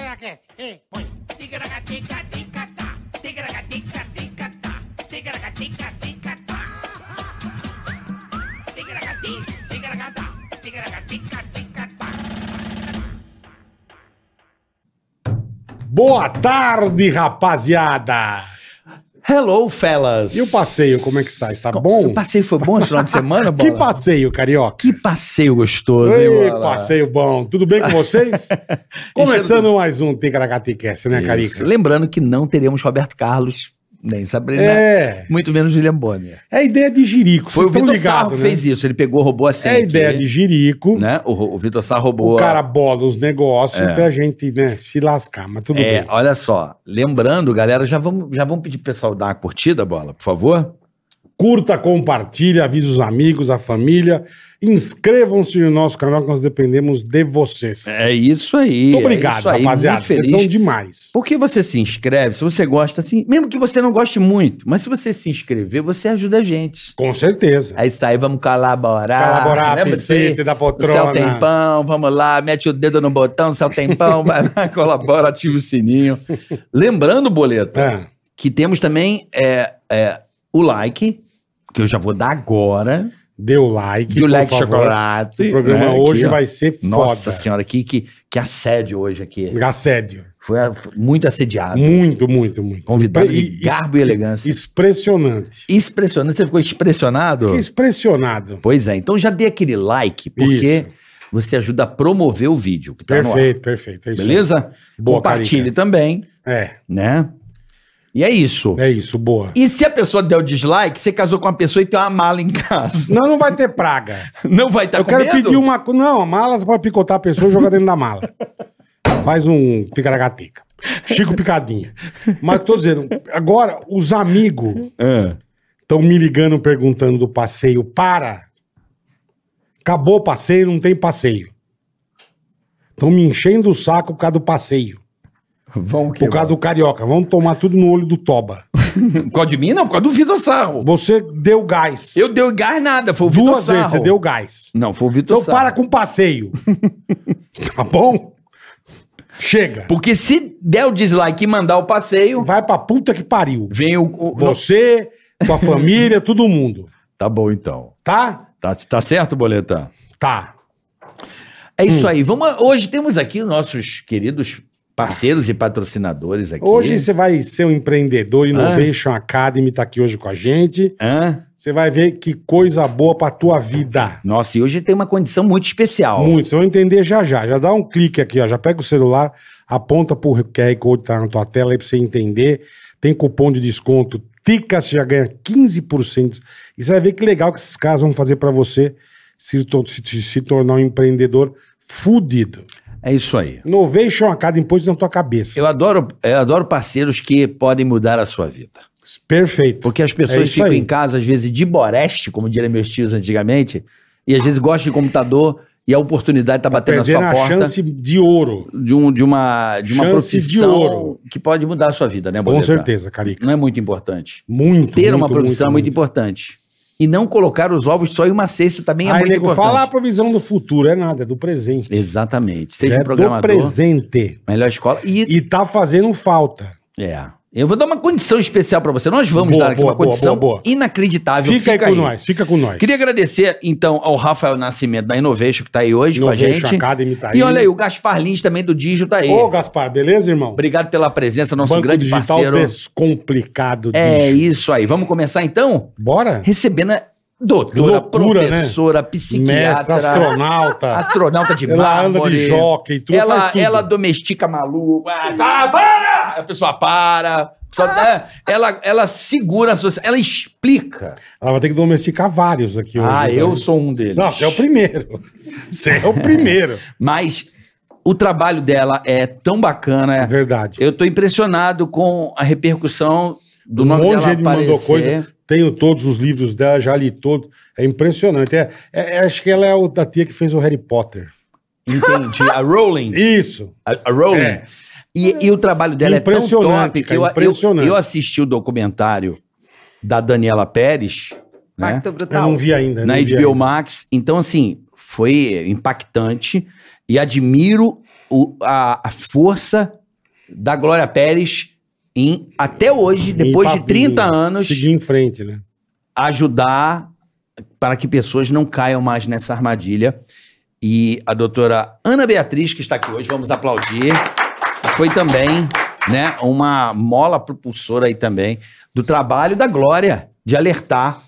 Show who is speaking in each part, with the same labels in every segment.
Speaker 1: Ticaracast, ei, põe. Ticaracatica-ticatá, ticaracatica-ticatá, ticaracatica-ticatá. Ticaracati, ticaracatá, ticaracatica-ticatá.
Speaker 2: Boa tarde, rapaziada!
Speaker 3: Hello, fellas!
Speaker 2: E o passeio, como é que está? Está
Speaker 3: Co-
Speaker 2: bom?
Speaker 3: O passeio foi bom esse final de semana, Bola?
Speaker 2: Que passeio, carioca!
Speaker 3: Que passeio gostoso, hein,
Speaker 2: Ei,
Speaker 3: Bola?
Speaker 2: passeio bom! Tudo bem com vocês? Começando mais um Ticaracaticast, né,
Speaker 3: Isso.
Speaker 2: Carica?
Speaker 3: Lembrando que não teremos Roberto Carlos, nem Sabrina,
Speaker 2: É,
Speaker 3: muito menos William Bonner.
Speaker 2: é ideia de jirico, vocês estão
Speaker 3: Sarro
Speaker 2: ligados,
Speaker 3: que
Speaker 2: né?
Speaker 3: fez isso, ele pegou, roubou a
Speaker 2: É
Speaker 3: senha.
Speaker 2: a ideia de jirico,
Speaker 3: Né? O, o Vitor Sarro roubou...
Speaker 2: o
Speaker 3: a-
Speaker 2: cara bola os negócios
Speaker 3: É.
Speaker 2: até a gente, né, se lascar, mas tudo
Speaker 3: É,
Speaker 2: bem.
Speaker 3: olha só, lembrando, galera, já vamos, já vamos pedir pro pessoal dar uma curtida, Bola, por favor?
Speaker 2: Curta, compartilha, avisa os amigos, a família, inscrevam-se no nosso canal que nós dependemos de vocês.
Speaker 3: É isso aí.
Speaker 2: Muito obrigado,
Speaker 3: é isso aí,
Speaker 2: rapaziada.
Speaker 3: Muito feliz.
Speaker 2: Vocês são demais.
Speaker 3: Porque você se inscreve, se você gosta, assim, mesmo que você não goste muito, mas se você se inscrever, você ajuda a gente.
Speaker 2: Com certeza.
Speaker 3: É isso aí, vamos colaborar.
Speaker 2: Colaborar,
Speaker 3: Ah, Lembra disso aí?
Speaker 2: piscite da
Speaker 3: O céu tem
Speaker 2: poltrona. né?
Speaker 3: pão, vamos lá, mete o dedo no botão, o céu tem pão, vai lá, colabora, ativa o sininho. Lembrando, Boleta,
Speaker 2: É.
Speaker 3: que temos também é, é, o like, que eu já vou dar agora,
Speaker 2: Dê o like,
Speaker 3: e o like
Speaker 2: por favor.
Speaker 3: chocolate.
Speaker 2: O programa
Speaker 3: né,
Speaker 2: hoje
Speaker 3: aqui, ó.
Speaker 2: vai ser foda.
Speaker 3: Nossa senhora, que, que, que assédio hoje aqui.
Speaker 2: Assédio.
Speaker 3: Foi, a- foi muito assediado.
Speaker 2: Muito, muito, muito.
Speaker 3: Convidado de
Speaker 2: E-
Speaker 3: garbo e elegância.
Speaker 2: Impressionante.
Speaker 3: Expressionante. Você ficou expressionado?
Speaker 2: Fiquei expressionado.
Speaker 3: Pois é, então já dê aquele like, porque
Speaker 2: Isso.
Speaker 3: você ajuda a promover o vídeo que tá no ar.
Speaker 2: Perfeito, perfeito. É isso.
Speaker 3: Beleza?
Speaker 2: Boa,
Speaker 3: Compartilhe
Speaker 2: Carica.
Speaker 3: também,
Speaker 2: É,
Speaker 3: né? E é isso.
Speaker 2: é isso, boa.
Speaker 3: E se a pessoa der o dislike, você casou com uma pessoa e tem uma mala em casa.
Speaker 2: Não, não vai ter praga.
Speaker 3: Não vai tá estar
Speaker 2: Eu quero pedir um- uma. co- Não, a mala você pode picotar a pessoa e jogar dentro da mala. Faz um ticaracateca. Chico Picadinha. Mas tô dizendo, agora, os amigos Estão me ligando perguntando do passeio. Para! Acabou o passeio, não tem passeio. Estão me enchendo o saco por causa do passeio.
Speaker 3: Vão o quê?
Speaker 2: Por causa do carioca. Vamos tomar tudo no olho do toba.
Speaker 3: Por causa de mim, não, por causa do Vitor Sarro.
Speaker 2: Você deu gás.
Speaker 3: Eu dei gás nada, foi o Vitor
Speaker 2: Duas
Speaker 3: Sarro.
Speaker 2: vezes você deu gás.
Speaker 3: Não, foi o Vitor
Speaker 2: Então
Speaker 3: Sarro.
Speaker 2: para com o passeio. tá bom? Chega.
Speaker 3: Porque se der o dislike e mandar o passeio,
Speaker 2: Vai pra puta que pariu.
Speaker 3: vem o... o-
Speaker 2: Você, tua família, todo mundo.
Speaker 3: Tá bom, então.
Speaker 2: Tá?
Speaker 3: Tá, tá certo, Boleta?
Speaker 2: Tá.
Speaker 3: É
Speaker 2: Hum.
Speaker 3: isso aí. Vamos, a- hoje temos aqui os nossos queridos parceiros e patrocinadores aqui. Ah.
Speaker 2: Hoje você vai ser um empreendedor. Innovation Academy tá aqui hoje com a gente.
Speaker 3: Hã?
Speaker 2: Você vai ver que coisa boa pra tua vida.
Speaker 3: Nossa, e hoje tem uma condição muito especial.
Speaker 2: Muito, você vai entender já já. Já dá um clique aqui, ó. Já pega o celular, aponta pro QR Code que tá na tua tela aí pra você entender. Tem cupom de desconto. Tica, você já ganha 15%. E você vai ver que legal que esses caras vão fazer pra você se, to- se- se- se tornar um empreendedor fudido.
Speaker 3: É isso aí.
Speaker 2: Innovation Academy, pôs na tua cabeça.
Speaker 3: Eu adoro, eu adoro parceiros que podem mudar a sua vida.
Speaker 2: Perfeito.
Speaker 3: Porque as
Speaker 2: É
Speaker 3: pessoas
Speaker 2: isso
Speaker 3: ficam
Speaker 2: aí.
Speaker 3: em casa, às vezes, de boreste, como diriam meus tios antigamente, e às vezes gostam de computador e a oportunidade tá batendo na
Speaker 2: Perdendo
Speaker 3: sua
Speaker 2: a
Speaker 3: porta
Speaker 2: chance de ouro.
Speaker 3: de, um, de uma, de uma
Speaker 2: Chance de
Speaker 3: profissão
Speaker 2: ouro.
Speaker 3: que pode mudar a sua vida, né,
Speaker 2: Com
Speaker 3: Boleta?
Speaker 2: certeza, Carica.
Speaker 3: Não é muito importante.
Speaker 2: Muito,
Speaker 3: ter uma
Speaker 2: muito,
Speaker 3: profissão é muito, importante. E não colocar os ovos só em uma cesta também é
Speaker 2: Aí,
Speaker 3: muito
Speaker 2: nego,
Speaker 3: importante.
Speaker 2: fala a provisão do futuro, é nada, é do presente.
Speaker 3: Exatamente. Seja
Speaker 2: é
Speaker 3: um programador,
Speaker 2: do presente.
Speaker 3: melhor escola. E,
Speaker 2: E tá fazendo falta.
Speaker 3: é. Eu vou dar uma condição especial para você. Nós vamos
Speaker 2: Boa,
Speaker 3: dar aqui
Speaker 2: boa,
Speaker 3: uma condição
Speaker 2: boa, boa.
Speaker 3: inacreditável.
Speaker 2: Fica, aí com nós, fica com nós.
Speaker 3: Queria agradecer, então, ao Rafael Nascimento da Innovation, que está aí hoje com a
Speaker 2: Innovation
Speaker 3: gente.
Speaker 2: Academy tá aí.
Speaker 3: E olha aí, o Gaspar Lins também do Digio tá aí.
Speaker 2: Ô, Gaspar, beleza, irmão?
Speaker 3: Obrigado pela presença, nosso
Speaker 2: Banco
Speaker 3: grande
Speaker 2: Digital
Speaker 3: parceiro.
Speaker 2: descomplicado.
Speaker 3: É
Speaker 2: bicho.
Speaker 3: isso aí. Vamos começar então?
Speaker 2: Bora?
Speaker 3: Recebendo a doutora,
Speaker 2: Loucura, né?
Speaker 3: professora,
Speaker 2: Mestre,
Speaker 3: psiquiatra.
Speaker 2: astronauta.
Speaker 3: Ah. astronauta de
Speaker 2: ela anda de
Speaker 3: mármore.
Speaker 2: jockey e tudo.
Speaker 3: ela,
Speaker 2: faz tudo.
Speaker 3: ela domestica maluco. Ah, tá, para! A pessoa para. a
Speaker 2: Ah.
Speaker 3: pessoa- né? ela, ela segura a sociedade. Ela explica.
Speaker 2: Ela vai ter que domesticar vários aqui hoje.
Speaker 3: ah,
Speaker 2: né?
Speaker 3: eu sou um deles.
Speaker 2: Não, você é o primeiro. Você é o primeiro.
Speaker 3: Mas o trabalho dela é tão bacana.
Speaker 2: Verdade.
Speaker 3: Eu tô impressionado com a repercussão do
Speaker 2: Um
Speaker 3: nome
Speaker 2: monte de
Speaker 3: dela
Speaker 2: gente me mandou
Speaker 3: aparecer.
Speaker 2: coisa. Tenho todos os livros dela, já li todos. É impressionante. É, é- é- acho que ela é o da tia que fez o Harry Potter.
Speaker 3: Entendi. A Rowling.
Speaker 2: Isso.
Speaker 3: A, a Rowling.
Speaker 2: É.
Speaker 3: E, e o trabalho dela é tão
Speaker 2: Impressionante,
Speaker 3: top que
Speaker 2: cara,
Speaker 3: eu, eu-
Speaker 2: impressionante.
Speaker 3: eu assisti o documentário da Daniela Pérez. Né?
Speaker 2: Eu não vi ainda.
Speaker 3: na
Speaker 2: não vi
Speaker 3: HBO
Speaker 2: ainda.
Speaker 3: Max. Então, assim, foi impactante e admiro o- a, a força da Glória Pérez em, até hoje, depois
Speaker 2: E
Speaker 3: de
Speaker 2: pra-
Speaker 3: 30
Speaker 2: e
Speaker 3: anos,
Speaker 2: Seguir em frente, né?
Speaker 3: ajudar para que pessoas não caiam mais nessa armadilha. E a doutora Ana Beatriz, que está aqui hoje, vamos aplaudir. Foi também né, uma mola propulsora aí também do trabalho da Glória de alertar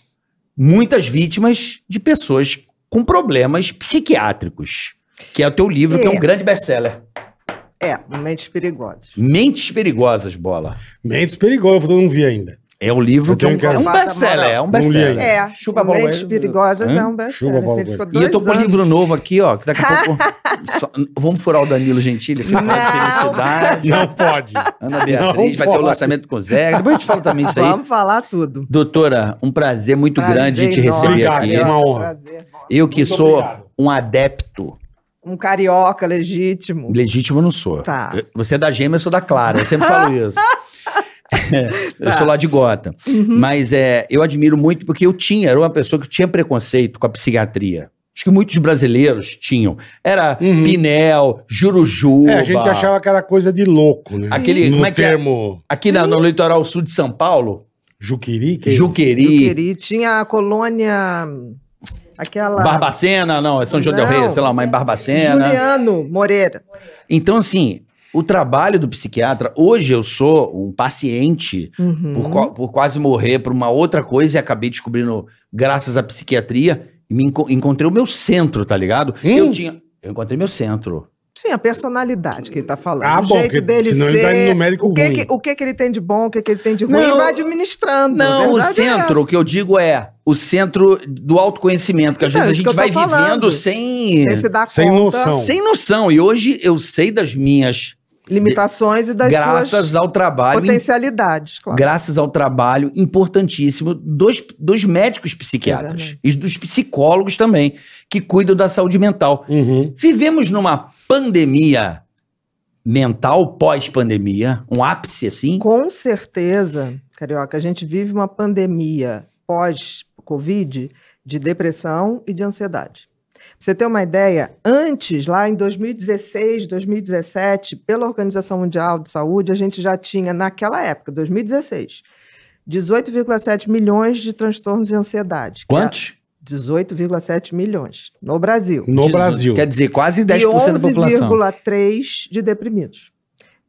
Speaker 3: muitas vítimas de pessoas com problemas psiquiátricos. Que é o teu livro, que é um
Speaker 4: É.
Speaker 3: grande best-seller.
Speaker 4: É, mentes perigosas.
Speaker 3: Mentes Perigosas, Bola.
Speaker 2: Mentes perigosas, eu não vi ainda.
Speaker 3: É o livro
Speaker 2: Eu
Speaker 3: que é um,
Speaker 2: tenho que-
Speaker 3: é um best-seller. É um
Speaker 2: Não li
Speaker 3: best-seller.
Speaker 2: ainda.
Speaker 4: É,
Speaker 3: Chupa a bola
Speaker 4: mentes
Speaker 3: aí.
Speaker 4: perigosas
Speaker 3: Hã?
Speaker 4: é
Speaker 2: Chupa
Speaker 4: um
Speaker 2: a
Speaker 4: best-seller.
Speaker 2: bola
Speaker 4: assim,
Speaker 2: aí.
Speaker 4: Ele ficou
Speaker 3: E
Speaker 4: dois
Speaker 3: eu tô com um
Speaker 4: anos.
Speaker 3: livro novo aqui, ó, que daqui a pouco. Só- vamos furar o Danilo Gentili, fica falando de
Speaker 4: Não.
Speaker 3: felicidade.
Speaker 2: Não pode.
Speaker 3: Ana Beatriz, vai ter o
Speaker 2: pode.
Speaker 3: lançamento com o Zé. Depois a gente fala também isso aí.
Speaker 4: Vamos falar tudo.
Speaker 3: Doutora, um prazer muito
Speaker 4: Prazer
Speaker 3: grande te
Speaker 4: enorme.
Speaker 3: receber
Speaker 2: Obrigado,
Speaker 3: aqui.
Speaker 2: irmão. uma honra.
Speaker 4: Prazer.
Speaker 3: Eu que
Speaker 2: Muito
Speaker 3: sou
Speaker 2: obrigado.
Speaker 3: um adepto,
Speaker 4: Um carioca legítimo.
Speaker 3: legítimo eu não sou.
Speaker 4: Tá.
Speaker 3: Eu- Você é da Gema, eu sou da Clara, eu sempre falo isso. eu sou lá de Gota.
Speaker 2: Uhum.
Speaker 3: Mas é, eu admiro muito porque eu tinha, era uma pessoa que tinha preconceito com a psiquiatria. Acho que muitos brasileiros tinham. Era
Speaker 2: Uhum.
Speaker 3: Pinel, Jurujuba.
Speaker 2: É, a gente achava que era coisa de louco, né?
Speaker 3: Aquele-
Speaker 2: no
Speaker 3: como é que é?
Speaker 2: termo
Speaker 3: Aqui na- no litoral sul de São Paulo,
Speaker 2: Juquiri, que
Speaker 3: Juqueri,
Speaker 4: Juqueri. Tinha a colônia. Aquela.
Speaker 3: Barbacena, não, é São João del
Speaker 4: Não.
Speaker 3: Rei, sei lá, mas em Barbacena.
Speaker 4: Juliano Moreira.
Speaker 3: Então, assim, o trabalho do psiquiatra, hoje eu sou um paciente
Speaker 4: Uhum.
Speaker 3: por, qua- por quase morrer por uma outra coisa e acabei descobrindo, graças à psiquiatria, e me enco- encontrei o meu centro, tá ligado?
Speaker 2: Hum.
Speaker 3: Eu tinha. Eu encontrei meu centro.
Speaker 4: Sim, a personalidade que ele tá falando.
Speaker 2: Ah,
Speaker 4: o
Speaker 2: bom,
Speaker 4: jeito
Speaker 2: que-
Speaker 4: dele
Speaker 2: senão
Speaker 4: ser.
Speaker 2: ele tá indo no médico
Speaker 4: o que, é
Speaker 2: ruim.
Speaker 4: que- o que que ele tem de bom, o que que ele tem de ruim,
Speaker 3: Não,
Speaker 4: e vai administrando.
Speaker 3: Não, o
Speaker 4: verdade é
Speaker 3: centro, o que eu digo é o centro do autoconhecimento, que às
Speaker 4: Então,
Speaker 3: vezes a gente
Speaker 4: isso que eu
Speaker 3: vai
Speaker 4: tô falando.
Speaker 3: vivendo
Speaker 4: essa.
Speaker 3: sem.
Speaker 4: Sem se dar
Speaker 2: Sem
Speaker 4: conta,
Speaker 2: noção.
Speaker 3: sem noção. E hoje eu sei das minhas
Speaker 4: limitações e das
Speaker 3: graças
Speaker 4: suas
Speaker 3: ao trabalho,
Speaker 4: potencialidades, claro.
Speaker 3: graças ao trabalho importantíssimo dos, dos médicos ppsiquiatras
Speaker 4: Verdade.
Speaker 3: e dos psicólogos também, que cuidam da saúde mental.
Speaker 2: Uhum.
Speaker 3: Vivemos numa pandemia mental, pós-pandemia, um ápice assim.
Speaker 4: Com certeza, Carioca, a gente vive uma pandemia pós-Covid de depressão e de ansiedade. Pra você ter uma ideia, antes, lá em 2016, 2017, pela Organização Mundial de Saúde, a gente já tinha, naquela época, 2016, 18,7 milhões de transtornos de ansiedade. que é
Speaker 3: Quantos?
Speaker 4: 18,7 milhões no Brasil.
Speaker 2: No
Speaker 3: Jesus.
Speaker 2: Brasil.
Speaker 3: Quer dizer, quase 10%
Speaker 4: e
Speaker 3: da população.
Speaker 4: 11,3 de deprimidos.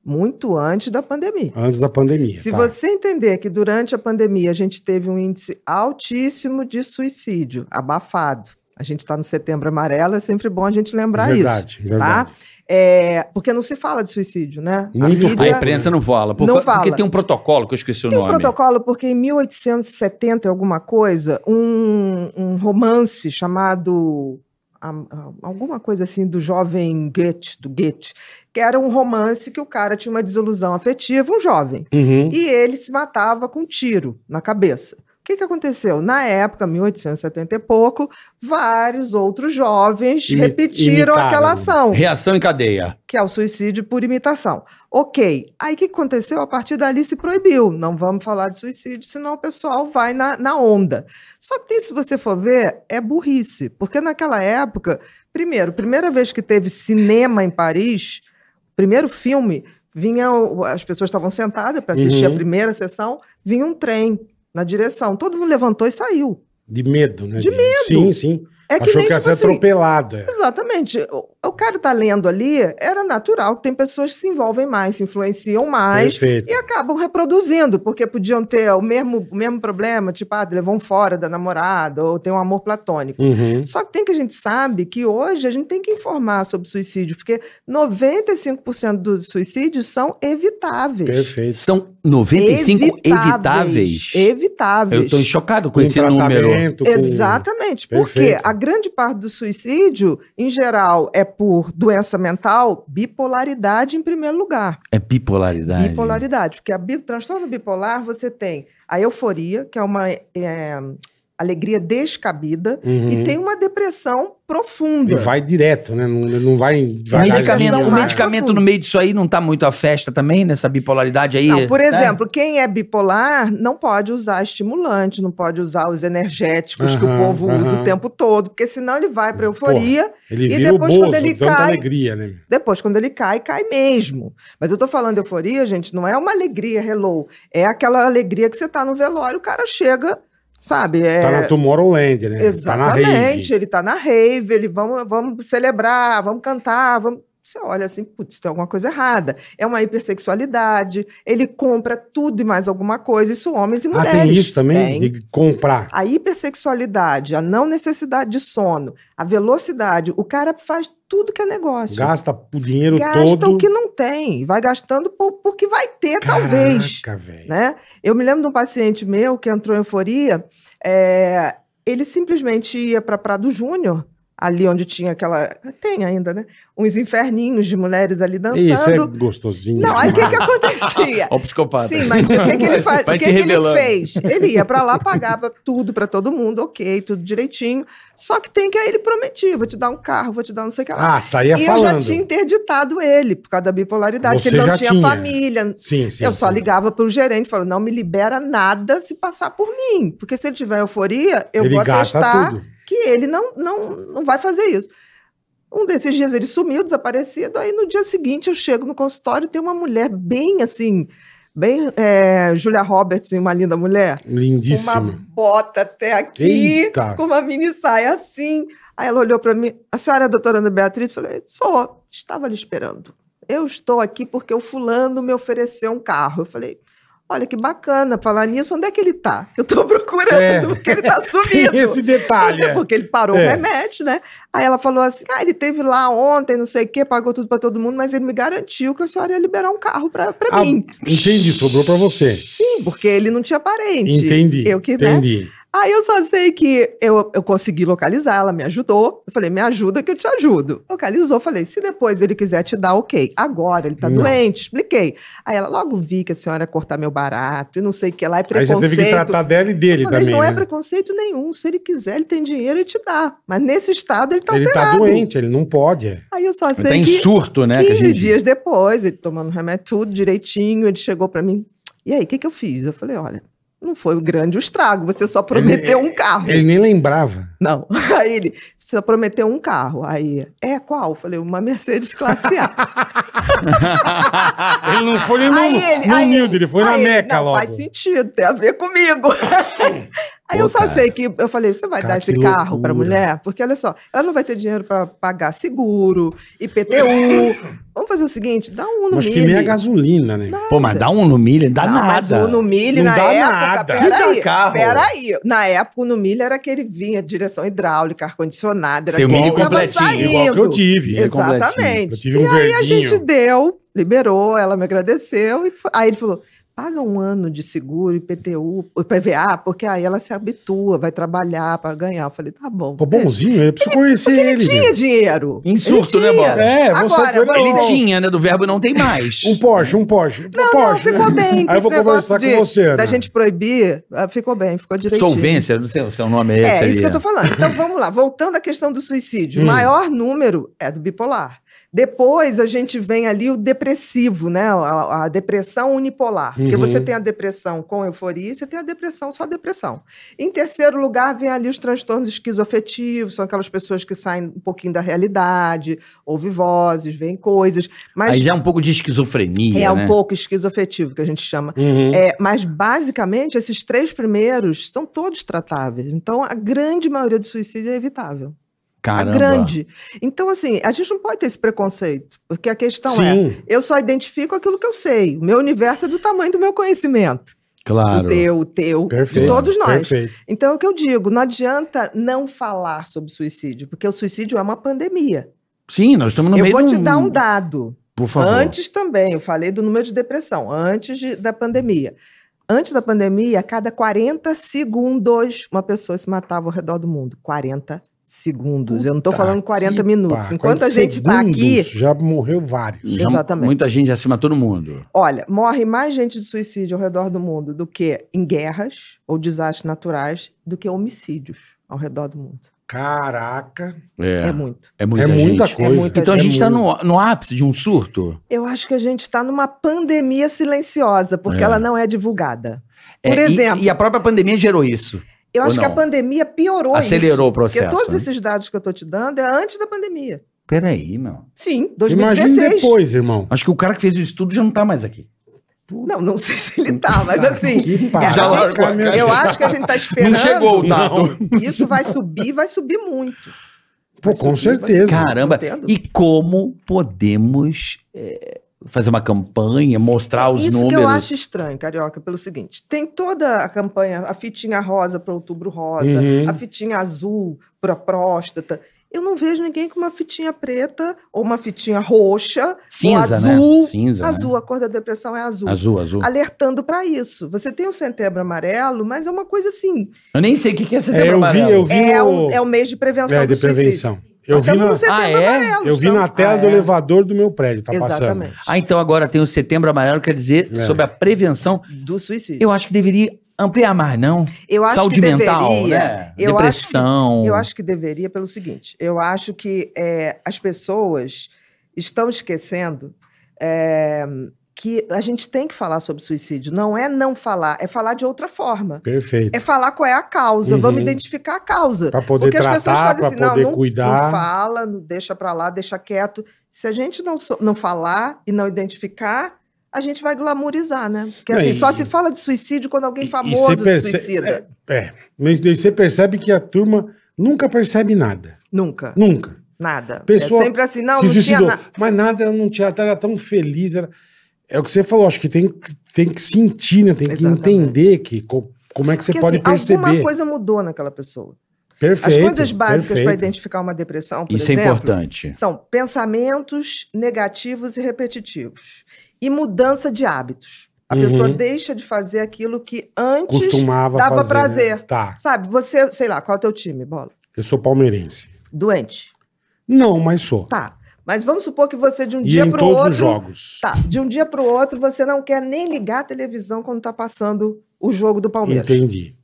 Speaker 4: Muito antes da pandemia.
Speaker 2: Antes da pandemia.
Speaker 4: Se
Speaker 2: tá.
Speaker 4: você entender que durante a pandemia a gente teve um índice altíssimo de suicídio, abafado. A gente está no setembro amarelo, é sempre bom a gente lembrar isso. tá?
Speaker 2: verdade, verdade.
Speaker 4: É, porque não se fala de suicídio, né?
Speaker 2: Muito pouco.
Speaker 3: A imprensa não fala, por
Speaker 4: Não
Speaker 3: causa- porque
Speaker 4: fala.
Speaker 3: tem um protocolo que eu esqueci o
Speaker 4: Tem um
Speaker 3: nome.
Speaker 4: protocolo porque em 1870 e alguma coisa, um, um romance chamado a- a- alguma coisa assim do jovem Goethe, do Goethe, que era um romance que o cara tinha uma desilusão afetiva, um jovem,
Speaker 2: Uhum.
Speaker 4: e ele se matava com um tiro na cabeça. O que, que aconteceu? Na época, 1870 e pouco, vários outros jovens
Speaker 2: Imi-
Speaker 4: repetiram
Speaker 2: imitaram.
Speaker 4: aquela ação
Speaker 3: Reação em cadeia.
Speaker 4: que é o suicídio por imitação. Ok, aí o que aconteceu? A partir dali se proibiu. Não vamos falar de suicídio, senão o pessoal vai na, na onda. Só que tem, se você for ver, é burrice. Porque naquela época, primeiro, primeira vez que teve cinema em Paris, primeiro filme, vinha, o- as pessoas estavam sentadas para assistir
Speaker 2: Uhum.
Speaker 4: a primeira sessão, vinha um trem na direção. Todo mundo levantou e saiu.
Speaker 2: De medo, né?
Speaker 4: De
Speaker 2: medo. Sim, sim.
Speaker 4: É que
Speaker 2: Achou
Speaker 4: nem,
Speaker 2: que ia
Speaker 4: tipo
Speaker 2: ser
Speaker 4: assim,
Speaker 2: atropelado. é.
Speaker 4: Exatamente. O, o cara tá lendo ali, era natural que tem pessoas que se envolvem mais, se influenciam mais
Speaker 2: Perfeito.
Speaker 4: e acabam reproduzindo, porque podiam ter o mesmo, o mesmo problema, tipo, ah, levam fora da namorada, ou tem um amor platônico.
Speaker 2: Uhum.
Speaker 4: Só que tem que a gente sabe que hoje a gente tem que informar sobre suicídio, porque 95% dos suicídios são evitáveis.
Speaker 2: Perfeito.
Speaker 3: São 95 evitáveis.
Speaker 4: Evitáveis.
Speaker 3: Eu estou chocado com esse número.
Speaker 2: Um tratamento, com-
Speaker 4: Exatamente, porque
Speaker 2: Perfeito.
Speaker 4: a grande parte do suicídio, em geral, é por doença mental, bipolaridade em primeiro lugar.
Speaker 3: É bipolaridade.
Speaker 4: Bipolaridade, porque a bi- transtorno bipolar você tem a euforia, que é uma é, alegria descabida
Speaker 2: Uhum.
Speaker 4: e tem um uma depressão profunda.
Speaker 2: E vai direto, né? Não, não vai
Speaker 3: O
Speaker 2: devagarzinho,
Speaker 3: medicamento, o
Speaker 4: Devagarzinho,
Speaker 2: né?
Speaker 4: mais
Speaker 3: medicamento
Speaker 4: profundo.
Speaker 3: no meio disso aí não tá muito a festa também, nessa bipolaridade aí?
Speaker 4: Não, por
Speaker 3: né?
Speaker 4: exemplo, quem é bipolar não pode usar estimulante, não pode usar os energéticos que o
Speaker 2: Aham,
Speaker 4: povo usa
Speaker 2: aham.
Speaker 4: o tempo todo, porque senão ele vai para euforia.
Speaker 2: Ele
Speaker 4: E
Speaker 2: vira
Speaker 4: depois,
Speaker 2: o
Speaker 4: quando
Speaker 2: bozo,
Speaker 4: ele
Speaker 2: tanta
Speaker 4: cai-
Speaker 2: alegria, né? meu?
Speaker 4: Depois, quando ele cai, cai mesmo. Mas eu tô falando de euforia, gente, não é uma alegria, hello. É aquela alegria que você tá no velório, o cara chega, sabe? É...
Speaker 2: Tá na Tomorrowland, né? Tá na
Speaker 4: Exatamente,
Speaker 2: rave.
Speaker 4: ele tá na rave, ele vamos, vamos celebrar, vamos cantar, vamos. Você olha assim, putz, tem alguma coisa errada. É uma hipersexualidade, ele compra tudo e mais alguma coisa, isso homens e
Speaker 2: Ah,
Speaker 4: mulheres.
Speaker 2: tem isso também?
Speaker 4: Tem.
Speaker 2: De comprar.
Speaker 4: A hipersexualidade, a não necessidade de sono, a velocidade, o cara faz tudo que é negócio.
Speaker 2: Gasta o dinheiro
Speaker 4: Gasta
Speaker 2: todo.
Speaker 4: o que não tem, vai gastando por, porque vai ter, talvez.
Speaker 2: Caraca, velho.
Speaker 4: Né? Eu me lembro de um paciente meu que entrou em euforia, é, ele simplesmente ia para Prado Júnior, ali onde tinha aquela. Tem ainda, né? Uns inferninhos de mulheres ali
Speaker 2: Isso é
Speaker 4: dançando.
Speaker 2: gostosozinho.
Speaker 4: Não, é aí o que,
Speaker 2: demais.
Speaker 4: que acontecia?
Speaker 3: Ó o psicopata.
Speaker 4: Sim, mas o que, que ele faz? O
Speaker 3: Vai
Speaker 4: que,
Speaker 3: se
Speaker 4: que ele
Speaker 3: rebelando.
Speaker 4: fez? Ele ia pra lá, pagava tudo pra todo mundo, ok, tudo direitinho. Só que tem que aí ele prometia, vou te dar um carro, vou te dar não sei o que lá.
Speaker 2: Ah, saía
Speaker 4: e eu já
Speaker 2: falando.
Speaker 4: tinha interditado ele por causa da bipolaridade,
Speaker 2: Você
Speaker 4: que ele
Speaker 2: já
Speaker 4: não tinha,
Speaker 2: tinha.
Speaker 4: família.
Speaker 2: Sim, sim.
Speaker 4: eu só
Speaker 2: sim.
Speaker 4: ligava pro gerente, falando, não me libera nada se passar por mim, porque se ele tiver euforia, eu
Speaker 2: Ele
Speaker 4: vou
Speaker 2: gasta
Speaker 4: atestar
Speaker 2: tudo.
Speaker 4: que ele não, não, não vai fazer isso. Um desses dias ele sumiu, desaparecido, aí no dia seguinte eu chego no consultório e tem uma mulher bem assim, bem é, Julia Roberts, uma linda mulher, com uma
Speaker 2: Lindíssimo.
Speaker 4: bota até aqui,
Speaker 2: Eita.
Speaker 4: com uma mini saia assim. Aí ela olhou para mim, a senhora é a doutora Ana Beatriz? Eu Falei, sou, estava lhe esperando. Eu estou aqui porque o fulano me ofereceu um carro. Eu falei, olha que bacana, falar nisso, onde é que ele está? Eu estou procurando,
Speaker 2: É.
Speaker 4: porque ele está
Speaker 2: Tem
Speaker 4: sumido.
Speaker 2: esse detalhe. é.
Speaker 4: Porque ele parou
Speaker 2: É.
Speaker 4: o remédio, né? Aí ela falou assim: ah, ele teve lá ontem, não sei o quê, pagou tudo pra todo mundo, mas ele me garantiu que a senhora ia liberar um carro pra, pra
Speaker 2: Ah,
Speaker 4: mim.
Speaker 2: entendi, sobrou pra você.
Speaker 4: Sim, porque ele não tinha parente.
Speaker 2: Entendi.
Speaker 4: Eu que, né?
Speaker 2: entendi.
Speaker 4: Aí eu só sei que eu, eu consegui localizar, ela me ajudou. Eu falei, me ajuda que eu te ajudo. Localizou, falei, se depois ele quiser te dar, ok. Agora ele tá
Speaker 2: Não.
Speaker 4: doente, expliquei. Aí ela logo vi que a senhora ia cortar meu barato e não sei o que lá, é
Speaker 2: Aí você
Speaker 4: preconceito.
Speaker 2: teve que tratar dela e dele
Speaker 4: Eu falei,
Speaker 2: também.
Speaker 4: não é
Speaker 2: né?
Speaker 4: preconceito nenhum. Se ele quiser, ele tem dinheiro e te dá. Mas nesse estado ele tá
Speaker 2: ele tá
Speaker 4: alterado.
Speaker 2: doente, ele não pode. é.
Speaker 4: Aí eu só sei
Speaker 3: Tá em
Speaker 4: que
Speaker 3: surto, né? que a
Speaker 4: 15
Speaker 3: gente-
Speaker 4: dias depois, ele tomando remédio tudo direitinho, ele chegou pra mim. E aí, o que, que eu fiz? Eu falei, olha, não foi grande o estrago, você só prometeu um carro.
Speaker 2: Ele nem lembrava.
Speaker 4: Não. Aí ele, você só prometeu um carro. Aí, é qual? Eu falei, uma Mercedes classe A.
Speaker 2: Ele não foi no,
Speaker 4: Aí ele-
Speaker 2: no
Speaker 4: aí ele-
Speaker 2: humilde, ele foi na
Speaker 4: Aí ele,
Speaker 2: Meca
Speaker 4: não,
Speaker 2: logo.
Speaker 4: faz sentido, tem a ver comigo. Aí
Speaker 3: Pô,
Speaker 4: eu só
Speaker 3: cara.
Speaker 4: sei que eu falei, você vai
Speaker 2: Cara,
Speaker 4: dar esse
Speaker 2: que
Speaker 4: carro pra
Speaker 2: loucura.
Speaker 4: mulher? Porque olha só, ela não vai ter dinheiro pra pagar seguro, IPTU. Vamos fazer o seguinte, dá um no
Speaker 2: Mas que
Speaker 4: Mille.
Speaker 2: nem a gasolina, né?
Speaker 3: Pô, mas dá um no milho, dá
Speaker 4: Não,
Speaker 3: nada.
Speaker 4: Ah, Mas o no milho,
Speaker 2: Não
Speaker 4: na
Speaker 2: dá
Speaker 4: época,
Speaker 2: nada. um
Speaker 3: Que dá
Speaker 4: peraí,
Speaker 3: carro?
Speaker 4: peraí. Na época, o no milho era aquele vinha direção hidráulica, ar-condicionado, era
Speaker 3: Seu
Speaker 4: aquele
Speaker 3: milho
Speaker 4: que tava
Speaker 3: completinho,
Speaker 4: saindo.
Speaker 2: Igual que eu tive.
Speaker 3: Ele completinho.
Speaker 2: Eu
Speaker 4: Exatamente.
Speaker 2: tive um
Speaker 4: E a gente
Speaker 2: verdinho.
Speaker 4: deu, liberou, ela me agradeceu. E fo- aí ele falou: paga um ano de seguro, IPTU, PVA, porque aí ela se habitua, vai trabalhar para ganhar. Eu falei: tá bom.
Speaker 2: Pô, bonzinho, eu preciso conhecer
Speaker 4: Ele
Speaker 2: ele.
Speaker 4: tinha
Speaker 2: meu.
Speaker 4: dinheiro.
Speaker 3: Em surto,
Speaker 4: Ele
Speaker 3: né,
Speaker 4: tinha.
Speaker 3: Bola?
Speaker 2: É, você
Speaker 4: Agora,
Speaker 2: foi-
Speaker 4: você-
Speaker 3: Ele tinha, né? Do verbo não tem mais.
Speaker 2: Um Porsche, um Porsche. Um
Speaker 4: Não, não,
Speaker 2: Porsche,
Speaker 4: ficou
Speaker 2: né?
Speaker 4: bem. com
Speaker 2: Aí eu
Speaker 4: esse
Speaker 2: vou
Speaker 4: negócio
Speaker 2: conversar
Speaker 4: de-
Speaker 2: com você.
Speaker 4: Da
Speaker 2: né?
Speaker 4: gente proibir, ah, ficou bem, ficou direitinho.
Speaker 3: Solvência, não sei o seu nome é esse.
Speaker 4: É, isso
Speaker 3: ali,
Speaker 4: que eu tô
Speaker 3: né?
Speaker 4: falando. Então vamos lá, voltando à questão do suicídio.
Speaker 2: Hum.
Speaker 4: O maior número é do bipolar. Depois a gente vem ali o depressivo, né? A, a depressão unipolar. Porque
Speaker 2: Uhum.
Speaker 4: você tem a depressão com euforia e você tem a depressão só depressão. Em terceiro lugar, vem ali os transtornos esquizoafetivos, são aquelas pessoas que saem um pouquinho da realidade, ouvem vozes, veem coisas. Mas
Speaker 3: Aí já é um pouco de esquizofrenia.
Speaker 4: é um
Speaker 3: né?
Speaker 4: pouco esquizoafetivo que a gente chama.
Speaker 2: Uhum.
Speaker 4: É, mas basicamente esses três primeiros são todos tratáveis. Então a grande maioria do suicídio é evitável.
Speaker 3: Caramba.
Speaker 4: A grande. Então assim, a gente não pode ter esse preconceito, porque a questão é,
Speaker 2: Sim.
Speaker 4: eu só identifico aquilo que eu sei. O meu universo é do tamanho do meu conhecimento.
Speaker 3: Claro.
Speaker 4: O teu, o teu,
Speaker 2: Perfeito.
Speaker 4: de todos nós.
Speaker 2: Perfeito.
Speaker 4: Então é o que eu digo, não adianta não falar sobre suicídio, porque o suicídio é uma pandemia.
Speaker 3: Sim, nós estamos no
Speaker 4: eu
Speaker 3: meio
Speaker 4: vou
Speaker 3: de
Speaker 4: te dar um dado.
Speaker 3: Por favor.
Speaker 4: Antes também, eu falei do número de depressão, antes de- da pandemia. Antes da pandemia, a cada 40 segundos, uma pessoa se matava ao redor do mundo. 40 segundos. Eu não estou
Speaker 2: Puta
Speaker 4: falando 40
Speaker 2: que
Speaker 4: minutos.
Speaker 2: pá,
Speaker 4: Enquanto a
Speaker 2: 40
Speaker 4: gente está aqui,
Speaker 2: segundos, Já morreu vários.
Speaker 3: Já
Speaker 4: Exatamente.
Speaker 3: Muita gente acima de todo mundo.
Speaker 4: Olha, morre mais gente de suicídio ao redor do mundo do que em guerras ou desastres naturais do que homicídios ao redor do mundo.
Speaker 2: Caraca.
Speaker 4: É,
Speaker 3: É,
Speaker 4: muito.
Speaker 3: é muita
Speaker 2: é muita
Speaker 3: gente.
Speaker 2: coisa.
Speaker 4: É muita
Speaker 3: Então a gente
Speaker 2: É
Speaker 3: está
Speaker 2: muito.
Speaker 3: no, no ápice de um surto.
Speaker 4: Eu acho que a gente está numa pandemia silenciosa, porque
Speaker 3: É.
Speaker 4: ela não é divulgada.
Speaker 3: É,
Speaker 4: Por
Speaker 3: e-
Speaker 4: exemplo-
Speaker 3: E, a própria pandemia gerou isso.
Speaker 4: Eu
Speaker 3: Ou
Speaker 4: acho que
Speaker 3: não?
Speaker 4: a pandemia piorou
Speaker 3: Acelerou o
Speaker 4: isso. Porque
Speaker 3: processo.
Speaker 4: todos
Speaker 3: né?
Speaker 4: esses dados que eu estou te dando é antes da pandemia.
Speaker 3: Peraí, meu.
Speaker 4: Sim,
Speaker 2: Imagina
Speaker 4: 2016.
Speaker 2: depois, irmão.
Speaker 3: Acho que o cara que fez o estudo já não tá mais aqui.
Speaker 4: Não, não sei se ele tá, mas assim,
Speaker 2: Que
Speaker 4: a
Speaker 2: parada,
Speaker 3: gente-
Speaker 2: cara, é meu
Speaker 4: eu
Speaker 2: Deus.
Speaker 4: acho que é a gente está esperando.
Speaker 3: chegou o dado.
Speaker 4: Isso vai subir, vai subir muito.
Speaker 2: Pô, com certeza.
Speaker 3: Caramba.
Speaker 4: Entendo.
Speaker 3: E como podemos é, fazer uma campanha, mostrar os
Speaker 4: Isso
Speaker 3: números?
Speaker 4: que eu acho estranho, Carioca, pelo seguinte: tem toda a campanha, a fitinha rosa para outubro rosa,
Speaker 2: Uhum.
Speaker 4: a fitinha azul para próstata. Eu não vejo ninguém com uma fitinha preta ou uma fitinha roxa,
Speaker 3: Cinza,
Speaker 4: ou azul.
Speaker 3: né? Cinza, né?
Speaker 4: azul, a cor da depressão é azul.
Speaker 3: Azul, azul.
Speaker 4: Alertando para isso. Você tem o setembro amarelo, mas é uma coisa assim.
Speaker 3: Eu nem sei o que que é setembro
Speaker 2: É, eu vi,
Speaker 3: amarelo.
Speaker 2: eu vi
Speaker 4: É,
Speaker 2: no-
Speaker 4: um- é o mês de prevenção.
Speaker 2: É, de
Speaker 4: do suicídio.
Speaker 2: prevenção. Eu
Speaker 4: Nós
Speaker 2: vi,
Speaker 4: estamos
Speaker 2: na,
Speaker 4: no setembro
Speaker 3: Ah, é?
Speaker 4: amarelo,
Speaker 2: eu vi
Speaker 4: estamos-
Speaker 2: na tela
Speaker 4: Ah,
Speaker 2: do
Speaker 4: é.
Speaker 2: elevador do meu prédio, tá passando.
Speaker 4: Exatamente.
Speaker 3: Ah, então agora tem o setembro amarelo, quer dizer,
Speaker 2: É.
Speaker 3: sobre a prevenção.
Speaker 4: Do suicídio.
Speaker 3: Eu acho que deveria ampliar mais, não?
Speaker 4: Eu acho
Speaker 3: Saúde
Speaker 4: que
Speaker 3: mental,
Speaker 4: deveria.
Speaker 3: né?
Speaker 4: Eu
Speaker 3: Depressão.
Speaker 4: Eu acho que deveria pelo seguinte: eu acho que é, as pessoas estão esquecendo é, que a gente tem que falar sobre suicídio. Não é não falar, é falar de outra forma.
Speaker 2: Perfeito.
Speaker 4: É falar qual é a causa.
Speaker 2: Uhum.
Speaker 4: Vamos identificar a causa.
Speaker 2: Pra poder tratar, pra poder
Speaker 4: assim, não, não
Speaker 2: cuidar.
Speaker 4: fala, não deixa pra lá, deixa quieto. Se a gente não, so- não falar e não identificar, a gente vai glamourizar, né? Porque
Speaker 2: Não,
Speaker 4: assim,
Speaker 2: e-
Speaker 4: só se fala de suicídio quando alguém
Speaker 2: E- e
Speaker 4: famoso
Speaker 2: você
Speaker 4: se
Speaker 2: perce-
Speaker 4: suicida.
Speaker 2: É, mas daí você percebe que a turma nunca percebe nada.
Speaker 4: Nunca,
Speaker 2: Nunca.
Speaker 4: nada.
Speaker 2: Pessoa
Speaker 4: é sempre assim, não,
Speaker 2: Se
Speaker 4: não tinha
Speaker 2: suicidou.
Speaker 4: nada.
Speaker 2: Mas nada, ela não tinha, ela era tão feliz. Era... É o que você falou, acho que tem, tem que sentir, né? Tem que
Speaker 4: Exatamente.
Speaker 2: entender que, co- como é que você
Speaker 4: Porque,
Speaker 2: pode
Speaker 4: assim,
Speaker 2: perceber.
Speaker 4: Alguma coisa mudou naquela pessoa.
Speaker 2: Perfeito.
Speaker 4: As coisas básicas para
Speaker 2: perfeito.
Speaker 4: identificar uma depressão, por
Speaker 3: Isso é
Speaker 4: exemplo,
Speaker 3: importante.
Speaker 4: são pensamentos negativos e repetitivos. E mudança de hábitos. A
Speaker 2: Uhum.
Speaker 4: pessoa deixa de fazer aquilo que antes,
Speaker 2: Costumava
Speaker 4: dava
Speaker 2: fazer, né?
Speaker 4: prazer.
Speaker 2: Tá,
Speaker 4: sabe? Você, sei lá, qual é o teu time, bola?
Speaker 2: eu sou palmeirense.
Speaker 4: Doente.
Speaker 2: Não, mas sou.
Speaker 4: Tá. Mas vamos supor que você de um
Speaker 2: e
Speaker 4: dia
Speaker 2: em
Speaker 4: para o
Speaker 2: todos
Speaker 4: outro,
Speaker 2: os jogos.
Speaker 4: tá, de um dia para o outro você não quer nem ligar a televisão quando tá passando o jogo do Palmeiras.
Speaker 2: Entendi.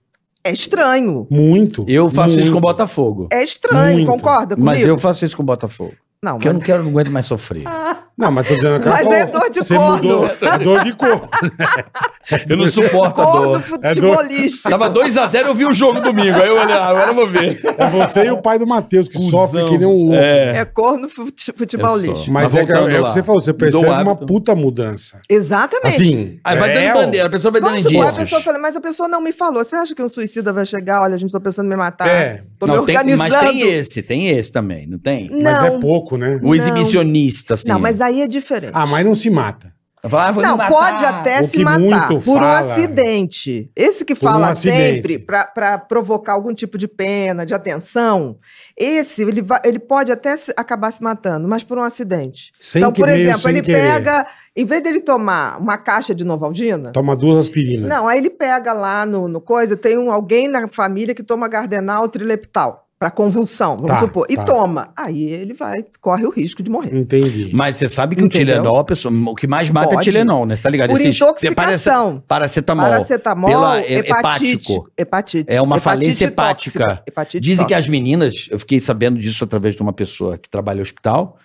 Speaker 4: É estranho.
Speaker 2: Muito.
Speaker 3: Eu faço isso com o
Speaker 2: muito.
Speaker 3: Botafogo.
Speaker 4: É estranho,
Speaker 2: Muito.
Speaker 4: concorda comigo? Ah,
Speaker 3: Mas eu faço isso com o Botafogo.
Speaker 4: Não,
Speaker 3: Porque eu não quero, não aguento mais sofrer.
Speaker 2: Não, mas tô dizendo que
Speaker 4: Mas
Speaker 2: ela
Speaker 4: é
Speaker 2: falou,
Speaker 4: dor de
Speaker 2: você
Speaker 4: corno.
Speaker 2: Mudou, é dor de corno.
Speaker 3: Eu não suporto a
Speaker 4: Gordo
Speaker 3: dor.
Speaker 4: é
Speaker 2: É
Speaker 4: futebolista.
Speaker 3: Tava 2x0, eu vi o jogo domingo. Aí eu olhei, ah, agora eu vou ver.
Speaker 2: É você e o pai do Matheus, que
Speaker 3: Cusão.
Speaker 2: sofre que nem um louco.
Speaker 3: É.
Speaker 4: É corno fute- futebolista.
Speaker 2: Mas,
Speaker 3: É Mas
Speaker 2: é, que,
Speaker 3: voltando
Speaker 2: é o
Speaker 3: lá.
Speaker 2: que você falou, você
Speaker 3: Mudou
Speaker 2: percebe
Speaker 3: o
Speaker 2: uma
Speaker 3: hábito.
Speaker 2: puta mudança.
Speaker 4: Exatamente.
Speaker 2: Assim,
Speaker 3: Aí vai
Speaker 2: é,
Speaker 3: dando
Speaker 2: ó,
Speaker 3: bandeira, a pessoa vai dando
Speaker 4: Vamos supor, a
Speaker 3: indícios.
Speaker 4: pessoa tá fala, mas a pessoa não me falou. Você acha que um suicida vai chegar? Olha, a gente tá pensando em me matar.
Speaker 2: É.
Speaker 4: Tô me
Speaker 3: Não, tem-
Speaker 4: organizando.
Speaker 3: mas tem esse, tem esse também, não tem?
Speaker 4: Não,
Speaker 2: Mas é pouco, né?
Speaker 3: O exibicionista, assim.
Speaker 4: não, mas aí é diferente.
Speaker 2: Ah, mas não se mata.
Speaker 3: Fala, ah, vou me
Speaker 4: Não,
Speaker 3: matar.
Speaker 4: pode até
Speaker 2: O
Speaker 4: se
Speaker 2: que
Speaker 4: matar
Speaker 2: muito
Speaker 4: por um
Speaker 2: fala-
Speaker 4: acidente. Esse que
Speaker 2: um
Speaker 4: fala
Speaker 2: acidente.
Speaker 4: sempre para provocar algum tipo de pena, de atenção, esse ele, vai- ele pode até se- acabar se matando, mas por um acidente.
Speaker 2: Sem
Speaker 4: então, por
Speaker 2: querer,
Speaker 4: exemplo,
Speaker 2: sem
Speaker 4: ele
Speaker 2: querer.
Speaker 4: pega, em vez dele tomar uma caixa de Novalgina,
Speaker 2: Toma duas aspirinas.
Speaker 4: não, aí ele pega lá no, no coisa, tem um, alguém na família que toma Gardenal Trileptal para convulsão, vamos
Speaker 2: Tá,
Speaker 4: supor, e
Speaker 2: tá.
Speaker 4: toma. Aí ele vai corre o risco de morrer.
Speaker 2: Entendi.
Speaker 3: Mas você sabe que o
Speaker 4: Entendeu?
Speaker 3: Tilenol, a pessoa, o que mais mata é
Speaker 4: Pode.
Speaker 3: Tilenol, né? Você tá ligado?
Speaker 4: Por
Speaker 3: Esses-
Speaker 4: intoxicação.
Speaker 3: parace- Paracetamol.
Speaker 4: Paracetamol,
Speaker 3: Pela- é-
Speaker 4: hepatite,
Speaker 3: hepático.
Speaker 4: hepatite.
Speaker 3: É uma
Speaker 4: hepatite
Speaker 3: falência
Speaker 4: tóxica,
Speaker 3: hepática.
Speaker 4: Hepatite
Speaker 3: Dizem que
Speaker 4: tóxica.
Speaker 3: as meninas, eu fiquei sabendo disso através de uma pessoa que trabalha no hospital,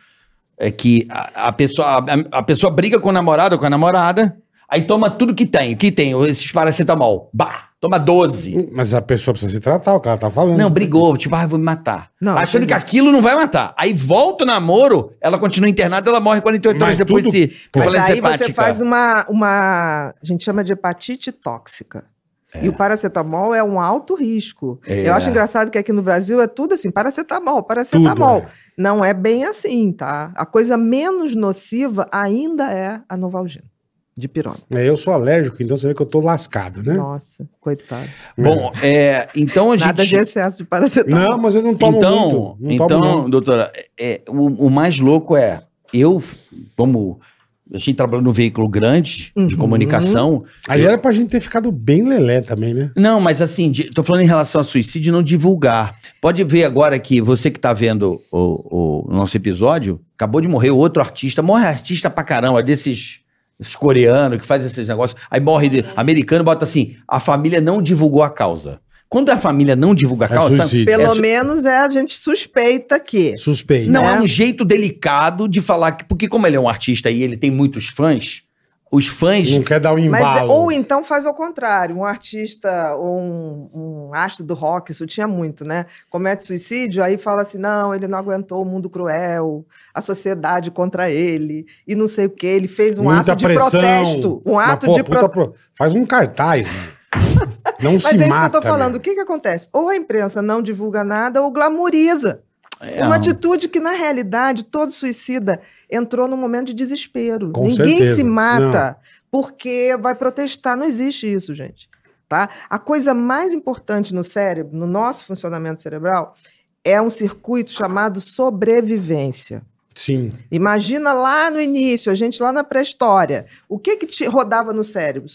Speaker 3: é que a, a pessoa, a, a pessoa briga com o namorado ou com a namorada, aí toma tudo que tem, o que tem, esses paracetamol. Bah! Toma 12.
Speaker 2: Mas a pessoa precisa se tratar, o cara tá falando.
Speaker 3: Não, brigou, tipo, ah, eu vou me matar.
Speaker 4: Não,
Speaker 3: Achando
Speaker 4: entendi.
Speaker 3: que aquilo não vai matar. Aí volta o namoro, ela continua internada, ela morre 48
Speaker 2: Mas
Speaker 3: horas depois
Speaker 2: tudo-
Speaker 3: se
Speaker 2: Mas
Speaker 4: Mas
Speaker 3: falência
Speaker 4: aí você
Speaker 3: hepática.
Speaker 4: faz uma, uma. A gente chama de hepatite tóxica. E o paracetamol é um alto risco.
Speaker 3: É.
Speaker 4: Eu acho engraçado que aqui no Brasil é tudo assim: paracetamol,
Speaker 2: tudo.
Speaker 4: paracetamol.
Speaker 2: é.
Speaker 4: Não é bem assim, tá? A coisa menos nociva ainda é a novalgina, de pirona.
Speaker 2: É, eu sou alérgico, então você vê que eu tô lascado, né?
Speaker 4: Nossa, coitado.
Speaker 3: Bom, é, então a
Speaker 4: Nada de
Speaker 3: gente...
Speaker 4: excesso de paracetamol.
Speaker 2: Não, mas eu não tomo
Speaker 3: então,
Speaker 2: muito. Não tomo
Speaker 3: então,
Speaker 2: muito.
Speaker 3: doutora, é, o, o mais louco é eu, como a gente trabalhou num veículo grande de
Speaker 4: Uhum.
Speaker 3: comunicação.
Speaker 2: Aí
Speaker 3: Eu-
Speaker 2: era pra gente ter ficado bem lelé também, né?
Speaker 3: Não, mas assim, de, tô falando em relação a suicídio, não divulgar. Pode ver agora que você que tá vendo o, o nosso episódio, acabou de morrer outro artista, morre artista pra caramba, desses, desses coreanos que faz esses negócios, aí morre de- americano, bota assim, a família não divulgou a causa. Quando a família não divulga a
Speaker 2: É
Speaker 3: causa, sabe?
Speaker 2: suicídio.
Speaker 4: Pelo
Speaker 3: É su-
Speaker 4: menos é a gente suspeita que.
Speaker 2: Suspeito.
Speaker 3: não
Speaker 4: né?
Speaker 3: é um jeito delicado de falar, que, porque como ele é um artista e ele tem muitos fãs, os fãs...
Speaker 2: Não quer dar um
Speaker 4: é Mas,
Speaker 2: embalo.
Speaker 4: ou então faz ao contrário, um artista ou um, um astro do rock, isso tinha muito, né? Comete suicídio, aí fala assim: não, ele não aguentou o mundo cruel, a sociedade contra ele, e não sei o quê. Ele fez um
Speaker 2: Muita
Speaker 4: ato
Speaker 2: pressão.
Speaker 4: de protesto. Um
Speaker 2: Mas,
Speaker 4: ato
Speaker 2: pô,
Speaker 4: de
Speaker 2: puta
Speaker 4: protesto.
Speaker 2: pro- Faz um cartaz, mano. Não se
Speaker 4: Mas é isso
Speaker 2: mata, né?
Speaker 4: que eu tô falando. O
Speaker 2: velho.
Speaker 4: que, que acontece? Ou a imprensa não divulga nada, ou glamoriza.
Speaker 3: É,
Speaker 2: um
Speaker 4: Uma atitude que, na realidade, todo suicida entrou num momento de desespero.
Speaker 2: Com
Speaker 4: Ninguém
Speaker 2: certeza.
Speaker 4: se mata porque vai protestar. Não existe isso, gente. Tá? A coisa mais importante no cérebro, no nosso funcionamento cerebral, é um circuito chamado sobrevivência.
Speaker 2: Sim.
Speaker 4: Imagina lá no início, a gente lá na pré-história. O que que te rodava no cérebro?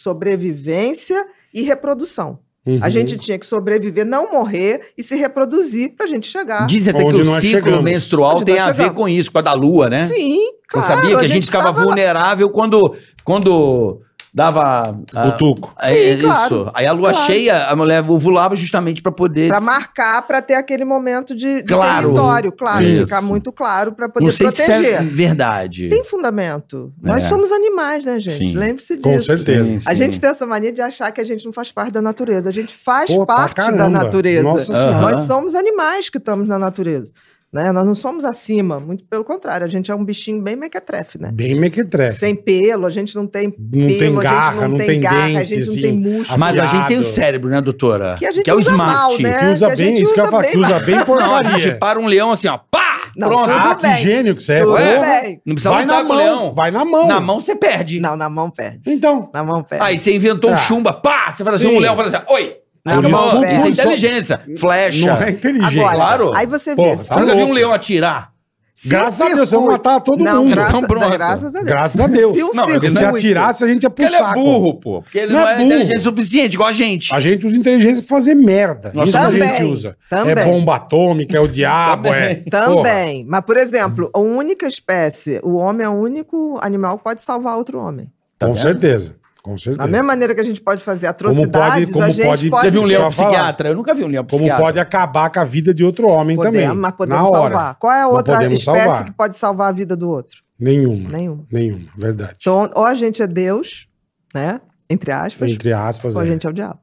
Speaker 4: Sobrevivência e reprodução. A
Speaker 2: Uhum.
Speaker 4: gente tinha que sobreviver, não morrer e se reproduzir para a gente chegar.
Speaker 3: Dizem até
Speaker 2: Onde
Speaker 3: que o
Speaker 2: nós
Speaker 3: ciclo
Speaker 2: chegamos.
Speaker 3: menstrual
Speaker 4: Onde
Speaker 3: tem
Speaker 4: nós
Speaker 3: a ver
Speaker 4: chegamos.
Speaker 3: com isso, com a da lua, né?
Speaker 4: Sim,
Speaker 3: Eu
Speaker 4: claro.
Speaker 3: sabia que a gente ficava
Speaker 4: tava lá.
Speaker 3: vulnerável quando, quando dava. ah,
Speaker 2: Cutuco.
Speaker 3: é,
Speaker 4: Sim, claro,
Speaker 3: Isso. Aí a lua
Speaker 4: claro.
Speaker 3: cheia, a mulher ovulava justamente para poder.
Speaker 4: Pra marcar, pra ter aquele momento de, de
Speaker 3: Claro.
Speaker 4: território, claro,
Speaker 2: Isso.
Speaker 4: ficar muito claro pra poder
Speaker 3: não sei se
Speaker 4: proteger.
Speaker 3: é verdade.
Speaker 4: Tem fundamento. Nós
Speaker 3: É.
Speaker 4: somos animais, né, gente?
Speaker 3: Sim.
Speaker 4: Lembre-se disso.
Speaker 2: Com certeza.
Speaker 3: Sim,
Speaker 4: A
Speaker 3: sim.
Speaker 4: gente tem essa mania de achar que a gente não faz parte da natureza. A gente faz
Speaker 2: Pô, pra
Speaker 4: parte da
Speaker 2: caramba.
Speaker 4: natureza. Uhum.
Speaker 2: Nossa
Speaker 3: Aham.
Speaker 2: Senhora.
Speaker 4: Nós somos animais que estamos na natureza. Né? Nós não somos acima, muito pelo contrário. A gente é um bichinho bem mequetrefe, né?
Speaker 2: Bem mequetrefe.
Speaker 4: Sem pelo, a gente não
Speaker 2: É.
Speaker 4: tem
Speaker 2: Não tem
Speaker 4: pelo, a gente
Speaker 2: garra,
Speaker 4: não, tem, garra, a gente
Speaker 2: dente,
Speaker 4: não tem
Speaker 2: assim.
Speaker 4: músculo.
Speaker 3: Mas a gente tem o
Speaker 2: Afiado.
Speaker 3: cérebro, né, doutora?
Speaker 4: Que a gente
Speaker 3: é o
Speaker 4: usa
Speaker 3: smart.
Speaker 4: mal, né?
Speaker 2: Que usa
Speaker 4: que a
Speaker 2: bem,
Speaker 4: gente
Speaker 2: isso que eu
Speaker 4: usa
Speaker 2: falo, que
Speaker 4: bem,
Speaker 2: usa bem
Speaker 3: Não, a gente
Speaker 2: porcaria.
Speaker 3: para um leão assim, ó. Pá!
Speaker 4: Não,
Speaker 3: pronto.
Speaker 4: tudo
Speaker 2: Ah, que
Speaker 4: bem.
Speaker 2: gênio que você é.
Speaker 4: Tudo
Speaker 2: Porra.
Speaker 4: bem.
Speaker 3: Não precisa
Speaker 2: Vai
Speaker 3: lutar
Speaker 2: na
Speaker 3: com o leão.
Speaker 2: mão, vai na mão.
Speaker 3: Na mão você perde.
Speaker 4: Não, na mão perde.
Speaker 2: Então,
Speaker 4: Na mão perde.
Speaker 3: Aí você inventou um
Speaker 2: Tá.
Speaker 3: chumba. Pá! Você fala assim,
Speaker 2: Sim.
Speaker 3: um leão fala assim, oi!
Speaker 4: Na
Speaker 2: Por isso
Speaker 4: mão
Speaker 2: que o
Speaker 3: Não, isso é
Speaker 4: perde.
Speaker 2: curso-
Speaker 3: inteligência. Flecha.
Speaker 2: não é inteligente.
Speaker 4: Agora,
Speaker 3: Claro.
Speaker 4: aí você vê.
Speaker 2: Porra,
Speaker 4: se
Speaker 2: tá
Speaker 3: Você nunca viu
Speaker 2: louco.
Speaker 3: um leão atirar?
Speaker 4: se
Speaker 2: Graças
Speaker 4: o
Speaker 2: a Deus, você vai
Speaker 4: circuito-
Speaker 2: matar todo
Speaker 4: não,
Speaker 2: mundo.
Speaker 4: Graça,
Speaker 3: Então pronto.
Speaker 4: graças a Deus.
Speaker 2: Graças a Deus.
Speaker 4: Se o
Speaker 3: Não, é
Speaker 4: circuito-
Speaker 3: porque
Speaker 2: Se atirasse, a gente ia pro
Speaker 3: Porque ele é
Speaker 2: saco.
Speaker 3: burro, pô. Porque ele
Speaker 2: Não
Speaker 3: não,
Speaker 2: é
Speaker 3: é,
Speaker 2: burro.
Speaker 3: inteligente o suficiente, igual a gente.
Speaker 2: A gente usa inteligência pra fazer merda.
Speaker 3: Nós
Speaker 2: Isso que a
Speaker 4: também,
Speaker 2: gente usa. É
Speaker 4: também.
Speaker 2: bomba atômica, é o diabo, é.
Speaker 3: Também. um
Speaker 4: Também. Mas, por exemplo, a única espécie, o homem é o único animal que pode salvar outro homem.
Speaker 2: Porra,
Speaker 3: Tá
Speaker 2: com
Speaker 3: vendo?
Speaker 2: certeza. Com
Speaker 4: Da
Speaker 2: certeza.
Speaker 4: mesma maneira que a gente pode fazer
Speaker 2: pode-
Speaker 4: atrocidades,
Speaker 2: como
Speaker 4: a gente
Speaker 2: pode-
Speaker 4: pode.
Speaker 3: Você viu um
Speaker 2: Isso que eu
Speaker 3: leão
Speaker 2: ia falar.
Speaker 3: psiquiatra? Eu nunca vi um leão
Speaker 2: Como
Speaker 3: psiquiatra.
Speaker 2: pode acabar com a vida de outro homem
Speaker 4: Podemos,
Speaker 2: também.
Speaker 4: mas
Speaker 2: na
Speaker 4: podemos
Speaker 2: hora.
Speaker 4: salvar. Qual é a
Speaker 2: Mas
Speaker 4: outra
Speaker 2: podemos
Speaker 4: espécie
Speaker 2: salvar. Hum.
Speaker 4: que pode salvar a vida do outro?
Speaker 2: Nenhuma.
Speaker 4: Nenhuma.
Speaker 2: Nenhuma. Verdade.
Speaker 4: Né? Então, ou a gente é Deus, né? Entre aspas,
Speaker 2: Entre aspas,
Speaker 4: ou a
Speaker 2: é.
Speaker 4: gente é o diabo.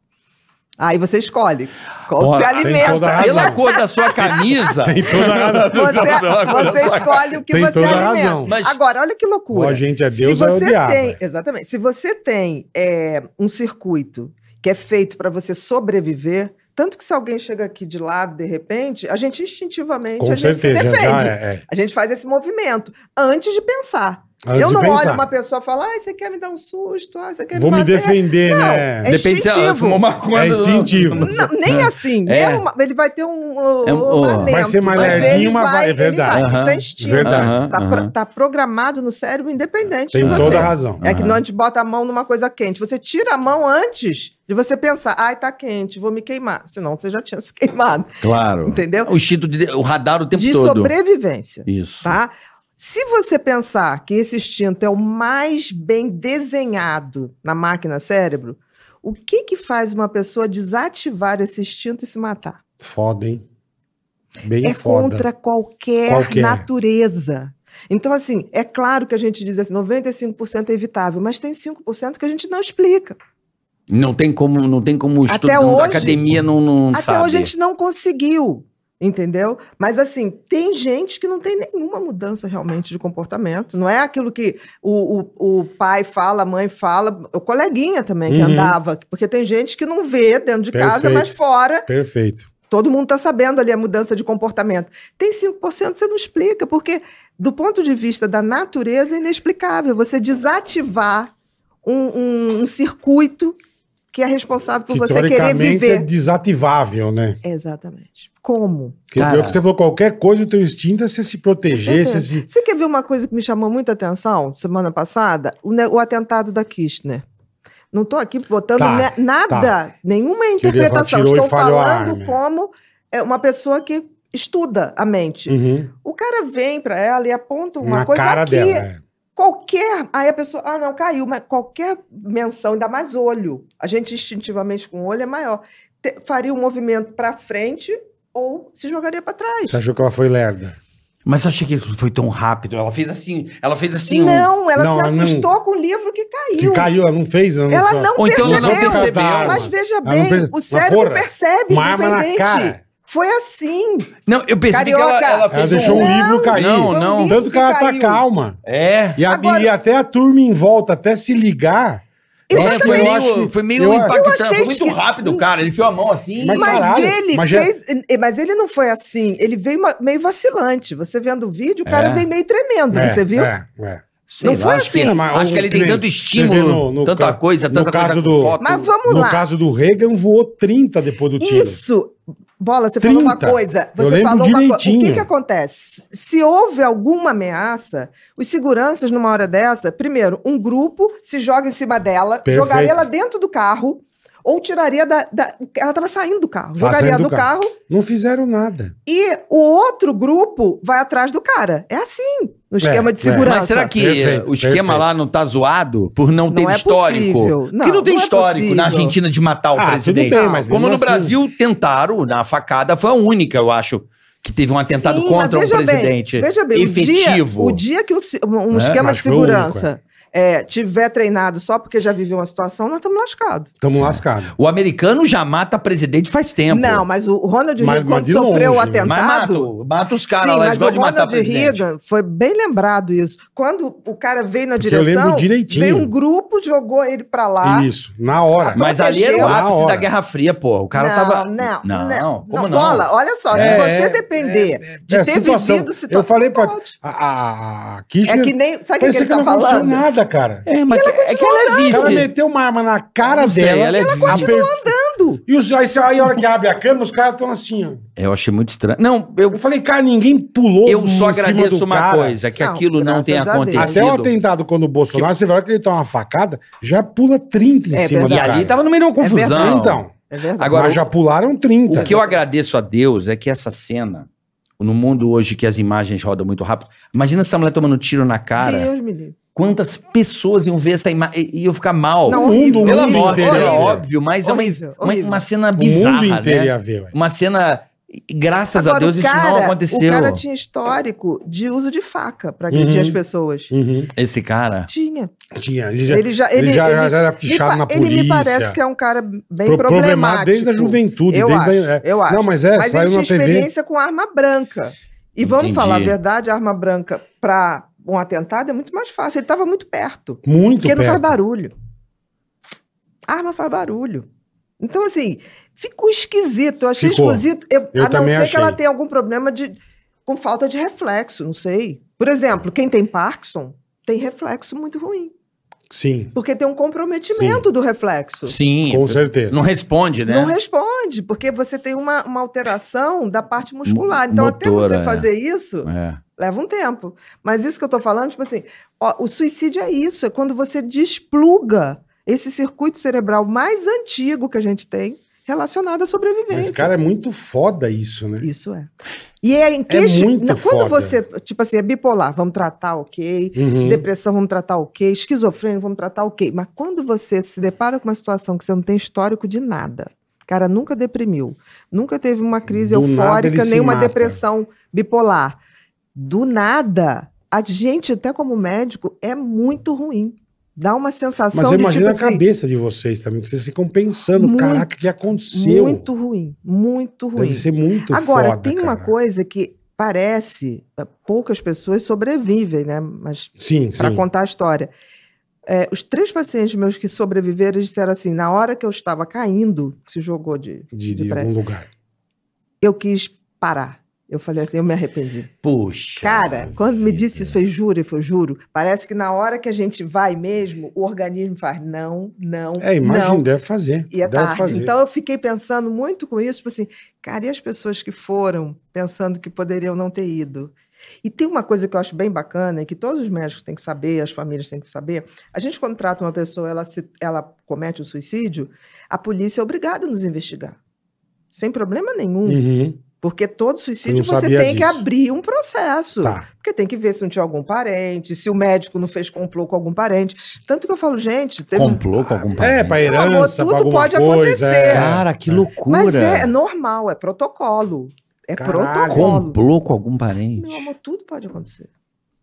Speaker 4: Aí você escolhe qual
Speaker 3: Ora,
Speaker 2: tem toda a
Speaker 4: você alimenta.
Speaker 2: razão.
Speaker 3: Pela cor da sua camisa.
Speaker 2: Tem toda a razão.
Speaker 4: Você, é você escolhe o que
Speaker 2: Tem
Speaker 4: você
Speaker 2: toda a
Speaker 4: alimenta.
Speaker 2: razão.
Speaker 3: Mas-
Speaker 4: Agora, olha que
Speaker 2: Ou
Speaker 4: loucura.
Speaker 2: a gente é Deus
Speaker 4: Se
Speaker 2: ou é o
Speaker 4: você
Speaker 2: diabo.
Speaker 4: tem,
Speaker 2: é.
Speaker 4: exatamente. Se você tem é, um circuito que é feito para você sobreviver, tanto que se alguém chega aqui de lado de repente, a gente instintivamente
Speaker 2: Com
Speaker 4: a gente
Speaker 2: certeza.
Speaker 4: se
Speaker 2: já- já
Speaker 4: defende.
Speaker 2: é, é.
Speaker 4: A gente faz esse movimento antes de pensar.
Speaker 2: Antes
Speaker 4: eu
Speaker 2: de
Speaker 4: não
Speaker 2: pensar.
Speaker 4: olho uma pessoa e falo, ah, você quer me dar um susto, ah, você quer
Speaker 2: Vou
Speaker 4: me
Speaker 2: me
Speaker 4: matar.
Speaker 2: defender,
Speaker 4: Não,
Speaker 2: né?
Speaker 4: é
Speaker 3: Depende se ela
Speaker 4: instintivo.
Speaker 3: fumou maconha.
Speaker 2: É
Speaker 3: ou não.
Speaker 2: instintivo.
Speaker 4: Não, nem assim.
Speaker 3: É.
Speaker 4: mesmo uma- ele vai ter um. uh,
Speaker 3: É um-
Speaker 4: uh,
Speaker 3: Vai
Speaker 4: alento,
Speaker 2: ser mais
Speaker 4: mas ele
Speaker 2: lerdinho, mas vai- é
Speaker 4: ele
Speaker 2: verdade.
Speaker 4: Isso
Speaker 3: Aham,
Speaker 4: é instinto.
Speaker 2: verdade.
Speaker 3: Aham,
Speaker 4: Tá,
Speaker 3: aham.
Speaker 4: pro- tá programado no cérebro independente
Speaker 2: Tem
Speaker 4: de você.
Speaker 2: toda a razão.
Speaker 4: É que
Speaker 3: Aham.
Speaker 4: não a gente bota a mão numa coisa quente. Você tira a mão antes de você pensar, ai, tá quente, vou me queimar. Senão você já tinha se queimado,
Speaker 3: Claro.
Speaker 4: entendeu?
Speaker 3: O instinto, de, o radar o tempo
Speaker 4: de
Speaker 3: todo.
Speaker 4: sobrevivência,
Speaker 3: Isso.
Speaker 4: tá? Se você pensar que esse instinto é o mais bem desenhado na máquina cérebro, o que que faz uma pessoa desativar esse instinto e se matar?
Speaker 2: Foda, hein? Bem
Speaker 4: é
Speaker 2: foda.
Speaker 4: contra qualquer,
Speaker 2: Qualquer.
Speaker 4: natureza. Então, assim, é claro que a gente diz assim, 95% é evitável, mas tem 5% que a gente não explica.
Speaker 3: Não tem como, não tem como
Speaker 4: Até
Speaker 3: estudar.
Speaker 4: hoje-
Speaker 3: a academia não, não
Speaker 4: Até
Speaker 3: sabe.
Speaker 4: hoje a gente não conseguiu, entendeu? Mas assim, tem gente que não tem nenhuma mudança realmente de comportamento. Não é aquilo que o, o, o pai fala, a mãe fala, o coleguinha também que
Speaker 2: Uhum.
Speaker 4: andava. Porque tem gente que não vê dentro de casa,
Speaker 2: Perfeito.
Speaker 4: mas fora.
Speaker 2: Perfeito.
Speaker 4: Todo mundo está sabendo ali a mudança de comportamento. Tem 5% você não explica, porque do ponto de vista da natureza é inexplicável. Você desativar um, um- um circuito que é responsável por
Speaker 2: Que
Speaker 4: você querer
Speaker 2: teoricamente é
Speaker 4: viver.
Speaker 2: desativável, né?
Speaker 4: Exatamente. Como?
Speaker 2: Porque
Speaker 3: Cara.
Speaker 2: pior que você falou qualquer coisa, o teu instinto é você se proteger, você
Speaker 4: certeza.
Speaker 2: se.
Speaker 4: Você quer ver uma coisa que me chamou muita atenção semana passada? O, ne- o atentado da Kirchner. Não estou aqui botando
Speaker 2: Tá,
Speaker 4: ne- nada,
Speaker 2: tá.
Speaker 4: nenhuma
Speaker 2: Tirou-
Speaker 4: interpretação.
Speaker 2: tirou e
Speaker 4: Estou
Speaker 2: falhou a
Speaker 4: falando
Speaker 2: arma.
Speaker 4: como é, uma pessoa que estuda a mente.
Speaker 2: Uhum.
Speaker 4: O cara vem para ela e aponta uma
Speaker 2: na
Speaker 4: coisa
Speaker 2: cara
Speaker 4: aqui.
Speaker 2: dela. é.
Speaker 4: Qualquer. Aí a pessoa. Ah, não, caiu, mas qualquer menção, ainda mais olho. A gente instintivamente com o olho é maior. Te- faria um movimento para frente ou se jogaria para trás.
Speaker 2: Você achou que ela foi lerda?
Speaker 3: Mas eu achei que foi tão rápido. Ela fez assim, ela fez assim. um-
Speaker 4: Não, ela
Speaker 2: Não,
Speaker 4: se
Speaker 2: ela não-
Speaker 4: assustou com o livro que caiu.
Speaker 2: Que caiu, ela não fez?
Speaker 4: Ela não
Speaker 3: Ou então
Speaker 4: percebeu.
Speaker 3: ela não percebeu.
Speaker 4: Mas veja
Speaker 2: não
Speaker 4: bem,
Speaker 2: perce-
Speaker 4: o
Speaker 2: Mas,
Speaker 4: cérebro
Speaker 2: porra,
Speaker 4: percebe,
Speaker 2: Uma arma na
Speaker 4: independente.
Speaker 2: cara.
Speaker 4: Foi assim.
Speaker 3: Não, eu pensei que
Speaker 4: Carioca.
Speaker 3: ela, ela fez
Speaker 2: Ela deixou
Speaker 3: um...
Speaker 2: um livro cair.
Speaker 3: Não,
Speaker 4: Foi um
Speaker 3: não.
Speaker 4: livro
Speaker 2: Tanto que ela tá
Speaker 4: caiu.
Speaker 2: calma.
Speaker 3: É.
Speaker 2: E, a-
Speaker 4: Agora-
Speaker 2: e até a turma em volta, até se ligar.
Speaker 3: É,
Speaker 4: Exatamente.
Speaker 3: foi
Speaker 2: Eu
Speaker 3: meio,
Speaker 2: acho-
Speaker 3: foi meio
Speaker 2: eu-
Speaker 4: eu
Speaker 3: impactante.
Speaker 4: achei
Speaker 3: Foi muito
Speaker 4: que-
Speaker 3: rápido, cara. Ele enfiou a mão assim.
Speaker 2: Mas-
Speaker 4: Mas
Speaker 2: caralho,
Speaker 4: ele
Speaker 2: mas já-
Speaker 4: fez. Mas ele não foi assim. Ele veio ma- meio vacilante. Você vendo o vídeo, o cara
Speaker 3: É.
Speaker 4: veio meio tremendo.
Speaker 2: É,
Speaker 4: você viu?
Speaker 2: É, é.
Speaker 3: Sei
Speaker 4: não
Speaker 3: lá,
Speaker 4: foi
Speaker 3: acho que-
Speaker 4: assim.
Speaker 2: Não, mas
Speaker 3: acho
Speaker 2: o-
Speaker 3: que ele
Speaker 2: que
Speaker 3: tem
Speaker 2: nem-
Speaker 3: tanto
Speaker 2: você vê
Speaker 3: estímulo,
Speaker 2: no- no
Speaker 3: tanta
Speaker 2: ca-
Speaker 3: coisa,
Speaker 2: no
Speaker 3: tanta coisa
Speaker 2: caso
Speaker 3: com
Speaker 2: do-
Speaker 3: foto.
Speaker 4: Mas vamos
Speaker 2: No
Speaker 4: lá.
Speaker 2: caso do Reagan, voou 30 depois do tiro.
Speaker 4: Isso, bola, você falou uma
Speaker 2: 30.
Speaker 4: coisa.
Speaker 2: Eu
Speaker 4: Você
Speaker 2: lembro
Speaker 4: falou uma coisa. O que,
Speaker 2: direitinho.
Speaker 4: que acontece? Se houve alguma ameaça, os seguranças, numa hora dessa, primeiro, um grupo se joga em cima dela,
Speaker 2: Perfeito.
Speaker 4: jogaria ela dentro do carro, ou tiraria da. da- ela estava saindo do carro,
Speaker 2: Tá
Speaker 4: jogaria
Speaker 2: saindo
Speaker 4: do
Speaker 2: do
Speaker 4: carro.
Speaker 2: carro. Não fizeram nada.
Speaker 4: e o outro grupo vai atrás do cara. É assim, no esquema de
Speaker 2: é.
Speaker 4: segurança.
Speaker 3: Mas será que eh,
Speaker 2: Perfeito,
Speaker 3: o esquema
Speaker 2: perfeito.
Speaker 3: lá não tá zoado por não ter
Speaker 4: Não é
Speaker 3: histórico?
Speaker 4: possível.
Speaker 3: Porque não
Speaker 4: Não,
Speaker 3: tem
Speaker 4: não é
Speaker 3: histórico na
Speaker 4: possível.
Speaker 3: Argentina de matar o
Speaker 2: Ah, tudo
Speaker 3: presidente.
Speaker 2: bem, mas
Speaker 3: Como no
Speaker 2: mesmo assim-
Speaker 3: Brasil tentaram, na facada foi a única, eu acho, que teve um atentado
Speaker 4: Sim,
Speaker 3: contra um
Speaker 4: mas veja
Speaker 3: presidente
Speaker 4: Bem, veja bem,
Speaker 3: efetivo.
Speaker 4: O dia, o dia que o ci- um, um
Speaker 3: É,
Speaker 4: esquema
Speaker 2: mas
Speaker 4: de
Speaker 2: foi o único,
Speaker 4: segurança é, tiver treinado só porque já viveu uma situação, nós estamos lascados.
Speaker 2: Estamos lascados.
Speaker 3: O americano já mata presidente faz tempo.
Speaker 4: Não, mas o Ronald
Speaker 2: Mas- mas
Speaker 4: Reagan, quando
Speaker 2: de
Speaker 4: sofreu o
Speaker 2: longe, né?
Speaker 4: atentado.
Speaker 3: Mas mata, mata os caras
Speaker 4: sim,
Speaker 3: lá,
Speaker 4: mas
Speaker 3: eles
Speaker 4: o
Speaker 3: gostam de matar
Speaker 4: Ronald
Speaker 3: presidente.
Speaker 4: Reagan foi bem lembrado isso. Quando o cara veio na
Speaker 2: Porque eu
Speaker 4: direção,
Speaker 2: lembro direitinho.
Speaker 4: veio um grupo, jogou ele pra lá.
Speaker 2: Isso, na hora.
Speaker 3: Mas ali era o
Speaker 4: Protegeu.
Speaker 2: Na
Speaker 3: ápice
Speaker 2: hora.
Speaker 3: da Guerra Fria, pô. O cara
Speaker 4: não,
Speaker 3: tava.
Speaker 4: Não,
Speaker 3: não, como não?
Speaker 4: Bola, olha só, se
Speaker 2: É,
Speaker 4: você
Speaker 2: é,
Speaker 4: depender de
Speaker 2: é a
Speaker 4: ter
Speaker 2: situação.
Speaker 4: vivido
Speaker 2: Eu
Speaker 4: situação.
Speaker 2: falei pra.
Speaker 4: pode.
Speaker 2: A, a, a Kirchner.
Speaker 4: É que nem. Sabe o que
Speaker 2: Parecia
Speaker 4: ele
Speaker 2: que,
Speaker 4: tá
Speaker 2: não aconteceu
Speaker 4: falando?
Speaker 2: nada, cara.
Speaker 3: É, mas é que- é que ela é
Speaker 2: Ela
Speaker 3: vice.
Speaker 2: meteu uma arma na cara
Speaker 3: Não sei,
Speaker 2: dela.
Speaker 3: ela é vice.
Speaker 2: aper-
Speaker 4: Andando.
Speaker 2: E os, aí, você- aí a hora que abre a câmera, os caras estão assim, ó.
Speaker 3: Eu achei muito estranho. Não, eu
Speaker 2: Eu falei, cara, ninguém pulou
Speaker 3: Eu só
Speaker 2: em cima
Speaker 3: agradeço
Speaker 2: do
Speaker 3: uma
Speaker 2: cara.
Speaker 3: coisa, que
Speaker 4: Não,
Speaker 3: aquilo não
Speaker 4: graças
Speaker 3: tenha
Speaker 4: a Deus.
Speaker 3: acontecido.
Speaker 2: Até o atentado quando o Bolsonaro, você vai que ele toma uma facada, já pula 30 em
Speaker 4: É
Speaker 2: cima
Speaker 3: E
Speaker 2: do
Speaker 4: verdade.
Speaker 2: cara.
Speaker 3: ali tava no meio de uma
Speaker 4: É
Speaker 3: confusão.
Speaker 4: verdade.
Speaker 2: Então,
Speaker 4: É verdade.
Speaker 3: Agora,
Speaker 2: mas já pularam 30.
Speaker 3: o que eu agradeço a Deus é que essa cena, no mundo hoje que as imagens rodam muito rápido, imagina essa mulher tomando tiro na cara.
Speaker 4: Deus me livre.
Speaker 3: Quantas pessoas iam ver essa imagem e iam ficar mal?
Speaker 4: Não,
Speaker 2: o mundo,
Speaker 4: horrível,
Speaker 2: o
Speaker 3: Pela
Speaker 2: mundo
Speaker 3: morte,
Speaker 2: inteiro.
Speaker 3: é
Speaker 2: ia ver.
Speaker 3: óbvio, mas
Speaker 4: Horrível,
Speaker 3: é uma, uma,
Speaker 4: horrível.
Speaker 3: uma cena
Speaker 2: O mundo
Speaker 3: bizarra,
Speaker 2: inteiro
Speaker 3: né?
Speaker 2: ia ver, velho.
Speaker 3: Uma cena... e Graças a
Speaker 4: Agora,
Speaker 3: Deus
Speaker 4: o
Speaker 3: isso não
Speaker 4: cara-
Speaker 3: aconteceu.
Speaker 4: O cara tinha histórico de uso de faca pra agredir
Speaker 2: Uhum.
Speaker 4: as pessoas.
Speaker 2: Uhum.
Speaker 3: Esse cara...
Speaker 4: Tinha.
Speaker 2: Tinha, ele já, ele,
Speaker 4: Ele já, ele,
Speaker 2: já,
Speaker 4: ele-
Speaker 2: já era
Speaker 4: me
Speaker 2: fichado
Speaker 4: pa-
Speaker 2: na polícia.
Speaker 4: ele me parece que é um cara bem
Speaker 2: Pro-
Speaker 4: problemático.
Speaker 2: desde a juventude.
Speaker 4: Eu
Speaker 2: desde a-
Speaker 4: acho,
Speaker 2: é.
Speaker 4: eu acho.
Speaker 2: Não, mas é,
Speaker 4: Mas ele
Speaker 2: saiu
Speaker 4: tinha
Speaker 2: na TV.
Speaker 4: experiência com arma branca. E vamos
Speaker 3: Entendi.
Speaker 4: falar a verdade, a arma branca pra um atentado é muito mais fácil. Ele estava muito perto.
Speaker 2: Muito
Speaker 4: Porque não faz
Speaker 2: perto.
Speaker 4: barulho. A arma faz barulho. Então, assim, ficou esquisito. Eu achei
Speaker 2: Ficou.
Speaker 4: esquisito. Eu-
Speaker 2: Eu
Speaker 4: a não
Speaker 2: também
Speaker 4: ser que
Speaker 2: achei.
Speaker 4: ela tenha algum problema de, com falta de reflexo, não sei. Por exemplo, quem tem Parkinson tem reflexo muito ruim.
Speaker 2: Sim,
Speaker 4: Porque tem um comprometimento do reflexo.
Speaker 3: Sim, né?
Speaker 2: com certeza.
Speaker 3: não responde, né?
Speaker 4: Não responde, porque você tem uma, uma alteração da parte muscular.
Speaker 3: Mo-
Speaker 4: Então,
Speaker 3: motora,
Speaker 4: até
Speaker 3: é.
Speaker 4: você fazer isso,
Speaker 3: É.
Speaker 4: leva um tempo. Mas isso que eu tô falando, tipo assim, ó, o suicídio é isso, é quando você despluga esse circuito cerebral mais antigo que a gente tem relacionado à sobrevivência.
Speaker 2: Mas, cara, é muito foda isso, né?
Speaker 4: Isso é. E é em queixa-
Speaker 2: muito
Speaker 4: na-
Speaker 2: foda.
Speaker 4: Quando você, tipo assim, é bipolar, vamos tratar, ok.
Speaker 2: Uhum.
Speaker 4: Depressão, vamos tratar o quê? Esquizofrênia, vamos tratar o quê? Mas quando você se depara com uma situação que você não tem histórico de nada, o cara nunca deprimiu, nunca teve uma crise
Speaker 2: Do nada
Speaker 4: eufórica,
Speaker 2: ele
Speaker 4: nem
Speaker 2: se
Speaker 4: uma
Speaker 2: mata.
Speaker 4: depressão bipolar. Do nada, a gente, até como médico, é muito ruim. Dá uma sensação
Speaker 2: Mas eu
Speaker 4: de tipo
Speaker 2: imagino a
Speaker 4: assim,
Speaker 2: cabeça de vocês também, que vocês ficam pensando,
Speaker 4: Muito,
Speaker 2: caraca, o que aconteceu?
Speaker 4: muito ruim, muito ruim.
Speaker 2: Deve ser muito
Speaker 4: Agora,
Speaker 2: foda,
Speaker 4: tem uma
Speaker 2: cara.
Speaker 4: coisa que parece, eh, poucas pessoas sobrevivem, né? Mas
Speaker 2: Sim, sim.
Speaker 4: para contar a história. É, os três pacientes meus que sobreviveram eles disseram assim: na hora que eu estava caindo, se jogou de.
Speaker 2: De, de
Speaker 4: de pré.
Speaker 2: algum lugar.
Speaker 4: Eu quis parar. Eu falei assim, eu me arrependi.
Speaker 3: Puxa.
Speaker 4: Cara, quando me
Speaker 3: vida.
Speaker 4: disse isso, foi juro, eu falei, juro. Parece que na hora que a gente vai mesmo, o organismo faz não, não,
Speaker 2: É, imagina,
Speaker 4: não.
Speaker 2: deve fazer.
Speaker 4: E é
Speaker 2: deve
Speaker 4: tarde.
Speaker 2: fazer.
Speaker 4: Então eu fiquei pensando muito com isso, tipo assim, cara, e as pessoas que foram pensando que poderiam não ter ido? E tem uma coisa que eu acho bem bacana, e que todos os médicos têm que saber, as famílias têm que saber. A gente quando trata uma pessoa, ela, se, ela comete o suicídio, a polícia é obrigada a nos investigar. Sem problema nenhum.
Speaker 2: Uhum,
Speaker 4: Porque todo suicídio
Speaker 2: Eu não
Speaker 4: você
Speaker 2: sabia
Speaker 4: tem que
Speaker 2: disso.
Speaker 4: abrir um processo.
Speaker 2: tá.
Speaker 4: Porque tem que ver se não tinha algum parente, se o médico não fez complô com algum parente. Tanto que eu falo, gente, teve um-
Speaker 3: Complô com algum
Speaker 2: É,
Speaker 3: parente?
Speaker 2: pra
Speaker 4: Meu amor,
Speaker 2: herança,
Speaker 4: tudo
Speaker 2: pra alguma
Speaker 4: pode
Speaker 2: coisa,
Speaker 4: acontecer.
Speaker 2: é.
Speaker 3: Cara, que
Speaker 2: É.
Speaker 3: loucura.
Speaker 4: Mas é, é normal, é protocolo. É
Speaker 2: Caralho.
Speaker 4: protocolo.
Speaker 3: Complô com algum
Speaker 4: Meu
Speaker 3: parente?
Speaker 4: amor, tudo pode acontecer.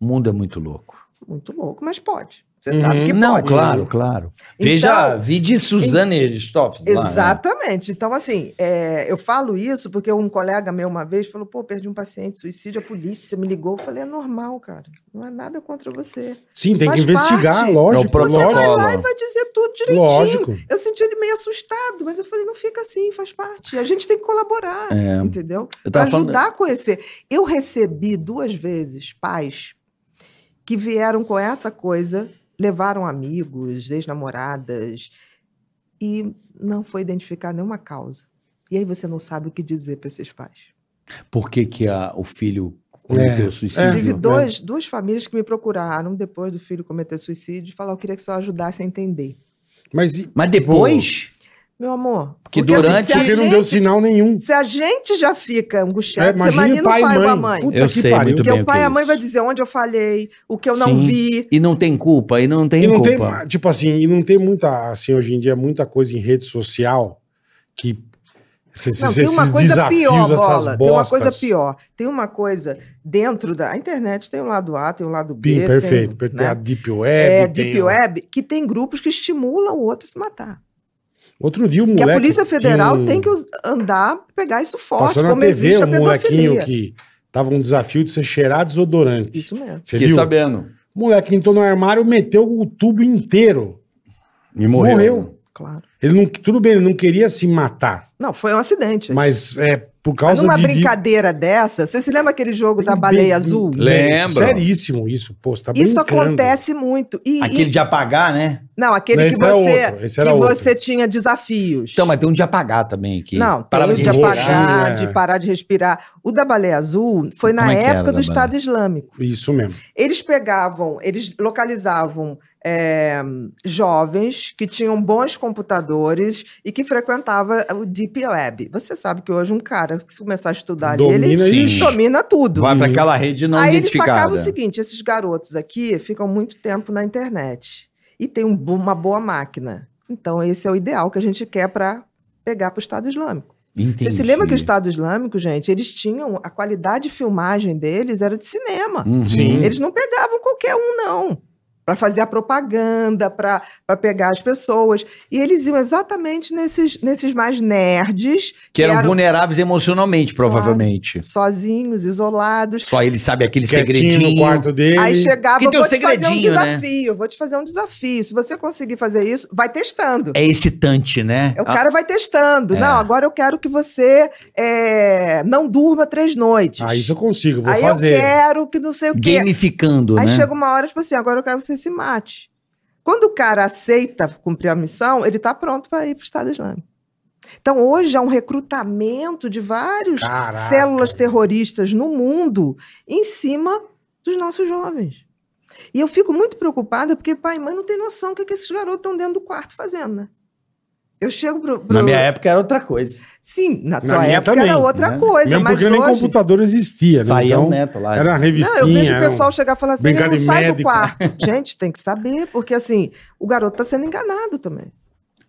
Speaker 3: O mundo é muito louco.
Speaker 4: Muito louco, mas pode. Você
Speaker 2: Uhum.
Speaker 4: sabe que
Speaker 3: Não, é
Speaker 4: pode.
Speaker 3: claro, claro. Veja,
Speaker 4: Então-
Speaker 3: vi de Suzane né? Ristoff.
Speaker 4: Exatamente. Então, assim, é, eu falo isso porque um colega meu uma vez falou: pô, perdi um paciente, suicídio, a polícia me ligou. Eu falei: é normal, cara. Não é nada contra você.
Speaker 2: Sim, tem que
Speaker 4: Faz
Speaker 2: investigar,
Speaker 4: parte.
Speaker 2: lógico.
Speaker 3: É o protocolo.
Speaker 4: Você vai
Speaker 2: lógico.
Speaker 4: lá e vai dizer tudo direitinho.
Speaker 2: Lógico.
Speaker 4: Eu senti ele meio assustado, mas eu falei, não fica assim, faz parte. A gente tem que colaborar, entendeu?
Speaker 3: Eu
Speaker 4: Para
Speaker 3: tava falando-
Speaker 4: ajudar a conhecer. Eu recebi duas vezes pais que vieram com essa coisa, levaram amigos, ex-namoradas, e não foi identificar nenhuma causa. E aí você não sabe o que dizer para esses pais.
Speaker 3: Por que, que a- o filho cometeu
Speaker 2: É,
Speaker 4: Tive
Speaker 3: suicídio?
Speaker 2: é.
Speaker 4: dois, duas famílias que me procuraram depois do filho cometer suicídio e falaram, eu queria que só ajudasse a entender.
Speaker 2: Mas e-
Speaker 3: Mas
Speaker 2: Tipo,
Speaker 3: depois,
Speaker 4: Meu amor,
Speaker 3: Porque
Speaker 4: assim,
Speaker 3: durante-
Speaker 4: se a
Speaker 2: porque não deu
Speaker 4: gente-
Speaker 2: sinal nenhum.
Speaker 4: Se a gente já fica
Speaker 2: É,
Speaker 4: angustiado, você
Speaker 2: imagina
Speaker 4: imagina
Speaker 2: o pai e
Speaker 4: ou a
Speaker 2: mãe.
Speaker 4: mãe.
Speaker 2: Puta
Speaker 3: Eu
Speaker 2: que
Speaker 3: sei
Speaker 2: pariu.
Speaker 3: muito
Speaker 4: Porque
Speaker 3: bem o
Speaker 4: o pai
Speaker 3: que
Speaker 4: e
Speaker 3: é
Speaker 4: a mãe
Speaker 3: isso.
Speaker 4: vai dizer onde eu falhei, o que eu não
Speaker 3: Sim.
Speaker 4: vi.
Speaker 3: e não tem culpa, e não tem
Speaker 2: E não
Speaker 3: culpa.
Speaker 2: tem, tipo assim, e não tem muita, assim, hoje em dia, muita coisa em rede social que esses,
Speaker 4: Não, tem
Speaker 2: esses
Speaker 4: uma coisa
Speaker 2: desafios,
Speaker 4: pior,
Speaker 2: essas bostas.
Speaker 4: bola. Tem uma coisa pior. Tem uma coisa dentro da a internet, tem um lado A, tem um lado B.
Speaker 2: Pi-
Speaker 4: tem,
Speaker 2: perfeito. Tem,
Speaker 4: né?
Speaker 2: a Deep Web.
Speaker 4: É,
Speaker 2: tem um
Speaker 4: Deep
Speaker 2: o-
Speaker 4: Web, que tem grupos que estimulam o outro a se matar.
Speaker 2: Outro dia o moleque...
Speaker 4: que a Polícia Federal
Speaker 2: tinha um-
Speaker 4: tem que us- andar, pegar isso forte,
Speaker 2: Passou na
Speaker 4: como
Speaker 2: TV
Speaker 4: existe a
Speaker 2: um molequinho
Speaker 4: pedofilia.
Speaker 2: que tava um desafio de você cheirar desodorante.
Speaker 4: Isso mesmo.
Speaker 2: Você
Speaker 3: Fiquei
Speaker 2: viu?
Speaker 3: sabendo.
Speaker 2: O moleque entrou no armário meteu o tubo inteiro.
Speaker 3: E
Speaker 2: morreu.
Speaker 4: Claro.
Speaker 2: Ele não, tudo bem, ele não queria se matar,
Speaker 4: Não, foi um acidente.
Speaker 2: mas é por
Speaker 4: Mas
Speaker 2: causa
Speaker 4: numa
Speaker 2: de... de-
Speaker 4: brincadeira dessa, você se lembra aquele jogo da baleia azul?
Speaker 3: Lembro.
Speaker 2: Seríssimo isso, pô, você tá
Speaker 4: Isso
Speaker 2: brincando.
Speaker 4: acontece muito. E,
Speaker 3: Aquele
Speaker 4: e-
Speaker 3: de apagar, né?
Speaker 4: não, aquele
Speaker 2: Não,
Speaker 4: que
Speaker 2: esse era
Speaker 4: você
Speaker 2: outro, esse era
Speaker 4: que
Speaker 2: outro.
Speaker 4: você tinha desafios.
Speaker 3: Então, mas tem um de apagar também aqui.
Speaker 4: não, tem
Speaker 3: Parava
Speaker 4: o de
Speaker 2: respirar.
Speaker 4: apagar,
Speaker 2: Roxinho, é.
Speaker 4: de parar de respirar. O da baleia azul foi
Speaker 3: Como
Speaker 4: na
Speaker 3: é que era
Speaker 4: época
Speaker 3: da
Speaker 4: do Estado Islâmico.
Speaker 2: Isso mesmo.
Speaker 4: Eles pegavam, eles localizavam é, jovens que tinham bons computadores e que frequentavam o Deep Web. Você sabe que hoje um cara que se começar a estudar ali, ele
Speaker 2: Domina
Speaker 3: Sim.
Speaker 2: isso.
Speaker 4: domina tudo.
Speaker 3: Vai pra aquela rede não
Speaker 4: Uhum. Aí ele
Speaker 3: identificada.
Speaker 4: sacava o seguinte: esses garotos aqui ficam muito tempo na internet e tem um bo- uma boa máquina. Então, esse é o ideal que a gente quer para pegar para o Estado Islâmico. Você se
Speaker 3: Entendi.
Speaker 4: lembra que o Estado Islâmico, gente, eles tinham. A qualidade de filmagem deles era de cinema.
Speaker 3: Uhum.
Speaker 2: Sim.
Speaker 4: Eles não pegavam qualquer um, não. Para fazer a propaganda, para pegar as pessoas. E eles iam exatamente nesses, nesses mais nerds,
Speaker 3: Que eram vulneráveis emocionalmente, provavelmente.
Speaker 4: sozinhos, isolados.
Speaker 3: Só ele sabe aquele
Speaker 2: Quietinho
Speaker 3: segredinho.
Speaker 2: no quarto dele.
Speaker 4: Aí chegava,
Speaker 3: Porque tem
Speaker 4: vou
Speaker 3: um
Speaker 4: te fazer um
Speaker 3: segredinho, né?
Speaker 4: desafio, vou te fazer um desafio. Se você conseguir fazer isso, vai testando.
Speaker 3: É excitante, né?
Speaker 4: É O cara vai testando.
Speaker 3: É.
Speaker 4: Não, agora eu quero que você é, não durma três noites.
Speaker 2: Ah, isso eu consigo, vou
Speaker 4: Aí
Speaker 2: fazer.
Speaker 4: eu quero que não sei o
Speaker 3: Ah,
Speaker 4: quê.
Speaker 3: Gamificando,
Speaker 4: Aí
Speaker 3: né?
Speaker 4: chega uma hora, tipo assim, agora eu quero que você se mate. Quando o cara aceita cumprir a missão, ele tá pronto para ir para o Estado Islâmico. Então, hoje há um recrutamento de vários
Speaker 2: Caraca.
Speaker 4: células terroristas no mundo em cima dos nossos jovens. E eu fico muito preocupada porque pai e mãe não tem noção do que, que esses garotos estão dentro do quarto fazendo, né? Eu chego pro. pro-
Speaker 3: Na minha época era outra coisa.
Speaker 4: Sim, na tua
Speaker 2: Na minha
Speaker 4: época
Speaker 2: também,
Speaker 4: era outra
Speaker 3: né?
Speaker 4: coisa,
Speaker 2: Mesmo
Speaker 4: é, mas
Speaker 2: porque
Speaker 4: hoje.
Speaker 2: nem computador existia, né?
Speaker 3: Saía
Speaker 2: então,
Speaker 3: um neto lá.
Speaker 2: Era uma
Speaker 4: Não,
Speaker 2: revistinha.
Speaker 4: eu vejo o
Speaker 2: era um-
Speaker 4: pessoal chegar e falar assim, ele
Speaker 2: brincar
Speaker 4: não
Speaker 2: de
Speaker 4: sai do
Speaker 2: médico.
Speaker 4: quarto. Gente, tem que saber, porque assim, o garoto tá sendo enganado também.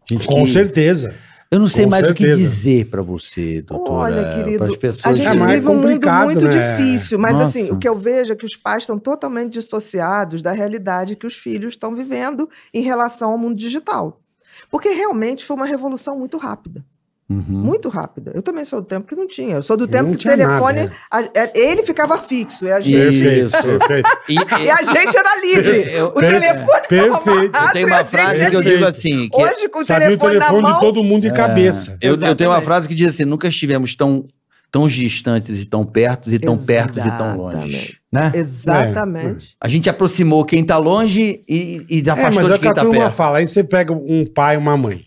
Speaker 3: Gente,
Speaker 2: Com
Speaker 3: que-
Speaker 2: certeza.
Speaker 3: Eu não sei
Speaker 2: Com
Speaker 3: mais o que
Speaker 2: certeza.
Speaker 3: dizer pra você, doutora.
Speaker 4: Olha, querido,
Speaker 3: pras pessoas
Speaker 4: A
Speaker 2: É,
Speaker 4: gente
Speaker 2: mas é
Speaker 4: vive um mundo
Speaker 2: complicado,
Speaker 4: muito
Speaker 2: né?
Speaker 4: difícil, mas
Speaker 3: Nossa.
Speaker 4: assim, o que eu vejo é que os pais estão totalmente dissociados da realidade que os filhos estão vivendo em relação ao mundo digital. Porque realmente foi uma revolução muito rápida,
Speaker 3: Uhum.
Speaker 4: muito rápida. Eu também sou do tempo que não tinha. Eu sou do
Speaker 2: Não
Speaker 4: tempo que o
Speaker 2: tinha nada,
Speaker 4: telefone,
Speaker 2: né?
Speaker 4: a- a- ele ficava fixo e a gente
Speaker 2: Perfeito,
Speaker 3: Isso.
Speaker 2: perfeito.
Speaker 3: E-
Speaker 4: e a gente era livre.
Speaker 3: Eu-
Speaker 4: o
Speaker 2: per-
Speaker 4: telefone ficava
Speaker 2: perfeito.
Speaker 4: amarrado
Speaker 3: eu tenho
Speaker 4: e a
Speaker 3: uma
Speaker 4: gente
Speaker 3: frase que eu
Speaker 2: Perfeito.
Speaker 3: digo assim. que-
Speaker 4: Hoje, com o
Speaker 2: Sabia
Speaker 4: telefone,
Speaker 2: o telefone
Speaker 4: na
Speaker 2: de
Speaker 4: mão.
Speaker 3: É.
Speaker 2: todo mundo de cabeça.
Speaker 3: Eu, eu tenho uma
Speaker 4: Exatamente.
Speaker 3: frase que diz assim: nunca estivemos tão tão distantes e tão perto, e tão perto e tão longe.
Speaker 4: Exatamente.
Speaker 3: Né?
Speaker 4: Exatamente.
Speaker 3: A gente aproximou quem tá longe e, e
Speaker 2: É, mas é
Speaker 3: afastou de
Speaker 2: o que
Speaker 3: quem
Speaker 2: a
Speaker 3: tá
Speaker 2: turma
Speaker 3: perto.
Speaker 2: fala. Aí você pega um pai e uma mãe.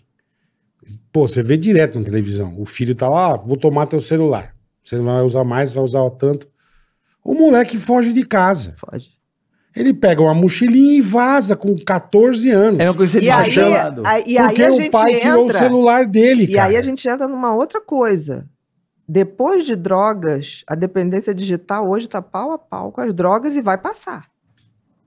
Speaker 2: Pô, você vê direto na televisão. O filho tá lá, ah, vou tomar teu celular. Você não vai usar mais, vai usar tanto. O moleque foge de casa.
Speaker 4: Foge.
Speaker 2: Ele pega uma mochilinha e vaza com 14 anos.
Speaker 3: É uma coisa de
Speaker 4: E aí,
Speaker 3: bacharelado.
Speaker 4: aí- e aí
Speaker 2: porque
Speaker 4: a
Speaker 2: o
Speaker 4: gente
Speaker 2: pai tirou o
Speaker 4: entra-
Speaker 2: celular dele,
Speaker 4: E
Speaker 2: cara.
Speaker 4: aí a gente entra numa outra coisa. Depois de drogas, a dependência digital hoje está pau a pau com as drogas e vai passar.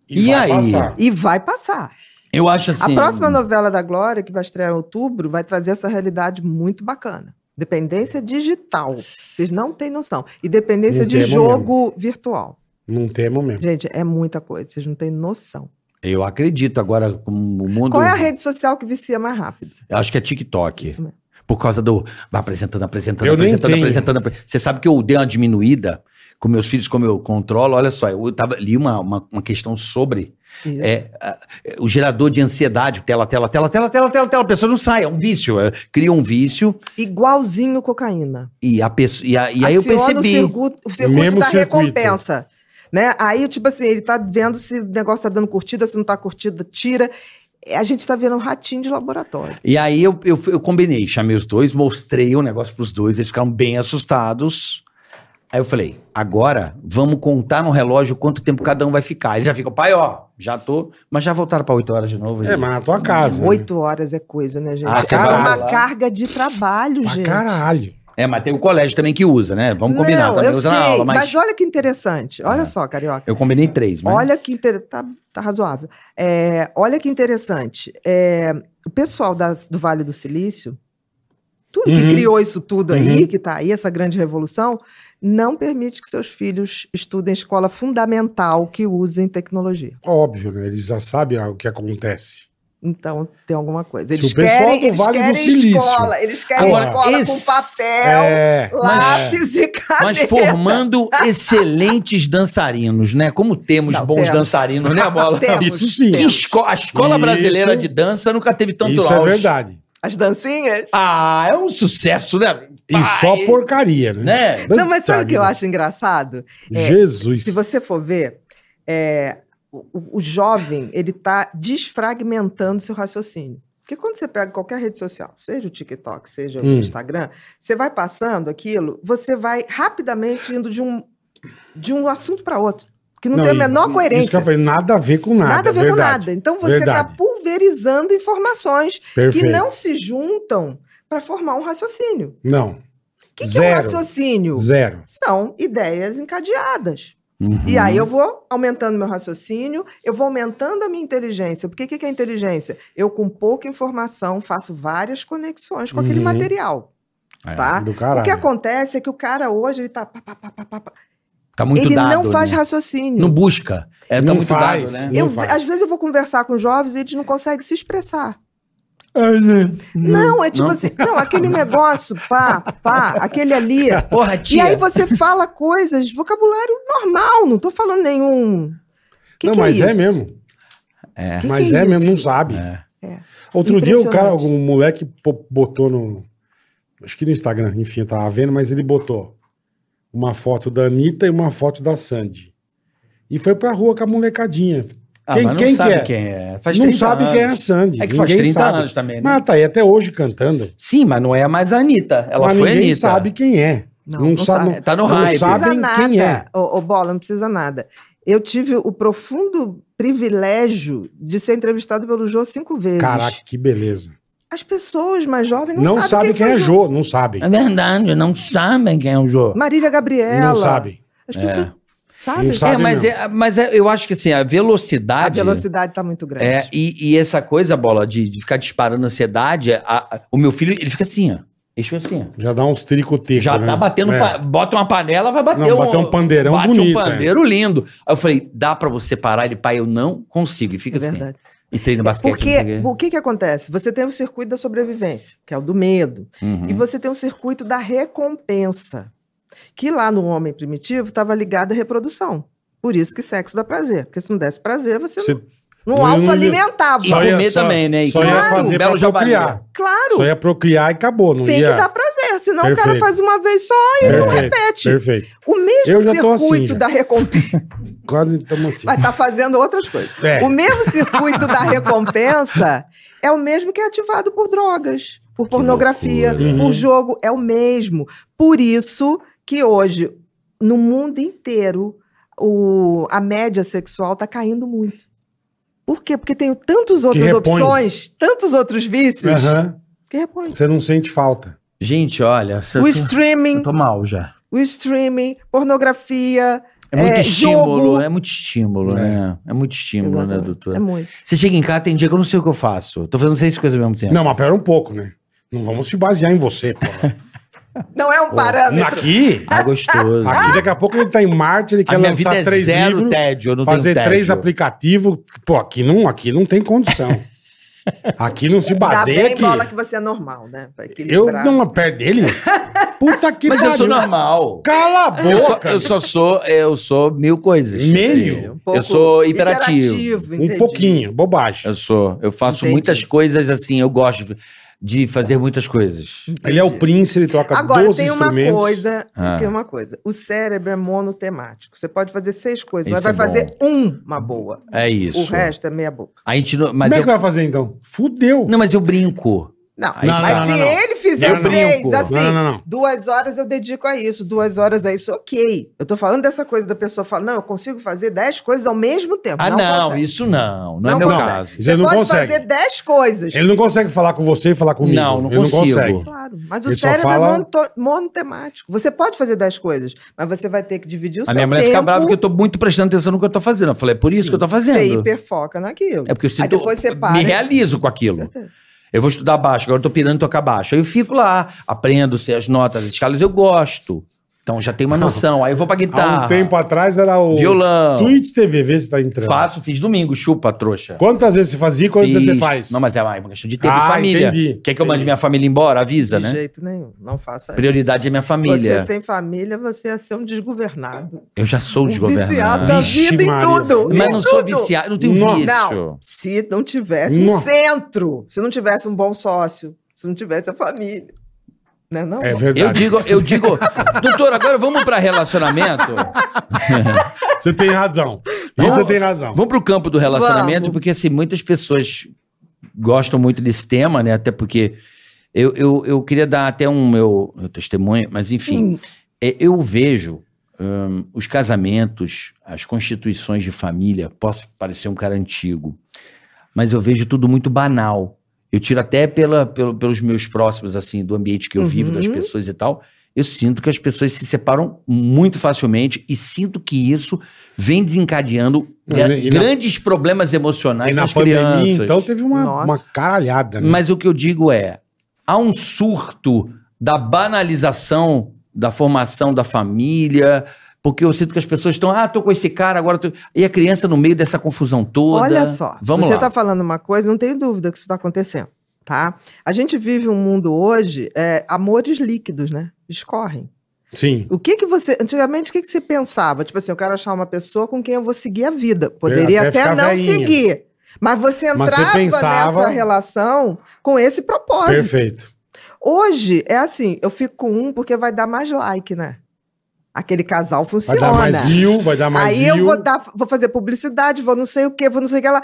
Speaker 3: E
Speaker 2: vai
Speaker 3: aí?
Speaker 2: passar.
Speaker 4: E vai passar.
Speaker 3: Eu acho assim.
Speaker 4: A próxima novela da Glória, que vai estrear em outubro, vai trazer essa realidade muito bacana. Dependência digital. Vocês não têm noção. E dependência
Speaker 2: Não
Speaker 4: de
Speaker 2: temos
Speaker 4: jogo virtual.
Speaker 2: Não temos mesmo.
Speaker 4: Gente, é muita coisa. Vocês não têm noção.
Speaker 3: Eu acredito agora com o mundo.
Speaker 4: Qual é a rede social que vicia mais rápido?
Speaker 3: Eu acho que é TikTok.
Speaker 4: Isso mesmo.
Speaker 3: Por causa do. Vai apresentando, apresentando,
Speaker 2: Eu nem
Speaker 3: apresentando,
Speaker 2: tenho.
Speaker 3: apresentando, apre- Você sabe que eu dei uma diminuída com meus filhos, como eu controlo. Olha só, eu tava, li uma, uma, uma questão sobre
Speaker 4: Isso.
Speaker 3: é, a- é, o gerador de ansiedade. Tela, tela, tela, tela, tela, tela, tela. A pessoa não sai, é um vício. é, cria um vício
Speaker 4: Igualzinho cocaína.
Speaker 3: e, a pessoa, e, a- e aí eu
Speaker 4: Aciona
Speaker 3: percebi.
Speaker 4: O circuito, o circuito
Speaker 2: Mesmo
Speaker 4: da
Speaker 2: circuito.
Speaker 4: recompensa. Né? Aí, tipo assim, ele tá vendo se o negócio tá dando curtida, se não tá curtida, tira. A gente tá vendo um ratinho de laboratório.
Speaker 3: E aí eu, eu, eu combinei, chamei os dois, mostrei o negócio pros dois, eles ficaram bem assustados. Aí eu falei, agora vamos contar no relógio quanto tempo cada um vai ficar. Eles já ficam, pai, ó, já tô, mas já voltaram pra 8 horas de novo.
Speaker 2: É, mas na tua casa. né?
Speaker 4: Oito horas é coisa, né, gente?
Speaker 3: Ah,
Speaker 2: você
Speaker 4: é
Speaker 2: vai
Speaker 4: uma
Speaker 3: lá.
Speaker 4: carga de trabalho,
Speaker 2: Pra
Speaker 4: gente.
Speaker 2: caralho.
Speaker 3: É, mas tem o colégio também que usa, né? Vamos combinar,
Speaker 4: não,
Speaker 3: também
Speaker 4: eu
Speaker 3: usa
Speaker 4: sei,
Speaker 3: na aula, mas,
Speaker 4: mas... olha que interessante. Olha
Speaker 3: É.
Speaker 4: só, Carioca.
Speaker 3: eu combinei três,
Speaker 2: Né?
Speaker 3: mas
Speaker 4: Olha que inter... tá, tá razoável. É, olha que interessante. É, o pessoal das- do Vale do Silício, tudo
Speaker 2: Uhum.
Speaker 4: que criou isso tudo aí,
Speaker 2: Uhum.
Speaker 4: que está aí, essa grande revolução, não permite que seus filhos estudem escola fundamental que usem tecnologia.
Speaker 2: Óbvio, né? Eles já sabem o que acontece.
Speaker 4: Então, tem alguma coisa.
Speaker 2: Se
Speaker 4: Eles
Speaker 2: o pessoal
Speaker 4: querem,
Speaker 2: do
Speaker 4: eles
Speaker 2: Vale do
Speaker 4: querem
Speaker 2: Silício-
Speaker 4: escola, eles querem
Speaker 3: Agora,
Speaker 4: escola
Speaker 3: esse-
Speaker 4: com papel,
Speaker 2: É.
Speaker 4: lápis e caneta.
Speaker 3: mas formando excelentes dançarinos, né? Como temos
Speaker 4: Não,
Speaker 3: bons
Speaker 4: temos.
Speaker 3: dançarinos, né, Bola?
Speaker 4: Temos.
Speaker 2: Isso sim.
Speaker 3: Que esco- a escola
Speaker 2: Isso.
Speaker 3: brasileira de dança nunca teve
Speaker 4: Então,
Speaker 3: tanto
Speaker 2: Isso é
Speaker 3: auge.
Speaker 2: verdade.
Speaker 4: As dancinhas?
Speaker 3: Ah, é um sucesso, né?
Speaker 2: E
Speaker 3: Pai,
Speaker 2: só porcaria, né?
Speaker 3: Né?
Speaker 4: Não, mas sabe
Speaker 2: Puta
Speaker 4: o que eu
Speaker 2: vida.
Speaker 4: acho engraçado? É,
Speaker 2: Jesus.
Speaker 4: Se você for ver, é, o, o- o jovem, ele tá desfragmentando seu raciocínio. Porque quando você pega qualquer rede social, seja o TikTok, seja
Speaker 2: Hum.
Speaker 4: o Instagram, você vai passando aquilo, você vai rapidamente indo de um, de um assunto para outro, que não, tem a
Speaker 2: e-
Speaker 4: menor
Speaker 2: Isso que
Speaker 4: coerência.
Speaker 2: eu falei, nada a ver com nada.
Speaker 4: Nada a ver com nada. Então você está
Speaker 2: Verdade.
Speaker 4: pulverizando informações
Speaker 2: Perfeito.
Speaker 4: que
Speaker 2: não...
Speaker 4: não se juntam para formar um raciocínio. O que, que é um
Speaker 2: Zero.
Speaker 4: raciocínio?
Speaker 2: zero.
Speaker 4: São ideias encadeadas. E aí eu vou aumentando meu raciocínio, eu vou aumentando a minha inteligência. Porque o que, que é inteligência? Eu, com pouca informação, faço várias conexões com aquele
Speaker 2: Uhum.
Speaker 4: material,
Speaker 3: É,
Speaker 4: tá?
Speaker 2: Do caralho.
Speaker 4: O que acontece é que o cara hoje, ele tá... pá, pá, pá, pá, pá, pá.
Speaker 3: Tá muito
Speaker 4: ele
Speaker 3: dado.
Speaker 4: não faz
Speaker 3: né?
Speaker 4: raciocínio.
Speaker 3: Não busca. É, tá
Speaker 2: Não
Speaker 3: muito
Speaker 2: faz.
Speaker 3: dado, né?
Speaker 2: não
Speaker 4: Eu-
Speaker 2: faz.
Speaker 4: às vezes eu vou conversar com jovens e eles não conseguem se expressar. Não, é tipo
Speaker 3: não.
Speaker 4: assim, não, aquele negócio, pá, pá, aquele ali.
Speaker 3: Porra,
Speaker 4: E
Speaker 3: tia.
Speaker 4: aí você fala coisas, vocabulário normal, não tô falando nenhum. Que
Speaker 2: não,
Speaker 4: que
Speaker 2: mas é,
Speaker 4: isso?
Speaker 2: mesmo.
Speaker 3: É.
Speaker 4: Que
Speaker 2: mas
Speaker 4: que
Speaker 2: é,
Speaker 4: é
Speaker 2: mesmo,
Speaker 4: isso?
Speaker 2: não sabe.
Speaker 3: é.
Speaker 2: Outro dia o cara,
Speaker 4: Impressionante.
Speaker 2: um moleque po- botou no. Acho que no Instagram, enfim, eu tava vendo, mas ele botou uma foto da Anitta e uma foto da Sandy. E foi pra rua com a molecadinha.
Speaker 3: Ah,
Speaker 2: Quem-
Speaker 3: mas não
Speaker 2: quem que
Speaker 3: sabe
Speaker 2: é?
Speaker 3: quem é. Faz
Speaker 2: não
Speaker 3: 30
Speaker 2: sabe
Speaker 3: anos.
Speaker 2: quem é a Sandy.
Speaker 3: É que faz
Speaker 2: ninguém
Speaker 3: 30
Speaker 2: sabe.
Speaker 3: anos também, né?
Speaker 2: Mas tá aí até hoje cantando.
Speaker 3: Sim, mas não é mais a Anitta. Ela
Speaker 2: mas
Speaker 3: foi a
Speaker 2: ninguém
Speaker 3: Anitta.
Speaker 2: sabe quem é. Não, sabe. não-
Speaker 3: Tá no
Speaker 2: Não
Speaker 3: raio.
Speaker 2: sabe. sabem quem é.
Speaker 4: Ô, ô, Bola, não precisa nada. Eu tive o profundo privilégio de ser entrevistado pelo Jô cinco vezes.
Speaker 2: Caraca, que beleza.
Speaker 4: As pessoas mais jovens não,
Speaker 2: Não,
Speaker 4: sabem
Speaker 2: sabe quem,
Speaker 4: foi
Speaker 2: é Jô, não sabe.
Speaker 3: É verdade, não sabem quem é o jogo.
Speaker 4: Marília Gabriela.
Speaker 2: Não sabe.
Speaker 4: As pessoas sabem.
Speaker 2: Não sabe
Speaker 3: é, mas,
Speaker 2: mesmo.
Speaker 3: é, mas é- eu acho que assim, a
Speaker 4: A
Speaker 3: velocidade.
Speaker 4: velocidade está muito grande.
Speaker 3: É, e, e essa coisa, bola, de, de ficar disparando ansiedade, a- a- o meu filho, ele fica assim, ó. Ele fica assim, ó.
Speaker 2: Já dá uns tricotecos.
Speaker 3: Já
Speaker 2: né?
Speaker 3: tá batendo.
Speaker 2: É.
Speaker 3: pa- Bota uma panela, vai bater
Speaker 2: Não, bateu um pandeirão
Speaker 3: bate
Speaker 2: bonito.
Speaker 3: um
Speaker 2: é.
Speaker 3: pandeiro lindo. Aí eu falei, dá pra você parar? Ele, pai, eu não consigo. E fica
Speaker 4: É
Speaker 3: assim.
Speaker 4: verdade. É
Speaker 3: Entrei no basquete.
Speaker 4: Porque
Speaker 3: não sei o quê.
Speaker 4: o que, que acontece? Você tem o circuito da sobrevivência, que é o do medo,
Speaker 3: Uhum.
Speaker 4: e você tem o circuito da recompensa, que lá no homem primitivo estava ligado à reprodução. Por isso que sexo dá prazer, porque se não desse prazer, você,
Speaker 2: Você
Speaker 4: não,
Speaker 2: não-
Speaker 4: não
Speaker 2: não-
Speaker 4: autoalimentava.
Speaker 3: E comer também, né? E
Speaker 2: Só
Speaker 3: claro,
Speaker 2: ia fazer
Speaker 3: belo
Speaker 2: pra
Speaker 3: javali.
Speaker 2: procriar.
Speaker 4: Claro,
Speaker 2: Só ia procriar e acabou. Não
Speaker 4: tem
Speaker 2: ia...
Speaker 4: que dar prazer. É, senão o cara
Speaker 2: Perfeito.
Speaker 4: faz uma vez só e ele não
Speaker 2: Perfeito,
Speaker 4: repete.
Speaker 2: Perfeito.
Speaker 4: O mesmo
Speaker 2: Eu já tô
Speaker 4: circuito
Speaker 2: assim, já.
Speaker 4: da recompensa.
Speaker 2: Quase estamos assim.
Speaker 4: Vai estar fazendo outras coisas.
Speaker 2: É.
Speaker 4: O mesmo circuito da recompensa é o mesmo que é ativado por drogas, por pornografia,
Speaker 3: loucura. né?
Speaker 2: Uhum.
Speaker 4: por jogo, é o mesmo. Por isso que hoje, no mundo inteiro, o- a média sexual está caindo muito. Por quê? Porque tem tantas outras
Speaker 2: repõe.
Speaker 4: opções, tantos outros vícios,
Speaker 2: Aham.
Speaker 4: que repõe.
Speaker 2: Você não sente falta.
Speaker 3: Gente, olha, eu
Speaker 4: O
Speaker 3: tô-
Speaker 4: streaming,
Speaker 3: tá- eu tô mal já.
Speaker 4: o streaming, pornografia,
Speaker 3: É muito
Speaker 4: É,
Speaker 3: estímulo,
Speaker 4: jogo.
Speaker 3: é muito estímulo,
Speaker 2: É.
Speaker 3: né? É muito estímulo, né,
Speaker 4: Exatamente.
Speaker 3: doutora?
Speaker 4: é muito.
Speaker 3: Você chega em casa, tem dia que eu não sei o que eu faço. Tô fazendo seis coisas ao mesmo tempo.
Speaker 2: Não, mas pera um pouco, né? Não vamos se basear em você, porra.
Speaker 4: Não é um parâmetro.
Speaker 2: Aqui,
Speaker 3: Tá gostoso.
Speaker 2: aqui daqui a pouco ele tá em Marte, ele
Speaker 3: a
Speaker 2: quer
Speaker 3: minha
Speaker 2: lançar
Speaker 3: vida é
Speaker 2: três
Speaker 3: zero
Speaker 2: livros,
Speaker 3: tédio, eu não
Speaker 2: fazer
Speaker 3: tenho tédio.
Speaker 2: três aplicativos. Pô, aqui não, aqui não tem condição. Aqui não se
Speaker 4: Dá
Speaker 2: baseia
Speaker 4: bem
Speaker 2: aqui.
Speaker 4: bola que você é normal, né? Pra
Speaker 2: Eu
Speaker 4: equilibrar.
Speaker 2: não perto dele. Puta que
Speaker 3: Mas eu sou normal.
Speaker 2: Cala a boca.
Speaker 3: Eu só, eu só sou, eu sou mil coisas.
Speaker 2: Meio?
Speaker 3: assim.
Speaker 4: Um pouco
Speaker 3: eu sou hiperativo.
Speaker 2: Um
Speaker 4: entendi.
Speaker 2: pouquinho, bobagem.
Speaker 3: Eu sou. Eu faço
Speaker 4: Entendi.
Speaker 3: muitas coisas assim, eu gosto de fazer muitas coisas.
Speaker 2: Ele é o príncipe, ele toca
Speaker 4: Agora
Speaker 2: 12
Speaker 4: tem uma
Speaker 2: instrumentos.
Speaker 4: coisa,
Speaker 3: Ah.
Speaker 4: tem uma coisa. O cérebro é monotemático. Você pode fazer seis coisas,
Speaker 3: Isso
Speaker 4: mas vai
Speaker 3: é
Speaker 4: fazer um, uma boa.
Speaker 3: É isso.
Speaker 4: O resto é meia boca.
Speaker 3: A gente não, mas
Speaker 2: Como é
Speaker 3: eu,
Speaker 2: que vai fazer então? Fudeu.
Speaker 3: não, mas eu brinco.
Speaker 4: Não,
Speaker 2: Não,
Speaker 4: mas
Speaker 2: não,
Speaker 4: se
Speaker 2: não, não.
Speaker 4: ele fizer
Speaker 2: Não, não,
Speaker 4: seis,
Speaker 3: não.
Speaker 4: assim,
Speaker 2: Não, não, não.
Speaker 4: duas horas eu dedico a isso, duas horas a isso, ok. Eu tô falando dessa coisa da pessoa falar, não, eu consigo fazer dez coisas ao mesmo tempo.
Speaker 3: Ah, não,
Speaker 4: consegue.
Speaker 3: isso não. Não, é
Speaker 4: Não
Speaker 3: meu
Speaker 4: consegue.
Speaker 3: caso.
Speaker 2: Você
Speaker 4: Você
Speaker 2: não
Speaker 4: pode
Speaker 2: consegue.
Speaker 4: fazer dez coisas.
Speaker 2: Ele não consegue falar com você e falar comigo.
Speaker 3: Não, não
Speaker 2: Ele
Speaker 3: consigo.
Speaker 4: Claro, mas o
Speaker 2: Ele só
Speaker 4: cérebro
Speaker 2: fala-
Speaker 4: é monoto- monotemático. Você pode fazer 10 coisas, mas você vai ter que dividir o
Speaker 3: A
Speaker 4: seu
Speaker 3: minha mulher
Speaker 4: tempo.
Speaker 3: fica brava porque eu tô muito prestando atenção no que eu tô fazendo. Eu falei, é por isso
Speaker 2: Sim.
Speaker 3: que eu tô
Speaker 4: Você
Speaker 3: fazendo.
Speaker 4: hiperfoca naquilo.
Speaker 3: É porque eu sinto,
Speaker 4: Aí depois você para.
Speaker 3: me
Speaker 4: e-
Speaker 3: realizo com
Speaker 4: Com
Speaker 3: aquilo.
Speaker 4: certeza.
Speaker 3: Eu vou estudar baixo, agora eu tô pirando tocar baixo. Aí eu fico lá, aprendo, sei as notas, as escalas, eu gosto. Então já tenho uma noção. Aí eu vou pra
Speaker 2: Há
Speaker 3: guitarra,
Speaker 2: um tempo atrás era o
Speaker 3: Tá. violão.
Speaker 2: Twitch TV, vê se tá entrando.
Speaker 3: Faço, fiz domingo, chupa, trouxa.
Speaker 2: Quantas vezes você fazia e quantas vezes você
Speaker 3: Fiz.
Speaker 2: faz?
Speaker 3: Não, mas é uma questão de tempo
Speaker 2: Ah,
Speaker 3: e família.
Speaker 2: entendi.
Speaker 3: Quer que eu mande minha família embora? Avisa,
Speaker 4: De
Speaker 3: né?
Speaker 4: jeito nenhum. Não faça isso.
Speaker 3: Prioridade é minha família.
Speaker 4: Você sem família, você ia ser um desgovernado.
Speaker 3: Eu já sou
Speaker 4: Um viciado da
Speaker 3: desgovernado.
Speaker 2: Vixe,
Speaker 4: vida em
Speaker 2: Maria.
Speaker 4: tudo.
Speaker 3: Mas
Speaker 4: em
Speaker 3: não sou
Speaker 4: tudo.
Speaker 3: viciado, não tenho
Speaker 2: Não.
Speaker 3: vício.
Speaker 4: Não, se não tivesse um
Speaker 2: Não.
Speaker 4: centro, se não tivesse um bom sócio, se não tivesse a família. Né, não?
Speaker 2: É
Speaker 3: Eu
Speaker 2: verdade.
Speaker 3: digo, eu digo, doutor, agora vamos pra relacionamento?
Speaker 2: Você tem razão.
Speaker 3: Vamos-
Speaker 2: Você tem razão.
Speaker 3: Vamos pro campo do relacionamento,
Speaker 4: Vamos.
Speaker 3: porque assim, muitas pessoas gostam muito desse tema, né? Até porque eu, eu, eu queria dar até um meu, meu testemunho, mas enfim,
Speaker 4: Hum,
Speaker 3: é, eu vejo hum, os casamentos, as constituições de família, posso parecer um cara antigo, mas eu vejo tudo muito banal. Eu tiro até pela, pelo- pelos meus próximos, assim, do ambiente que eu vivo, das
Speaker 4: Uhum.
Speaker 3: pessoas e tal. Eu sinto que as pessoas se separam muito facilmente e sinto que isso vem desencadeando
Speaker 2: Não, e- e na-
Speaker 3: grandes problemas emocionais
Speaker 2: E na
Speaker 3: nas
Speaker 2: pandemia,
Speaker 3: crianças.
Speaker 2: então, teve uma,
Speaker 4: Nossa.
Speaker 2: uma caralhada. Né?
Speaker 3: Mas o que eu digo é: há um surto da banalização da formação da família, porque eu sinto que as pessoas estão, ah, tô com esse cara, agora tô... E a criança no meio dessa confusão toda.
Speaker 4: Olha só,
Speaker 3: Vamos
Speaker 4: você tá
Speaker 3: lá.
Speaker 4: está falando uma coisa, não tenho dúvida que isso está acontecendo, tá? A gente vive um mundo hoje, é, amores líquidos, né? Escorrem.
Speaker 2: Sim.
Speaker 4: O que que você, antigamente, o que que você pensava? Tipo assim, eu quero achar uma pessoa com quem eu vou seguir a vida. Poderia
Speaker 2: Até
Speaker 4: até,
Speaker 2: ficar
Speaker 4: não
Speaker 2: velhinha.
Speaker 4: seguir. Mas você
Speaker 2: Mas
Speaker 4: entrava
Speaker 2: você pensava-
Speaker 4: nessa relação com esse propósito.
Speaker 2: Perfeito.
Speaker 4: Hoje é assim, eu fico com um porque vai dar mais like, né? Aquele casal
Speaker 2: Vai
Speaker 4: funciona.
Speaker 2: dar mais view, vai dar mais
Speaker 4: Aí
Speaker 2: view.
Speaker 4: eu vou, dar, vou fazer publicidade, vou não sei o que, vou não sei o que lá.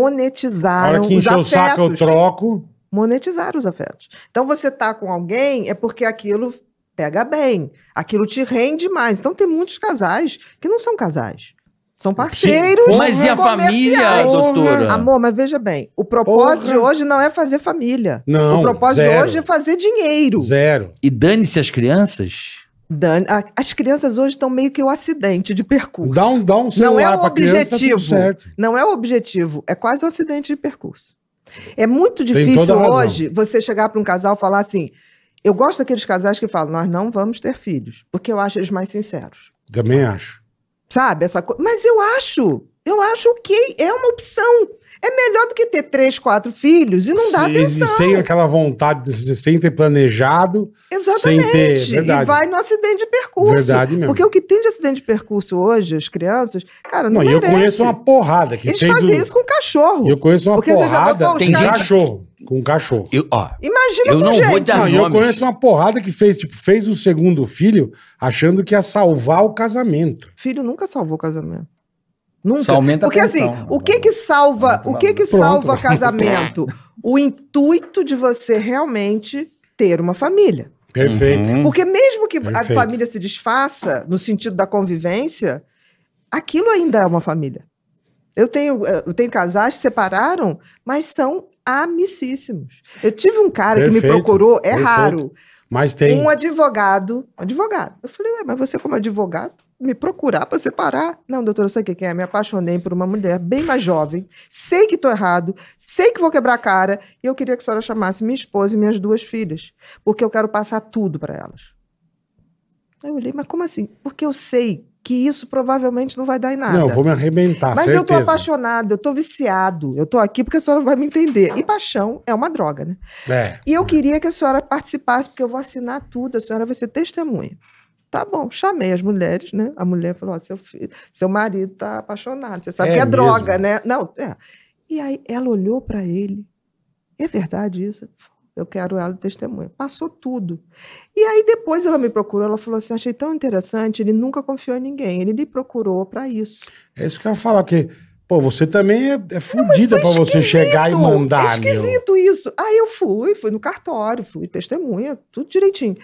Speaker 2: A hora
Speaker 4: Monetizaram
Speaker 2: que
Speaker 4: os
Speaker 2: encher o
Speaker 4: afetos.
Speaker 2: saco, eu troco.
Speaker 4: Monetizaram os afetos. Então você tá com alguém é porque aquilo pega bem, aquilo te rende mais. Então tem muitos casais que não são casais, são parceiros.
Speaker 3: Mas e a família,
Speaker 4: comerciais.
Speaker 3: doutora?
Speaker 4: Amor, mas veja bem, o propósito
Speaker 2: Porra.
Speaker 4: de hoje não é fazer família.
Speaker 2: Não.
Speaker 4: o propósito
Speaker 2: zero.
Speaker 4: de hoje é fazer dinheiro.
Speaker 2: Zero.
Speaker 3: E dane-se as crianças?
Speaker 4: Dan- a- as crianças hoje estão meio que um acidente de percurso.
Speaker 2: Dá um, dá um celular
Speaker 4: é o
Speaker 2: pra criança, tá tudo
Speaker 4: objetivo.
Speaker 2: certo.
Speaker 4: Não é o objetivo, é quase um acidente de percurso. É muito
Speaker 2: Tem
Speaker 4: difícil
Speaker 2: toda a razão.
Speaker 4: hoje você chegar para um casal e falar assim: eu gosto daqueles casais que falam, nós não vamos ter filhos, porque eu acho eles mais sinceros.
Speaker 2: Também acho.
Speaker 4: Sabe? Essa co... Mas eu acho, eu acho ok, é uma opção. É melhor do que ter três, quatro filhos e não dar
Speaker 2: Se-
Speaker 4: atenção.
Speaker 2: E sem aquela vontade, de se- sem ter planejado.
Speaker 4: Exatamente.
Speaker 2: sem ter- é verdade.
Speaker 4: E vai no acidente de percurso.
Speaker 2: Verdade mesmo.
Speaker 4: Porque o que tem de acidente de percurso hoje, as crianças, cara, não,
Speaker 2: Não, e eu
Speaker 4: merece.
Speaker 2: conheço uma porrada que
Speaker 4: Eles
Speaker 2: fez
Speaker 4: fazem
Speaker 2: o-
Speaker 4: isso com cachorro.
Speaker 2: Eu conheço uma
Speaker 4: Porque você já
Speaker 2: porrada
Speaker 4: adotou
Speaker 3: os
Speaker 2: com
Speaker 3: caras?
Speaker 2: cachorro. Com cachorro.
Speaker 3: Eu, ó,
Speaker 4: Imagina
Speaker 3: Eu
Speaker 4: com
Speaker 3: não
Speaker 4: gente.
Speaker 3: vou dar-
Speaker 2: Não, e eu
Speaker 3: nomes.
Speaker 2: conheço uma porrada que fez, tipo, fez o segundo filho achando que ia salvar o casamento.
Speaker 4: Filho nunca salvou casamento. Nunca.
Speaker 3: Só aumenta a
Speaker 4: Porque assim,
Speaker 3: tensão.
Speaker 4: o que que salva, o que que
Speaker 2: Pronto.
Speaker 4: salva casamento? O intuito de você realmente ter uma família.
Speaker 2: Perfeito.
Speaker 3: Uhum.
Speaker 4: Porque mesmo que
Speaker 2: Perfeito.
Speaker 4: a família se desfaça, no sentido da convivência, aquilo ainda é uma família. Eu tenho, eh, eu tenho casais que separaram, mas são amicíssimos. Eu tive um cara que me
Speaker 2: Perfeito,
Speaker 4: procurou, é
Speaker 2: perfeito.
Speaker 4: raro,
Speaker 2: Mas tem.
Speaker 4: um advogado, um advogado. Eu falei, ué, mas você como advogado, me procurar para separar? Não, doutora, sabe o que que é? Me apaixonei por uma mulher bem mais jovem, sei que estou errado, sei que vou quebrar a cara, e eu queria que a senhora chamasse minha esposa e minhas duas filhas, porque eu quero passar tudo para elas. Aí eu olhei, mas como assim? Porque eu sei que isso provavelmente não vai dar em nada.
Speaker 2: Não, eu vou me arrebentar,
Speaker 4: mas eu tô
Speaker 2: certeza.
Speaker 4: apaixonado, eu tô viciado, eu tô aqui porque a senhora vai me entender. E paixão é uma droga, né?
Speaker 2: É.
Speaker 4: E eu queria que a senhora participasse, porque eu vou assinar tudo, a senhora vai ser testemunha. Tá bom, chamei as mulheres, né? A mulher falou: ó, seu, filho, seu marido tá apaixonado, você sabe
Speaker 2: É
Speaker 4: que é
Speaker 2: mesmo?
Speaker 4: droga, né? Não, é. E aí ela olhou para ele, é verdade isso? Eu quero ela testemunha. Passou tudo. E aí depois ela me procurou, ela falou assim: achei tão interessante, ele nunca confiou em ninguém, ele lhe procurou para isso.
Speaker 2: É isso que eu ia falar, que, pô, você também é, é fudida pra você chegar e
Speaker 4: Esquisito,
Speaker 2: mandar, meu.
Speaker 4: É Esquisito isso. Aí eu fui, fui no cartório, fui testemunha, tudo direitinho.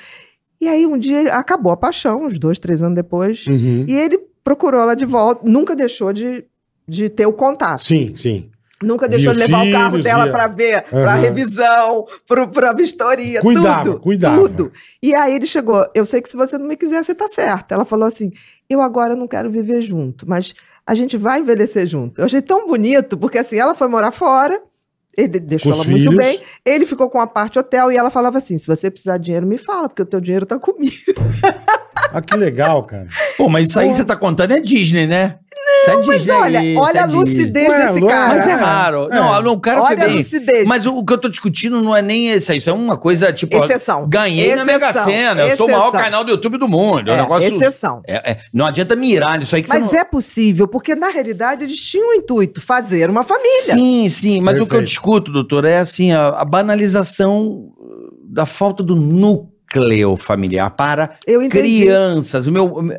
Speaker 4: E aí um dia ele- acabou a paixão, uns dois, três anos depois.
Speaker 2: Uhum.
Speaker 4: E ele procurou ela de volta, nunca deixou de, de ter o contato.
Speaker 2: Sim, sim.
Speaker 4: Nunca
Speaker 2: E
Speaker 4: deixou
Speaker 2: os
Speaker 4: de levar o carro
Speaker 2: filhos,
Speaker 4: dela
Speaker 2: e a-
Speaker 4: para ver, para
Speaker 2: Aham.
Speaker 4: revisão, pro- pra vistoria,
Speaker 2: Cuidava,
Speaker 4: tudo.
Speaker 2: cuidava.
Speaker 4: Tudo. E aí ele chegou, eu sei que se você não me quiser, você tá certa. Ela falou assim: "Eu agora não quero viver junto, mas a gente vai envelhecer junto". Eu achei tão bonito, porque assim, ela foi morar fora, ele
Speaker 2: Com
Speaker 4: deixou
Speaker 2: os
Speaker 4: ela
Speaker 2: filhos.
Speaker 4: muito bem, ele ficou com a parte hotel e ela falava assim: "Se você precisar de dinheiro, me fala, porque o teu dinheiro tá comigo".
Speaker 2: Ah, que legal, cara.
Speaker 3: Pô, mas isso aí você tá contando é Disney, né? Isso é
Speaker 4: Mas
Speaker 3: Disney
Speaker 4: olha,
Speaker 3: aí, isso
Speaker 4: olha
Speaker 3: é
Speaker 4: a
Speaker 3: Disney.
Speaker 4: lucidez
Speaker 2: Ué,
Speaker 4: desse
Speaker 2: não é-
Speaker 4: cara.
Speaker 3: Mas é raro. Não, não, o cara foi
Speaker 4: olha a
Speaker 3: bem.
Speaker 4: lucidez.
Speaker 3: Mas o, o que eu tô discutindo não é nem isso aí. Isso é uma coisa, tipo, ó,
Speaker 4: exceção.
Speaker 3: ganhei na
Speaker 4: Exceção.
Speaker 3: Mega Sena. Eu sou o maior
Speaker 4: Exceção.
Speaker 3: canal do YouTube do mundo. É, um
Speaker 4: É,
Speaker 3: negócio.
Speaker 4: exceção.
Speaker 3: É, é, não adianta mirar nisso aí que
Speaker 4: Mas
Speaker 3: você não...
Speaker 4: é possível, porque na realidade eles tinham o intuito, fazer uma família.
Speaker 3: Sim, sim. Mas o que eu
Speaker 2: Perfeito.
Speaker 3: discuto, doutor, é assim, a, a banalização uh, da falta do núcleo familiar para
Speaker 4: Eu entendi.
Speaker 3: crianças. O meu. o meu-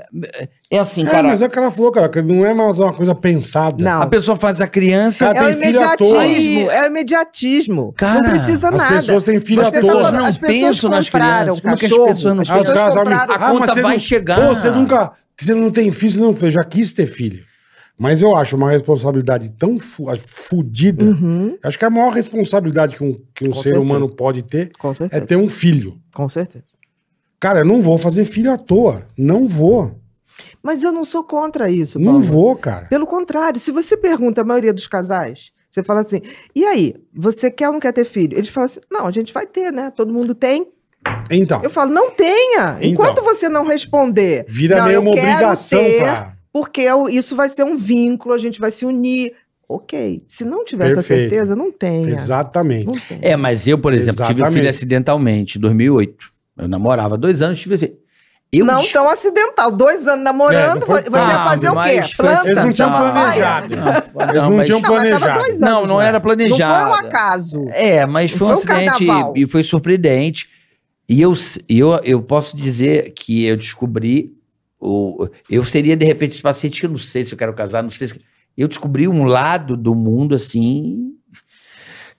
Speaker 3: É assim,
Speaker 2: É,
Speaker 3: cara.
Speaker 2: mas é o que ela falou, cara, que não é mais uma coisa pensada.
Speaker 4: Não.
Speaker 3: A pessoa faz a criança.
Speaker 2: Cara,
Speaker 4: É o
Speaker 2: tem filho à toa.
Speaker 4: imediatismo, é o imediatismo.
Speaker 3: Cara,
Speaker 4: não precisa
Speaker 2: As
Speaker 4: nada.
Speaker 2: pessoas têm filho à
Speaker 4: Você tá
Speaker 2: toa.
Speaker 4: falando- as pessoas compraram
Speaker 3: Como que
Speaker 4: cachorro,
Speaker 3: as pessoas não
Speaker 4: as
Speaker 2: Aí os
Speaker 4: pessoas
Speaker 2: caras sabem,
Speaker 4: compraram-
Speaker 3: A conta
Speaker 2: Ah, você
Speaker 3: vai
Speaker 2: não-
Speaker 3: chegar.
Speaker 2: Pô, você nunca. Você não tem filho, você não fez. Já quis ter filho. Mas eu acho uma responsabilidade tão fu- fudida.
Speaker 4: Uhum,
Speaker 2: Acho que é a maior responsabilidade que um, que um
Speaker 4: Com
Speaker 2: ser
Speaker 4: certeza.
Speaker 2: humano pode ter
Speaker 4: com
Speaker 2: é
Speaker 4: certeza.
Speaker 2: ter um filho.
Speaker 4: Com certeza.
Speaker 2: Cara, eu não vou fazer filho à toa. Não vou.
Speaker 4: Mas eu não sou contra isso,
Speaker 2: Não
Speaker 3: né?
Speaker 4: Paulo.
Speaker 2: vou, cara.
Speaker 4: Pelo contrário, se você pergunta a maioria dos casais, você fala assim: e aí, você quer ou não quer ter filho? Eles falam assim: não, a gente vai ter, né? Todo mundo tem.
Speaker 2: Então,
Speaker 4: Eu falo: não tenha.
Speaker 2: Então.
Speaker 4: Enquanto você não responder,
Speaker 2: vira
Speaker 4: não,
Speaker 2: meio
Speaker 4: eu
Speaker 2: uma
Speaker 4: quero
Speaker 2: obrigação
Speaker 4: ter,
Speaker 2: pra.
Speaker 4: porque eu- isso vai ser um vínculo, a gente vai se unir. Ok. Se não tiver essa
Speaker 2: Perfeito.
Speaker 4: certeza, não tenha.
Speaker 2: Exatamente.
Speaker 4: Não tenha.
Speaker 3: É, mas eu, por exemplo, tive um
Speaker 2: Exatamente.
Speaker 3: filho acidentalmente, em 2008. Eu namorava dois anos, tive assim. Eu
Speaker 4: não
Speaker 3: dis-
Speaker 4: tão acidental. Dois anos
Speaker 2: É,
Speaker 4: namorando,
Speaker 2: não foi
Speaker 4: você ia
Speaker 3: Ah,
Speaker 4: fazer o quê?
Speaker 3: mas foi
Speaker 4: Planta?
Speaker 2: Eles não tinham
Speaker 3: Não,
Speaker 2: planejado. Eles
Speaker 3: não,
Speaker 2: não,
Speaker 3: mas-
Speaker 2: tinham
Speaker 4: Não, mas tava
Speaker 2: planejado.
Speaker 4: dois
Speaker 3: Não, não era
Speaker 4: Não foi
Speaker 3: planejado.
Speaker 4: um acaso.
Speaker 3: É, mas
Speaker 4: Não
Speaker 3: foi um
Speaker 4: foi um
Speaker 3: acidente
Speaker 4: carnaval.
Speaker 3: e, e foi surpreendente. E eu, s- e eu, eu posso dizer que eu descobri. O, eu seria, de repente, esse paciente que eu não sei se eu quero casar, não sei se. Eu descobri um lado do mundo assim.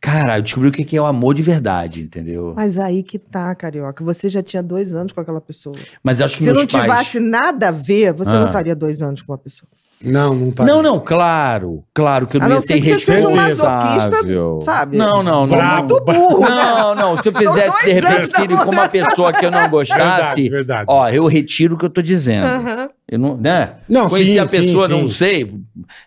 Speaker 3: Cara, eu descobri o que que é o amor de verdade, entendeu?
Speaker 4: Mas aí que tá, carioca. Você já tinha dois anos com aquela pessoa.
Speaker 3: Mas eu acho que
Speaker 4: Se
Speaker 3: meus
Speaker 4: não
Speaker 3: pais.
Speaker 4: tivesse nada a ver, você
Speaker 3: Ah.
Speaker 4: não estaria dois anos com uma pessoa.
Speaker 2: Não, não tá.
Speaker 3: Não, não, claro. Claro que eu
Speaker 4: A
Speaker 3: não ia
Speaker 4: não
Speaker 3: ser
Speaker 4: ser que você seja
Speaker 2: um
Speaker 3: irresponsável.
Speaker 4: masoquista, sabe?
Speaker 3: Não, não, não.
Speaker 2: Brabo.
Speaker 4: Muito burro.
Speaker 3: Não, não. Se eu fizesse, de
Speaker 4: dois anos
Speaker 3: repente, filho com uma pessoa que eu não
Speaker 2: Verdade,
Speaker 3: gostasse,
Speaker 2: verdade.
Speaker 3: Ah, ó, eu retiro o que eu tô dizendo.
Speaker 4: Aham.
Speaker 3: Eu não, né?
Speaker 2: Não,
Speaker 3: Conhecer
Speaker 2: sim,
Speaker 3: a pessoa,
Speaker 2: sim,
Speaker 3: não
Speaker 2: sim.
Speaker 3: sei.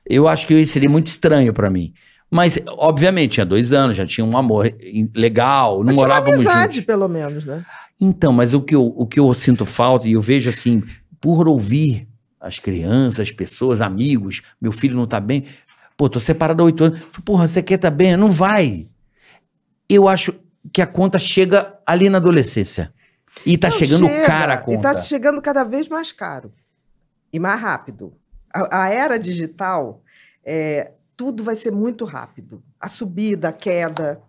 Speaker 3: Eu acho que seria muito estranho pra mim. Mas, obviamente, tinha dois anos, já tinha um amor em- legal, não
Speaker 4: Mas tinha uma
Speaker 3: morávamos
Speaker 4: tipo amizade,
Speaker 3: juntos.
Speaker 4: pelo menos, né?
Speaker 3: Então, mas o que, eu, o que eu sinto falta, e eu vejo assim, por ouvir as crianças, as pessoas, amigos, meu filho não tá bem. Pô, tô separado há oito anos. Falei, porra, você quer tá bem? Não vai. Eu acho que a conta chega ali na adolescência. E tá
Speaker 4: Não,
Speaker 3: chegando
Speaker 4: chega,
Speaker 3: cara a conta.
Speaker 4: E tá chegando cada vez mais caro. E mais rápido. A, a era digital, é, tudo vai ser muito rápido. A subida, a queda.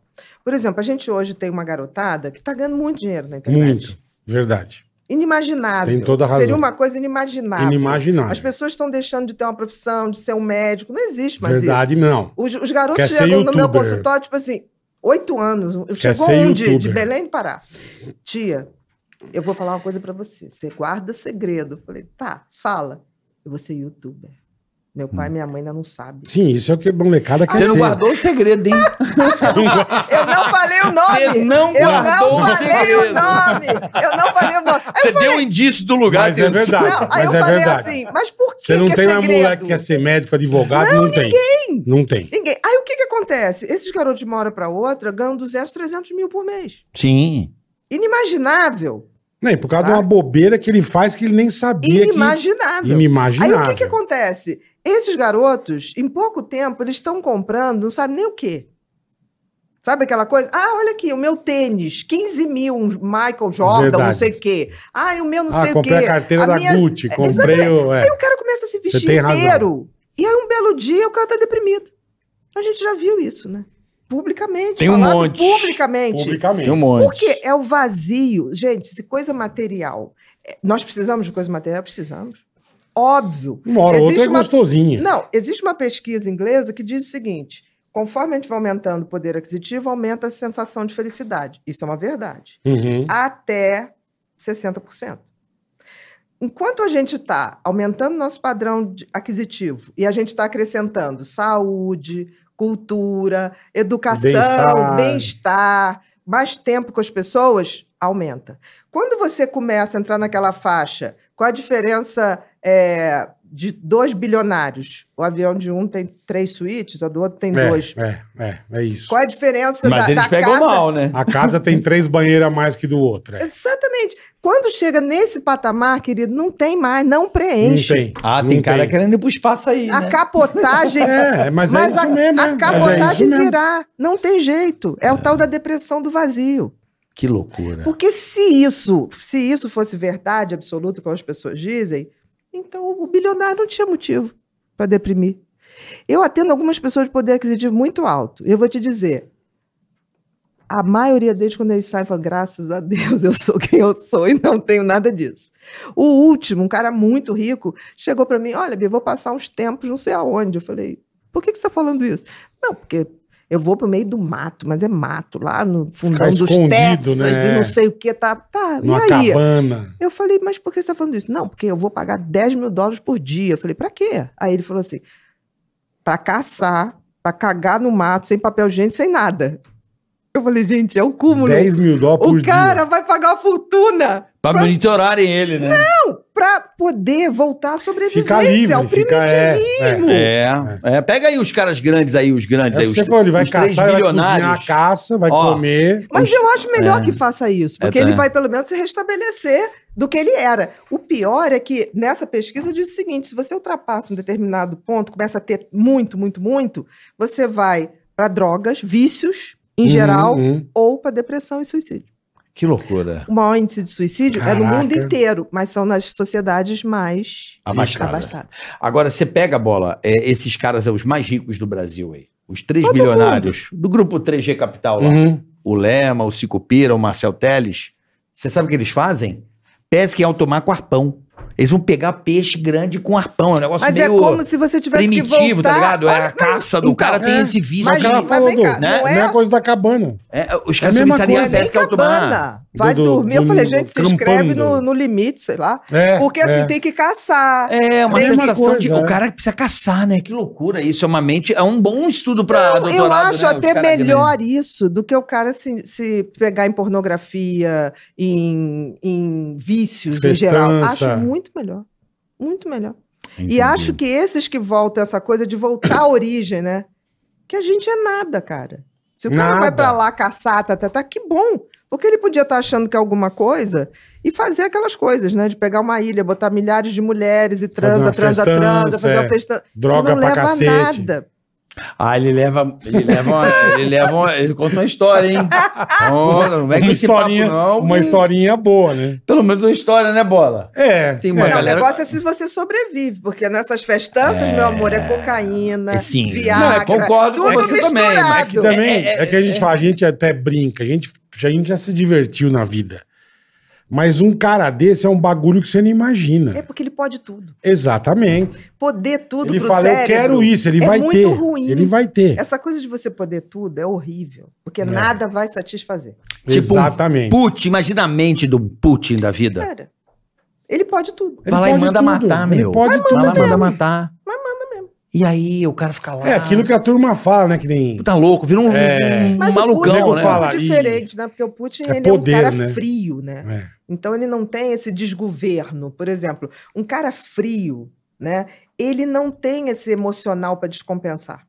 Speaker 4: Por exemplo, a gente hoje tem uma garotada que está ganhando muito dinheiro na internet.
Speaker 2: Muito. Verdade.
Speaker 4: Inimaginável.
Speaker 2: Tem toda a razão.
Speaker 4: Seria uma coisa inimaginável.
Speaker 2: Inimaginável.
Speaker 4: As pessoas estão deixando de ter uma profissão, de ser um médico. Não existe mais
Speaker 2: Verdade, não.
Speaker 4: isso. Os, os
Speaker 2: Quer
Speaker 4: garotos
Speaker 2: ser
Speaker 4: chegam no meu
Speaker 2: youtuber.
Speaker 4: consultório, tipo assim, oito anos.
Speaker 2: Quer
Speaker 4: Chegou
Speaker 2: ser
Speaker 4: um de, de
Speaker 2: youtuber.
Speaker 4: Belém do Pará. Tia, eu vou falar uma coisa pra você. Você guarda segredo. Eu falei, tá, fala. Eu vou ser youtuber. Meu pai e
Speaker 2: Hum.
Speaker 4: minha mãe ainda não sabem.
Speaker 2: Sim, isso é o que molecada quer
Speaker 4: Assim,
Speaker 3: Você não
Speaker 2: ser.
Speaker 3: guardou o segredo, hein?
Speaker 4: Eu não falei o nome!
Speaker 3: não
Speaker 4: Eu não falei o nome! Eu não falei o nome! Aí
Speaker 3: Você
Speaker 4: eu falei,
Speaker 3: deu um indício do lugar. um
Speaker 2: Mas é
Speaker 3: deu-
Speaker 2: verdade.
Speaker 4: Não, aí
Speaker 2: mas
Speaker 4: eu
Speaker 2: é
Speaker 4: falei
Speaker 2: verdade.
Speaker 4: assim, mas por que,
Speaker 2: Você não
Speaker 4: que
Speaker 2: tem
Speaker 4: é
Speaker 2: mais
Speaker 4: segredo?
Speaker 2: moleque que assim. quer ser médico, advogado? Não, tem. Não tem.
Speaker 4: Ninguém. Aí o que, que acontece? Esses garotos de uma hora para outra ganham 200, 300 mil por mês.
Speaker 3: Sim.
Speaker 4: Inimaginável.
Speaker 2: Nem por causa
Speaker 4: Tá.
Speaker 2: de uma bobeira que ele faz que ele nem sabia que...
Speaker 4: Inimaginável. Aí
Speaker 2: Inimaginável.
Speaker 4: o que, que acontece? Esses garotos, em pouco tempo, eles estão comprando, não sabe nem o quê. Sabe aquela coisa? Ah, olha aqui, o meu tênis, 15 mil, um Michael Jordan, não
Speaker 2: Verdade.
Speaker 4: sei o quê. Ah, e o meu não
Speaker 2: ah,
Speaker 4: sei o quê.
Speaker 2: comprei a carteira
Speaker 4: A
Speaker 2: da
Speaker 4: minha-
Speaker 2: Gucci,
Speaker 4: É,
Speaker 2: comprei o... é.
Speaker 4: Aí o cara começa a se vestir
Speaker 2: tem razão.
Speaker 4: inteiro. E aí um belo dia o cara tá deprimido. A gente já viu isso, né? Publicamente.
Speaker 3: Tem um
Speaker 4: falado
Speaker 3: monte.
Speaker 4: Publicamente.
Speaker 2: Publicamente.
Speaker 3: Tem um monte.
Speaker 4: Porque é o vazio. Gente, se coisa material. é, Nós precisamos de coisa material? Precisamos. Óbvio.
Speaker 2: Uma hora ou outra é
Speaker 4: Existe uma-
Speaker 2: gostosinha.
Speaker 4: Não, existe uma pesquisa inglesa que diz o seguinte: conforme a gente vai aumentando o poder aquisitivo, aumenta a sensação de felicidade. Isso é uma verdade
Speaker 2: Uhum.
Speaker 4: Ah, até 60%. Enquanto a gente está aumentando nosso padrão de- aquisitivo e a gente está acrescentando saúde, cultura, educação,
Speaker 2: Bem-estar.
Speaker 4: bem-estar, mais tempo com as pessoas, aumenta. Quando você começa a entrar naquela faixa, qual a diferença é, de dois bilionários? O avião de um tem três suítes, a do outro tem dois.
Speaker 2: É, é, é, é isso.
Speaker 4: Qual a diferença
Speaker 3: Mas
Speaker 4: da,
Speaker 3: eles
Speaker 4: da
Speaker 3: pegam
Speaker 4: casa
Speaker 3: mal, né?
Speaker 2: A casa tem três banheiras a mais que do outro. é.
Speaker 4: Exatamente. Quando chega nesse patamar, querido, não tem mais, não
Speaker 2: Não
Speaker 4: preenche.
Speaker 2: tem.
Speaker 3: Ah,
Speaker 2: não
Speaker 3: tem cara querendo ir pro espaço aí,
Speaker 4: A
Speaker 3: né?
Speaker 4: capotagem.
Speaker 2: É, mas, é isso
Speaker 4: a, tá
Speaker 2: mesmo.
Speaker 4: a
Speaker 2: né? Mas é isso
Speaker 4: capotagem
Speaker 2: mesmo.
Speaker 4: virá. Não tem jeito. É o tal da depressão do vazio.
Speaker 3: Que
Speaker 2: né?
Speaker 3: loucura.
Speaker 4: Porque se isso, se isso fosse verdade absoluta, como as pessoas dizem, então o bilionário não tinha motivo para deprimir. Eu atendo algumas pessoas de poder aquisitivo muito alto. E eu vou te dizer, a maioria deles, quando eles saem, fala, graças a Deus, eu sou quem eu sou e não tenho nada disso. O último, um cara muito rico, chegou para mim, olha, Bia, eu vou passar uns tempos não sei aonde. Eu falei, por que, que você está falando isso? Não, porque eu vou para o meio do mato, mas é mato, lá no fundão dos
Speaker 2: escondido,
Speaker 4: Texas,
Speaker 2: né?
Speaker 4: de não sei o que, tá, tá, e
Speaker 2: Numa
Speaker 4: aí?
Speaker 2: cabana.
Speaker 4: Eu falei, mas por que você está falando isso? Não, porque eu vou pagar 10 mil dólares por dia. Eu falei, para quê? Aí ele falou assim, para caçar, para cagar no mato, sem papel higiênico, sem nada. Eu falei, gente, é o cúmulo.
Speaker 2: 10 mil dólares por
Speaker 4: o
Speaker 2: dia.
Speaker 4: cara vai pagar uma fortuna
Speaker 3: Pra monitorarem ele, né?
Speaker 4: para poder voltar à sobrevivência,
Speaker 2: Fica
Speaker 4: ao
Speaker 2: livre, fica... É,
Speaker 4: primitivismo.
Speaker 2: é.
Speaker 3: É, é. Pega aí os caras grandes aí, os grandes
Speaker 2: É o
Speaker 3: aí.
Speaker 2: que
Speaker 3: Os,
Speaker 2: você falou, ele vai
Speaker 3: os três
Speaker 2: caçar, ele vai cozinhar a
Speaker 3: milionários.
Speaker 2: caça, vai
Speaker 3: Ó,
Speaker 2: comer.
Speaker 4: Mas eu acho melhor que faça isso, porque
Speaker 3: É, tá.
Speaker 4: ele vai pelo menos se restabelecer do que ele era. O pior é que nessa pesquisa diz o seguinte: se você ultrapassa um determinado ponto, começa a ter muito, muito, muito, você vai para drogas, vícios em
Speaker 3: Hum.
Speaker 2: Uhum,
Speaker 4: geral,
Speaker 2: uhum.
Speaker 4: ou para depressão e suicídio.
Speaker 3: Que loucura.
Speaker 4: O maior índice de suicídio é no
Speaker 2: Caraca.
Speaker 4: mundo inteiro, mas são nas sociedades mais
Speaker 3: Abastadas.
Speaker 4: abastadas.
Speaker 3: Agora, você pega a bola, é, esses caras são os mais ricos do Brasil aí. Os três
Speaker 4: Todo
Speaker 3: bilionários do grupo 3G Capital lá.
Speaker 2: Uhum.
Speaker 3: O Lema, o Cicupira, o Marcel Teles. Você sabe o que eles fazem? Pesca em altomar com arpão. Eles vão pegar peixe grande com arpão. É um negócio
Speaker 4: Mas é
Speaker 3: meio
Speaker 4: como se você tivesse que
Speaker 3: primitivo,
Speaker 4: voltar...
Speaker 3: tá ligado? É
Speaker 4: Olha,
Speaker 3: a caça do
Speaker 4: então,
Speaker 3: cara, tem
Speaker 2: é.
Speaker 3: esse vício.
Speaker 2: Mas o
Speaker 4: Mas,
Speaker 2: cara
Speaker 4: mas
Speaker 2: falou
Speaker 4: vem
Speaker 2: do... Né?
Speaker 4: cá, não é-
Speaker 2: Mesma coisa da cabana.
Speaker 3: É, os caras
Speaker 2: É a mesma
Speaker 3: começaram a
Speaker 2: coisa.
Speaker 4: Bem
Speaker 3: pesca em alto mar.
Speaker 4: cabana. Vai
Speaker 2: Do- do-
Speaker 4: dormir. eu
Speaker 2: do-
Speaker 4: falei, gente, se
Speaker 2: campando.
Speaker 4: inscreve no, no limite, sei lá.
Speaker 2: É,
Speaker 4: Porque
Speaker 2: é.
Speaker 4: assim, tem que caçar.
Speaker 3: É, uma
Speaker 2: Mesma
Speaker 3: sensação
Speaker 2: coisa,
Speaker 3: de.
Speaker 2: é.
Speaker 3: O cara precisa caçar, né? Que loucura. Isso é uma mente. É um bom estudo
Speaker 2: tá
Speaker 3: pra
Speaker 4: Então, eu
Speaker 3: doutorado.
Speaker 4: acho
Speaker 3: né? Os
Speaker 4: até
Speaker 3: caras
Speaker 4: melhor isso do que o cara se, se pegar em pornografia, em, em vícios em geral. Acho
Speaker 2: Festança.
Speaker 4: muito melhor. Muito melhor.
Speaker 3: grandes.
Speaker 4: E acho que esses que voltam essa coisa de voltar à origem, né? Que a gente é nada, cara. Se o cara
Speaker 2: Nada.
Speaker 4: vai pra lá caçar, tá, tá, tá, que bom. Porque ele podia estar achando que é alguma coisa e fazer aquelas coisas, né? De pegar uma ilha, botar milhares de mulheres e
Speaker 2: Fazer
Speaker 4: transa,
Speaker 2: uma
Speaker 4: transa,
Speaker 2: festança,
Speaker 4: transa, fazer
Speaker 2: é.
Speaker 4: uma festa.
Speaker 2: Droga
Speaker 4: não
Speaker 2: pra
Speaker 4: leva a
Speaker 2: cacete.
Speaker 4: nada.
Speaker 3: Ah, ele leva. Ele leva uma- ele, leva uma- ele conta uma história, hein? Oh, não é que
Speaker 2: uma,
Speaker 3: esse papo
Speaker 2: historinha, uma
Speaker 3: não.
Speaker 4: Hum.
Speaker 3: que-
Speaker 2: historinha boa, né?
Speaker 3: Pelo menos uma história, né, bola?
Speaker 2: É.
Speaker 3: Tem uma
Speaker 2: é.
Speaker 4: Não,
Speaker 3: galera-
Speaker 4: O negócio é se você sobrevive, porque nessas festanças, meu amor, é cocaína,
Speaker 3: É, sim.
Speaker 4: viagra,
Speaker 3: Não, eu concordo com
Speaker 4: tudo
Speaker 3: você também,
Speaker 4: misturado.
Speaker 3: mas é que
Speaker 2: Também é, que a gente fala, a gente até brinca, a gente, a gente já se divertiu na vida. Mas um cara desse é um bagulho que você não imagina.
Speaker 4: É porque ele pode tudo.
Speaker 2: Exatamente.
Speaker 4: Poder tudo
Speaker 2: ele
Speaker 4: pro
Speaker 2: fala, eu
Speaker 4: cérebro
Speaker 2: quero isso, ele
Speaker 4: é
Speaker 2: vai
Speaker 4: muito
Speaker 2: ter.
Speaker 4: ruim. É
Speaker 2: Ele vai ter.
Speaker 4: Essa coisa de você poder tudo é horrível, porque nada vai satisfazer.
Speaker 3: Tipo um
Speaker 2: Exatamente.
Speaker 3: Putin, imagina a mente do Putin da vida.
Speaker 4: Cara, ele pode tudo.
Speaker 2: Ele
Speaker 3: Vai lá e
Speaker 2: pode
Speaker 3: manda
Speaker 2: tudo,
Speaker 3: matar,
Speaker 2: ele
Speaker 3: meu.
Speaker 2: pode
Speaker 3: Vai
Speaker 2: tudo
Speaker 3: lá, manda
Speaker 2: mesmo.
Speaker 3: matar. Mas manda mesmo. E aí o cara fica lá.
Speaker 2: É aquilo que a turma fala, né? Que nem.
Speaker 3: Tá louco, vira um,
Speaker 2: É.
Speaker 3: um
Speaker 4: Mas o
Speaker 3: malucão,
Speaker 4: Putin
Speaker 3: né?
Speaker 4: é um pouco
Speaker 2: Fala, e-
Speaker 4: diferente, né? Porque o Putin
Speaker 2: É
Speaker 4: ele
Speaker 2: poder,
Speaker 4: é um cara
Speaker 2: né?
Speaker 4: frio, né?
Speaker 2: É.
Speaker 4: Então ele não tem esse desgoverno, por exemplo, um cara frio, né? Ele não tem esse emocional para descompensar.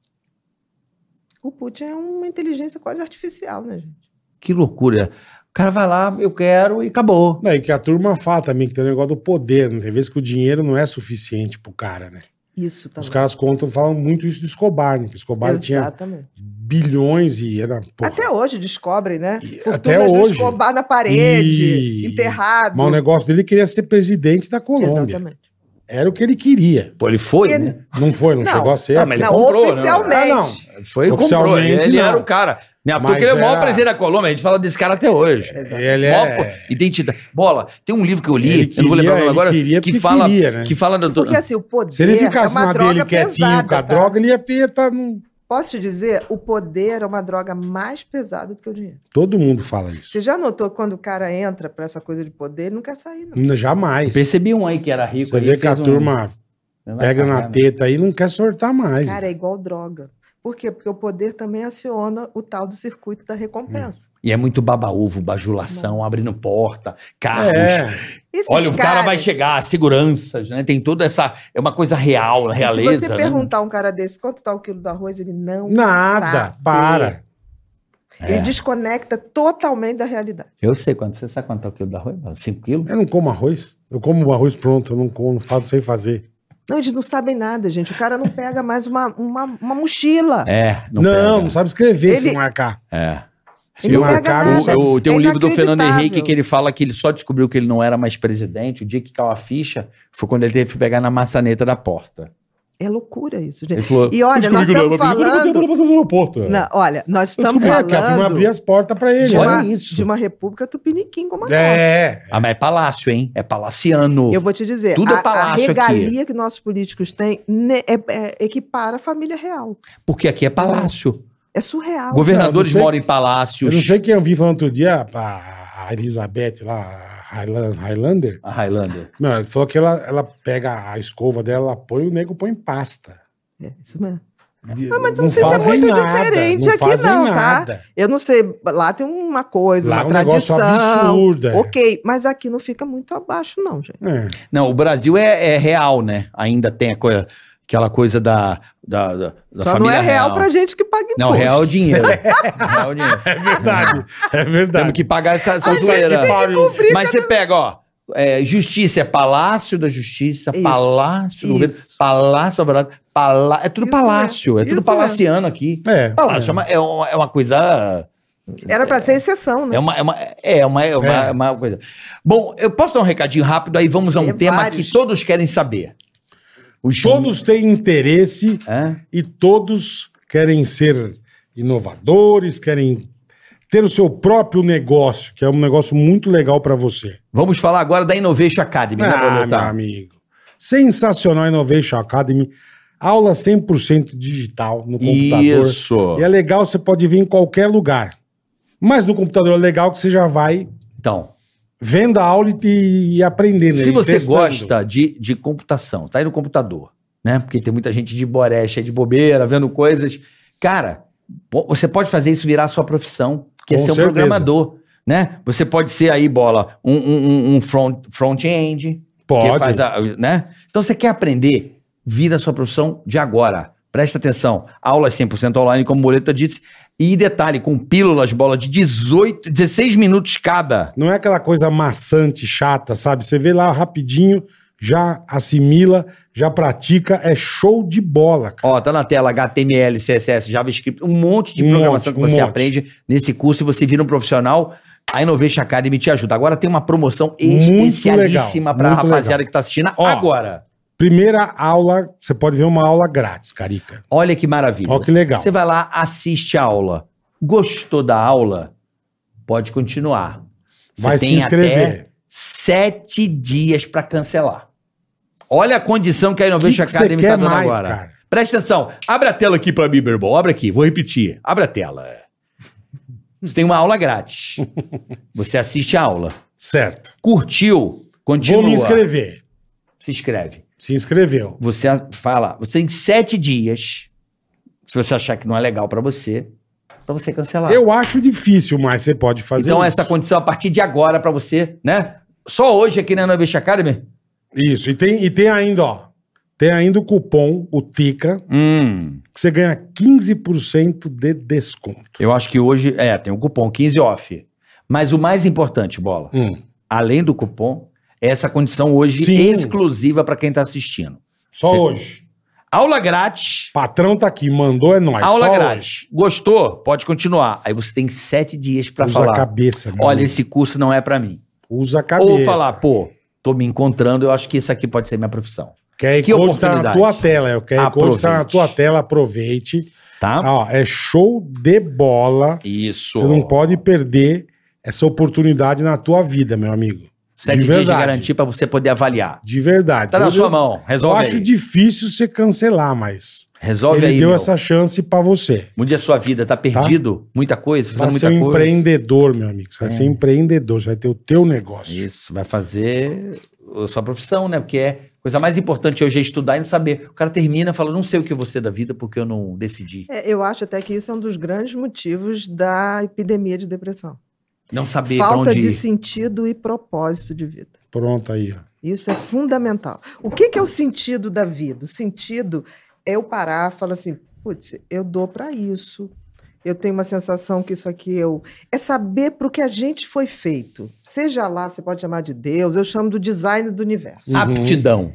Speaker 4: O Putin é uma inteligência quase artificial, né, gente?
Speaker 3: Que loucura. O cara vai lá, eu quero e acabou.
Speaker 2: Não, e né, que a turma fala também, que tem o negócio do poder, né? Tem vezes que o dinheiro não é suficiente pro cara, né?
Speaker 4: Isso também.
Speaker 2: Os caras contam, falam muito isso do Escobar, né? Que o Escobar tinha
Speaker 4: Exatamente.
Speaker 2: bilhões e era. porra,
Speaker 4: Até hoje descobrem, né?
Speaker 2: E-
Speaker 4: Fortunas
Speaker 2: até
Speaker 4: do
Speaker 2: hoje.
Speaker 4: Escobar na parede,
Speaker 2: E-
Speaker 4: enterrado.
Speaker 2: Mas o negócio dele queria ser presidente da Colômbia.
Speaker 4: Exatamente.
Speaker 2: Era o que ele queria.
Speaker 3: Pô, ele foi,
Speaker 4: Porque-
Speaker 3: né?
Speaker 2: Não foi, não,
Speaker 4: Não.
Speaker 2: chegou a ser.
Speaker 3: Ah, mas ele
Speaker 4: não,
Speaker 3: comprou, né?
Speaker 4: oficialmente.
Speaker 2: Ah, não.
Speaker 3: Foi e comprou.
Speaker 2: Oficialmente,
Speaker 3: Ele, ele
Speaker 2: não.
Speaker 3: era o cara. Né? Porque
Speaker 2: Mas
Speaker 3: ele é o maior
Speaker 2: era-
Speaker 3: presidente da Colômbia. A gente fala desse cara até hoje.
Speaker 2: Ele
Speaker 3: Mó,
Speaker 2: é...
Speaker 3: pô, identidade. Bola, tem um livro que eu li,
Speaker 2: Ele
Speaker 3: eu não vou lembrar o
Speaker 2: queria-
Speaker 3: nome agora,
Speaker 2: ele queria
Speaker 3: que
Speaker 2: porque
Speaker 3: fala,
Speaker 2: queria, né?
Speaker 3: que fala da
Speaker 4: Porque assim, o poder
Speaker 2: Se ele ficasse
Speaker 4: é uma
Speaker 2: na
Speaker 4: droga
Speaker 2: dele quietinho
Speaker 4: pesada,
Speaker 2: com a
Speaker 4: tá?
Speaker 2: droga, ele ia ter. Tá, num-
Speaker 4: Posso te dizer, o poder é uma droga mais pesada do que o dinheiro.
Speaker 2: Todo mundo fala isso.
Speaker 4: Você já notou que quando o cara entra pra essa coisa de poder, ele não quer sair, não.
Speaker 2: Não, Jamais.
Speaker 3: Percebi um aí que era rico.
Speaker 2: Você
Speaker 3: ali,
Speaker 2: vê que a
Speaker 3: fez um- né?
Speaker 2: turma pega na teta aí e não quer sortar mais.
Speaker 4: Cara,
Speaker 2: né?
Speaker 4: é igual droga. Por quê? Porque o poder também aciona o tal do circuito da recompensa.
Speaker 2: Hum.
Speaker 3: E é muito baba-ovo, bajulação, abrindo porta, carros.
Speaker 2: É,
Speaker 4: Esses
Speaker 3: Olha, o cara
Speaker 4: caras-
Speaker 3: vai chegar, seguranças, né? Tem toda essa. É uma coisa real,
Speaker 4: E
Speaker 3: realeza.
Speaker 4: Se você
Speaker 3: né?
Speaker 4: perguntar a um cara desse quanto tá o quilo do arroz, ele não
Speaker 2: nada,
Speaker 4: sabe.
Speaker 2: para.
Speaker 4: Ele
Speaker 3: É.
Speaker 4: desconecta totalmente da realidade.
Speaker 3: Eu sei quanto. Você sabe quanto é o quilo da arroz? 5 quilos?
Speaker 2: Eu não como arroz. Eu como arroz pronto, eu não como, não faço sem fazer.
Speaker 4: Não, eles não sabem nada, gente. O cara não pega mais uma, uma, uma mochila.
Speaker 3: É,
Speaker 2: Não,
Speaker 3: não.
Speaker 2: não,
Speaker 3: pega.
Speaker 2: sabe escrever se
Speaker 4: Ele-
Speaker 2: marcar.
Speaker 3: É.
Speaker 2: Se
Speaker 4: Ele não pega
Speaker 2: marcar, não
Speaker 4: nada.
Speaker 2: sabe.
Speaker 3: Eu, eu tenho um
Speaker 4: É
Speaker 3: livro do Fernando
Speaker 4: inacreditável.
Speaker 3: Henrique que ele fala que ele só descobriu que ele não era mais presidente. O dia que caiu a ficha foi quando ele teve que pegar na maçaneta da porta.
Speaker 4: É loucura isso, gente.
Speaker 3: Ele falou.
Speaker 4: E olha, nós estamos falando.
Speaker 3: É.
Speaker 4: Não, olha, nós
Speaker 2: Estamos
Speaker 4: estamos
Speaker 2: falando. é Que a turma abria
Speaker 4: falando
Speaker 2: as portas pra ele. né?
Speaker 4: de
Speaker 3: Olha
Speaker 4: uma,
Speaker 3: isso.
Speaker 4: de uma república tupiniquim como a nossa.
Speaker 2: É,
Speaker 3: Ah, mas é palácio, hein? É palaciano.
Speaker 4: Eu vou te dizer,
Speaker 3: Tudo é
Speaker 4: a, a
Speaker 3: palácio aqui.
Speaker 4: regalia que nossos políticos têm né, é- é- equipara a família real.
Speaker 3: Porque aqui é palácio.
Speaker 4: É surreal.
Speaker 3: Governadores
Speaker 2: Não, eu não
Speaker 3: moram em
Speaker 2: eu
Speaker 3: palácios.
Speaker 2: não sei quem eu vi falando outro dia, a, a Elizabeth lá, a Highland- Highlander.
Speaker 3: A Highlander.
Speaker 2: Não, ela falou que ela, ela pega a escova dela, ela põe, o nego põe em pasta.
Speaker 4: É, isso mesmo.
Speaker 2: De-
Speaker 4: Ah, mas eu não sei se é
Speaker 2: fazem
Speaker 4: muito diferente aqui
Speaker 2: fazem
Speaker 4: não, tá? Eu não sei, lá tem uma coisa,
Speaker 2: Lá é
Speaker 4: uma
Speaker 2: um negócio
Speaker 4: tradição.
Speaker 2: absurdo. é.
Speaker 4: Ok, mas aqui não fica muito abaixo, não, gente.
Speaker 2: É.
Speaker 3: Não, o Brasil é, é real, né? Ainda tem a coisa- aquela coisa da, da, da, da
Speaker 4: Só
Speaker 3: família
Speaker 4: não é real, pra gente que paga imposto.
Speaker 3: Não, real é o dinheiro. real é o dinheiro.
Speaker 2: É verdade, é verdade.
Speaker 3: Temos que pagar essa, essa
Speaker 2: Puta que
Speaker 3: zoeira.
Speaker 2: pariu.
Speaker 3: Mas você pega, ó, é, justiça é palácio da justiça,
Speaker 4: Isso,
Speaker 3: palácio do governo,
Speaker 4: isso.
Speaker 3: palácio da verdade, palá- é tudo
Speaker 4: Isso
Speaker 3: palácio, é
Speaker 4: mesmo,
Speaker 3: tudo
Speaker 4: isso mesmo.
Speaker 3: palaciano aqui.
Speaker 2: É,
Speaker 3: Palácio é
Speaker 2: é.
Speaker 3: uma, é uma- é uma coisa...
Speaker 4: Era pra ser exceção, né?
Speaker 3: É uma, é uma, é uma, é uma,
Speaker 2: É.
Speaker 3: uma coisa. Bom, eu posso dar um recadinho rápido, aí vamos a um
Speaker 4: Tem
Speaker 3: tema
Speaker 4: vários.
Speaker 3: que todos querem saber. Os
Speaker 2: Todos têm interesse
Speaker 3: Hã?
Speaker 2: e todos querem ser inovadores, querem ter o seu próprio negócio, que é um negócio muito legal pra você.
Speaker 3: Vamos falar agora da Innovation Academy, né,
Speaker 2: Ah, meu
Speaker 3: Boleta?
Speaker 2: amigo. Sensacional Innovation Academy. Aula 100% digital no computador.
Speaker 3: Isso.
Speaker 2: E é legal, você pode vir em qualquer lugar. Mas no computador é legal que você já vai
Speaker 3: Então,
Speaker 2: vendo a aula e, te- e aprendendo.
Speaker 3: se
Speaker 2: e
Speaker 3: você
Speaker 2: testando.
Speaker 3: gosta de, de computação, tá aí no computador, né? Porque tem muita gente de boreste, aí de bobeira, vendo coisas. Cara, pô, você pode fazer isso virar a sua profissão, que é
Speaker 2: Com
Speaker 3: ser um
Speaker 2: certeza.
Speaker 3: programador, né? Você pode ser aí, bola, um, um- um- um front- front-end, Que
Speaker 2: pode.
Speaker 3: faz a- né? Então, você quer aprender? Vira a sua profissão de agora. Presta atenção. é Aulas 100% online, como o Boleta disse. E detalhe, com pílulas, bola de 18, 16 minutos cada.
Speaker 2: Não é aquela coisa maçante, chata, sabe? Você vê lá rapidinho, já assimila, já pratica, é show de bola, cara.
Speaker 3: Ó, tá na tela HTML, CSS, JavaScript, um monte de
Speaker 2: Um
Speaker 3: programação
Speaker 2: monte,
Speaker 3: que
Speaker 2: um
Speaker 3: você
Speaker 2: monte.
Speaker 3: aprende nesse curso e você vira um profissional. A Innovation Academy te ajuda. Agora tem uma promoção
Speaker 2: Muito legal,
Speaker 3: especialíssima pra
Speaker 2: muito
Speaker 3: rapaziada
Speaker 2: legal.
Speaker 3: que tá assistindo
Speaker 2: Ó.
Speaker 3: agora.
Speaker 2: Primeira aula, você pode ver uma aula grátis, Carica.
Speaker 3: Olha que maravilha.
Speaker 2: Ó, que legal.
Speaker 3: Você vai lá, assiste a aula. Gostou da aula? Pode continuar. Você
Speaker 2: Vai se
Speaker 3: tem até
Speaker 2: inscrever.
Speaker 3: sete dias pra cancelar. Olha a condição que a
Speaker 2: O que
Speaker 3: Innovation
Speaker 2: que você
Speaker 3: Academy tá
Speaker 2: quer
Speaker 3: dando
Speaker 2: mais,
Speaker 3: agora.
Speaker 2: cara?
Speaker 3: Presta atenção. Abre a tela aqui pra mim, meu irmão. Abre aqui. Vou repetir. Abre a tela. Você tem uma aula grátis. Você assiste a aula.
Speaker 2: Certo.
Speaker 3: Curtiu? Continua.
Speaker 2: Vou me inscrever.
Speaker 3: Se inscreve.
Speaker 2: Se inscreveu.
Speaker 3: Você a- fala. Você tem sete dias. Se você achar que não é legal pra você, pra você cancelar.
Speaker 2: Eu acho difícil, mas você pode fazer
Speaker 3: então,
Speaker 2: isso.
Speaker 3: essa condição a partir de agora pra você, né? Só hoje aqui né, na Innovation Academy?
Speaker 2: Isso. E tem, e tem ainda, ó. Tem ainda o cupom, o TICA,
Speaker 3: Hum.
Speaker 2: que você ganha 15% de desconto.
Speaker 3: Eu acho que hoje, é, tem um cupom 15 off. Mas o mais importante, bola,
Speaker 2: Hum.
Speaker 3: além do cupom, é essa condição hoje
Speaker 2: Sim.
Speaker 3: exclusiva para quem está assistindo.
Speaker 2: Só
Speaker 3: Você-
Speaker 2: hoje.
Speaker 3: Aula grátis.
Speaker 2: Patrão tá aqui, mandou, é nóis.
Speaker 3: aula
Speaker 2: Só
Speaker 3: grátis. Gostou? Pode continuar. Aí você tem sete dias para
Speaker 2: Usa a
Speaker 3: falar.
Speaker 2: cabeça, meu
Speaker 3: Olha,
Speaker 2: amigo.
Speaker 3: esse curso não é para mim.
Speaker 2: Usa a cabeça.
Speaker 3: Ou falar, pô, tô me encontrando, eu acho que isso aqui pode ser minha profissão.
Speaker 2: QR
Speaker 3: que
Speaker 2: Code tá na
Speaker 3: oportunidade.
Speaker 2: tua tela. é O QR Code tá na
Speaker 3: Aproveite.
Speaker 2: tua tela, aproveite.
Speaker 3: Tá?
Speaker 2: Ah, ó, é show de bola.
Speaker 3: Isso.
Speaker 2: Você não pode perder essa oportunidade na tua vida, meu amigo.
Speaker 3: Sete
Speaker 2: de
Speaker 3: dias de
Speaker 2: verdade.
Speaker 3: garantia para você poder avaliar.
Speaker 2: De verdade.
Speaker 3: Tá na
Speaker 2: Hoje
Speaker 3: sua
Speaker 2: eu-
Speaker 3: mão.
Speaker 2: Eu
Speaker 3: Resolve
Speaker 2: acho
Speaker 3: aí.
Speaker 2: difícil você cancelar, mas
Speaker 3: Resolve
Speaker 2: ele
Speaker 3: aí,
Speaker 2: deu
Speaker 3: meu.
Speaker 2: essa chance pra você.
Speaker 3: Mude a sua vida, tá perdido? Muita coisa,
Speaker 2: Você vai
Speaker 3: fazendo
Speaker 2: ser
Speaker 3: muita
Speaker 2: um
Speaker 3: coisa.
Speaker 2: empreendedor, meu amigo. Você vai
Speaker 3: É.
Speaker 2: ser um empreendedor, você vai ter o teu negócio.
Speaker 3: Isso, vai fazer a sua profissão, né? Porque é a coisa mais importante hoje é estudar e não saber. O cara termina falando, não sei o que eu vou ser da vida porque eu não decidi.
Speaker 4: É, eu acho até que isso é um dos grandes motivos da epidemia de depressão.
Speaker 3: Não saber pra
Speaker 4: Falta
Speaker 3: onde
Speaker 4: de
Speaker 3: ir.
Speaker 4: sentido e propósito de vida.
Speaker 2: Pronto aí. ó.
Speaker 4: Isso é fundamental. O que, que é o sentido da vida? O sentido é eu parar e falar assim, putz, eu dou para isso. Eu tenho uma sensação que isso aqui eu. É saber para o que a gente foi feito. Seja lá, você pode chamar de Deus, eu chamo do design do universo.
Speaker 2: Uhum.
Speaker 3: Aptidão.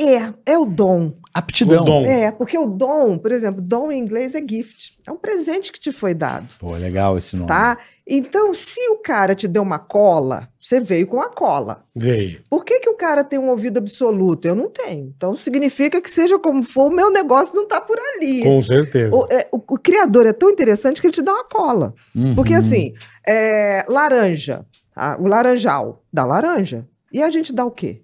Speaker 4: É, é o dom.
Speaker 3: Aptidão.
Speaker 2: O dom.
Speaker 4: É, porque o dom, por exemplo, dom em inglês é gift. É um presente que te foi dado,
Speaker 3: Pô, legal esse nome.
Speaker 4: tá? Então, se o cara te deu uma cola, você veio com a cola.
Speaker 2: Veio.
Speaker 4: Por que, que o cara tem um ouvido absoluto? Eu não tenho. Então significa que, seja como for, o meu negócio não está por ali.
Speaker 2: Com certeza.
Speaker 4: O, é, o- o criador é tão interessante que ele te dá uma cola.
Speaker 3: Uhum.
Speaker 4: Porque, assim, é, laranja, tá? o laranjal dá laranja. E a gente dá o quê?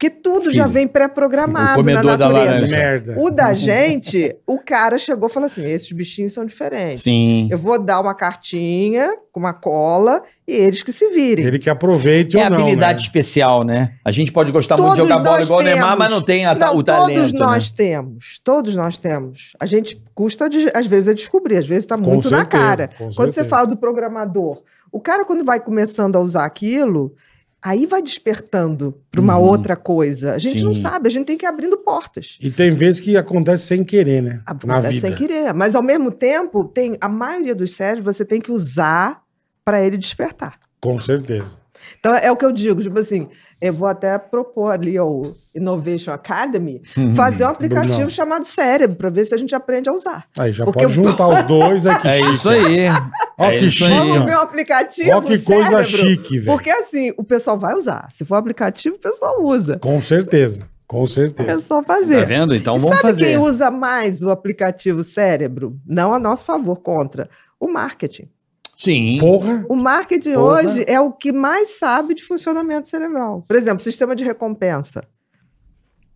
Speaker 4: Porque tudo já
Speaker 3: Filho.
Speaker 4: vem
Speaker 3: O
Speaker 4: pré-programado na
Speaker 3: comedor da
Speaker 4: natureza.
Speaker 3: laranja.
Speaker 2: Merda.
Speaker 4: O da gente, o cara chegou e falou assim: esses bichinhos são diferentes.
Speaker 3: Sim.
Speaker 4: Eu vou dar uma cartinha com uma cola e eles que se virem.
Speaker 2: Ele que aproveite
Speaker 3: É
Speaker 2: ou não.
Speaker 3: habilidade
Speaker 2: né?
Speaker 3: especial, né? A gente pode gostar muito de
Speaker 4: Todos
Speaker 3: jogar bola
Speaker 4: nós
Speaker 3: igual o Neymar,
Speaker 4: temos.
Speaker 3: mas não tem a-
Speaker 2: tá
Speaker 4: Não,
Speaker 3: o talento.
Speaker 4: todos
Speaker 3: né?
Speaker 4: nós temos, todos nós temos. A gente custa, de- às vezes, a descobrir, às vezes está
Speaker 2: Com
Speaker 4: muito na
Speaker 2: certeza,
Speaker 4: cara.
Speaker 2: com
Speaker 4: Quando você
Speaker 2: certeza.
Speaker 4: fala do programador, o cara, quando vai começando a usar aquilo, aí vai despertando para uma
Speaker 3: Uhum.
Speaker 4: outra coisa. A gente não
Speaker 3: Sim.
Speaker 4: sabe, a gente tem que ir abrindo portas.
Speaker 2: E tem vezes que acontece sem querer, né? na
Speaker 4: Acontece
Speaker 2: vida.
Speaker 4: sem querer. Mas, ao mesmo tempo, tem a maioria dos cérebros você tem que usar para ele despertar.
Speaker 2: Com certeza.
Speaker 4: Então é o que eu digo, tipo assim, eu vou até propor ali ao Innovation Academy
Speaker 3: Uhum.
Speaker 4: fazer um aplicativo
Speaker 2: Brunão.
Speaker 4: chamado Cérebro para ver se a gente aprende a usar.
Speaker 2: Aí já
Speaker 4: Porque
Speaker 2: pode
Speaker 4: eu-
Speaker 2: juntar os dois aqui.
Speaker 3: É isso aí.
Speaker 2: Ó,
Speaker 3: É
Speaker 2: que
Speaker 3: isso aí,
Speaker 2: chique.
Speaker 3: ó.
Speaker 4: Vamos ver
Speaker 2: ó.
Speaker 4: o aplicativo
Speaker 2: Ó, que coisa chique, velho.
Speaker 4: Porque assim, o pessoal vai usar. Se for aplicativo, o pessoal usa.
Speaker 2: Com certeza. Com
Speaker 4: O
Speaker 2: certeza.
Speaker 4: pessoal
Speaker 3: Tá
Speaker 4: fazer.
Speaker 3: vendo? Então
Speaker 4: e
Speaker 3: vamos
Speaker 4: sabe
Speaker 3: fazer.
Speaker 4: quem usa mais o aplicativo Cérebro? Não a nosso favor, contra. O marketing.
Speaker 3: Sim.
Speaker 2: Porra.
Speaker 4: O marketing
Speaker 2: Porra.
Speaker 4: hoje é o que mais sabe de funcionamento cerebral. Por exemplo, sistema de recompensa.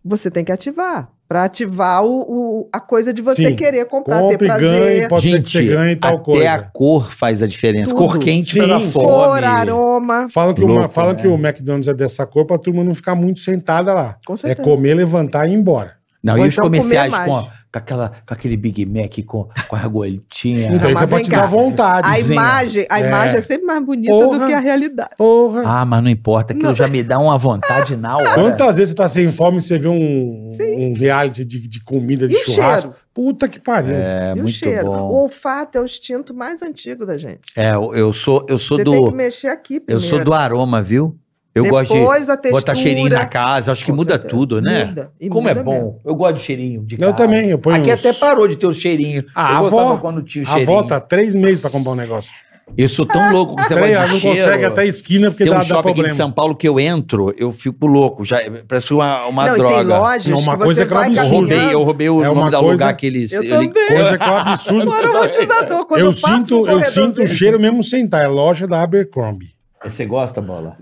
Speaker 4: Você tem que ativar. Para ativar o, o- a coisa de você
Speaker 2: Sim.
Speaker 4: querer comprar, ter
Speaker 2: Compre,
Speaker 4: prazer.
Speaker 2: ganhe, pode ser que você ganhe tal
Speaker 3: até
Speaker 2: coisa.
Speaker 3: a cor faz a diferença.
Speaker 4: Tudo.
Speaker 3: Cor quente pra
Speaker 2: Sim,
Speaker 3: dar
Speaker 2: sim.
Speaker 3: fome.
Speaker 4: Cor, aroma.
Speaker 2: Falam que, o
Speaker 3: Louco,
Speaker 2: Ma- falam
Speaker 3: né?
Speaker 2: que o McDonald's é dessa cor pra turma não ficar muito sentada lá.
Speaker 4: Com
Speaker 2: É
Speaker 4: certeza.
Speaker 2: comer, levantar e ir embora.
Speaker 3: Não,
Speaker 4: Ou
Speaker 3: e os
Speaker 4: então comer
Speaker 3: comerciais
Speaker 4: mais.
Speaker 3: com, a- com aquela, com aquele Big Mac com, com a argoletinha.
Speaker 2: Então
Speaker 4: Não,
Speaker 2: isso é
Speaker 4: mas
Speaker 2: pra
Speaker 4: vem
Speaker 2: te
Speaker 4: cá.
Speaker 2: dar vontade.
Speaker 4: A
Speaker 3: Desenho.
Speaker 4: imagem, a
Speaker 2: É.
Speaker 4: imagem é sempre mais bonita do
Speaker 2: Porra.
Speaker 4: que a realidade.
Speaker 2: Porra.
Speaker 3: Ah, mas não importa, aquilo
Speaker 4: Não.
Speaker 3: já me dá uma vontade na hora.
Speaker 2: Quantas vezes você tá sem fome e você vê um, um
Speaker 4: Sim.
Speaker 2: reality de, de comida, de
Speaker 4: E o
Speaker 2: churrasco?
Speaker 4: cheiro?
Speaker 2: Puta que pariu.
Speaker 3: É
Speaker 4: e o
Speaker 3: muito
Speaker 4: cheiro? O
Speaker 3: bom.
Speaker 4: olfato é o instinto mais antigo da gente.
Speaker 3: É, eu- eu sou, eu sou
Speaker 4: Você tem que
Speaker 3: do.
Speaker 4: mexer aqui
Speaker 3: Eu
Speaker 4: primeiro.
Speaker 3: sou do aroma, viu? Eu gosto de
Speaker 4: Depois a textura.
Speaker 3: botar cheirinho na casa, acho que
Speaker 4: Com
Speaker 3: muda
Speaker 4: certeza.
Speaker 3: tudo, né?
Speaker 4: Muda, e
Speaker 3: Como
Speaker 4: muda
Speaker 3: é bom.
Speaker 4: mesmo.
Speaker 3: Eu gosto de cheirinho de
Speaker 2: Eu
Speaker 3: casa.
Speaker 2: também, eu ponho
Speaker 3: Aqui
Speaker 4: é
Speaker 2: uns-
Speaker 3: até parou de ter o cheirinho.
Speaker 2: Ah,
Speaker 3: eu
Speaker 2: a
Speaker 3: gostava
Speaker 2: avó-
Speaker 3: quando tinha o
Speaker 2: A
Speaker 3: cheirinho.
Speaker 2: avó tá três meses pra comprar um negócio.
Speaker 3: Eu sou
Speaker 4: Ah.
Speaker 3: tão louco que você vai
Speaker 2: Três,
Speaker 3: de
Speaker 2: ela não
Speaker 3: cheiro.
Speaker 2: consegue até a esquina porque
Speaker 3: Tem um
Speaker 2: dá, dá
Speaker 3: shopping aqui
Speaker 2: problema.
Speaker 3: de São Paulo que eu entro, eu fico louco. Já, é, parece uma, uma
Speaker 4: não,
Speaker 3: droga.
Speaker 4: e tem lojas
Speaker 2: Não, uma
Speaker 4: que
Speaker 2: coisa
Speaker 4: você
Speaker 2: é que é um
Speaker 4: vai
Speaker 3: eu
Speaker 2: absurdo.
Speaker 4: caminhando.
Speaker 3: roubei, eu roubei o
Speaker 2: É
Speaker 3: nome
Speaker 2: uma
Speaker 3: da
Speaker 2: coisa-
Speaker 3: lugar que eles.
Speaker 4: Eu
Speaker 3: ele-
Speaker 4: também.
Speaker 2: Coisa que é um absurdo.
Speaker 4: Agora eu vou te dar dor. Quando
Speaker 2: eu,
Speaker 4: passo no
Speaker 2: sinto, eu
Speaker 4: corredor
Speaker 2: sinto o
Speaker 4: dele.
Speaker 2: cheiro mesmo sem estar. É loja da Abercrombie.
Speaker 3: Você gosta, bola?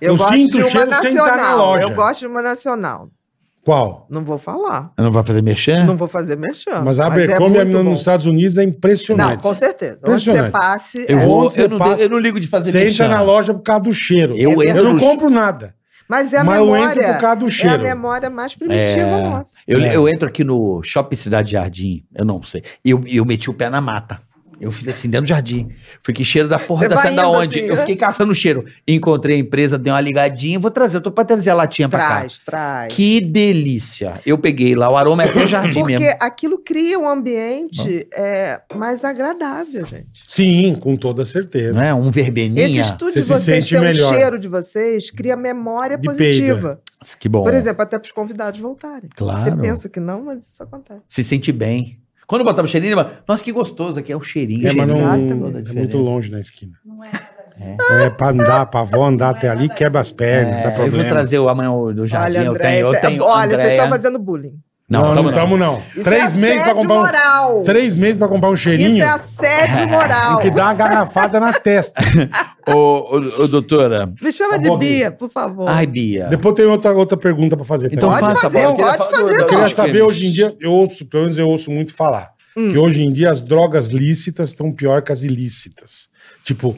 Speaker 2: eu
Speaker 4: gosto
Speaker 2: sinto
Speaker 4: de uma
Speaker 2: cheiro sem estar na
Speaker 4: nacional,
Speaker 2: loja.
Speaker 4: Eu gosto de uma nacional.
Speaker 2: Qual?
Speaker 4: Não vou falar.
Speaker 3: Não vai fazer mexer?
Speaker 4: Não vou fazer merchan.
Speaker 2: É. Mas a Abercrombie
Speaker 4: Ah, é muito
Speaker 2: nos
Speaker 4: bom.
Speaker 2: Estados Unidos é
Speaker 4: Não,
Speaker 2: impressionante.
Speaker 4: com certeza. Onde
Speaker 2: Impressionante.
Speaker 4: você passe.
Speaker 3: Eu
Speaker 4: é.
Speaker 3: vou.
Speaker 2: Onde
Speaker 3: Eu
Speaker 2: você
Speaker 3: não,
Speaker 2: passa-
Speaker 3: eu não ligo de fazer
Speaker 2: Você entra
Speaker 3: merchan.
Speaker 2: na loja por causa do cheiro. Eu,
Speaker 3: Eu
Speaker 4: Eu
Speaker 3: entro.
Speaker 2: não
Speaker 3: no-
Speaker 2: compro nada,
Speaker 4: Mas é a
Speaker 2: mas eu
Speaker 4: memória.
Speaker 2: entro por causa do
Speaker 4: É a
Speaker 2: cheiro.
Speaker 4: memória mais primitiva
Speaker 3: É.
Speaker 4: nossa.
Speaker 3: Eu,
Speaker 2: É.
Speaker 3: eu entro aqui no Shopping Cidade Jardim, eu não sei. E eu, eu meti o pé na mata. Eu fui assim, dentro do jardim. Fui que cheiro da porra
Speaker 4: Você
Speaker 3: da
Speaker 4: vai
Speaker 3: sabe da
Speaker 4: indo
Speaker 3: onde?
Speaker 4: assim,
Speaker 3: eu
Speaker 4: né?
Speaker 3: fiquei caçando o cheiro. Encontrei a empresa, dei uma ligadinha, vou trazer. Eu tô pra trazer a latinha pra
Speaker 4: Traz, traz.
Speaker 3: cá. Que delícia. Eu peguei lá, o aroma é até jardim
Speaker 4: Porque
Speaker 3: mesmo.
Speaker 4: aquilo cria um ambiente é, mais agradável, gente.
Speaker 2: Sim, com toda certeza.
Speaker 3: Né? Um
Speaker 4: Esse
Speaker 3: verbeninha.
Speaker 4: estudo
Speaker 2: Você
Speaker 4: de
Speaker 2: se
Speaker 4: vocês,
Speaker 2: sente
Speaker 4: ter o
Speaker 2: melhor.
Speaker 4: cheiro de vocês, cria memória
Speaker 2: De
Speaker 4: positiva.
Speaker 3: Que bom.
Speaker 4: Por exemplo, até para os convidados voltarem.
Speaker 3: Claro.
Speaker 4: Você pensa que não, mas isso acontece.
Speaker 3: Se sente bem. Quando eu botava o cheirinho, ele fala, nossa, que gostoso aqui. É o cheirinho.
Speaker 2: É, mas não,
Speaker 4: Exatamente.
Speaker 2: é muito longe na esquina. É, pra andar, pra avó andar até ali,
Speaker 4: é
Speaker 2: quebra as pernas, dá
Speaker 3: É, eu vou
Speaker 2: problema.
Speaker 3: trazer o amanhã o do jardim.
Speaker 4: olha, André,
Speaker 3: eu tenho, eu
Speaker 4: cê-
Speaker 3: tenho.
Speaker 4: olha, vocês
Speaker 3: Andréia.
Speaker 4: estão fazendo bullying.
Speaker 2: Não, não estamos não.
Speaker 4: Isso
Speaker 2: Três meses
Speaker 4: é
Speaker 2: pra
Speaker 4: assédio
Speaker 2: comprar um,
Speaker 4: moral.
Speaker 2: três meses para comprar um cheirinho,
Speaker 4: Isso é assédio moral.
Speaker 2: que dá uma garrafada na testa.
Speaker 3: Ô, ô, ô, doutora.
Speaker 4: Me chama
Speaker 2: Tá
Speaker 4: de
Speaker 2: bom,
Speaker 4: Bia, por favor.
Speaker 3: Ai, Bia.
Speaker 2: Depois tem outra outra pergunta pra fazer.
Speaker 3: Então
Speaker 2: também.
Speaker 4: Pode
Speaker 3: faça, é
Speaker 4: fazer,
Speaker 3: Bola. Eu queria
Speaker 4: pode
Speaker 3: falar do-
Speaker 4: fazer,
Speaker 3: do-
Speaker 2: eu queria
Speaker 4: Pode.
Speaker 2: saber hoje em dia, eu ouço, pelo menos eu ouço muito falar
Speaker 4: Hum.
Speaker 2: que hoje em dia as drogas lícitas estão pior que as ilícitas. Tipo,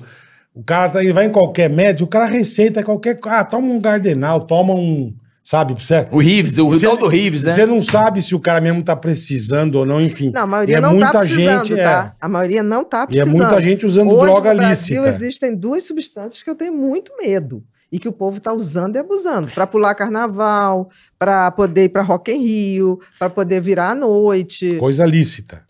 Speaker 2: o cara tá- ele vai em qualquer médico, o cara receita qualquer, ah, toma um gardenal, toma um, sabe, você
Speaker 3: O Rives, o
Speaker 2: Você-
Speaker 3: tal do Rives, né?
Speaker 2: Você não sabe se o cara mesmo tá precisando ou não, enfim.
Speaker 4: Não, tá a maioria
Speaker 2: E é
Speaker 4: não
Speaker 2: muita
Speaker 4: está precisando,
Speaker 2: gente,
Speaker 4: tá? A maioria não está
Speaker 2: E é
Speaker 4: precisando.
Speaker 2: muita gente usando
Speaker 4: Hoje
Speaker 2: droga
Speaker 4: no Brasil
Speaker 2: lícita.
Speaker 4: existem duas substâncias que eu tenho muito medo e que o povo está usando e abusando para pular carnaval, para poder ir para Rock em Rio, para poder virar à noite.
Speaker 2: Coisa lícita.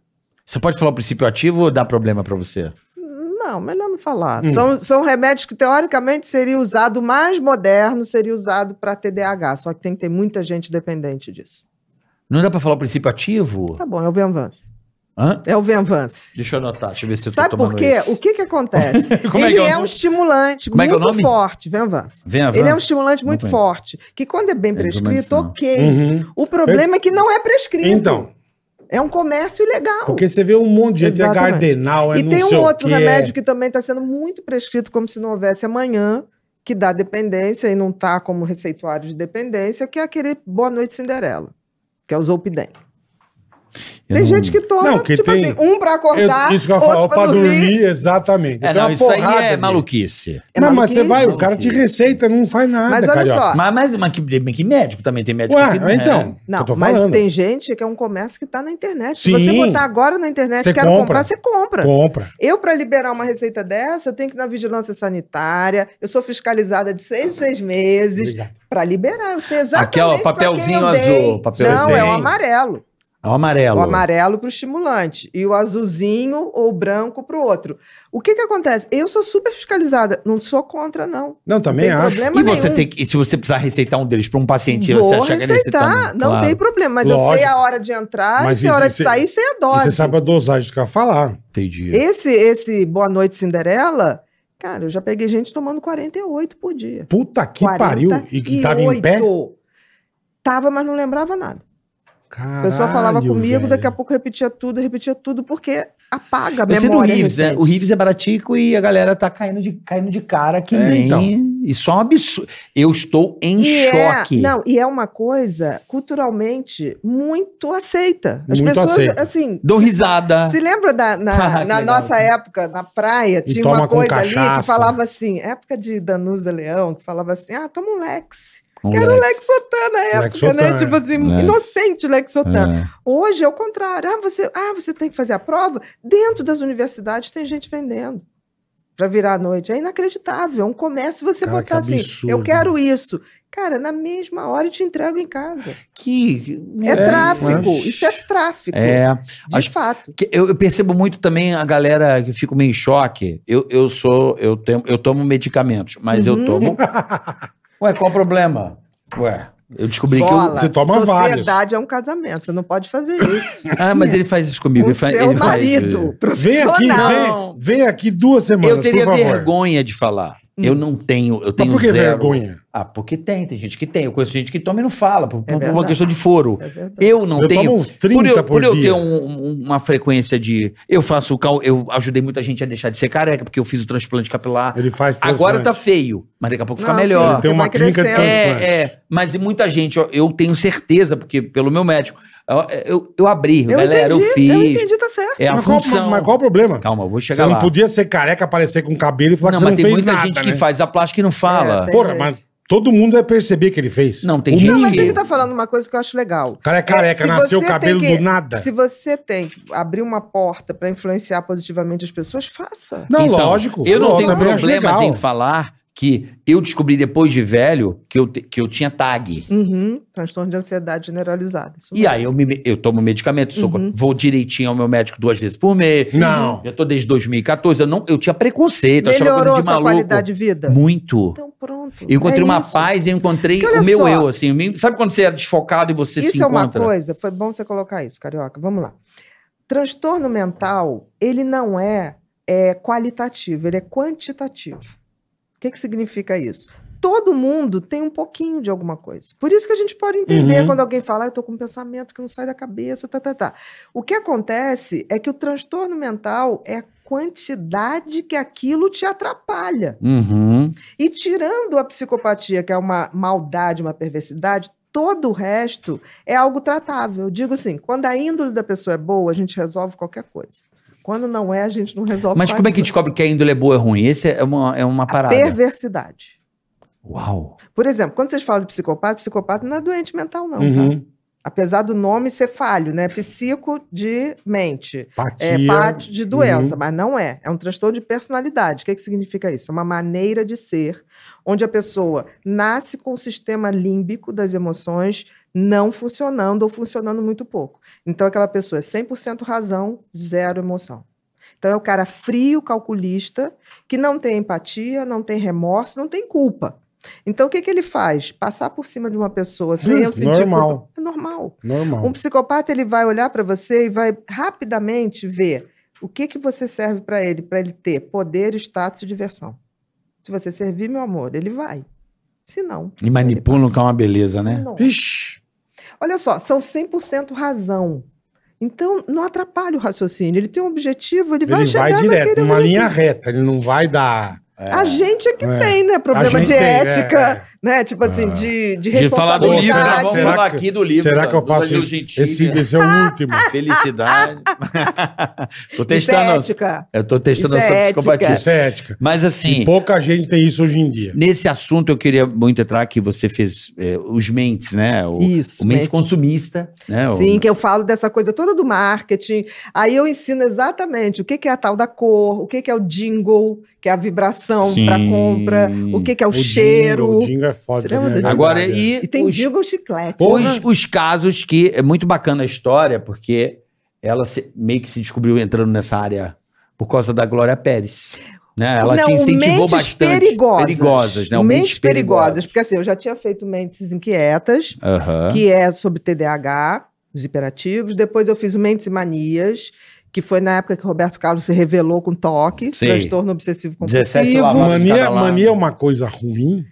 Speaker 3: Você pode falar o princípio ativo ou dá problema pra você?
Speaker 4: Não, melhor não falar.
Speaker 2: Hum.
Speaker 4: São, são remédios que teoricamente seria usado o mais moderno, seria usado para TDAH, só que tem que ter muita gente dependente disso.
Speaker 3: Não dá pra falar o princípio ativo?
Speaker 4: Tá bom, é o Venvance.
Speaker 3: Hã?
Speaker 4: É o Venvance.
Speaker 3: Deixa eu anotar, deixa eu ver se eu tô
Speaker 4: Sabe
Speaker 3: tomando
Speaker 4: por quê?
Speaker 3: esse.
Speaker 4: O que que acontece?
Speaker 3: Como é
Speaker 4: ele
Speaker 3: que é o
Speaker 4: é,
Speaker 3: nome?
Speaker 4: um estimulante
Speaker 3: Como é que é o
Speaker 4: muito
Speaker 3: nome?
Speaker 4: forte, Venvance.
Speaker 3: Vem,
Speaker 4: Ele é um
Speaker 3: avança.
Speaker 4: estimulante
Speaker 3: Não
Speaker 4: muito
Speaker 3: conheço.
Speaker 4: forte, que quando é bem
Speaker 3: É, Venvance,
Speaker 4: prescrito,
Speaker 3: não.
Speaker 4: ok.
Speaker 2: Uhum.
Speaker 4: O problema é que não é prescrito.
Speaker 2: Então,
Speaker 4: É um comércio ilegal.
Speaker 2: porque você vê um monte de gente, é
Speaker 4: Exatamente.
Speaker 2: gardenal, é
Speaker 4: e
Speaker 2: não
Speaker 4: tem
Speaker 2: sei
Speaker 4: um
Speaker 2: o
Speaker 4: outro
Speaker 2: quê.
Speaker 4: remédio que também está sendo muito prescrito como se não houvesse amanhã, que dá dependência e não está como receituário de dependência, que é aquele Boa Noite Cinderela, que é o Zolpidem.
Speaker 3: Eu
Speaker 4: Tem
Speaker 3: não-
Speaker 4: gente que toma,
Speaker 2: Não, que
Speaker 4: tipo
Speaker 2: tem-
Speaker 4: assim, um para
Speaker 2: Eu-
Speaker 4: acordar,
Speaker 2: isso que eu ia falar,
Speaker 4: outro
Speaker 2: pra
Speaker 4: para
Speaker 2: dormir,
Speaker 4: dormir.
Speaker 2: exatamente.
Speaker 3: É,
Speaker 2: Tem
Speaker 3: não,
Speaker 2: uma
Speaker 3: isso aí
Speaker 2: porrada
Speaker 3: é
Speaker 2: ali.
Speaker 3: maluquice.
Speaker 4: É
Speaker 2: não, mas você
Speaker 4: maluquice.
Speaker 2: vai, o cara te receita, não faz nada,
Speaker 4: Mas olha
Speaker 2: carioca.
Speaker 4: só,
Speaker 3: Mas, mas, mas que, mas que médico também tem médico né?
Speaker 2: Ué,
Speaker 3: que-
Speaker 2: então, que eu
Speaker 4: Não,
Speaker 2: tô
Speaker 4: mas
Speaker 2: falando.
Speaker 4: tem gente que é um comércio que está na internet. Se você
Speaker 2: Sim.
Speaker 4: botar agora na internet,
Speaker 2: Você
Speaker 4: quero
Speaker 2: compra.
Speaker 4: comprar, você compra.
Speaker 2: Compra.
Speaker 4: Eu, para liberar uma receita dessa, eu tenho que ir na vigilância sanitária, eu sou fiscalizada de seis em seis meses.
Speaker 2: Obrigado.
Speaker 4: Para liberar, eu sei exatamente.
Speaker 3: Aqui, ó,
Speaker 4: pra
Speaker 3: papelzinho
Speaker 4: quem eu dei.
Speaker 3: azul, papelzinho.
Speaker 4: Não, é o amarelo.
Speaker 3: É o amarelo.
Speaker 4: O amarelo para o estimulante e o azulzinho ou o branco para o outro. O que, que acontece? Eu sou super fiscalizada, não sou contra, não.
Speaker 2: Não, também
Speaker 4: tem
Speaker 2: acho.
Speaker 4: problema
Speaker 3: E você
Speaker 4: nenhum.
Speaker 3: tem que, e se você precisar receitar um deles pra um paciente,
Speaker 4: Vou
Speaker 3: você
Speaker 2: é
Speaker 3: acha que ele
Speaker 4: receitar,
Speaker 3: receitando?
Speaker 4: não
Speaker 3: Claro.
Speaker 4: tem problema, mas eu
Speaker 2: Lógico.
Speaker 4: sei a hora de entrar,
Speaker 2: Mas
Speaker 4: sei a
Speaker 2: isso-
Speaker 4: hora de
Speaker 2: isso-
Speaker 4: sair, sei a
Speaker 2: E
Speaker 4: dose.
Speaker 2: você sabe a dosagem que eu ia falar.
Speaker 3: Entendi.
Speaker 4: Esse, esse Boa Noite Cinderela, cara, eu já peguei gente tomando 48 por dia.
Speaker 2: Puta que pariu. E que tava em pé?
Speaker 4: 48. Tava, mas não lembrava nada. A
Speaker 2: Caralho,
Speaker 4: pessoa falava comigo,
Speaker 2: velho.
Speaker 4: daqui a pouco repetia tudo, repetia tudo, porque apaga a
Speaker 3: Eu sei
Speaker 4: memória.
Speaker 3: do Rives, né?
Speaker 4: recente.
Speaker 3: O Rives é baratico e a galera tá caindo de, caindo de cara que
Speaker 2: É,
Speaker 3: nem.
Speaker 2: então.
Speaker 3: Isso é um absurdo. Eu estou em
Speaker 4: E é-
Speaker 3: choque.
Speaker 4: não, e é uma coisa culturalmente muito aceita. As
Speaker 2: Muito
Speaker 4: pessoas,
Speaker 2: aceita. Ah.
Speaker 4: assim,
Speaker 3: Dou risada.
Speaker 4: Se lembra da, na,
Speaker 3: Que
Speaker 4: na
Speaker 3: legal.
Speaker 4: nossa época, na praia,
Speaker 2: E
Speaker 4: tinha
Speaker 2: toma
Speaker 4: uma
Speaker 2: com
Speaker 4: coisa ali
Speaker 2: cachaça.
Speaker 4: que falava assim, época de Danusa Leão, que falava assim, ah, toma um Lex.
Speaker 3: Um
Speaker 4: Que era o
Speaker 3: leque.
Speaker 4: Lex Sotana na época,
Speaker 2: Lex Sotana,
Speaker 4: né? Tipo assim,
Speaker 3: né?
Speaker 4: inocente o Lex Sotana.
Speaker 3: É.
Speaker 4: Hoje é o contrário. Ah você, ah, você tem que fazer a prova? Dentro das universidades tem gente vendendo. para virar à noite. É inacreditável. É um comércio você
Speaker 2: Cara,
Speaker 4: botar
Speaker 2: que
Speaker 4: assim, eu
Speaker 2: absurdo.
Speaker 4: quero isso. Cara, na mesma hora eu te entrego em casa.
Speaker 3: Que.
Speaker 4: É, tráfico.
Speaker 2: mas-
Speaker 4: Isso é tráfico.
Speaker 3: É.
Speaker 4: de
Speaker 3: acho-
Speaker 4: fato.
Speaker 3: Que Eu, eu percebo muito também a galera que fica meio em choque. Eu, eu sou, eu, tenho, eu tomo medicamentos, mas eu
Speaker 4: Uhum.
Speaker 3: tomo. Ué, qual o problema? Ué, eu descobri
Speaker 4: Bola,
Speaker 2: você toma
Speaker 4: sociedade é um casamento. Você não pode fazer isso.
Speaker 3: que eu. Ah, mas ele faz isso comigo.
Speaker 4: o
Speaker 3: ele fa-
Speaker 4: seu
Speaker 3: ele faz-
Speaker 4: marido
Speaker 2: Vem aqui,
Speaker 4: profissional.
Speaker 2: vem, vem aqui duas semanas.
Speaker 3: eu teria
Speaker 2: por favor.
Speaker 3: vergonha de falar.
Speaker 4: Hum.
Speaker 3: Eu não tenho, eu
Speaker 2: Mas
Speaker 3: tenho
Speaker 2: por que
Speaker 3: zero.
Speaker 2: vergonha?
Speaker 3: Ah, porque tem, tem gente que tem. Eu conheço gente que toma e não fala, por, por uma
Speaker 4: É verdade.
Speaker 3: questão de foro.
Speaker 4: É verdade.
Speaker 3: Eu não
Speaker 2: eu
Speaker 3: tenho.
Speaker 2: tomo 30
Speaker 3: por eu,
Speaker 2: por,
Speaker 3: por eu ter
Speaker 2: dia.
Speaker 3: um- um- uma frequência de. Eu faço o cal. Eu ajudei muita gente a deixar de ser careca, porque eu fiz o transplante capilar.
Speaker 2: Ele faz
Speaker 3: Agora tá
Speaker 2: transplante.
Speaker 3: feio, mas daqui a pouco fica
Speaker 4: Não, sim, um
Speaker 3: melhor.
Speaker 4: porque
Speaker 2: Tem uma
Speaker 4: vai
Speaker 2: clínica de
Speaker 4: crescendo.
Speaker 2: transplante.
Speaker 3: É, é, mas e muita gente, ó, eu tenho certeza, porque pelo meu médico, ó, eu, eu, abri,
Speaker 4: Eu
Speaker 3: galera,
Speaker 4: entendi,
Speaker 3: eu fiz.
Speaker 4: eu entendi, tá certo.
Speaker 3: É a
Speaker 2: mas,
Speaker 3: função.
Speaker 2: Qual, mas qual o problema?
Speaker 3: Calma, eu vou
Speaker 2: Você
Speaker 3: chegar
Speaker 2: não
Speaker 3: lá.
Speaker 2: podia ser careca, aparecer com cabelo e falar
Speaker 3: não,
Speaker 2: que você
Speaker 3: mas
Speaker 2: não
Speaker 3: tem
Speaker 2: fez
Speaker 3: muita
Speaker 2: nada,
Speaker 3: gente
Speaker 2: né?
Speaker 3: que faz a plástica e não fala.
Speaker 4: É, tem-
Speaker 2: Porra, mas todo mundo vai perceber que ele fez.
Speaker 3: Não, tem
Speaker 2: O
Speaker 3: gente
Speaker 4: Não, mas
Speaker 3: que-
Speaker 4: ele tá falando uma coisa que eu acho legal.
Speaker 2: O cara é careca,
Speaker 4: É, se
Speaker 2: nasceu
Speaker 4: você
Speaker 2: o cabelo
Speaker 4: tem que-
Speaker 2: do nada.
Speaker 4: Se você tem que abrir uma porta pra influenciar positivamente as pessoas, faça.
Speaker 2: Não,
Speaker 3: Então,
Speaker 2: lógico. é
Speaker 3: Eu não
Speaker 2: lógico,
Speaker 3: tenho
Speaker 2: também acho
Speaker 3: problemas
Speaker 2: legal.
Speaker 3: em falar que eu descobri depois de velho que eu, te- que eu tinha tag.
Speaker 4: Uhum, transtorno de ansiedade generalizada. Isso
Speaker 3: E aí eu, me, eu tomo medicamento, sou-
Speaker 4: Uhum.
Speaker 3: vou direitinho ao meu médico duas vezes por mês.
Speaker 2: Não.
Speaker 3: Eu tô desde 2014, eu, não, eu tinha preconceito, eu achava
Speaker 4: Melhorou
Speaker 3: tá coisa
Speaker 4: a
Speaker 3: de
Speaker 4: sua
Speaker 3: maluco.
Speaker 4: qualidade de vida?
Speaker 3: Muito.
Speaker 4: Então pronto.
Speaker 3: Eu encontrei
Speaker 4: É
Speaker 3: uma
Speaker 4: isso.
Speaker 3: paz, eu encontrei
Speaker 4: Porque olha
Speaker 3: o meu
Speaker 4: só.
Speaker 3: eu, assim. o meu- Sabe quando você é desfocado e você se
Speaker 4: Isso é uma
Speaker 3: encontra?
Speaker 4: coisa, foi bom você colocar isso, Carioca. Vamos lá. Transtorno mental, ele não é, é, qualitativo, ele é quantitativo. O que, que significa isso? Todo mundo tem um pouquinho de alguma coisa. Por isso que a gente pode entender
Speaker 2: Uhum.
Speaker 4: quando alguém fala, "Ah, eu estou com um pensamento que não sai da cabeça, tá, tá, tá. O que acontece é que o transtorno mental é a quantidade que aquilo te atrapalha.
Speaker 3: Uhum.
Speaker 4: E tirando a psicopatia, que é uma maldade, uma perversidade, todo o resto é algo tratável. Eu digo assim, quando a índole da pessoa é boa, a gente resolve qualquer coisa. Quando não é, a gente não resolve
Speaker 3: Mas
Speaker 4: quase
Speaker 3: como é que
Speaker 4: nada.
Speaker 3: descobre que a índole é boa ou ruim? Esse é uma, é uma
Speaker 4: A
Speaker 3: parada.
Speaker 4: perversidade.
Speaker 3: Uau.
Speaker 4: Por exemplo, quando vocês falam de psicopata, psicopata não é doente mental, não. Tá?
Speaker 2: Uhum.
Speaker 4: Apesar do nome ser falho, né? Psico de mente.
Speaker 2: Patia.
Speaker 4: É parte de doença,
Speaker 2: Uhum.
Speaker 4: mas não é. É um transtorno de personalidade. O que, que significa isso? É uma maneira de ser, onde a pessoa nasce com o sistema límbico das emoções não funcionando ou funcionando muito pouco. Então, aquela pessoa é 100% razão, zero emoção. Então, é o cara frio, calculista, que não tem empatia, não tem remorso, não tem culpa. Então, o que, que ele faz? Passar por cima de uma pessoa sem
Speaker 2: Hum,
Speaker 4: eu sentir
Speaker 2: normal.
Speaker 4: culpa. É normal.
Speaker 2: Normal.
Speaker 4: Um psicopata ele vai olhar para você e vai rapidamente ver o que que você serve para ele, para ele ter poder, status e diversão. Se você servir, meu amor, ele vai. Se não.
Speaker 3: E manipulam
Speaker 4: ele
Speaker 3: que é uma beleza,
Speaker 4: passa.
Speaker 3: né?
Speaker 4: Não.
Speaker 2: Vixe.
Speaker 4: Olha só, são 100% razão. Então, não atrapalha o raciocínio. Ele tem um objetivo, ele,
Speaker 2: Ele
Speaker 4: vai
Speaker 2: vai,
Speaker 4: chegar
Speaker 2: direto,
Speaker 4: naquele
Speaker 2: numa
Speaker 4: objetivo.
Speaker 2: linha reta. Ele não vai dar.
Speaker 4: A gente é que
Speaker 2: É.
Speaker 4: tem, né? Problema
Speaker 2: A gente
Speaker 4: de
Speaker 2: tem,
Speaker 4: ética,
Speaker 2: é,
Speaker 4: né? Tipo assim,
Speaker 2: Ah.
Speaker 4: de, de
Speaker 3: De falar do livro, né?
Speaker 2: Será-
Speaker 4: responsabilidade.
Speaker 3: Vamos
Speaker 2: será
Speaker 3: falar
Speaker 2: que-
Speaker 3: aqui do livro.
Speaker 2: será que eu
Speaker 3: do
Speaker 2: faço
Speaker 3: Danilo
Speaker 2: isso?
Speaker 3: Gentili, né?
Speaker 2: Esse, esse é
Speaker 4: Ah,
Speaker 2: o último.
Speaker 3: Felicidade. tô
Speaker 4: Isso é
Speaker 3: testando.
Speaker 4: ética.
Speaker 3: eu tô testando
Speaker 4: Isso
Speaker 3: essa
Speaker 4: é ética.
Speaker 3: psicopatia.
Speaker 2: Isso é ética.
Speaker 3: Mas assim,
Speaker 2: E pouca gente tem isso hoje em dia.
Speaker 3: nesse assunto eu queria muito entrar que você fez eh, os mentes, né? O,
Speaker 4: Isso.
Speaker 3: o mente,
Speaker 4: né?
Speaker 3: consumista, né? O-
Speaker 4: Sim, que eu falo dessa coisa toda do marketing. Aí eu ensino exatamente o que, que é a tal da cor, o que, que é o jingle, que é a vibração
Speaker 3: Sim.
Speaker 4: para compra, o que, que é o, cheiro.
Speaker 2: Dingo, o Dingo é foda.
Speaker 4: Você lembra
Speaker 2: né?
Speaker 4: do Dingo?
Speaker 3: Agora,
Speaker 2: Verdade, é.
Speaker 3: e,
Speaker 4: E tem
Speaker 3: os,
Speaker 4: jingle chiclete.
Speaker 3: os,
Speaker 4: né?
Speaker 3: os casos que é muito bacana a história, porque ela se- meio que se descobriu entrando nessa área por causa da Glória Pérez. Né? Ela
Speaker 4: Não,
Speaker 3: te
Speaker 4: o
Speaker 3: incentivou
Speaker 4: mentes
Speaker 3: bastante.
Speaker 4: Perigosas.
Speaker 3: perigosas, né? O
Speaker 4: mentes, perigosas. Porque assim, eu já tinha feito Mentes Inquietas,
Speaker 3: Aham.
Speaker 4: que é sobre TDAH, os hiperativos. Depois eu fiz o Mentes e Manias, que foi na época que Roberto Carlos se revelou com toque,
Speaker 3: Sim.
Speaker 4: transtorno obsessivo compulsivo.
Speaker 3: 17 lavado de
Speaker 2: Mania,
Speaker 3: cada lado.
Speaker 2: mania é uma coisa ruim.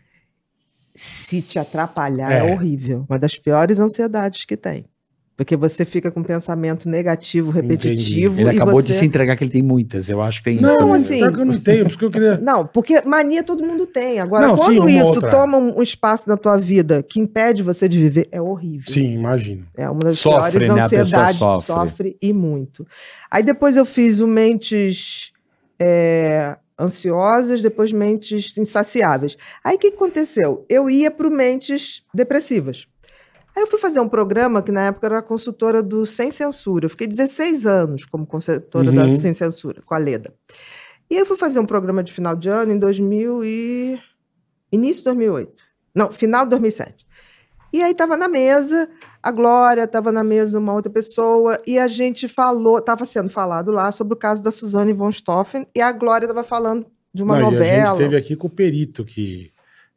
Speaker 4: se te atrapalhar
Speaker 2: É.
Speaker 4: é. horrível. Uma das piores ansiedades que tem. Porque você fica com um pensamento negativo, repetitivo.
Speaker 3: Ele
Speaker 4: e
Speaker 3: acabou
Speaker 4: você...
Speaker 3: de se entregar que ele tem muitas. Eu acho que tem
Speaker 4: Não,
Speaker 3: isso também.
Speaker 4: assim-
Speaker 2: pior que eu não tenho, por isso que eu queria.
Speaker 4: Não, porque mania todo mundo tem. Agora,
Speaker 2: Não, sim,
Speaker 4: quando
Speaker 2: uma
Speaker 4: isso
Speaker 2: outra.
Speaker 4: toma um um espaço na tua vida que impede você de viver, é horrível.
Speaker 2: Sim, imagino.
Speaker 4: É uma das
Speaker 3: Sofre,
Speaker 4: piores
Speaker 3: né? A pessoa
Speaker 4: ansiedades.
Speaker 3: sofre.
Speaker 4: e muito. Aí depois eu fiz o Mentes é, Ansiosas, depois Mentes Insaciáveis. Aí o que que aconteceu? Eu ia para Mentes Depressivas. Aí eu fui fazer um programa que na época era consultora do Sem Censura. Eu fiquei 16 anos como consultora da
Speaker 2: Uhum.
Speaker 4: Sem Censura, com a Leda. E eu fui fazer um programa de final de ano em 2000 e... Início de 2008. Não, final de 2007. E aí estava na mesa a Glória, estava na mesa uma outra pessoa, e a gente falou, estava sendo falado lá sobre o caso da Suzane von Stoffen, e a Glória estava falando de uma
Speaker 2: Não, e a gente
Speaker 4: novela.
Speaker 2: esteve aqui com o perito que.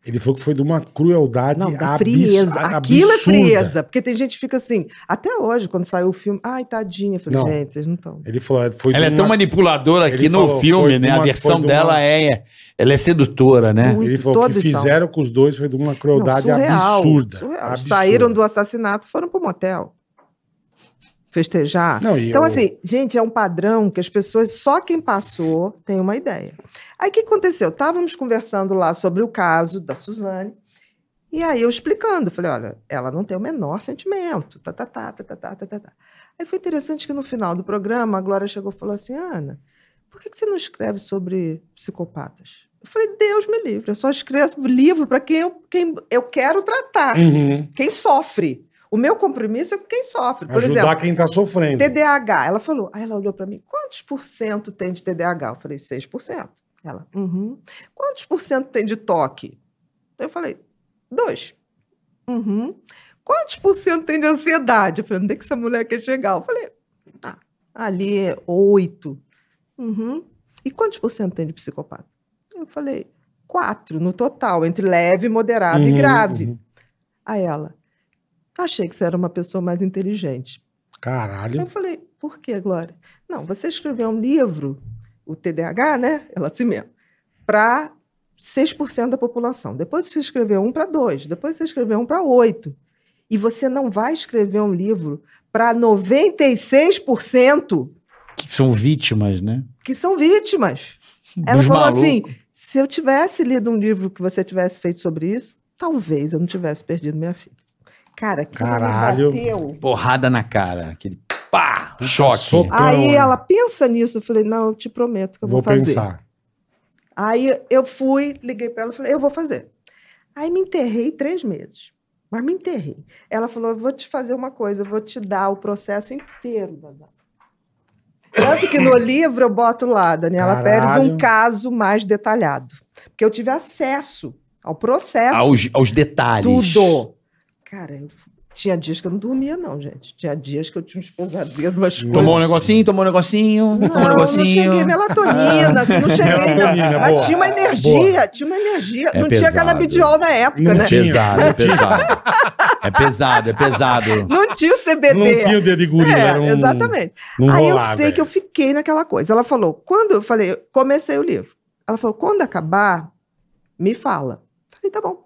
Speaker 2: Ele falou que foi de uma crueldade
Speaker 4: Não, da
Speaker 2: abis-
Speaker 4: frieza.
Speaker 2: a-
Speaker 4: Aquilo é
Speaker 2: absurda.
Speaker 4: frieza. Porque tem gente que fica assim, até hoje, quando saiu o filme, ai, tadinha. Eu falei,
Speaker 2: Não.
Speaker 4: gente, vocês não estão.
Speaker 2: Ele falou, foi de
Speaker 3: Ela é tão
Speaker 2: uma-
Speaker 3: manipuladora aqui
Speaker 2: Ele
Speaker 3: no
Speaker 2: falou,
Speaker 3: filme,
Speaker 2: foi
Speaker 3: né?
Speaker 2: de uma-
Speaker 3: a versão
Speaker 2: foi de uma-
Speaker 3: dela é. Ela é sedutora, né?
Speaker 4: Muito,
Speaker 2: Ele falou que
Speaker 4: todos são.
Speaker 2: fizeram com os dois foi de uma
Speaker 4: Não,
Speaker 2: crueldade
Speaker 4: surreal,
Speaker 2: absurda,
Speaker 4: surreal.
Speaker 2: absurda.
Speaker 4: Saíram do assassinato, foram pro motel. Festejar.
Speaker 2: Não, e
Speaker 4: Então,
Speaker 2: eu-
Speaker 4: assim, gente, é um padrão que as pessoas, só quem passou, tem uma ideia. Aí o que aconteceu? Estávamos conversando lá sobre o caso da Suzane, e aí eu explicando, falei, olha, ela não tem o menor sentimento, tá, tá, tá, tá, tá, tá, tá, tá, tá. Aí foi interessante que no final do programa, a Glória chegou e falou assim, Ana, por que, que você não escreve sobre psicopatas? Eu falei, Deus me livre, eu só escrevo livro para quem eu, quem eu quero tratar,
Speaker 2: Uhum.
Speaker 4: quem sofre. O meu compromisso é com quem sofre. Por
Speaker 2: Ajudar
Speaker 4: exemplo,
Speaker 2: quem tá sofrendo.
Speaker 4: TDAH. Ela falou, aí ela olhou para mim, quantos por cento tem de TDAH? Eu falei, 6%. Ela, uhum. Quantos por cento tem de toque? Eu falei, dois. Uhum. Quantos por cento tem de ansiedade? Eu falei, onde é que essa mulher quer chegar? Eu falei, ah, ali é oito. Uhum. E quantos por cento tem de psicopata? Eu falei, quatro no total, entre leve, moderado e
Speaker 2: Uhum,
Speaker 4: grave.
Speaker 2: uhum.
Speaker 4: Aí ela, achei que você era uma pessoa mais inteligente. Eu
Speaker 2: Caralho.
Speaker 4: falei, por que, Glória? Não, você escreveu um livro, o TDAH, né? Ela assim mesmo, para 6% da população. Depois você escreveu um para dois, depois você escreveu um para oito. E você não vai escrever um livro para 96%
Speaker 3: Que são vítimas, né?
Speaker 4: que são vítimas. Ela
Speaker 3: Dos
Speaker 4: falou
Speaker 3: malucos.
Speaker 4: assim: se eu tivesse lido um livro que você tivesse feito sobre isso, talvez eu não tivesse perdido minha filha. Cara, que
Speaker 2: Caralho.
Speaker 3: Porrada na cara. Aquele pá! um Choque.
Speaker 2: soco. Então,
Speaker 4: Aí
Speaker 2: é.
Speaker 4: ela pensa nisso, eu falei, não, eu te prometo que eu
Speaker 2: Vou
Speaker 4: vou, fazer.
Speaker 2: pensar.
Speaker 4: Aí eu fui, liguei para ela e falei, eu vou fazer. Aí me enterrei três meses, mas me enterrei. Ela falou, eu vou te fazer uma coisa, eu vou te dar o processo inteiro, Daniela. Tanto que no livro eu boto lá, Daniela
Speaker 2: Caralho.
Speaker 4: Pérez, um caso mais detalhado. Porque eu tive acesso ao processo
Speaker 3: Aos, aos detalhes.
Speaker 4: tudo. Cara, eu fu- tinha dias que eu não dormia, não, gente. Tinha dias que eu tinha uns pesadelos, umas coisas.
Speaker 3: Tomou um negocinho, tomou um negocinho,
Speaker 4: Não,
Speaker 3: tomou um
Speaker 4: não
Speaker 3: negocinho.
Speaker 4: cheguei melatonina, assim, não cheguei. não.
Speaker 2: Melatonina,
Speaker 4: Mas
Speaker 2: boa.
Speaker 4: tinha uma energia, tinha uma energia.
Speaker 3: É
Speaker 4: não tinha
Speaker 3: pesado.
Speaker 4: canabidiol na época,
Speaker 2: Não
Speaker 4: né?
Speaker 2: tinha.
Speaker 3: Pesado, é pesado. É pesado, é pesado.
Speaker 4: Não tinha o CBD.
Speaker 2: Não tinha o dedo de gorila.
Speaker 4: é,
Speaker 2: era um- é.
Speaker 4: exatamente.
Speaker 2: não
Speaker 4: Aí eu
Speaker 2: rolava,
Speaker 4: sei que eu fiquei naquela coisa. Ela falou, quando eu falei, eu comecei o livro. Ela falou, quando acabar, me fala. Falei, tá bom.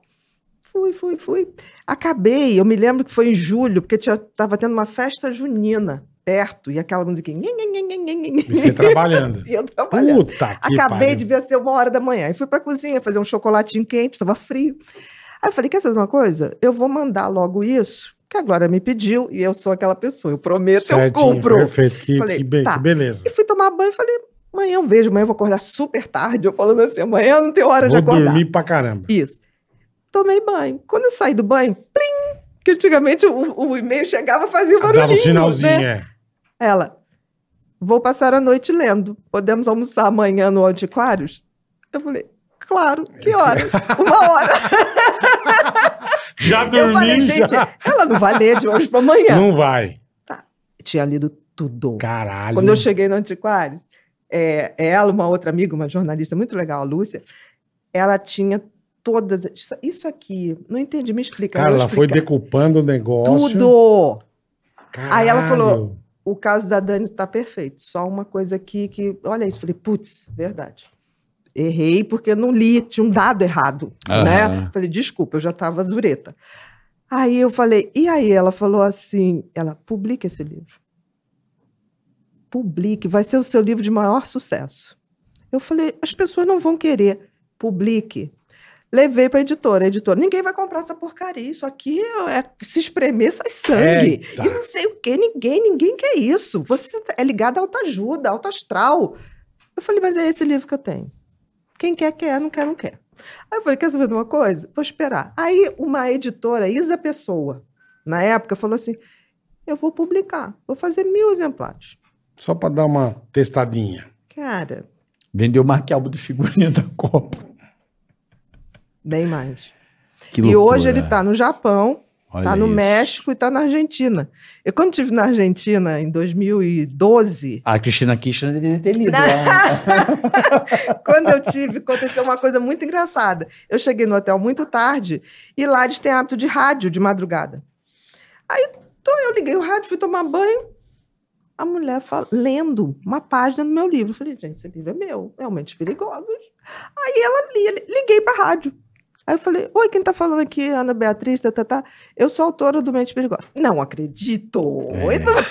Speaker 4: Fui, fui, fui. Acabei, eu me lembro que foi em julho, porque tinha, tava tendo uma festa junina perto, e aquela musiquinha. nhen, nhen, nhen, nhen, nhen, nhen.
Speaker 2: E você trabalhando.
Speaker 4: E eu trabalhando.
Speaker 2: Puta que
Speaker 4: Acabei
Speaker 2: pariu.
Speaker 4: de ver ser uma hora da manhã. E fui pra cozinha fazer um chocolatinho quente, estava frio. Aí eu falei: quer saber uma coisa? Eu vou mandar logo isso, que a Glória me pediu, e eu sou aquela pessoa. Eu prometo,
Speaker 2: Certinho,
Speaker 4: eu cumpro.
Speaker 2: Perfeito. Que,
Speaker 4: Falei,
Speaker 2: que be-
Speaker 4: tá.
Speaker 2: que beleza.
Speaker 4: E fui tomar banho e falei: amanhã eu vejo, amanhã eu vou acordar super tarde. Eu falando assim: amanhã eu não tem hora de
Speaker 2: Vou
Speaker 4: acordar.
Speaker 2: dormir pra caramba.
Speaker 4: Isso. Tomei banho. Quando eu saí do banho, plim! Que antigamente o, o e-mail chegava e fazia um barulhinho.
Speaker 2: Dava um sinalzinho,
Speaker 4: né?
Speaker 2: é.
Speaker 4: Ela, vou passar a noite lendo. Podemos almoçar amanhã no Antiquários? Eu falei, claro, que hora? Uma hora.
Speaker 2: Já
Speaker 4: Eu falei,
Speaker 2: dormi,
Speaker 4: gente,
Speaker 2: já.
Speaker 4: ela não vai ler de hoje para amanhã.
Speaker 2: Não vai.
Speaker 4: Tinha lido tudo.
Speaker 2: Caralho.
Speaker 4: Quando eu cheguei no Antiquário, é, ela, uma outra amiga, uma jornalista muito legal, a Lúcia, ela tinha todas. Isso, isso aqui, não entendi, me explica.
Speaker 2: Cara,
Speaker 4: eu vou
Speaker 2: ela foi
Speaker 4: explicar.
Speaker 2: decupando o negócio.
Speaker 4: Tudo!
Speaker 2: Caralho.
Speaker 4: Aí ela falou, o caso da Dani tá perfeito. Só uma coisa aqui que. Olha isso. Falei, putz, verdade. Errei porque não li, tinha um dado errado.
Speaker 3: Aham.
Speaker 4: Né? Falei, desculpa, eu já estava zureta. Aí eu falei, e aí? Ela falou assim: ela, publique esse livro. Publique, vai ser o seu livro de maior sucesso. Eu falei, as pessoas não vão querer. Publique. Levei para a editora, a editora, ninguém vai comprar essa porcaria, isso aqui é se espremer, sai sangue.
Speaker 2: Eita.
Speaker 4: E não sei o quê, ninguém, ninguém quer isso. Você é ligado à autoajuda, alto astral. Eu falei, mas é esse livro que eu tenho. Quem quer, quer, não quer, não quer. Aí eu falei, quer saber de uma coisa? Vou esperar. Aí uma editora, Isa Pessoa, na época, falou assim, eu vou publicar, vou fazer mil exemplares.
Speaker 2: Só pra dar uma testadinha.
Speaker 4: Cara,
Speaker 3: Vendeu marquealbo de figurinha da Copa.
Speaker 4: Bem mais.
Speaker 3: Que
Speaker 4: e
Speaker 3: loucura.
Speaker 4: hoje ele está no Japão,
Speaker 3: Olha
Speaker 4: está no
Speaker 3: isso.
Speaker 4: México e está na Argentina. Eu quando estive na Argentina em 2012,
Speaker 3: A Cristina Kirchner deveria ter lido. né? lá.
Speaker 4: quando eu tive, aconteceu uma coisa muito engraçada. Eu cheguei no hotel muito tarde e lá eles têm hábito de rádio de madrugada. Aí então, eu liguei o rádio, fui tomar banho. A mulher fala- lendo uma página do meu livro. Eu falei, gente, esse livro é meu, realmente perigosos. Aí ela lia, li- liguei para a rádio. Aí eu falei, oi, quem tá falando aqui? Ana Beatriz, tá, tá, tá. Eu sou autora do Mente Perigosa. Não acredito!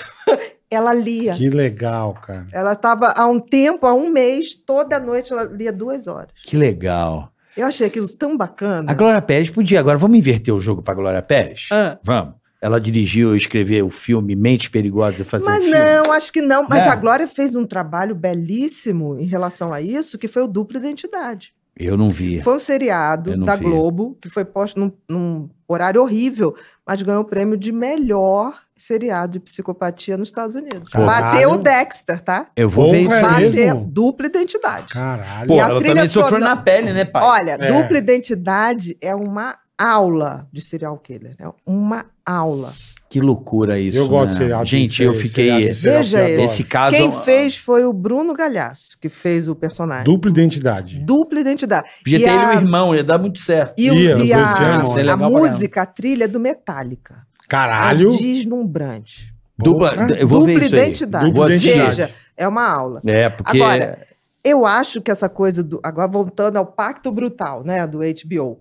Speaker 4: Ela lia.
Speaker 2: Que legal, cara.
Speaker 4: Ela estava há um tempo, há um mês, toda noite ela lia duas horas.
Speaker 3: que legal.
Speaker 4: Eu achei aquilo tão bacana.
Speaker 3: A Glória Pérez podia. Agora vamos inverter o jogo para Glória Pérez?
Speaker 4: Ah.
Speaker 3: Vamos. Ela dirigiu e escreveu o filme Mentes Perigosas e fazer um
Speaker 4: Mas
Speaker 3: filme.
Speaker 4: não, acho que não. Mas
Speaker 3: Né?
Speaker 4: a Glória fez um trabalho belíssimo em relação a isso, que foi o Dupla Identidade.
Speaker 3: Eu não vi.
Speaker 4: Foi um
Speaker 3: É. Eu
Speaker 4: seriado
Speaker 3: não
Speaker 4: da
Speaker 3: vi.
Speaker 4: Globo, que foi posto num, num horário horrível, mas ganhou o prêmio de melhor seriado de psicopatia nos Estados Unidos.
Speaker 2: Caralho.
Speaker 4: Bateu o Dexter, tá?
Speaker 3: Eu vou
Speaker 2: Porra,
Speaker 3: ver isso.
Speaker 2: É
Speaker 4: Bateu
Speaker 2: mesmo?
Speaker 4: Dupla Identidade.
Speaker 2: Caralho.
Speaker 3: Pô,
Speaker 4: E a
Speaker 3: ela
Speaker 4: trilha
Speaker 3: também sofreu
Speaker 4: sonora-
Speaker 3: na pele, né, pai?
Speaker 4: Olha,
Speaker 2: É.
Speaker 4: dupla identidade é uma aula de serial killer. É uma aula.
Speaker 3: que loucura isso.
Speaker 2: eu gosto de
Speaker 3: né?
Speaker 2: seriado.
Speaker 3: Gente, eu fiquei. Esse,
Speaker 4: Veja
Speaker 2: Esse
Speaker 4: esse.
Speaker 3: caso.
Speaker 4: Quem fez foi o Bruno Galhaço, que fez o personagem.
Speaker 2: Dupla identidade.
Speaker 4: Dupla identidade.
Speaker 3: Podia
Speaker 4: e
Speaker 3: ter ele
Speaker 4: a-
Speaker 3: e o irmão, ia dar muito certo.
Speaker 4: E, o-
Speaker 2: Ih, eu
Speaker 4: e
Speaker 2: vou
Speaker 4: a,
Speaker 2: esse ano,
Speaker 3: hein?
Speaker 4: a
Speaker 3: Legal pra
Speaker 4: música, a trilha é do Metallica.
Speaker 2: Caralho.
Speaker 4: É deslumbrante.
Speaker 3: Dupla,
Speaker 2: Porra.
Speaker 3: eu vou ver
Speaker 4: Dupla
Speaker 3: isso aí.
Speaker 4: identidade.
Speaker 3: Vou
Speaker 2: Dupla
Speaker 3: assistir.
Speaker 2: identidade.
Speaker 4: Veja, é uma aula.
Speaker 3: É, porque.
Speaker 4: Agora, eu acho que essa coisa do. Agora, voltando ao Pacto Brutal, né? Do HBO.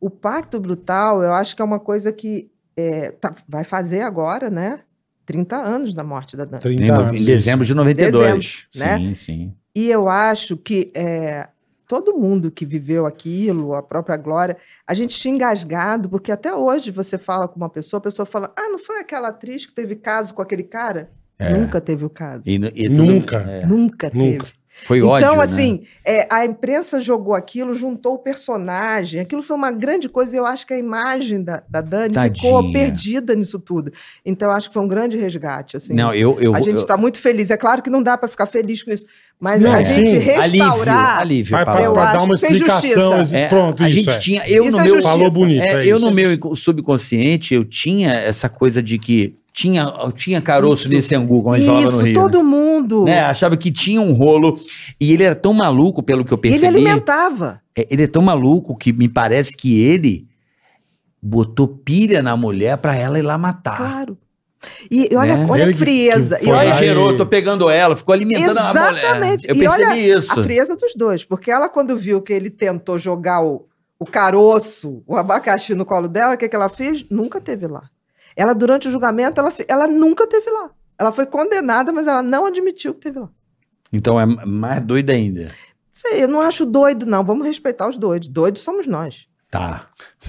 Speaker 4: O Pacto Brutal, eu acho que é uma coisa que é, tá- vai fazer agora, né? 30 anos da morte da Dani.
Speaker 2: 30
Speaker 3: em, nove-
Speaker 2: anos.
Speaker 3: em dezembro de 92.
Speaker 4: Dezembro, né?
Speaker 3: Sim, sim.
Speaker 4: E eu acho que é, todo mundo que viveu aquilo, a própria Glória, a gente tinha engasgado, porque até hoje você fala com uma pessoa, a pessoa fala: ah, não foi aquela atriz que teve caso com aquele cara?
Speaker 3: É.
Speaker 4: Nunca teve o caso.
Speaker 3: E no- e tudo-
Speaker 2: Nunca.
Speaker 3: é.
Speaker 4: Nunca teve.
Speaker 2: Nunca.
Speaker 3: Foi
Speaker 4: Então,
Speaker 3: ódio. né?
Speaker 4: assim, é, a imprensa jogou aquilo, juntou o personagem. Aquilo foi uma grande coisa. e Eu acho que a imagem da, da Dani ficou
Speaker 3: Tadinha.
Speaker 4: perdida nisso tudo. Então, eu acho que foi um grande resgate. Assim.
Speaker 3: Não, eu. eu
Speaker 4: a gente
Speaker 3: eu-
Speaker 4: está muito feliz. É claro que não dá para ficar feliz com isso, mas
Speaker 2: Não,
Speaker 4: a
Speaker 2: é.
Speaker 4: gente
Speaker 2: sim.
Speaker 4: restaurar.
Speaker 3: Alívio, alívio
Speaker 2: Vai pra,
Speaker 3: Paulo.
Speaker 4: Eu
Speaker 2: pra dar
Speaker 4: acho
Speaker 2: uma
Speaker 4: que fez
Speaker 2: explicação.
Speaker 4: justiça.
Speaker 2: esse-
Speaker 3: É,
Speaker 2: pronto,
Speaker 3: a
Speaker 2: isso.
Speaker 3: gente
Speaker 2: é.
Speaker 3: tinha. Eu,
Speaker 4: Isso
Speaker 3: no
Speaker 4: é
Speaker 3: meu,
Speaker 4: justiça.
Speaker 2: Falou bonito.
Speaker 3: É,
Speaker 2: É,
Speaker 3: eu
Speaker 2: isso.
Speaker 3: no meu inco- subconsciente, eu tinha essa coisa de que tinha, eu tinha caroço
Speaker 4: Isso.
Speaker 3: nesse angu, como a gente falava no
Speaker 4: Isso,
Speaker 3: Rio.
Speaker 4: todo mundo.
Speaker 3: né? Achava que tinha um rolo. E ele era tão maluco, pelo que eu
Speaker 4: Ele
Speaker 3: percebi.
Speaker 4: alimentava.
Speaker 3: é, ele é tão maluco que me parece que ele botou pilha na mulher pra ela ir lá matar.
Speaker 4: Claro. E, e olha,
Speaker 3: Né?
Speaker 4: olha
Speaker 2: Ele
Speaker 4: a
Speaker 2: que- que
Speaker 4: frieza.
Speaker 2: foi
Speaker 4: e olha
Speaker 2: lá e-
Speaker 3: gerou, tô pegando ela, ficou alimentando a mulher.
Speaker 4: Exatamente.
Speaker 3: Eu
Speaker 4: E olha
Speaker 3: percebi isso.
Speaker 4: a frieza dos dois. Porque ela, quando viu que ele tentou jogar o, o caroço, o abacaxi no colo dela, o que, que ela fez? Nunca teve lá. Ela, durante o julgamento, ela, fi- ela nunca teve lá. Ela foi condenada, mas ela não admitiu que teve lá.
Speaker 3: Então é mais doido ainda.
Speaker 4: Isso aí, eu não acho doido, não. Vamos respeitar os doidos. Doidos somos nós.
Speaker 3: Tá.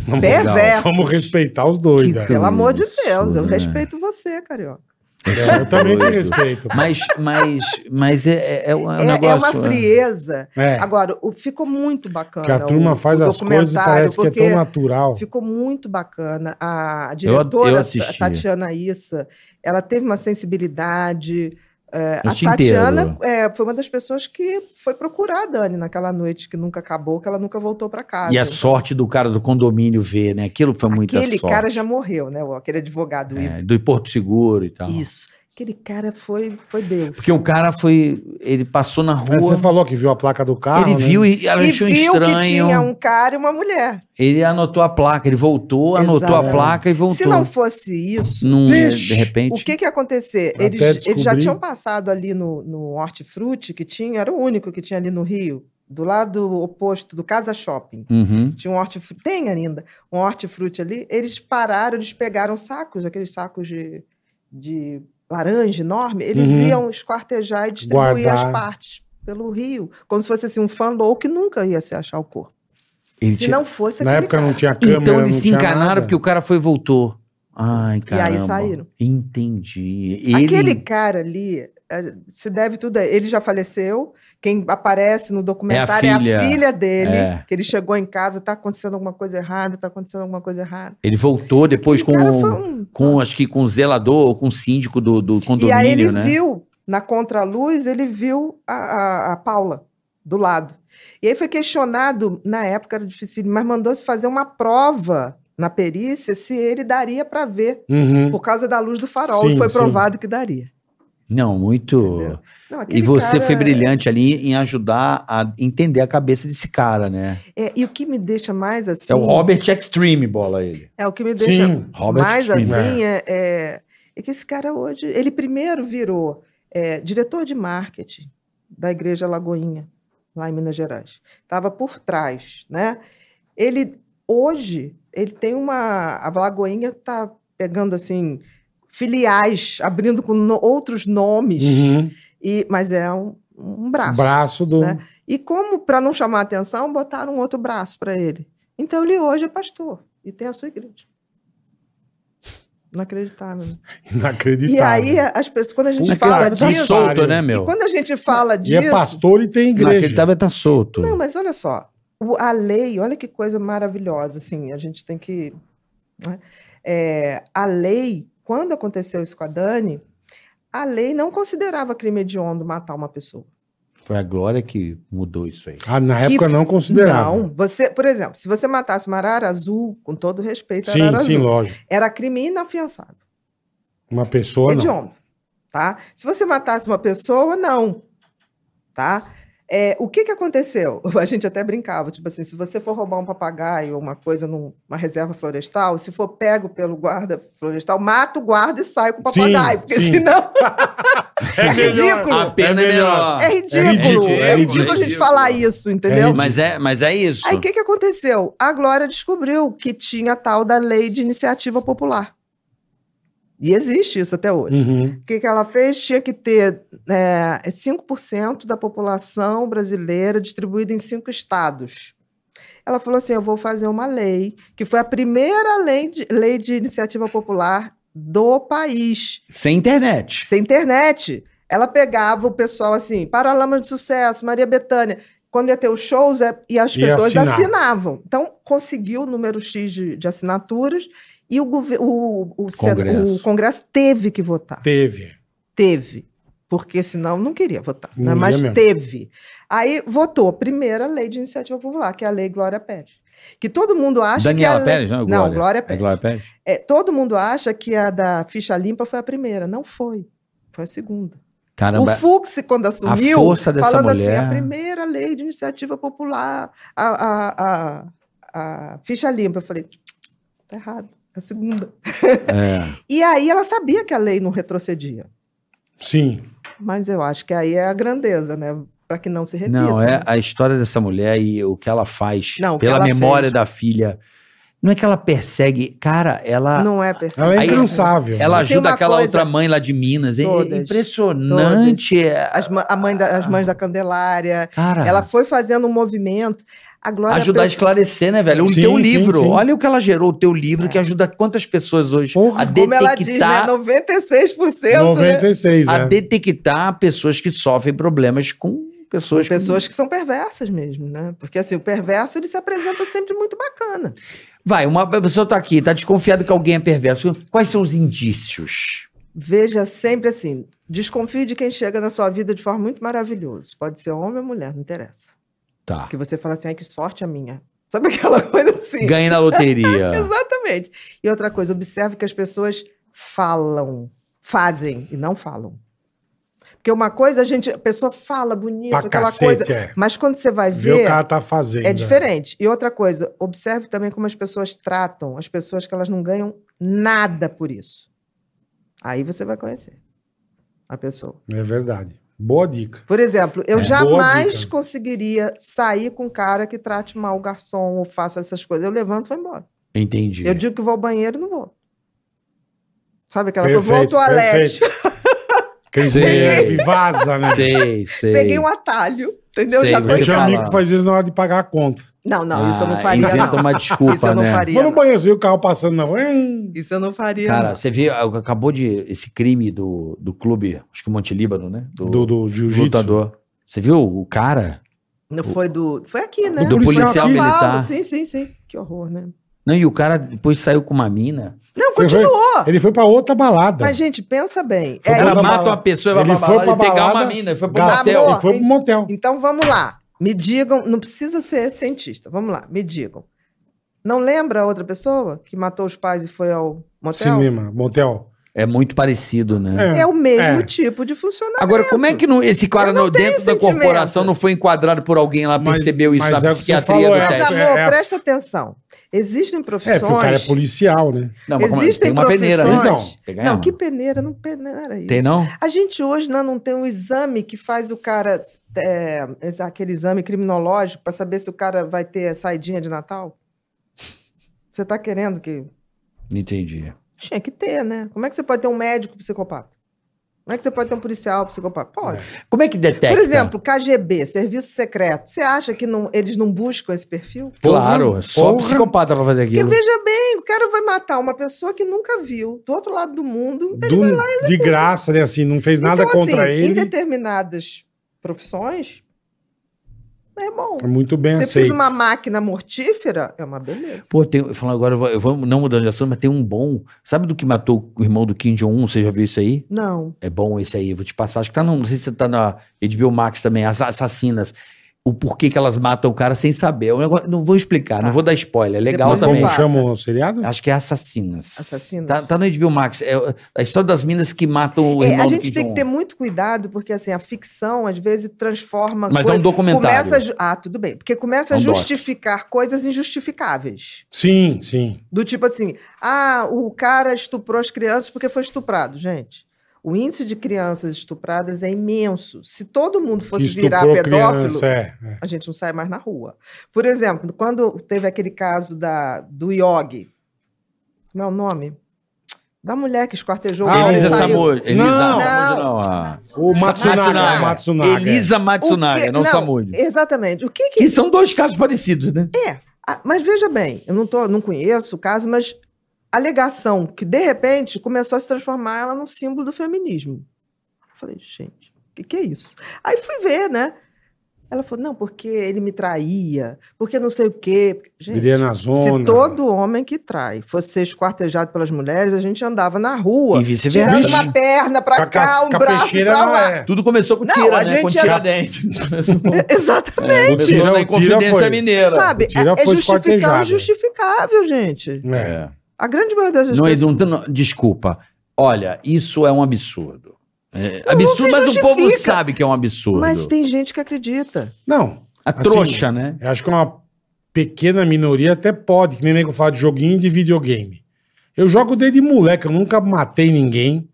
Speaker 2: Vamos,
Speaker 3: Legal.
Speaker 4: Perversos.
Speaker 2: vamos respeitar os dois, né?
Speaker 4: Que-
Speaker 2: velho.
Speaker 4: pelo amor de
Speaker 3: isso,
Speaker 4: Deus, eu
Speaker 3: né?
Speaker 4: respeito você, carioca.
Speaker 2: É, Eu também te
Speaker 3: Doido.
Speaker 2: respeito.
Speaker 3: Mas, mas, mas é, é, é um é um
Speaker 4: É, é
Speaker 3: negócio.
Speaker 4: uma frieza.
Speaker 2: É,
Speaker 4: Agora, o- ficou muito bacana.
Speaker 2: que a turma
Speaker 4: o-
Speaker 2: faz
Speaker 4: o
Speaker 2: as coisas e
Speaker 4: documentário,
Speaker 2: parece que é tão natural.
Speaker 4: Ficou muito bacana. A diretora,
Speaker 3: eu
Speaker 4: Ta-
Speaker 3: assisti.
Speaker 4: Tatiana Issa, ela teve uma sensibilidade. é, a
Speaker 3: Eu te
Speaker 4: Tatiana
Speaker 3: entendo.
Speaker 4: é, foi uma das pessoas que foi procurar a Dani naquela noite que nunca acabou, que ela nunca voltou para casa.
Speaker 3: E a sorte do cara do condomínio ver, né? Aquilo foi muita
Speaker 4: Aquele
Speaker 3: sorte.
Speaker 4: cara já morreu, né? o- Aquele advogado.
Speaker 3: É, então. do Porto Seguro e tal.
Speaker 4: Isso. Aquele cara foi, foi Deus.
Speaker 3: Porque o cara foi. Ele passou na
Speaker 2: Mas Né, Você
Speaker 3: rua.
Speaker 2: falou que viu a placa do carro.
Speaker 3: ele
Speaker 2: né?
Speaker 3: viu e
Speaker 4: E
Speaker 3: achou
Speaker 4: viu
Speaker 3: estranho.
Speaker 4: que tinha um cara e uma mulher.
Speaker 3: Ele anotou a placa, ele voltou, anotou a
Speaker 4: Exatamente.
Speaker 3: placa e voltou.
Speaker 4: É. Se não fosse isso,
Speaker 3: Num- é,
Speaker 2: Vixe,
Speaker 3: de repente.
Speaker 4: O que que ia acontecer?
Speaker 2: Até
Speaker 4: Eles, eles já
Speaker 2: descobrir.
Speaker 4: tinham passado ali no, no hortifruti que tinha, era o único que tinha ali no Rio, do lado oposto do Casa Shopping.
Speaker 3: Uhum.
Speaker 4: Tinha um hortifruti, tem ainda, um hortifruti ali. Eles pararam, eles pegaram sacos, aqueles sacos de, de laranja enorme, eles
Speaker 2: Uhum.
Speaker 4: iam esquartejar e distribuir
Speaker 2: Guardar.
Speaker 4: as partes pelo Rio, como se fosse assim, um fã louco que nunca ia se achar o corpo.
Speaker 3: Ele
Speaker 4: Se
Speaker 3: tinha-
Speaker 4: não fosse
Speaker 2: Na
Speaker 4: aquele
Speaker 2: época
Speaker 4: cara.
Speaker 2: não tinha câmera.
Speaker 3: Então eles
Speaker 2: não
Speaker 3: se
Speaker 2: tinha
Speaker 3: encanaram
Speaker 2: nada.
Speaker 3: porque o cara foi e voltou. Ai, caramba.
Speaker 4: saíram.
Speaker 3: Entendi. Ele...
Speaker 4: Aquele cara ali eh, se deve tudo a ele já faleceu. Quem aparece no documentário é a filha,
Speaker 3: filha.
Speaker 4: dele,
Speaker 3: É.
Speaker 4: que ele chegou em casa, tá acontecendo alguma coisa errada, tá acontecendo alguma coisa errada.
Speaker 3: ele voltou depois
Speaker 4: O
Speaker 3: com,
Speaker 4: cara foi um-
Speaker 3: com, acho que com o zelador ou com o síndico do, do
Speaker 4: E
Speaker 3: condomínio,
Speaker 4: aí ele
Speaker 3: né?
Speaker 4: viu na contraluz, ele viu a, a, a Paula do lado. E aí foi questionado, na época era difícil, mas mandou-se fazer uma prova na perícia se ele daria para ver,
Speaker 2: Uhum.
Speaker 4: por causa da luz do farol. e
Speaker 2: Sim,
Speaker 4: foi
Speaker 2: sim.
Speaker 4: provado que daria.
Speaker 3: Não, muito.
Speaker 4: Entendeu? Não,
Speaker 3: E
Speaker 4: aquele
Speaker 3: você
Speaker 4: cara- é-
Speaker 3: foi brilhante ali em ajudar a entender a cabeça desse cara, né?
Speaker 4: É, e o que me deixa mais assim.
Speaker 3: É o Robert Extreme, bola ele.
Speaker 4: É o que me deixa
Speaker 2: Sim.
Speaker 3: Robert né?
Speaker 4: mais
Speaker 3: Extreme.
Speaker 4: assim é, é- é que esse cara hoje. Ele primeiro virou é, diretor de marketing da Igreja Lagoinha, lá em Minas Gerais. Estava por trás, né? Ele hoje ele tem uma. A Lagoinha está pegando assim filiais, abrindo com no- outros nomes,
Speaker 2: Uhum.
Speaker 4: e, mas é um, um
Speaker 2: O
Speaker 4: braço.
Speaker 2: Braço do.
Speaker 4: né? E como, para não chamar atenção, botaram um outro braço para ele. Então ele hoje é pastor e tem a sua igreja. Inacreditável. né?
Speaker 2: Inacreditável.
Speaker 4: E aí é as pessoas, quando a gente
Speaker 2: Puta
Speaker 4: fala
Speaker 2: né? é que
Speaker 3: tá
Speaker 2: pariu.
Speaker 4: disso,
Speaker 3: solto, né,
Speaker 4: e
Speaker 3: meu?
Speaker 4: quando a gente fala
Speaker 2: E é
Speaker 4: disso,
Speaker 2: pastor e tem igreja.
Speaker 3: Naquele tava tá solto.
Speaker 4: não, mas olha só, o- a lei, olha que coisa maravilhosa, assim, a gente tem que, né? É, a lei, quando aconteceu isso com a Dani, a lei não considerava crime hediondo matar uma pessoa.
Speaker 3: Foi a Glória que mudou isso aí.
Speaker 2: Ah, na
Speaker 4: Que
Speaker 2: época
Speaker 4: f-
Speaker 2: não considerava.
Speaker 4: Não, você, por exemplo, se você matasse uma arara azul, com todo respeito, à
Speaker 2: sim,
Speaker 4: arara
Speaker 2: sim,
Speaker 4: azul,
Speaker 2: lógico.
Speaker 4: era crime inafiançável,
Speaker 2: Uma pessoa não.
Speaker 4: hediondo, tá? Se você matasse uma pessoa, não, tá? É, o que que aconteceu? A gente até brincava, tipo assim, se você for roubar um papagaio ou uma coisa numa reserva florestal, se for pego pelo guarda florestal, mata o guarda e sai com o
Speaker 2: Sim,
Speaker 4: papagaio, porque
Speaker 2: sim.
Speaker 4: senão é
Speaker 2: melhor.
Speaker 4: ridículo.
Speaker 3: A pena é melhor.
Speaker 4: É ridículo,
Speaker 2: Ah,
Speaker 4: é ridículo,
Speaker 2: ridículo, é
Speaker 4: a gente
Speaker 3: ridículo.
Speaker 4: falar isso, entendeu?
Speaker 2: ridículo.
Speaker 3: Mas é, mas é isso.
Speaker 4: Aí o que, que aconteceu? A Glória descobriu que tinha a tal da lei de iniciativa popular. E existe isso até hoje.
Speaker 2: Uhum.
Speaker 4: O que, que ela fez? Tinha que ter é, 5% da população brasileira distribuída em cinco estados. Ela falou assim: eu vou fazer uma lei, que foi a primeira lei de, lei de iniciativa popular do país
Speaker 3: Sem internet.
Speaker 4: sem internet. Ela pegava o pessoal assim, Paralamas de Sucesso, Maria Bethânia, quando ia ter os shows é- e as
Speaker 2: Ia
Speaker 4: pessoas
Speaker 2: assinar.
Speaker 4: assinavam. Então, conseguiu o número X de, de assinaturas e o, gover- o, o, Sen-
Speaker 3: Congresso.
Speaker 4: o Congresso teve que votar.
Speaker 2: Teve.
Speaker 4: Teve. Porque senão não queria votar, né?
Speaker 2: Não ia
Speaker 4: mas
Speaker 2: mesmo.
Speaker 4: teve. Aí votou a primeira lei de iniciativa popular, que é a Lei Glória Pérez. Que todo mundo acha
Speaker 3: Daniela
Speaker 4: que. a lei-
Speaker 3: Pérez, não é
Speaker 4: Não,
Speaker 3: Glória?
Speaker 4: Glória
Speaker 3: É
Speaker 4: Pérez.
Speaker 3: Glória Pérez?
Speaker 4: É, todo mundo acha que a da ficha limpa foi a primeira. Não foi. Foi a segunda. O
Speaker 3: Caramba.
Speaker 4: Fux, quando assumiu,
Speaker 3: força dessa
Speaker 4: falando assim,
Speaker 3: mulher.
Speaker 4: a primeira lei de iniciativa popular, a, a- a- a ficha limpa. Eu falei, tá errado, é a segunda.
Speaker 3: É.
Speaker 4: E aí ela sabia que a lei não retrocedia.
Speaker 2: Sim.
Speaker 4: Mas eu acho que aí é a grandeza, né? Para que não se repita.
Speaker 3: Não, é
Speaker 4: né?
Speaker 3: a história dessa mulher e o que ela faz
Speaker 4: Não, o que
Speaker 3: pela
Speaker 4: ela
Speaker 3: memória
Speaker 4: fez.
Speaker 3: da filha. Não é que ela persegue, cara, ela
Speaker 4: Não é perfeito.
Speaker 2: Ela é
Speaker 3: Aí-
Speaker 2: incansável.
Speaker 3: ela
Speaker 2: né?
Speaker 4: Tem
Speaker 3: ajuda
Speaker 4: uma
Speaker 3: aquela
Speaker 4: coisa-
Speaker 3: outra mãe lá de Minas. É
Speaker 4: Todas,
Speaker 3: impressionante. é,
Speaker 4: As, ma- a mãe da- as mães da Candelária.
Speaker 3: Cara,
Speaker 4: Ela foi fazendo um movimento. A Glória
Speaker 3: ajudar Ah. a
Speaker 4: Pes-
Speaker 3: esclarecer, né, velho? O
Speaker 2: Sim,
Speaker 3: teu
Speaker 2: sim,
Speaker 3: livro.
Speaker 2: sim.
Speaker 3: Olha o que ela gerou, o teu livro,
Speaker 4: É.
Speaker 3: que ajuda quantas pessoas hoje
Speaker 2: Porra.
Speaker 3: a
Speaker 4: Como ela diz, né?
Speaker 3: detectar
Speaker 4: 96%. né?
Speaker 2: 96,
Speaker 3: a
Speaker 2: é.
Speaker 3: detectar pessoas que sofrem problemas com pessoas.
Speaker 4: Pessoas
Speaker 3: Que...
Speaker 4: que são perversas mesmo, né? Porque assim, o perverso ele se apresenta sempre muito bacana.
Speaker 3: Vai, uma pessoa tá aqui, tá desconfiado que alguém é perverso. Quais são os indícios?
Speaker 4: Veja sempre assim, desconfie de quem chega na sua vida de forma muito maravilhosa. Pode ser homem ou mulher, não interessa.
Speaker 3: Tá.
Speaker 4: Que você fala assim, ai que sorte a minha. Sabe aquela coisa assim?
Speaker 3: Ganhe na
Speaker 2: é.
Speaker 3: loteria.
Speaker 4: Exatamente. E outra coisa, observe que as pessoas falam, fazem e não falam. Porque uma coisa a gente, a pessoa fala bonito,
Speaker 2: Pra
Speaker 4: aquela
Speaker 2: cacete,
Speaker 4: coisa,
Speaker 2: é.
Speaker 4: mas quando você vai
Speaker 2: Vê o que
Speaker 4: ver,
Speaker 2: ela tá fazendo.
Speaker 4: É diferente. E outra coisa, observe também como as pessoas tratam as pessoas que elas não ganham nada por isso. Aí você vai conhecer a pessoa.
Speaker 2: É verdade. Boa dica.
Speaker 4: Por exemplo, eu
Speaker 2: É. Boa
Speaker 4: jamais
Speaker 2: dica.
Speaker 4: conseguiria sair com um cara que trate mal o garçom ou faça essas coisas. Eu levanto e vou embora.
Speaker 3: Entendi.
Speaker 4: Eu digo que vou ao banheiro e não vou. Sabe aquela coisa? Vou ao
Speaker 2: Perfeito,
Speaker 4: toalete,
Speaker 2: Quem
Speaker 3: Sei.
Speaker 2: bebe, vaza, né?
Speaker 3: Sei, sei.
Speaker 4: peguei um atalho, entendeu?
Speaker 3: Sei,
Speaker 4: Já
Speaker 3: você
Speaker 2: Eu tinha um
Speaker 3: fala.
Speaker 2: amigo que faz isso na hora de pagar a conta.
Speaker 4: Não, não, isso eu não
Speaker 3: Ah,
Speaker 4: faria,
Speaker 3: Inventa
Speaker 4: não.
Speaker 3: uma desculpa,
Speaker 4: Isso eu não
Speaker 3: né?
Speaker 4: faria.
Speaker 2: Vou no
Speaker 4: não.
Speaker 2: banheiro, viu o carro passando na rua. Hum.
Speaker 4: Isso eu não faria.
Speaker 3: Cara,
Speaker 4: não.
Speaker 3: você viu, acabou de. Esse crime do, do clube, acho que Monte Líbano, né?
Speaker 2: Do, do jiu-jitsu.
Speaker 3: lutador. Você viu o cara?
Speaker 4: Não foi do. Foi aqui, né?
Speaker 3: do
Speaker 4: Foi em
Speaker 3: policial
Speaker 4: São Paulo.
Speaker 3: militar.
Speaker 4: Sim, sim, sim. Que horror, né?
Speaker 3: Não, e o cara depois saiu com uma mina.
Speaker 4: Não,
Speaker 2: Foi-
Speaker 4: continuou.
Speaker 2: Ele foi pra outra balada.
Speaker 4: Mas, gente, pensa bem.
Speaker 2: Foi pra
Speaker 4: É,
Speaker 3: Ela
Speaker 2: outra
Speaker 3: mata
Speaker 2: balada.
Speaker 3: uma pessoa, vai
Speaker 2: Ele
Speaker 3: pra
Speaker 2: foi
Speaker 3: balada
Speaker 2: pra
Speaker 3: e pegar
Speaker 2: balada,
Speaker 3: uma mina. Foi pro
Speaker 2: Gastou,
Speaker 3: motel.
Speaker 4: Amor.
Speaker 2: ele foi pro motel.
Speaker 4: então vamos lá. Me digam, não precisa ser cientista, vamos lá, me digam. Não lembra a outra pessoa que matou os pais e foi ao motel?
Speaker 2: Cinema, motel.
Speaker 3: É muito parecido, né?
Speaker 4: É o mesmo
Speaker 2: É.
Speaker 4: tipo de funcionamento.
Speaker 3: Agora, como é que não- esse cara
Speaker 4: Eu não
Speaker 3: no-
Speaker 4: tenho
Speaker 3: dentro da
Speaker 4: sentimento.
Speaker 3: corporação não foi enquadrado por alguém lá,
Speaker 2: Mas-
Speaker 3: percebeu isso
Speaker 2: mas
Speaker 3: na
Speaker 2: é o que você
Speaker 3: psiquiatria
Speaker 2: falou,
Speaker 3: do
Speaker 2: é-
Speaker 4: Mas,
Speaker 3: teste?
Speaker 4: amor,
Speaker 2: é-
Speaker 4: presta atenção. Existem
Speaker 2: É, porque o cara é
Speaker 4: profissões.
Speaker 2: policial, né?
Speaker 3: Não, mas como é?
Speaker 4: Existem profissões.
Speaker 2: né?
Speaker 3: Então,
Speaker 2: Então,
Speaker 3: Tem
Speaker 4: não,
Speaker 3: uma.
Speaker 4: que peneira, não peneira isso.
Speaker 3: Tem não?
Speaker 4: A gente hoje né, não tem um exame que faz o cara, é, esse- aquele exame criminológico para saber se o cara vai ter saidinha de Natal? Você está querendo que.
Speaker 3: Entendi.
Speaker 4: Tinha que ter, né? Como é que você pode ter um médico psicopata? Como é que você pode ter um policial psicopata? Pode.
Speaker 3: Como é que detecta?
Speaker 4: Por exemplo, KGB, Serviço Secreto. Você acha que não- eles não buscam esse perfil?
Speaker 3: Claro,
Speaker 2: Porra,
Speaker 3: só
Speaker 2: porra.
Speaker 3: psicopata pra fazer
Speaker 4: Porque
Speaker 3: aquilo.
Speaker 4: veja bem, o cara vai matar uma pessoa que nunca viu, do outro lado do mundo.
Speaker 2: Do- de graça, né? Assim, não fez nada contra
Speaker 4: assim, em
Speaker 2: ele.
Speaker 4: determinadas profissões, é bom.
Speaker 2: É muito bem
Speaker 4: Você
Speaker 2: aceito.
Speaker 4: precisa uma máquina mortífera, é uma beleza.
Speaker 3: Pô, tem, falando agora, eu vou- eu vou não mudando de assunto, mas tem um bom. Sabe do que matou o irmão do Kim Jong-un? Você já viu isso aí?
Speaker 4: Não.
Speaker 3: É bom esse aí, vou te passar. Acho que tá, no- não sei se tá na HBO Max também, as assassinas. O porquê que elas matam o cara sem saber. É um negócio- não vou explicar, não
Speaker 4: Tá.
Speaker 3: vou dar spoiler. É legal
Speaker 4: Depois eu
Speaker 3: também.
Speaker 2: Como
Speaker 4: passa.
Speaker 2: chama o seriado?
Speaker 3: Acho que é assassinas.
Speaker 4: Hum. Assassinas.
Speaker 3: Tá, tá no HBO Max. É a história das minas que matam o
Speaker 4: É,
Speaker 3: irmão
Speaker 4: a
Speaker 3: do
Speaker 4: gente
Speaker 3: Kim
Speaker 4: tem que
Speaker 3: Jong-un.
Speaker 4: ter muito cuidado, porque assim, a ficção às vezes transforma
Speaker 3: Mas é um
Speaker 4: coisas-
Speaker 3: documentário.
Speaker 4: Começa a ju- Ah, tudo bem. Porque começa
Speaker 3: É
Speaker 4: a
Speaker 3: um doc.
Speaker 4: justificar coisas injustificáveis.
Speaker 2: Sim, sim.
Speaker 4: Do tipo assim, ah, o cara estuprou as crianças porque foi estuprado, gente. O índice de crianças estupradas é imenso. Se todo mundo fosse
Speaker 2: Que
Speaker 4: virar
Speaker 2: estuprou
Speaker 4: pedófilo,
Speaker 2: criança, é, é.
Speaker 4: a gente não sai mais na rua. Por exemplo, quando teve aquele caso da, do Yogi, como é o nome? Da mulher que esquartejou
Speaker 2: Ah,
Speaker 4: o
Speaker 3: Elisa
Speaker 2: o-
Speaker 4: saiu.
Speaker 3: Samud. Elisa
Speaker 2: Não.
Speaker 3: Samud, não, ah. a-
Speaker 2: O
Speaker 3: Sa-
Speaker 2: Matsunaga.
Speaker 3: Matsunaga.
Speaker 2: Matsunaga. é.
Speaker 3: Elisa
Speaker 4: O que-
Speaker 3: Matsunaga, não, Samud.
Speaker 4: Exatamente. O que que...
Speaker 3: Que são dois casos parecidos, né?
Speaker 4: Ah, mas veja bem, eu não, tô, não conheço o caso, mas a alegação que, de repente, começou a se transformar ela num símbolo do feminismo. Eu falei, gente, o que, que é isso? Aí fui ver, né? Ela falou, não, porque ele me traía, porque não sei o quê.
Speaker 2: É.
Speaker 4: Gente,
Speaker 2: Viria na zona.
Speaker 4: Se todo homem que trai fosse ser esquartejado pelas mulheres, a gente andava na rua,
Speaker 3: E vice-versa. né?
Speaker 4: tirando
Speaker 2: Vixe.
Speaker 4: uma perna pra
Speaker 2: Caca-
Speaker 4: cá, um braço
Speaker 2: capecheira
Speaker 4: pra
Speaker 2: não
Speaker 4: lá.
Speaker 2: é.
Speaker 3: Tudo começou com
Speaker 4: Não,
Speaker 3: tira,
Speaker 4: a
Speaker 3: né? Com
Speaker 4: gente era-
Speaker 3: tiradente.
Speaker 4: Exatamente.
Speaker 3: É,
Speaker 2: O tira-
Speaker 3: começou na
Speaker 2: o tira foi.
Speaker 3: Inconfidência Mineira.
Speaker 4: Sabe?
Speaker 2: O tira
Speaker 4: É, é
Speaker 2: foi
Speaker 4: justificar o
Speaker 2: esquartejado.
Speaker 4: justificável, gente.
Speaker 2: É.
Speaker 3: É.
Speaker 4: A grande maioria das
Speaker 3: Não, é
Speaker 4: pessoas...
Speaker 3: não, não, desculpa. Olha, isso é um absurdo. É,
Speaker 4: não
Speaker 3: absurdo,
Speaker 4: se
Speaker 3: mas o povo
Speaker 4: justifica.
Speaker 3: sabe que é um absurdo.
Speaker 4: Mas tem gente que acredita.
Speaker 2: Não,
Speaker 3: A
Speaker 2: assim,
Speaker 3: trouxa, né?
Speaker 2: eu acho que uma pequena minoria até pode, que nem nego fala de joguinho de videogame. Eu jogo desde moleque, eu nunca matei ninguém,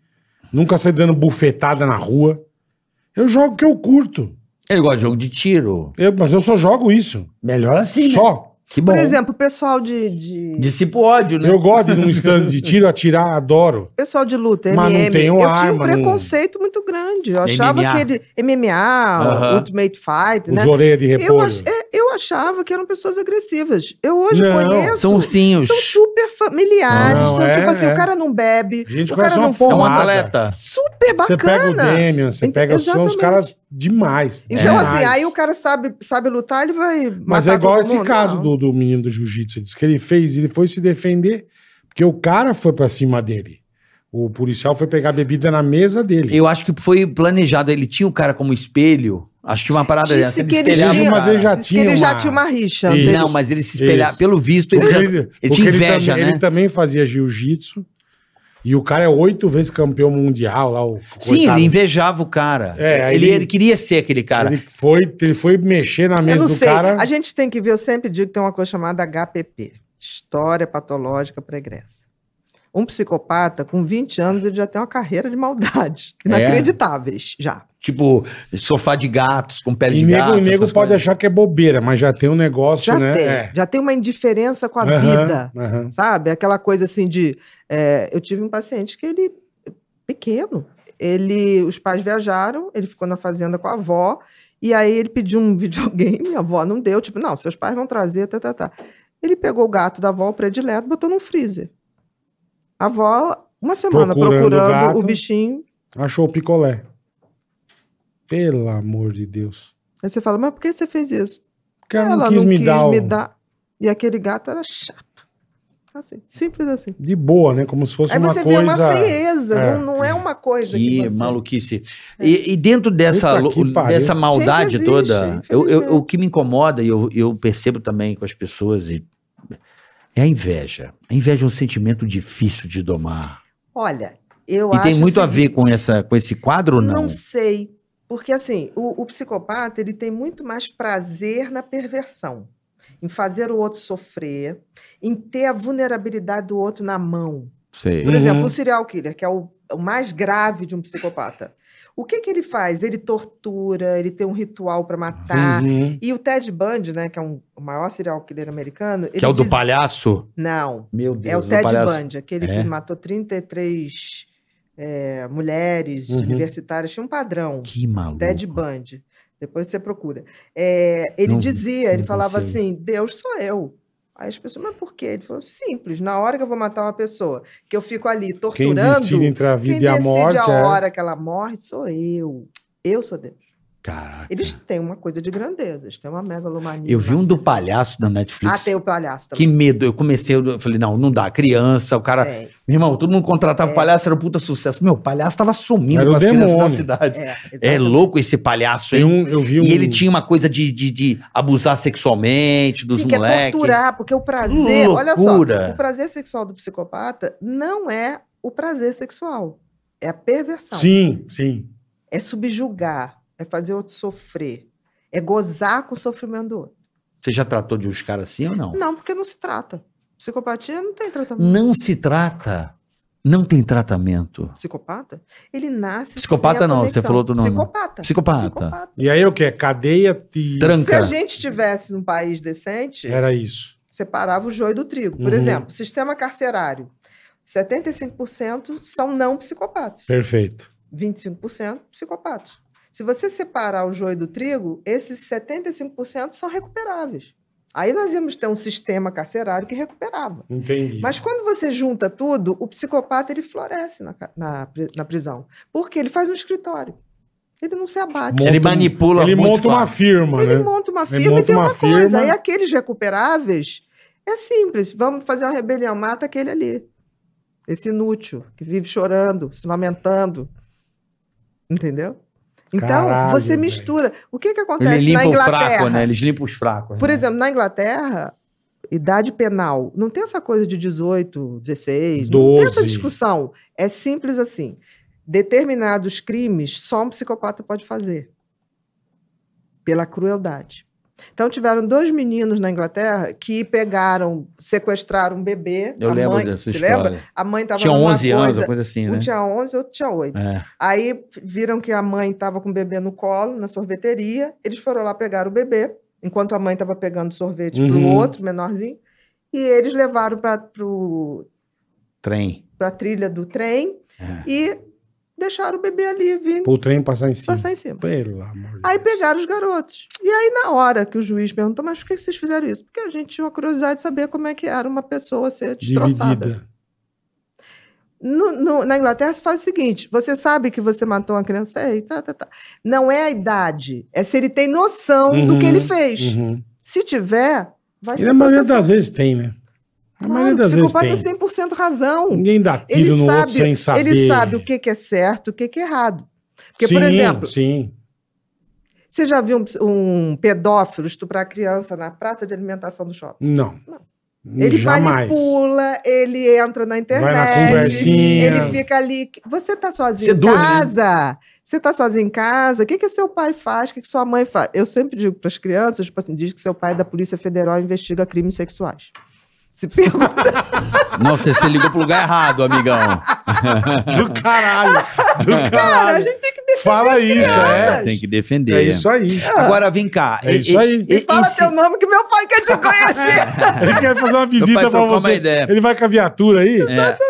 Speaker 2: nunca saí dando bufetada na rua. Eu jogo o que eu curto.
Speaker 3: Ele gosta de jogo de tiro.
Speaker 2: Eu- mas eu só jogo isso.
Speaker 3: Melhor assim,
Speaker 4: né?
Speaker 2: só.
Speaker 3: Que bom.
Speaker 4: Por exemplo, o pessoal de, de-
Speaker 3: Dissipa o ódio, né?
Speaker 2: Eu gosto de ir num stand de tiro, atirar, adoro.
Speaker 4: pessoal de luta,
Speaker 2: Mas não
Speaker 4: MM,
Speaker 2: tem
Speaker 4: eu
Speaker 2: uma
Speaker 4: tinha um
Speaker 2: arma, não-
Speaker 4: preconceito muito grande. Eu achava
Speaker 3: MMA.
Speaker 4: que ele MMA,
Speaker 3: Aham.
Speaker 4: Ultimate Fight,
Speaker 2: Os
Speaker 4: né?
Speaker 2: orelha de
Speaker 4: Eu,
Speaker 2: repolho.
Speaker 4: ach- é, eu achava que eram pessoas agressivas. Eu hoje
Speaker 2: Não,
Speaker 4: conheço.
Speaker 3: São ursinhos.
Speaker 4: são super familiares.
Speaker 2: Não,
Speaker 4: são
Speaker 2: é,
Speaker 4: tipo assim,
Speaker 2: é.
Speaker 4: o cara não bebe,
Speaker 2: A gente
Speaker 4: o cara
Speaker 2: conhece
Speaker 4: não
Speaker 2: uma
Speaker 3: É um
Speaker 4: fuma.
Speaker 2: porrada.
Speaker 3: atleta.
Speaker 4: Super
Speaker 2: Você pega o
Speaker 4: bacana.
Speaker 2: Demian, você
Speaker 4: Ent-
Speaker 2: pega os, são os
Speaker 4: exatamente.
Speaker 2: caras demais.
Speaker 3: É
Speaker 4: Então,
Speaker 2: demais.
Speaker 4: assim, aí o cara sabe, sabe lutar, ele vai.
Speaker 2: é. Mas
Speaker 4: matar
Speaker 2: é igual
Speaker 4: todo
Speaker 2: esse
Speaker 4: mundo?
Speaker 2: caso
Speaker 4: Não.
Speaker 2: do, do menino do jiu-jitsu. Diz que ele fez, ele foi se defender, porque o cara foi pra cima dele. O policial foi pegar bebida na mesa dele.
Speaker 3: Eu acho que foi planejado. Ele tinha o cara como espelho. Acho que uma parada
Speaker 4: Disse
Speaker 3: dessa.
Speaker 4: que ele
Speaker 3: espelhava o
Speaker 2: tinha- mas ele
Speaker 3: cara.
Speaker 2: já
Speaker 4: Diz que ele
Speaker 2: tinha
Speaker 4: já
Speaker 2: uma-
Speaker 4: tinha uma
Speaker 2: Isso.
Speaker 4: rixa. anterior.
Speaker 3: Não, mas ele se espelhava.
Speaker 2: Isso.
Speaker 3: Pelo visto, ele
Speaker 2: Porque
Speaker 3: já.
Speaker 2: porque
Speaker 3: tinha inveja,
Speaker 2: também,
Speaker 3: né?
Speaker 2: ele também fazia jiu-jitsu. E o cara é oito vezes campeão mundial lá. O
Speaker 3: Sim,
Speaker 2: coitado.
Speaker 3: ele invejava o cara.
Speaker 2: É, aí
Speaker 3: ele,
Speaker 2: ele-
Speaker 3: ele queria ser aquele cara.
Speaker 2: Ele foi, ele foi mexer na
Speaker 4: Eu
Speaker 2: mesa
Speaker 4: não
Speaker 2: do
Speaker 4: sei.
Speaker 2: cara.
Speaker 4: A gente tem que ver, eu sempre digo que tem uma coisa chamada HPP História Patológica Pregressa. Um psicopata, com 20 anos, ele já tem uma carreira de maldades
Speaker 3: É?
Speaker 4: inacreditáveis, já.
Speaker 2: Né?
Speaker 3: Tipo, sofá de gatos, com pele
Speaker 2: E
Speaker 3: É de
Speaker 2: nego,
Speaker 3: gato.
Speaker 2: e nego
Speaker 3: essas
Speaker 2: pode
Speaker 3: coisas.
Speaker 2: achar que é bobeira, mas já tem um negócio,
Speaker 4: Já
Speaker 2: né?
Speaker 4: tem.
Speaker 2: É.
Speaker 4: Já tem uma indiferença com a
Speaker 2: Aham,
Speaker 4: vida,
Speaker 2: aham.
Speaker 4: sabe? Aquela coisa assim de. é, eu tive um paciente que ele. pequeno. Ele, os pais viajaram, ele ficou na fazenda com a avó, e aí ele pediu um videogame, a avó não deu, tipo, não, seus pais vão trazer, tá, tá, tá. Ele pegou o gato da avó, o predileto, botou num freezer. A avó, uma semana
Speaker 2: Procurando o
Speaker 4: procurando,
Speaker 2: gato.
Speaker 4: o bichinho.
Speaker 2: Achou o picolé. Pelo amor de Deus.
Speaker 4: Aí você fala, mas por que você fez isso?
Speaker 2: um. Porque ela, não quis me dar. o-
Speaker 4: E aquele gato era chato. Assim, simples assim.
Speaker 2: De boa, né? Como se fosse
Speaker 4: Aí
Speaker 2: uma
Speaker 4: você
Speaker 2: coisa.
Speaker 4: vê uma frieza,
Speaker 2: é.
Speaker 4: não, não é uma coisa que,
Speaker 3: Que
Speaker 4: você... É.
Speaker 3: maluquice. E, e dentro dessa,
Speaker 2: Puta
Speaker 3: lo-
Speaker 2: que pariu.
Speaker 3: dessa maldade
Speaker 4: Gente, existe,
Speaker 3: toda, eu, eu-
Speaker 4: infelizmente.
Speaker 3: o que me incomoda e eu, eu percebo também com as pessoas e- é a inveja. A inveja é um sentimento difícil de domar.
Speaker 4: Olha, eu
Speaker 3: e
Speaker 4: acho
Speaker 3: tem muito
Speaker 4: o
Speaker 3: a ver
Speaker 4: seguinte,
Speaker 3: com, essa, com esse quadro ou não?
Speaker 4: Não sei. Porque, assim, o, o psicopata ele tem muito mais prazer na perversão, em fazer o outro sofrer, em ter a vulnerabilidade do outro na mão.
Speaker 3: Sei.
Speaker 4: Por
Speaker 2: Uhum.
Speaker 4: exemplo, o serial killer, que é o, o mais grave de um psicopata. O que, que ele faz? Ele tortura, ele tem um ritual para matar.
Speaker 2: Uhum.
Speaker 4: E o Ted Bundy, né, que é um, o maior serial killer americano.
Speaker 3: Que é o do
Speaker 4: palhaço?
Speaker 3: palhaço?
Speaker 4: Não.
Speaker 3: Meu Deus,
Speaker 4: É o
Speaker 3: do
Speaker 4: Ted
Speaker 3: palhaço.
Speaker 4: Bundy, aquele
Speaker 3: É?
Speaker 4: que matou 33 é, mulheres
Speaker 2: Uhum.
Speaker 4: universitárias. Tinha um padrão.
Speaker 3: Que maluco.
Speaker 4: Ted Bundy. Depois você procura. É, ele
Speaker 3: Não-
Speaker 4: dizia, ele
Speaker 3: não
Speaker 4: falava
Speaker 3: consigo.
Speaker 4: assim: Deus sou eu. Aí as pessoas, mas por quê? Ele falou: simples, na hora que eu vou matar uma pessoa, que eu fico ali
Speaker 2: Quem
Speaker 4: torturando,
Speaker 2: decide entre a vida
Speaker 4: quem
Speaker 2: e a
Speaker 4: decide
Speaker 2: morte.
Speaker 4: a
Speaker 2: é-
Speaker 4: hora que ela morre sou eu. Eu sou Deus.
Speaker 3: Caraca.
Speaker 4: Eles têm uma coisa de grandeza, eles têm uma megalomania.
Speaker 3: Eu vi um do
Speaker 4: narcisista.
Speaker 3: palhaço na Netflix.
Speaker 4: Ah, tem o palhaço
Speaker 3: Que
Speaker 4: também.
Speaker 3: medo. Eu comecei, eu falei, não, não dá. Criança, o cara.
Speaker 4: É,
Speaker 3: Meu irmão, todo mundo contratava palhaço, era um puta sucesso. Meu, o palhaço tava
Speaker 2: É.
Speaker 3: sumindo
Speaker 2: Era o
Speaker 3: com as crianças da
Speaker 2: demônio.
Speaker 3: cidade.
Speaker 4: é,
Speaker 3: É,
Speaker 4: exatamente.
Speaker 3: louco esse palhaço,
Speaker 2: Tem
Speaker 3: hein?
Speaker 2: um, eu vi um.
Speaker 3: E ele tinha uma coisa de, de, de abusar sexualmente Tipo, dos
Speaker 4: Sim, que é
Speaker 3: moleques.
Speaker 4: torturar, porque o prazer, olha só,
Speaker 3: Loucura.
Speaker 4: o prazer sexual do psicopata não é o prazer sexual, é a perversão.
Speaker 2: Sim, sim.
Speaker 4: É subjugar, é fazer o outro sofrer, é gozar com o sofrimento do outro.
Speaker 3: Você já tratou de uns caras assim ou não?
Speaker 4: Não, porque não se trata. Psicopatia não tem tratamento.
Speaker 3: Não se trata. Não tem tratamento.
Speaker 4: Psicopata? Ele nasce.
Speaker 3: Psicopata
Speaker 4: sem a
Speaker 3: não,
Speaker 4: conexão.
Speaker 3: você falou outro nome.
Speaker 4: Psicopata.
Speaker 3: Psicopata.
Speaker 2: E aí o que? Cadeia e.
Speaker 3: Tranca.
Speaker 4: Se a gente tivesse num país decente,
Speaker 3: É.
Speaker 2: Era isso.
Speaker 4: separava o joio do trigo. Por
Speaker 2: Uhum.
Speaker 4: exemplo, sistema carcerário. 75% são não psicopatas.
Speaker 2: Perfeito.
Speaker 4: 25% psicopatas. Se você separar o joio do trigo, esses 75% são recuperáveis. Aí nós íamos ter um sistema carcerário que recuperava.
Speaker 2: Entendi.
Speaker 4: Mas quando você junta tudo, o psicopata ele floresce na, ca- na, pri- na prisão. Porque ele faz um escritório. Ele não se abate.
Speaker 2: Monta
Speaker 3: Ele
Speaker 2: um-
Speaker 3: manipula
Speaker 2: ele
Speaker 3: muito
Speaker 2: monta uma
Speaker 3: fácil.
Speaker 2: firma,
Speaker 4: Ele
Speaker 2: né?
Speaker 4: monta uma
Speaker 2: Ele
Speaker 4: firma
Speaker 2: monta
Speaker 4: e tem
Speaker 2: uma
Speaker 4: uma, coisa.
Speaker 2: firma.
Speaker 4: Aí aqueles recuperáveis é simples. Vamos fazer uma rebelião, mata aquele ali. Esse inútil, que vive chorando, se lamentando. Entendeu? Então,
Speaker 2: Caralho,
Speaker 4: você
Speaker 2: velho.
Speaker 4: mistura. O que, que
Speaker 3: Ele
Speaker 4: acontece na
Speaker 3: limpa o
Speaker 4: Inglaterra?
Speaker 3: fraco, né? Eles limpam os fracos.
Speaker 4: Por
Speaker 3: né?
Speaker 4: exemplo, na Inglaterra, idade penal, não tem essa coisa de 18, 16, não tem essa
Speaker 2: 12.
Speaker 4: discussão. É simples assim. Determinados crimes só um psicopata pode fazer. Pela crueldade. Então tiveram dois meninos na Inglaterra que pegaram, sequestraram um bebê.
Speaker 3: Eu
Speaker 4: a
Speaker 3: lembro
Speaker 4: mãe,
Speaker 3: dessa
Speaker 4: se
Speaker 3: história.
Speaker 4: lembra? A mãe estava
Speaker 3: Tinha 11
Speaker 4: coisa,
Speaker 3: anos, uma coisa assim, né?
Speaker 4: Um tinha 11, outro tinha 8.
Speaker 3: É.
Speaker 4: Aí viram que a mãe estava com o bebê no colo, na sorveteria. Eles foram lá pegar o bebê, enquanto a mãe estava pegando sorvete para
Speaker 2: Uhum.
Speaker 4: o outro, menorzinho. E eles levaram para
Speaker 3: Trem.
Speaker 4: a trilha do trem
Speaker 3: É.
Speaker 4: e deixaram o bebê ali vir
Speaker 2: Pro trem passar em cima.
Speaker 4: passar em cima.
Speaker 2: Pelo amor de
Speaker 4: Aí
Speaker 2: Deus.
Speaker 4: pegaram os garotos. E aí, na hora que o juiz perguntou, mas por que que vocês fizeram isso? Porque a gente tinha uma curiosidade de saber como é que era uma pessoa ser destroçada.
Speaker 2: Dividida.
Speaker 4: No- no- na Inglaterra se faz o seguinte: você sabe que você matou uma criança, é, e tá, tá, tá. Não é a idade, é se ele tem noção do que
Speaker 2: Uhum,
Speaker 4: ele fez.
Speaker 2: Uhum.
Speaker 4: Se tiver, vai
Speaker 2: E
Speaker 4: ser
Speaker 2: na maioria
Speaker 4: processado.
Speaker 2: das vezes tem, né? Na
Speaker 4: Claro,
Speaker 2: maioria das
Speaker 4: o
Speaker 2: vezes
Speaker 4: psicopata
Speaker 2: tem.
Speaker 4: tem 100% razão.
Speaker 2: Ninguém dá tiro
Speaker 4: Ele
Speaker 2: no outro
Speaker 4: sabe,
Speaker 2: sem saber.
Speaker 4: ele sabe o que, que é certo, o que, que é errado. Porque, por
Speaker 2: Sim,
Speaker 4: exemplo,
Speaker 2: Sim.
Speaker 4: você já viu um, ps- um pedófilo estuprar criança na praça de alimentação do shopping?
Speaker 2: Não.
Speaker 4: Ele
Speaker 2: Jamais.
Speaker 4: manipula, ele entra na internet,
Speaker 2: conversinha.
Speaker 4: ele fica ali. Você tá sozinho
Speaker 3: Você
Speaker 4: em
Speaker 3: dorme, né?
Speaker 4: casa? Você tá sozinho em casa? O que que seu pai faz? O que que sua mãe faz? Eu sempre digo para as crianças, tipo assim, diz que seu pai é da Polícia Federal e investiga crimes sexuais. Se pergunta,
Speaker 3: Nossa, você ligou pro lugar errado, amigão.
Speaker 2: Do caralho. Do
Speaker 4: cara, a
Speaker 2: caralho.
Speaker 4: gente tem que defender
Speaker 2: Fala
Speaker 4: as
Speaker 2: isso,
Speaker 4: crianças.
Speaker 3: Tem que defender.
Speaker 2: É isso aí.
Speaker 3: Agora vem cá.
Speaker 2: É
Speaker 3: e-
Speaker 2: isso aí.
Speaker 4: E fala
Speaker 3: esse-
Speaker 4: seu nome que meu pai quer te conhecer.
Speaker 2: Ele quer fazer uma
Speaker 3: Meu pai
Speaker 2: visita pra
Speaker 3: trocou uma
Speaker 2: você.
Speaker 3: ideia.
Speaker 2: Ele vai com a viatura aí?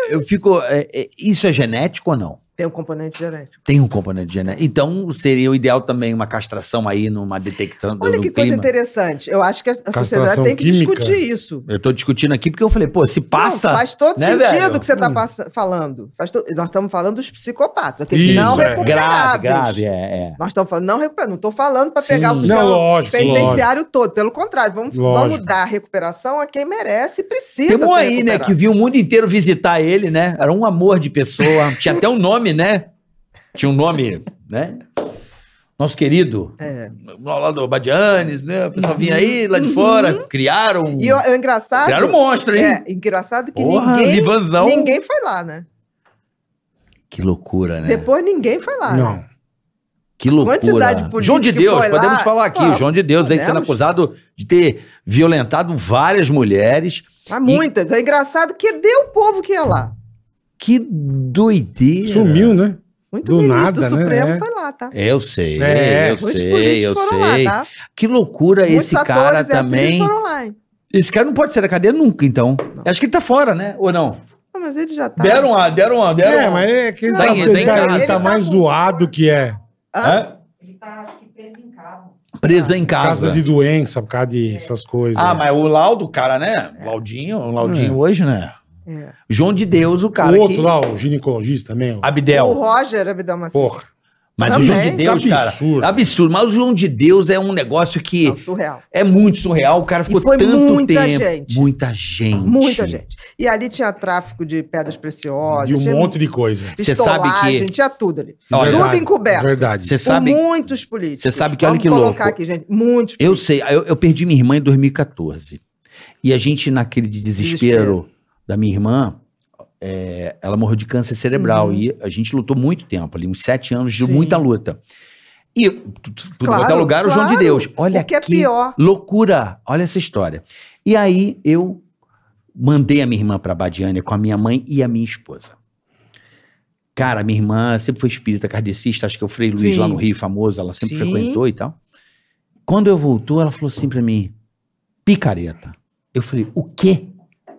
Speaker 3: Eu fico. é, é, isso é genético ou não?
Speaker 4: Tem um componente genético.
Speaker 3: Tem um componente genético. Então, seria o ideal também uma castração aí, numa detecção do,
Speaker 4: Olha
Speaker 3: do
Speaker 4: que coisa
Speaker 3: clima.
Speaker 4: interessante. Eu acho que a, a sociedade
Speaker 2: Castração
Speaker 4: tem que
Speaker 2: química.
Speaker 4: discutir isso.
Speaker 3: Eu tô discutindo aqui porque eu falei, pô, se passa.
Speaker 4: Não, faz todo
Speaker 3: né,
Speaker 4: sentido
Speaker 3: velho?
Speaker 4: o que você está falando. Faz to- Nós estamos falando dos psicopatas, aqueles
Speaker 2: Isso,
Speaker 4: não
Speaker 2: é.
Speaker 4: recuperáveis.
Speaker 3: grave, grave, é, é.
Speaker 4: Nós estamos falando, não recuperar, não estou falando para pegar o
Speaker 3: Sim.
Speaker 4: cidadão
Speaker 2: Não, lógico,
Speaker 4: penitenciário todo. Pelo contrário, vamos,
Speaker 2: Lógico.
Speaker 4: vamos dar recuperação a quem merece e precisa.
Speaker 3: Tem um
Speaker 4: ser
Speaker 3: aí, né,
Speaker 4: recuperado.
Speaker 3: que viu o mundo inteiro visitar ele, né? Era um amor de pessoa. Tinha até um nome, né? Tinha um nome, né? Nosso querido,
Speaker 4: É.
Speaker 3: lá do Badianes, né? O pessoal vinha aí, lá de fora, criaram.
Speaker 4: Uhum. E o, o engraçado.
Speaker 3: Criaram um monstro, hein?
Speaker 4: É, engraçado que
Speaker 3: Porra,
Speaker 4: ninguém.
Speaker 3: Livanzão.
Speaker 4: Ninguém foi lá, né?
Speaker 3: Que loucura, né?
Speaker 4: Depois ninguém foi lá. né?
Speaker 2: Não.
Speaker 3: Que loucura.
Speaker 4: Quantidade de político
Speaker 3: João de
Speaker 4: que
Speaker 3: Deus,
Speaker 4: foi lá,
Speaker 3: podemos falar aqui.
Speaker 4: pô,
Speaker 3: João de Deus aí sendo
Speaker 4: podemos.
Speaker 3: acusado de ter violentado várias mulheres.
Speaker 4: Mas muitas. É engraçado que deu o povo que ia lá.
Speaker 3: Que doideira.
Speaker 2: Sumiu, né?
Speaker 4: Muito
Speaker 2: Do
Speaker 4: ministro
Speaker 2: nada,
Speaker 4: do
Speaker 2: né?
Speaker 4: Supremo
Speaker 2: É.
Speaker 4: foi lá, tá?
Speaker 3: Eu sei,
Speaker 2: É.
Speaker 3: eu
Speaker 4: Muitos
Speaker 3: sei, eu
Speaker 4: políticos foram
Speaker 3: sei.
Speaker 4: lá, tá?
Speaker 3: Que loucura
Speaker 4: Muitos
Speaker 3: esse cara
Speaker 4: atores e atrizes
Speaker 3: também.
Speaker 4: foram lá, hein?
Speaker 3: Esse cara não pode sair da cadeia nunca, então. Acho que ele tá fora, né? Ou não?
Speaker 4: Ah, mas ele já tá.
Speaker 3: Deram a, deram a, deram
Speaker 2: É,
Speaker 3: a-
Speaker 2: mas é que ele
Speaker 3: Tá
Speaker 2: tá,
Speaker 3: em-
Speaker 2: ele
Speaker 3: tá em
Speaker 2: tá-
Speaker 3: casa.
Speaker 2: ele tá
Speaker 4: Ele tá
Speaker 2: mais
Speaker 4: com-
Speaker 2: zoado que é
Speaker 4: Hã?
Speaker 3: Hã?
Speaker 5: Ele tá, acho que preso em casa.
Speaker 3: Presa em casa.
Speaker 2: casa de doença por causa
Speaker 4: É.
Speaker 2: de essas coisas.
Speaker 3: Ah, mas o laudo, cara, né? Laudinho, um laudinho
Speaker 2: É.
Speaker 3: hoje, né?
Speaker 4: É.
Speaker 3: João de Deus, o cara
Speaker 2: o outro
Speaker 3: que...
Speaker 2: lá, o ginecologista também. o-
Speaker 4: O
Speaker 3: Abdel.
Speaker 4: Roger é Abdel Macedo.
Speaker 2: Porra.
Speaker 3: Mas
Speaker 4: Também.
Speaker 3: o João de Deus,
Speaker 2: Que
Speaker 3: cara.
Speaker 2: absurdo.
Speaker 3: Absurdo. Mas o João de Deus é um negócio que
Speaker 4: Não, surreal.
Speaker 3: é muito surreal. O cara ficou
Speaker 4: foi
Speaker 3: tanto
Speaker 4: muita
Speaker 3: tempo.
Speaker 4: gente.
Speaker 3: Muita gente.
Speaker 4: Muita gente. E ali tinha tráfico de pedras preciosas.
Speaker 2: De um
Speaker 4: tinha
Speaker 2: monte de coisa.
Speaker 3: Você sabe
Speaker 4: pistolagem,
Speaker 3: que-
Speaker 4: Tinha tudo ali.
Speaker 3: Olha,
Speaker 4: tudo
Speaker 2: Verdade,
Speaker 4: encoberto.
Speaker 2: Verdade.
Speaker 3: Você sabe.
Speaker 4: Por muitos políticos.
Speaker 3: Você sabe que olha
Speaker 4: Vamos
Speaker 3: que louco.
Speaker 4: colocar aqui, gente. Muitos
Speaker 3: Eu sei, eu, eu perdi minha irmã em 2014. E a gente, naquele de desespero, da minha irmã, é, ela morreu de câncer cerebral.
Speaker 4: Uhum.
Speaker 3: E a gente lutou muito tempo ali, uns sete anos de
Speaker 4: Sim.
Speaker 3: muita luta. E tu- tu- tudo
Speaker 4: Claro,
Speaker 3: quanto é lugar, o João de
Speaker 4: claro.
Speaker 3: Deus. Olha
Speaker 4: O que é pior.
Speaker 3: Loucura! Olha essa história. E aí eu mandei a minha irmã para Badiânia com a minha mãe e a minha esposa. Cara, minha irmã sempre foi espírita kardecista, acho que é o Frei Luiz
Speaker 4: Sim.
Speaker 3: lá no Rio, famoso, ela sempre
Speaker 4: Sim.
Speaker 3: frequentou e tal. Quando eu voltou, ela falou assim para mim: picareta. Eu falei: o quê?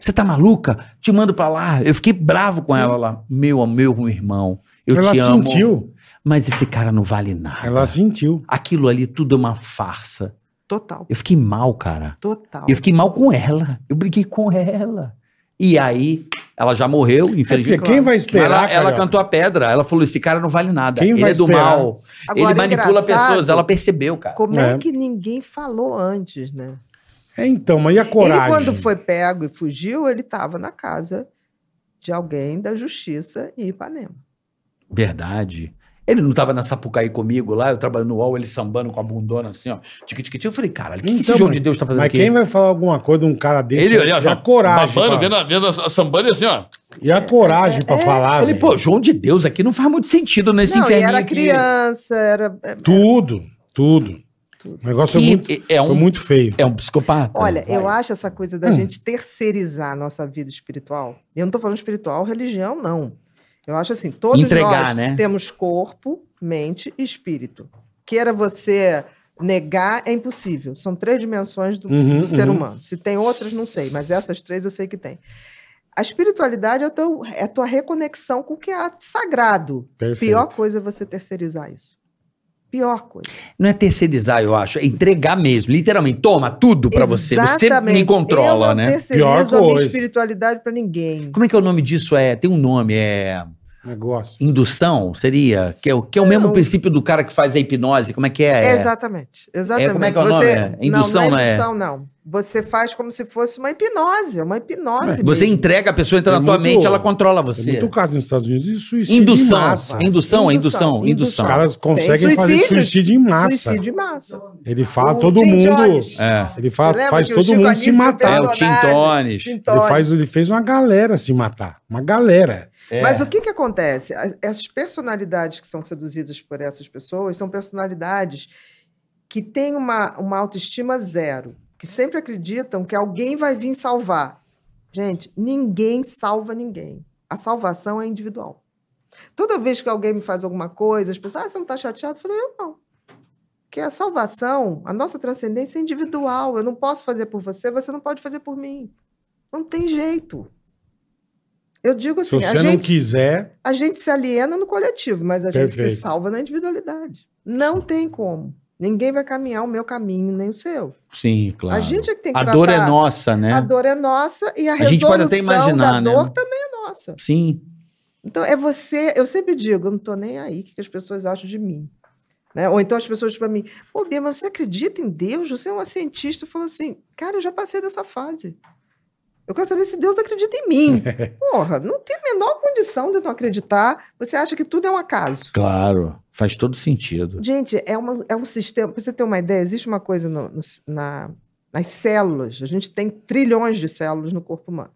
Speaker 3: Você tá maluca? Te mando pra lá. Eu fiquei bravo com ela lá. Meu, meu irmão, eu
Speaker 2: ela
Speaker 3: te amo.
Speaker 2: sentiu.
Speaker 3: Mas esse cara não vale nada.
Speaker 2: Ela sentiu.
Speaker 3: Aquilo ali tudo é uma farsa.
Speaker 4: Total.
Speaker 3: Eu fiquei mal, cara.
Speaker 4: Total.
Speaker 3: Eu fiquei mal com ela. Eu briguei com ela. E aí, ela já morreu,
Speaker 2: É porque
Speaker 3: infelizmente.
Speaker 2: quem vai
Speaker 3: Mas
Speaker 2: esperar.
Speaker 3: ela, ela
Speaker 2: Carioca?
Speaker 3: cantou a pedra. Ela falou: esse cara não vale nada.
Speaker 2: Quem
Speaker 3: ele
Speaker 2: vai
Speaker 3: é do
Speaker 2: esperar?
Speaker 3: mal.
Speaker 4: Agora, é
Speaker 3: ele manipula
Speaker 4: engraçado,
Speaker 3: pessoas. Ela percebeu, cara.
Speaker 4: Como é.
Speaker 2: É.
Speaker 4: que ninguém falou antes, né?
Speaker 2: É, então, mas e a coragem?
Speaker 4: Ele, quando foi pego e fugiu, ele estava na casa de alguém da justiça em Ipanema.
Speaker 3: Verdade. Ele não tava na Sapucaí comigo lá, eu trabalhando no UOL, ele sambando com a bundona assim, ó. Tique, tique, tique. Eu falei, cara, o que, que esse
Speaker 2: Então,
Speaker 3: João
Speaker 2: mas-
Speaker 3: de Deus tá fazendo
Speaker 2: Mas
Speaker 3: aqui?
Speaker 2: quem vai falar alguma coisa de um cara desse?
Speaker 3: Ele, ele, ó,
Speaker 2: e a
Speaker 3: já
Speaker 2: coragem. pra-
Speaker 3: a, vendo a sambando assim, ó.
Speaker 2: E a coragem
Speaker 4: É,
Speaker 2: pra falar.
Speaker 3: Eu falei,
Speaker 2: velho.
Speaker 3: pô, João de Deus aqui não faz muito sentido nesse
Speaker 4: não, e
Speaker 3: inferninho
Speaker 4: era
Speaker 3: aqui.
Speaker 4: criança, era. é,
Speaker 2: Tudo, tudo. O negócio
Speaker 3: Que
Speaker 2: foi muito,
Speaker 3: é,
Speaker 2: foi
Speaker 3: um,
Speaker 2: muito feio.
Speaker 3: é um psicopata.
Speaker 4: Olha, eu
Speaker 3: Vai.
Speaker 4: acho essa coisa da
Speaker 2: Hum.
Speaker 4: gente terceirizar a nossa vida espiritual. Eu não estou falando espiritual, religião, não. Eu acho assim, todos
Speaker 3: Entregar,
Speaker 4: nós
Speaker 3: né?
Speaker 4: temos corpo, mente e espírito. Queira você negar, é impossível. São três dimensões do,
Speaker 2: Uhum,
Speaker 4: do ser
Speaker 2: uhum.
Speaker 4: humano. Se tem outras, não sei, mas essas três eu sei que tem. A espiritualidade é, o teu- é a tua reconexão com o que é sagrado.
Speaker 2: Perfeito.
Speaker 4: Pior coisa é você terceirizar isso. Pior coisa.
Speaker 3: Não é terceirizar, eu acho. É entregar mesmo. Literalmente. Toma tudo pra você. Você me
Speaker 4: eu
Speaker 3: controla,
Speaker 4: não
Speaker 3: né?
Speaker 4: terceirizo
Speaker 2: Pior
Speaker 4: a minha
Speaker 2: coisa.
Speaker 4: espiritualidade para ninguém.
Speaker 3: Como é que é o nome disso? É, tem um nome, é
Speaker 2: Negócio.
Speaker 3: indução, seria? Que é, o- que é o mesmo princípio do cara que faz a hipnose. Como é que é? É,
Speaker 4: Exatamente, exatamente.
Speaker 3: como é que é o nome? É indução,
Speaker 4: não, não
Speaker 3: né?
Speaker 4: é indução, não. Você faz como se fosse uma hipnose, é uma hipnose.
Speaker 3: Você
Speaker 4: mesmo.
Speaker 3: entrega, a pessoa entra
Speaker 2: É
Speaker 3: na tua
Speaker 2: muito-
Speaker 3: mente, ela controla
Speaker 2: Tem
Speaker 3: você.
Speaker 2: É muito caso nos Estados Unidos de suicídio
Speaker 3: Indução,
Speaker 2: em massa.
Speaker 3: indução, indução, indução,
Speaker 4: Indução,
Speaker 2: Os
Speaker 3: indução.
Speaker 2: caras conseguem
Speaker 4: Tem
Speaker 2: fazer
Speaker 4: suicídios.
Speaker 2: suicídio em massa.
Speaker 4: Suicídio em massa.
Speaker 2: Ele fala
Speaker 4: O
Speaker 2: todo
Speaker 4: Jim
Speaker 2: mundo.
Speaker 4: Jones.
Speaker 3: É.
Speaker 2: Ele
Speaker 4: Você
Speaker 2: fala,
Speaker 4: lembra
Speaker 2: faz
Speaker 4: que o
Speaker 2: todo
Speaker 4: Chico
Speaker 2: mundo
Speaker 4: Anísio
Speaker 2: se matar.
Speaker 3: É, o
Speaker 4: personagem,
Speaker 3: Tim Tones.
Speaker 2: Ele,
Speaker 4: Tintone.
Speaker 2: faz, ele fez uma galera se matar. Uma galera.
Speaker 3: É.
Speaker 4: Mas o que, que acontece? As- Essas personalidades que são seduzidas por essas pessoas são personalidades que têm uma, uma autoestima zero, que sempre acreditam que alguém vai vir salvar. Gente, ninguém salva ninguém. A salvação é individual. Toda vez que alguém me faz alguma coisa, as pessoas, ah, você não está chateado? Eu falei, eu não. Porque a salvação, a nossa transcendência é individual. Eu não posso fazer por você, você não pode fazer por mim. Não tem jeito. Eu digo
Speaker 2: Se
Speaker 4: assim, a
Speaker 2: você não
Speaker 4: gente,
Speaker 2: quiser,
Speaker 4: a gente se aliena no coletivo, mas a gente se
Speaker 2: Perfeito.
Speaker 4: salva na individualidade. Não tem como. Ninguém vai caminhar o meu caminho, nem o seu.
Speaker 3: Sim, claro.
Speaker 4: A gente é que tem que
Speaker 3: A dor é
Speaker 4: tratar-
Speaker 3: nossa, né?
Speaker 4: A dor é nossa e a,
Speaker 3: A gente
Speaker 4: resolução
Speaker 3: pode até imaginar,
Speaker 4: da
Speaker 3: né?
Speaker 4: dor também é nossa.
Speaker 3: Sim.
Speaker 4: Então é você, eu sempre digo, eu não estou nem aí o que que as pessoas acham de mim. Né? Ou então as pessoas para mim, pô, Bia, mas você acredita em Deus? Você é uma cientista. Eu falo assim, cara, eu já passei dessa fase. Eu quero saber se Deus acredita em mim. Porra, não tem a menor condição de eu não acreditar. Você acha que tudo é um acaso.
Speaker 3: Claro. Faz todo sentido.
Speaker 4: Gente, é, uma- é um sistema. Para você ter uma ideia, existe uma coisa no- no- na- nas células. A gente tem trilhões de células no corpo humano.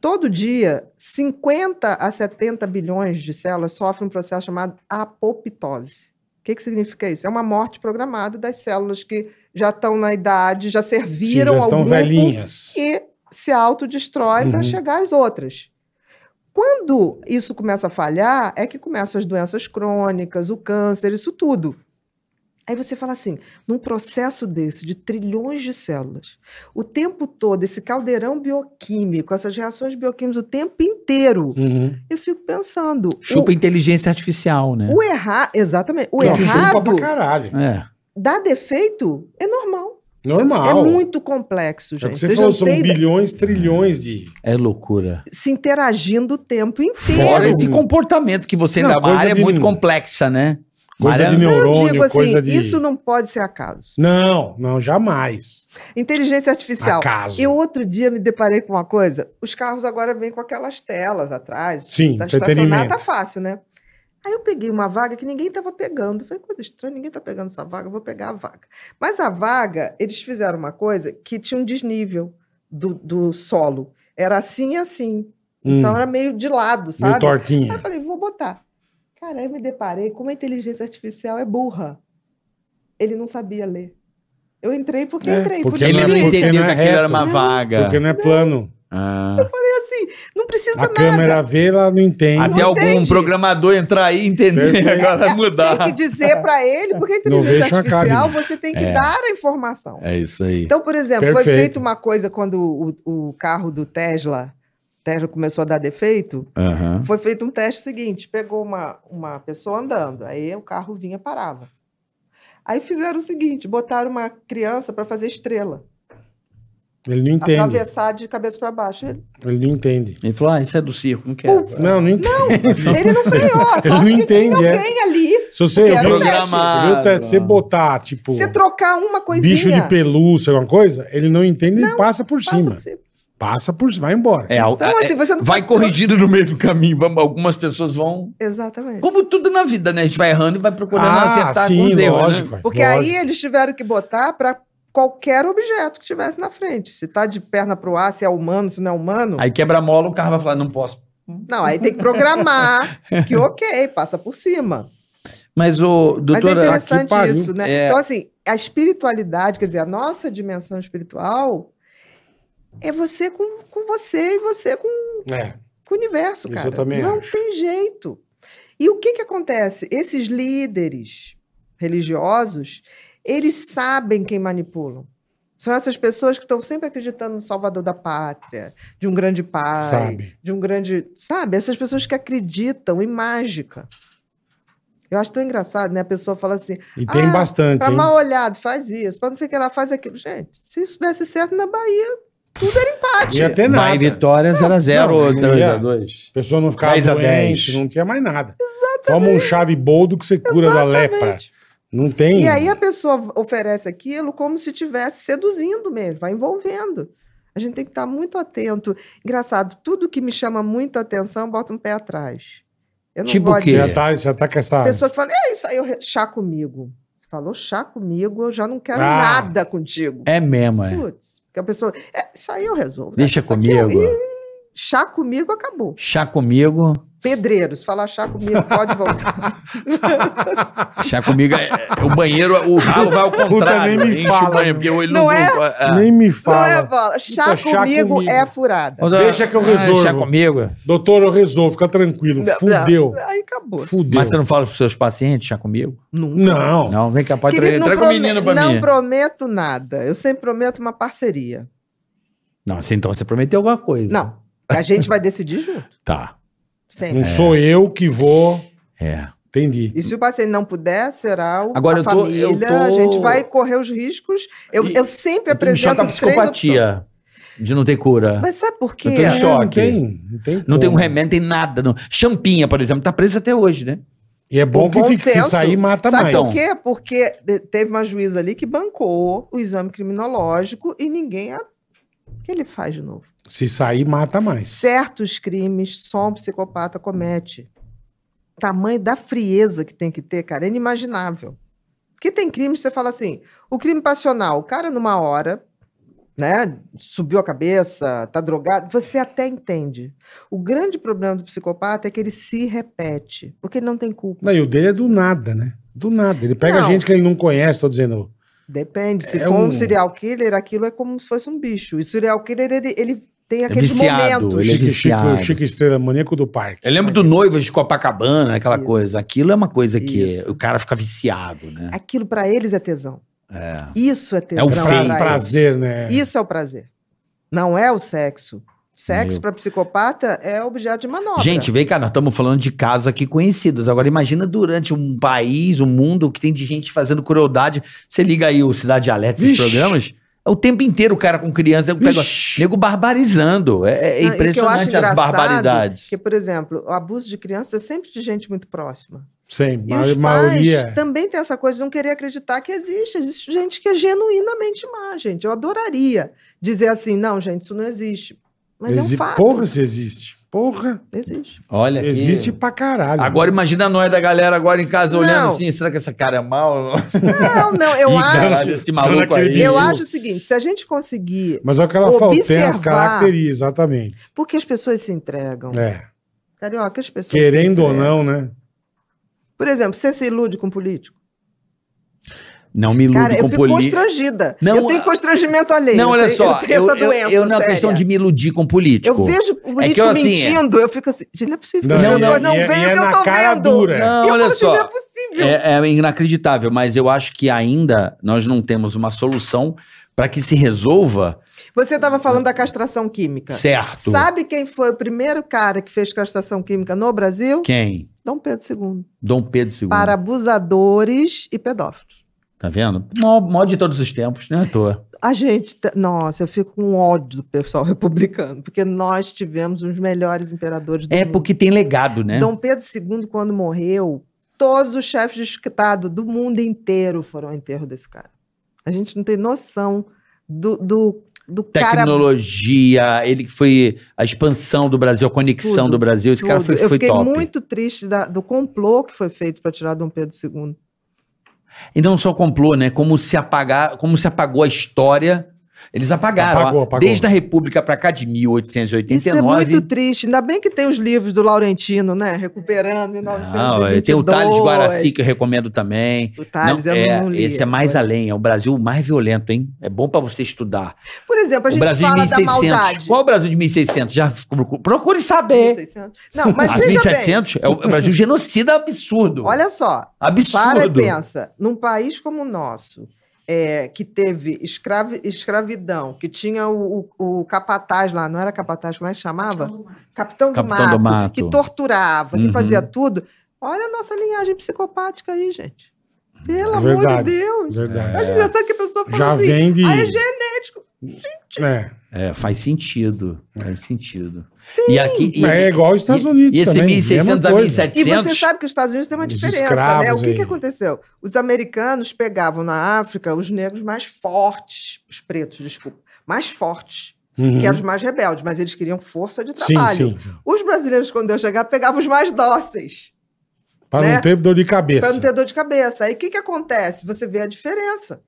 Speaker 4: Todo dia, 50 a 70 bilhões de células sofrem um processo chamado apoptose. O que, que significa isso? É uma morte programada das células que já estão na idade, já
Speaker 2: sim,
Speaker 4: serviram
Speaker 2: já
Speaker 4: ao
Speaker 2: estão
Speaker 4: um grupo
Speaker 2: velhinhas.
Speaker 4: e se autodestrói para
Speaker 2: Uhum.
Speaker 4: chegar às outras. Quando isso começa a falhar, é que começam as doenças crônicas, o câncer, isso tudo. Aí você fala assim, num processo desse, de trilhões de células, o tempo todo, esse caldeirão bioquímico, essas reações bioquímicas o tempo inteiro,
Speaker 2: Uhum.
Speaker 4: eu fico pensando,
Speaker 3: Chupa inteligência artificial, né?
Speaker 4: o, o errar, exatamente, o
Speaker 2: Não, chupa
Speaker 4: errado
Speaker 2: pra caralho.
Speaker 3: É.
Speaker 4: dar defeito é normal.
Speaker 2: Normal.
Speaker 4: É muito
Speaker 2: É
Speaker 4: complexo,
Speaker 2: o
Speaker 4: gente.
Speaker 2: que você
Speaker 4: Vocês
Speaker 2: falou,
Speaker 4: não
Speaker 2: são
Speaker 4: têm ideia-
Speaker 2: bilhões, trilhões de.
Speaker 3: É loucura.
Speaker 4: se interagindo o tempo inteiro.
Speaker 3: Fora
Speaker 2: Zero.
Speaker 3: é esse comportamento que você
Speaker 2: Não,
Speaker 3: ainda. Uma
Speaker 2: coisa
Speaker 3: área é
Speaker 2: de-
Speaker 3: muito complexa, né? Uma
Speaker 2: Coisa
Speaker 3: área-
Speaker 2: de
Speaker 4: Eu
Speaker 2: neurônio,
Speaker 4: digo assim,
Speaker 2: coisa de.
Speaker 4: isso não pode ser acaso.
Speaker 2: Não, não, jamais.
Speaker 4: Inteligência artificial.
Speaker 2: Acaso.
Speaker 4: Eu outro dia me deparei com uma coisa. Os carros agora vêm com aquelas telas atrás.
Speaker 2: Sim,
Speaker 4: tá
Speaker 2: entretenimento.
Speaker 4: estacionar tá fácil, né? Aí eu peguei uma vaga que ninguém estava pegando. Falei, coisa estranha, ninguém tá pegando essa vaga, eu vou pegar a vaga. Mas a vaga, eles fizeram uma coisa que tinha um desnível do, do solo. Era assim e assim.
Speaker 2: Hum,
Speaker 4: Então era meio de lado,
Speaker 2: meio
Speaker 4: sabe? Aí eu
Speaker 2: tortinha.
Speaker 4: falei, vou botar. Cara, aí eu me deparei como a inteligência artificial é burra. Ele não sabia ler. Eu entrei porque
Speaker 2: É,
Speaker 4: entrei.
Speaker 2: porque
Speaker 4: podia
Speaker 3: Ele
Speaker 2: é
Speaker 3: não
Speaker 4: ler.
Speaker 2: porque
Speaker 3: entendeu
Speaker 2: não
Speaker 3: que
Speaker 2: é
Speaker 3: aquilo era uma
Speaker 2: reto.
Speaker 3: vaga.
Speaker 2: Porque não é plano.
Speaker 3: Ah.
Speaker 4: assim, não precisa
Speaker 2: A
Speaker 4: nada.
Speaker 2: câmera vê, ela não entende.
Speaker 3: Até
Speaker 4: Não
Speaker 3: algum
Speaker 4: entende.
Speaker 3: programador entrar aí e entender
Speaker 2: Perfeito.
Speaker 3: agora mudar.
Speaker 4: Tem que dizer para ele, porque a
Speaker 2: Não vejo
Speaker 4: inteligência
Speaker 2: a
Speaker 4: artificial
Speaker 2: cabine.
Speaker 4: você tem que
Speaker 3: É.
Speaker 4: dar a informação.
Speaker 3: É isso aí.
Speaker 4: Então, por exemplo, foi
Speaker 2: Perfeito.
Speaker 4: feita uma coisa quando o, o carro do Tesla, Tesla começou a dar defeito,
Speaker 3: Aham.
Speaker 4: Foi feito um teste seguinte: pegou uma, uma pessoa andando, aí o carro vinha parava. Aí fizeram o seguinte: botaram uma criança para fazer estrela,
Speaker 2: Ele não entende.
Speaker 4: atravessar de cabeça para baixo. Ele,
Speaker 2: Ele não entende.
Speaker 3: Ele falou: ah, isso é do circo, não quero.
Speaker 2: Não, não entende.
Speaker 4: ele não freou, a
Speaker 2: Ele não
Speaker 4: sorte que
Speaker 2: entende,
Speaker 4: tinha
Speaker 2: é.
Speaker 4: alguém ali.
Speaker 2: Se você
Speaker 4: Porque era
Speaker 2: viu,
Speaker 4: um teste.
Speaker 3: Programado.
Speaker 2: viu, Tess, você botar, tipo,
Speaker 4: Você trocar uma coisinha.
Speaker 2: bicho de pelúcia, alguma coisa, ele não entende e passa por
Speaker 4: passa
Speaker 2: cima.
Speaker 4: por cima.
Speaker 2: Passa por cima, vai embora.
Speaker 3: É, al-
Speaker 4: Então,
Speaker 3: é-
Speaker 4: assim, você não
Speaker 3: vai corrigindo no meio do caminho. vamos- Algumas pessoas vão.
Speaker 4: Exatamente.
Speaker 3: Como tudo na vida, né? A gente vai errando e vai procurando acertar com
Speaker 2: Ah, sim,
Speaker 3: os erros.
Speaker 2: lógico.
Speaker 3: né?
Speaker 2: vai,
Speaker 4: Porque
Speaker 2: lógico.
Speaker 4: aí eles tiveram que botar para qualquer objeto que tivesse na frente. Se tá de perna pro ar, se é humano, se não é humano.
Speaker 3: Aí quebra a mola, o carro vai falar: não posso.
Speaker 4: Não, aí tem que programar, que ok, passa por cima.
Speaker 3: Mas, o
Speaker 4: Mas é
Speaker 3: doutora.
Speaker 2: aqui
Speaker 4: interessante
Speaker 2: pariu.
Speaker 4: isso, né?
Speaker 3: É.
Speaker 4: Então, assim, a espiritualidade, quer dizer, a nossa dimensão espiritual é você com, com você e você com,
Speaker 2: É,
Speaker 4: com o universo,
Speaker 2: Isso
Speaker 4: cara.
Speaker 2: eu também
Speaker 4: Não
Speaker 2: acho.
Speaker 4: tem jeito. E o que que acontece? Esses líderes religiosos, eles sabem quem manipulam. São essas pessoas que estão sempre acreditando no salvador da pátria, de um grande pai,
Speaker 2: sabe.
Speaker 4: de um grande. Sabe? Essas pessoas que acreditam em mágica. Eu acho tão engraçado, né? A pessoa fala assim:
Speaker 2: E tem
Speaker 4: Ah,
Speaker 2: bastante,
Speaker 4: pra
Speaker 2: hein?
Speaker 4: mal olhado, faz isso, pra não sei o que ela faz aquilo. Gente, se isso desse certo na Bahia, tudo era empate.
Speaker 2: E até
Speaker 3: Vai,
Speaker 2: nada.
Speaker 3: vitória 0x0
Speaker 2: não,
Speaker 3: ou
Speaker 2: não
Speaker 3: 3x2.
Speaker 2: A pessoa não ficava
Speaker 3: 10 a 10.
Speaker 2: doente, não tinha mais nada. Toma um chave boldo que você cura da lepra. Não tem.
Speaker 4: E aí a pessoa oferece aquilo como se estivesse seduzindo mesmo, vai envolvendo. A gente tem que estar muito atento. Engraçado, tudo que me chama muito atenção, bota um pé atrás. Eu não
Speaker 3: Tipo
Speaker 4: gosto
Speaker 3: o quê?
Speaker 4: de
Speaker 2: já, tá, já tá com essa.
Speaker 4: pessoa que fala, é isso aí, eu re- chá comigo. Falou chá comigo, eu já não quero
Speaker 2: Ah.
Speaker 4: nada contigo.
Speaker 3: É mesmo, é.
Speaker 4: Putz, que a pessoa, é, isso aí eu resolvo.
Speaker 3: Deixa
Speaker 4: Isso aqui eu-
Speaker 3: comigo.
Speaker 4: e chá comigo acabou.
Speaker 3: Chá comigo.
Speaker 4: Pedreiros, falar chá comigo, pode voltar.
Speaker 3: Chá comigo é, é- o banheiro, o ralo vai ao contrário.
Speaker 2: nem me
Speaker 3: enche
Speaker 2: fala.
Speaker 3: o banheiro, porque ele
Speaker 4: Não é?
Speaker 3: ah.
Speaker 2: Nem me
Speaker 4: Não é,
Speaker 2: fala.
Speaker 3: Então,
Speaker 4: bola. Chá,
Speaker 2: chá
Speaker 4: comigo,
Speaker 2: comigo.
Speaker 4: é furada.
Speaker 2: Deixa que eu resolvo.
Speaker 3: é, Chá comigo.
Speaker 2: Doutor, eu resolvo, fica tranquilo.
Speaker 4: Não,
Speaker 2: Fudeu.
Speaker 4: não, Aí acabou.
Speaker 2: Fudeu.
Speaker 3: Mas você não fala pros seus pacientes, chá comigo?
Speaker 4: Nunca.
Speaker 2: Não.
Speaker 3: Não, vem cá, pode
Speaker 4: Querido,
Speaker 3: trazer.
Speaker 4: não,
Speaker 3: Traga o
Speaker 4: prome-
Speaker 3: menino pra
Speaker 4: não
Speaker 3: mim.
Speaker 4: prometo nada. Eu sempre prometo uma parceria.
Speaker 3: Não, assim, então você prometeu alguma coisa.
Speaker 4: Não. A gente vai decidir junto,
Speaker 3: Tá.
Speaker 2: Não
Speaker 4: sempre.
Speaker 2: sou eu que vou.
Speaker 3: É.
Speaker 2: Entendi.
Speaker 4: E se o paciente não puder, será o
Speaker 3: Agora,
Speaker 4: a
Speaker 3: eu tô-
Speaker 4: família.
Speaker 3: eu tô-
Speaker 4: A gente vai correr os riscoos. Eu,
Speaker 3: E-
Speaker 4: eu sempre
Speaker 3: Me
Speaker 4: apresento
Speaker 3: choca a
Speaker 4: três opções.
Speaker 3: é psicopatia de não ter cura.
Speaker 4: Mas sabe por quê?
Speaker 3: Eu tô em choque.
Speaker 2: É, não tem. Não tem,
Speaker 3: Não
Speaker 2: como.
Speaker 3: tem um remédio, tem nada. Não. Champinha, por exemplo, tá presa até hoje, né?
Speaker 2: E é bom
Speaker 4: O
Speaker 2: que
Speaker 4: bom
Speaker 2: fique, se
Speaker 4: senso-
Speaker 2: sair, mata
Speaker 4: Sabe
Speaker 2: Tá
Speaker 4: é.
Speaker 2: mais.
Speaker 4: por quê? Porque de- teve uma juíza ali que bancou o exame criminológico e ninguém. a- O que ele faz de novo?
Speaker 2: Se sair, mata mais.
Speaker 4: Certos crimes só um psicopata comete. Tamanho da frieza que tem que ter, cara, é inimaginável. Porque tem crimes, você fala assim, o crime passional, o cara numa hora, né, subiu a cabeça, tá drogado, você até entende. O grande problema do psicopata é que ele se repete, porque ele não tem culpa.
Speaker 2: Não, e o dele é do nada, né? Do nada. Ele pega
Speaker 4: Não.
Speaker 2: gente que ele não conhece, tô dizendo.
Speaker 4: Depende. Se
Speaker 2: É
Speaker 4: for um...
Speaker 2: um-
Speaker 4: serial killer, aquilo é como se fosse um bicho. E serial killer, ele, ele tem aqueles
Speaker 3: viciado,
Speaker 4: momentos.
Speaker 3: Ele é
Speaker 2: Chique,
Speaker 3: viciado. é
Speaker 2: Chique, Chique Estrela, maníaco do parque.
Speaker 3: Eu lembro do Noivas de Copacabana, aquela
Speaker 4: Isso.
Speaker 3: coisa. Aquilo é uma coisa que
Speaker 4: Isso.
Speaker 3: o cara fica viciado, né?
Speaker 4: Aquilo pra eles é tesão.
Speaker 3: É.
Speaker 4: Isso é tesão.
Speaker 3: o
Speaker 4: pra
Speaker 2: Pra,
Speaker 3: feio.
Speaker 4: eles.
Speaker 2: prazer, né?
Speaker 4: Isso é o prazer. Não é o sexo. Sexo
Speaker 3: Meu.
Speaker 4: pra psicopata é objeto de manobra.
Speaker 3: Gente, vem cá, nós estamos falando de casos aqui conhecidos. Agora imagina durante um país, um mundo que tem de gente fazendo crueldade. Você liga aí o Cidade Alerta, esses
Speaker 2: Vixe.
Speaker 3: programas, é o tempo inteiro o cara com criança, eu pego,
Speaker 2: Vixe.
Speaker 3: nego barbarizando. É, é
Speaker 4: Não, e o que eu acho
Speaker 3: impressionante as
Speaker 4: engraçado
Speaker 3: barbaridades.
Speaker 4: Porque, por exemplo, o abuso de criança é sempre de gente muito próxima.
Speaker 2: Sim,
Speaker 4: E
Speaker 2: ma-
Speaker 4: os
Speaker 2: maioria.
Speaker 4: pais também tem essa coisa de não querer acreditar que existe. Existe gente que é genuinamente má, gente. Eu adoraria dizer assim, não, gente, isso não existe. Mas
Speaker 2: Exi-
Speaker 4: é um fato.
Speaker 2: Porra, se existe. Porra,
Speaker 4: Existe.
Speaker 3: Olha aqui.
Speaker 2: existe pra caralho.
Speaker 3: É Agora imagina a noia da galera agora em casa
Speaker 4: Não.
Speaker 3: olhando assim, será que essa cara é mal?
Speaker 4: Não, não, eu
Speaker 3: Ih,
Speaker 4: acho.
Speaker 3: caralho, esse maluco
Speaker 2: Caralho,
Speaker 3: aí.
Speaker 2: isso.
Speaker 4: Eu acho o seguinte, se a gente conseguir,
Speaker 2: Mas é o que ela falou, tem as
Speaker 4: Observar. Então.
Speaker 2: características, exatamente.
Speaker 4: porque as pessoas se entregam.
Speaker 2: É.
Speaker 4: Carioca, as pessoas. se
Speaker 2: Querendo ou
Speaker 4: entregam.
Speaker 2: não, né?
Speaker 4: Por exemplo, você se ilude com político?
Speaker 3: Não me iludo
Speaker 4: Cara, eu
Speaker 3: com
Speaker 4: fico
Speaker 3: política.
Speaker 4: constrangida.
Speaker 3: Não,
Speaker 4: eu tenho
Speaker 3: a-
Speaker 4: constrangimento alheio.
Speaker 3: Não, olha
Speaker 4: tenho-
Speaker 3: só,
Speaker 4: tenho
Speaker 3: eu,
Speaker 4: essa
Speaker 3: eu,
Speaker 4: doença
Speaker 3: eu não é questão
Speaker 4: séria.
Speaker 3: de me iludir com político.
Speaker 4: Eu vejo o político
Speaker 3: eu, assim,
Speaker 4: mentindo, eu fico assim, gente, não é possível.
Speaker 2: Não,
Speaker 4: As
Speaker 3: não,
Speaker 4: pessoas não,
Speaker 2: e é- e
Speaker 4: veem o
Speaker 2: é
Speaker 4: que eu
Speaker 2: na
Speaker 4: tô
Speaker 2: cara
Speaker 4: vendo.
Speaker 2: dura.
Speaker 4: E
Speaker 3: Não,
Speaker 4: eu
Speaker 3: olha
Speaker 4: falo assim,
Speaker 3: só.
Speaker 4: não é possível.
Speaker 3: É, é inacreditável, mas eu acho que ainda nós não temos uma solução para que se resolva
Speaker 4: Você estava falando da castração química.
Speaker 3: certo.
Speaker 4: Sabe quem foi o primeiro cara que fez castração química no Brasil?
Speaker 3: Quem?
Speaker 4: Dom Pedro II.
Speaker 3: Dom Pedro II.
Speaker 4: Para abusadores e pedófilos.
Speaker 3: Tá vendo? Mó, mó de todos os tempos, né, à toa.
Speaker 4: A gente, tá- nossa, eu fico com ódio do pessoal republicano, porque nós tivemos os melhores imperadores do
Speaker 3: É
Speaker 4: mundo.
Speaker 3: porque tem legado, né?
Speaker 4: Dom Pedro II, quando morreu, todos os chefes de Estado do mundo inteiro foram ao enterro desse cara. A gente não tem noção do, do, do cara.
Speaker 3: Tecnologia, ele que foi a expansão do Brasil, a conexão
Speaker 4: Tudo,
Speaker 3: do Brasil. Esse cara
Speaker 4: tudo.
Speaker 3: foi,
Speaker 4: Eu
Speaker 3: foi
Speaker 4: fiquei
Speaker 3: top.
Speaker 4: muito triste da- do complô que foi feito para tirar Dom Pedro II.
Speaker 3: E não só complô, né? Como se apagar, como se apagou a história. Eles apagaram.
Speaker 2: Apagou,
Speaker 3: ó.
Speaker 2: apagou.
Speaker 3: Desde a República para cá de
Speaker 4: Isso
Speaker 3: 1889.
Speaker 4: é muito triste. Ainda bem que tem os livros do Laurentino, né? Recuperando
Speaker 3: Não, é,
Speaker 4: 1922.
Speaker 3: tem o Thales Guaraci que eu recomendo também.
Speaker 4: O Tales,
Speaker 3: Não,
Speaker 4: eu
Speaker 3: é,
Speaker 4: não li.
Speaker 3: esse é mais além, é o Brasil mais violento, hein? É bom pra você estudar.
Speaker 4: Por exemplo, a
Speaker 3: o
Speaker 4: gente
Speaker 3: Brasil de
Speaker 4: fala da
Speaker 3: 1600.
Speaker 4: maldade.
Speaker 3: Qual é o Brasil de 1600? Já procure- procure saber.
Speaker 4: 1600. Não, mas
Speaker 3: As
Speaker 4: veja bem.
Speaker 3: 1700 é o é o Brasil genocida absurdo.
Speaker 4: Olha só, Para e
Speaker 3: absurdo.
Speaker 4: pensa, num país como o nosso, é, que teve escravi- escravidão, que tinha o, o- o capataz lá, não era capataz, como é que chamava? Capitão do,
Speaker 3: Capitão
Speaker 4: mato,
Speaker 3: do Mato.
Speaker 4: que torturava, que
Speaker 3: Uhum.
Speaker 4: fazia tudo. Olha a nossa linhagem psicopática aí, gente. Pelo
Speaker 2: É
Speaker 4: amor de
Speaker 2: verdade.
Speaker 4: Deus.
Speaker 3: É.
Speaker 2: Verdade.
Speaker 4: Acho engraçado que a pessoa fala
Speaker 2: Já
Speaker 4: assim,
Speaker 2: vem de.
Speaker 4: ah, é genético.
Speaker 2: É,
Speaker 3: É, faz sentido. Faz sentido. E aqui e-
Speaker 2: é igual aos Estados
Speaker 3: e-
Speaker 2: Unidos.
Speaker 3: E esse
Speaker 2: também,
Speaker 3: 1600
Speaker 2: mesma
Speaker 3: a
Speaker 2: coisa.
Speaker 3: 1700.
Speaker 4: E você sabe que os Estados Unidos tem uma
Speaker 2: Os
Speaker 4: diferença, né?
Speaker 2: escravos
Speaker 4: O que, que
Speaker 2: aí.
Speaker 4: aconteceu? Os americanos pegavam na África os negros mais fortes, os pretos, desculpa, mais fortes.
Speaker 2: Uhum.
Speaker 4: que eram os mais rebeldes, mas eles queriam força de trabalho.
Speaker 2: Sim, sim.
Speaker 4: Os brasileiros, quando eu chegar, pegavam os mais dóceis,
Speaker 2: Para
Speaker 4: né?
Speaker 2: não ter dor de
Speaker 4: para
Speaker 2: cabeça.
Speaker 4: não ter dor de cabeça. Aí o que, que acontece? Você vê a diferença.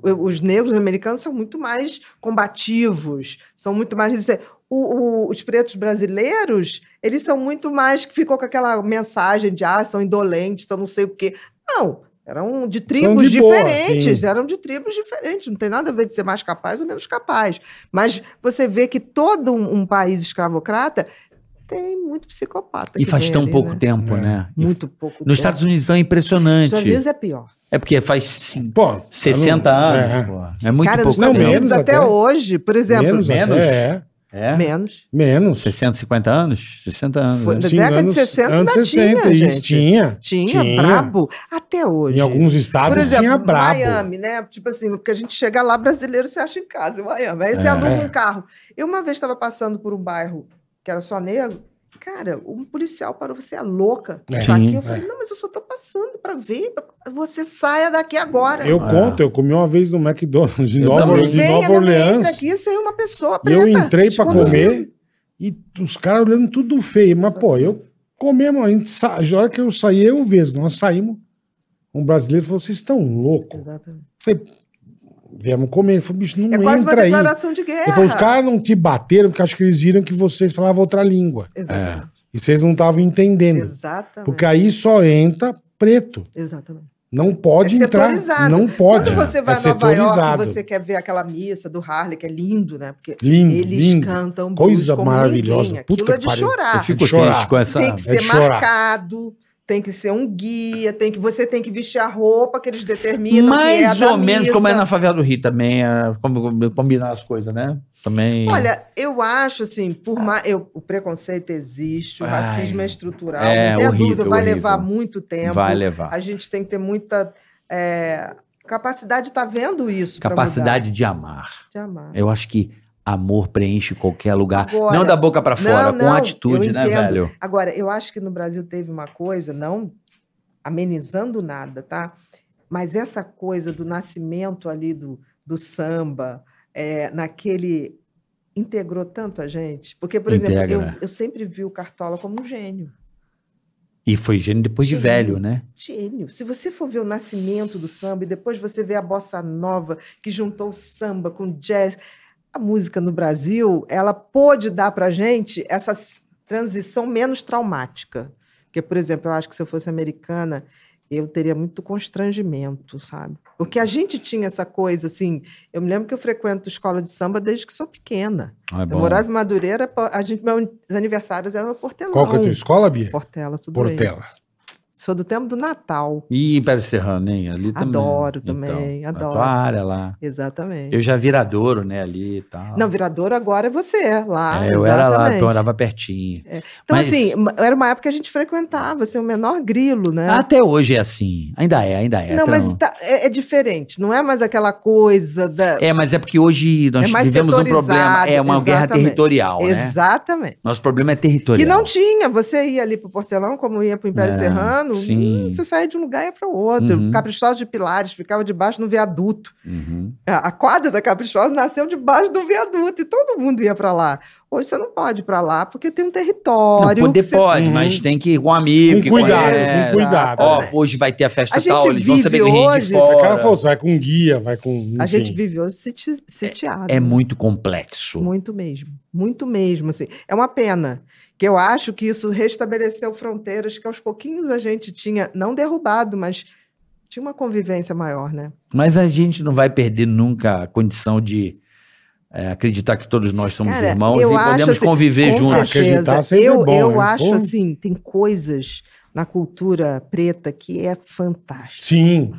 Speaker 4: O- Os negros americanos são muito mais combativos, são muito mais. resistentes. O- o- os pretos brasileiros, eles são muito mais que ficou com aquela mensagem de ah, são indolentes, são não sei o quê. Não, eram de tribos
Speaker 2: de boa,
Speaker 4: diferentes,
Speaker 2: sim.
Speaker 4: eram de tribos diferentes, não tem nada a ver de ser mais capaz ou menos capaz. Mas você vê que todo um, um país escravocrata tem muito psicopata.
Speaker 3: E
Speaker 4: que
Speaker 3: faz
Speaker 4: vem
Speaker 3: tão
Speaker 4: ali,
Speaker 3: pouco
Speaker 4: né?
Speaker 3: tempo,
Speaker 2: É.
Speaker 3: né? E-
Speaker 4: Muito pouco. tempo.
Speaker 3: Nos Estados Unidos é
Speaker 4: Nos Estados
Speaker 3: impressionante.
Speaker 4: Unidos é pior.
Speaker 3: É porque faz sim,
Speaker 2: Pô,
Speaker 3: 60
Speaker 2: tá no-
Speaker 3: anos. pô. É muito
Speaker 4: Cara, nos
Speaker 3: pouco
Speaker 2: não,
Speaker 4: Estados
Speaker 3: tempo.
Speaker 2: menos
Speaker 4: Unidos até,
Speaker 2: até.
Speaker 4: hoje, por
Speaker 2: É,
Speaker 4: exemplo,
Speaker 2: menos,
Speaker 3: Exemplo,
Speaker 2: até,
Speaker 3: menos?
Speaker 2: é.
Speaker 3: É?
Speaker 4: Menos.
Speaker 2: Menos.
Speaker 3: 60, 50 anos? 60 anos.
Speaker 4: Foi-
Speaker 3: né?
Speaker 4: Na
Speaker 2: Sim,
Speaker 4: década de 60 ainda tinha,
Speaker 2: isso
Speaker 4: gente.
Speaker 2: tinha.
Speaker 4: Tinha,
Speaker 2: Tinha.
Speaker 4: brabo. Até hoje.
Speaker 2: Em alguns
Speaker 4: Por
Speaker 2: estados tinha
Speaker 4: exemplo,
Speaker 2: brabo.
Speaker 4: Miami, né? Tipo assim, porque a gente chega lá, brasileiro se acha em casa, em Miami. Aí você
Speaker 3: É.
Speaker 4: aluga um carro. Eu uma vez estava passando por um bairro que era só negro. Cara, um policial parou, você é louca.
Speaker 2: É.
Speaker 4: Tá
Speaker 3: Sim,
Speaker 4: aqui. Eu falei, não, mas eu só tô passando para ver. Você saia daqui agora.
Speaker 2: Eu
Speaker 3: Ah.
Speaker 2: conto, eu comi uma vez no McDonald's de
Speaker 3: Eu
Speaker 2: Nova,
Speaker 3: também.
Speaker 2: de Nova
Speaker 4: não me entra
Speaker 2: Orleans.
Speaker 4: aqui sem uma pessoa
Speaker 2: E
Speaker 4: preta.
Speaker 2: eu entrei pra
Speaker 4: Quando-
Speaker 2: comer e os caras olhando tudo feio. Mas, pô, eu comemos. A gente sa... a hora que eu saí, eu vejo. Nós saímos. Um brasileiro falou: vocês estão loucos.
Speaker 4: Exatamente.
Speaker 2: Falei, viemos comer. Ele falou, bicho, não
Speaker 4: É quase uma
Speaker 2: entra aí. Ele
Speaker 4: declaração de guerra.
Speaker 2: falou, os caras não te bateram porque acho que eles viram que vocês falavam outra língua.
Speaker 4: Exatamente.
Speaker 2: E vocês não estavam entendendo.
Speaker 4: Exatamente.
Speaker 2: É. Porque aí só entra preto.
Speaker 4: Exatamente.
Speaker 2: Não pode
Speaker 4: É
Speaker 2: entrar.
Speaker 4: setorizado.
Speaker 2: Não pode.
Speaker 4: Quando você
Speaker 2: É
Speaker 4: vai a Nova York
Speaker 2: setorizado.
Speaker 4: e você quer ver aquela missa do Harley, que é lindo, né? Porque
Speaker 2: Lindo,
Speaker 4: eles
Speaker 2: Hum, lindo.
Speaker 4: cantam blues
Speaker 2: Coisa
Speaker 4: como
Speaker 2: maravilhosa.
Speaker 4: ninguém. Aquilo
Speaker 2: Puta
Speaker 4: é
Speaker 2: que
Speaker 4: de
Speaker 2: pariu.
Speaker 3: Eu
Speaker 4: chorar.
Speaker 3: fico
Speaker 2: Chorar.
Speaker 3: triste com essa.
Speaker 4: Tem que
Speaker 2: É
Speaker 4: ser
Speaker 2: de chorar.
Speaker 4: marcado, tem que ser um guia, tem que, você tem que vestir a roupa que eles determinam.
Speaker 3: Mais
Speaker 4: que é da
Speaker 3: ou menos
Speaker 4: missa.
Speaker 3: como é na favela do Rio também, é, como- como- combinar as coisas, né? Também.
Speaker 4: Olha, eu acho assim, por mais eu, o preconceito existe, o
Speaker 3: Ai.
Speaker 4: racismo é estrutural,
Speaker 3: É,
Speaker 4: não tem a
Speaker 3: horrível,
Speaker 4: dúvida, vai
Speaker 3: horrível.
Speaker 4: levar muito tempo.
Speaker 3: vai levar.
Speaker 4: A gente tem que ter muita é, capacidade de estar vendo isso. pra
Speaker 3: Capacidade de amar.
Speaker 4: mudar, de amar.
Speaker 3: Eu acho que amor preenche qualquer lugar.
Speaker 4: Agora-
Speaker 3: não da boca pra fora,
Speaker 4: Não,
Speaker 3: com
Speaker 4: não,
Speaker 3: atitude,
Speaker 4: eu
Speaker 3: né,
Speaker 4: entendo.
Speaker 3: velho?
Speaker 4: Agora, eu acho que no Brasil teve uma coisa, não amenizando nada, tá? Mas essa coisa do nascimento ali do, do samba, é, naquele. integrou tanto a gente. Porque, por exemplo,
Speaker 3: Integra. né?
Speaker 4: eu, eu sempre vi o Cartola como um gênio.
Speaker 3: E foi gênio depois de
Speaker 4: Sim.
Speaker 3: velho, né?
Speaker 4: Gênio. Se você for ver o nascimento do samba e depois você vê a bossa nova, que juntou o samba com o jazz, a música no Brasil, ela pôde dar pra gente essa s- transição menos traumática. Porque, por exemplo, eu acho que se eu fosse americana, eu teria muito constrangimento, sabe? Porque a gente tinha essa coisa assim. Eu me lembro que eu frequento escola de samba desde que sou pequena.
Speaker 3: Ah, é
Speaker 4: Eu morava em Madureira, pa- a gente, meus aniversários eram no Portelão.
Speaker 2: Qual que é a tua escola, Bia?
Speaker 4: Portela, tudo bem.
Speaker 2: Portela.
Speaker 4: Sou do tempo do Natal.
Speaker 3: E Império Serrano, hein? Ali também.
Speaker 4: Adoro também,
Speaker 3: na
Speaker 4: adoro.
Speaker 3: tua área lá.
Speaker 4: Exatamente.
Speaker 3: Eu já viradouro, né, ali e tal.
Speaker 4: Não, viradouro agora é você, lá.
Speaker 3: É, eu era lá, então eu morava pertinho.
Speaker 4: Então,
Speaker 3: mas-
Speaker 4: assim, ma- era uma época que a gente frequentava, assim, o menor grilo, né?
Speaker 3: Até hoje é assim. Ainda é, ainda é.
Speaker 4: não, mas
Speaker 3: Trão.
Speaker 4: tá- é, é diferente, não é mais aquela coisa da.
Speaker 3: É, mas é porque hoje nós
Speaker 4: É mais
Speaker 3: vivemos um problema.
Speaker 4: setorizado,
Speaker 3: É uma guerra
Speaker 4: exatamente.
Speaker 3: territorial, né?
Speaker 4: Exatamente.
Speaker 3: Nosso problema é
Speaker 4: Que
Speaker 3: territorial.
Speaker 4: não tinha, você ia ali pro Portelão, como ia pro Império
Speaker 3: É,
Speaker 4: Serrano,
Speaker 3: sim.
Speaker 4: hum, você saía de um lugar e ia para outro.
Speaker 3: Uhum.
Speaker 4: Caprichosa de Pilares ficava debaixo do viaduto.
Speaker 3: Uhum.
Speaker 4: A a quadra da Caprichosa nasceu debaixo do viaduto e todo mundo ia para lá. Hoje você não pode ir para lá porque tem um território.
Speaker 3: Não, poder
Speaker 4: que você-
Speaker 3: pode,
Speaker 2: Uhum.
Speaker 3: mas tem que ir com um amigo.
Speaker 2: Com
Speaker 3: que
Speaker 2: cuidado,
Speaker 3: conhece.
Speaker 2: com cuidado.
Speaker 3: Ó, hoje vai ter a festa
Speaker 4: A gente
Speaker 3: tal, eles vão
Speaker 4: vive
Speaker 3: saber do Rio de
Speaker 4: hoje-
Speaker 2: O cara
Speaker 3: Fora.
Speaker 2: falou, vai com guia, vai com.
Speaker 4: A gente
Speaker 2: enfim.
Speaker 4: vive hoje siti- sitiado.
Speaker 3: É
Speaker 4: né?
Speaker 3: muito complexo.
Speaker 4: Muito mesmo. Muito mesmo. Assim. É uma pena. Que eu acho que isso restabeleceu fronteiras que aos pouquinhos a gente tinha, não derrubado, mas tinha uma convivência maior, né?
Speaker 3: Mas a gente não vai perder nunca a condição de é, acreditar que todos nós somos
Speaker 4: Cara,
Speaker 3: irmãos e
Speaker 4: eu acho,
Speaker 3: podemos
Speaker 4: assim,
Speaker 3: conviver
Speaker 4: Com
Speaker 3: juntos.
Speaker 2: Acreditar
Speaker 4: certeza.
Speaker 2: sempre é
Speaker 4: eu
Speaker 2: bom,
Speaker 4: eu
Speaker 2: né?
Speaker 4: acho
Speaker 2: Porra.
Speaker 4: assim, tem coisas na cultura preta que é fantástica.
Speaker 2: Sim.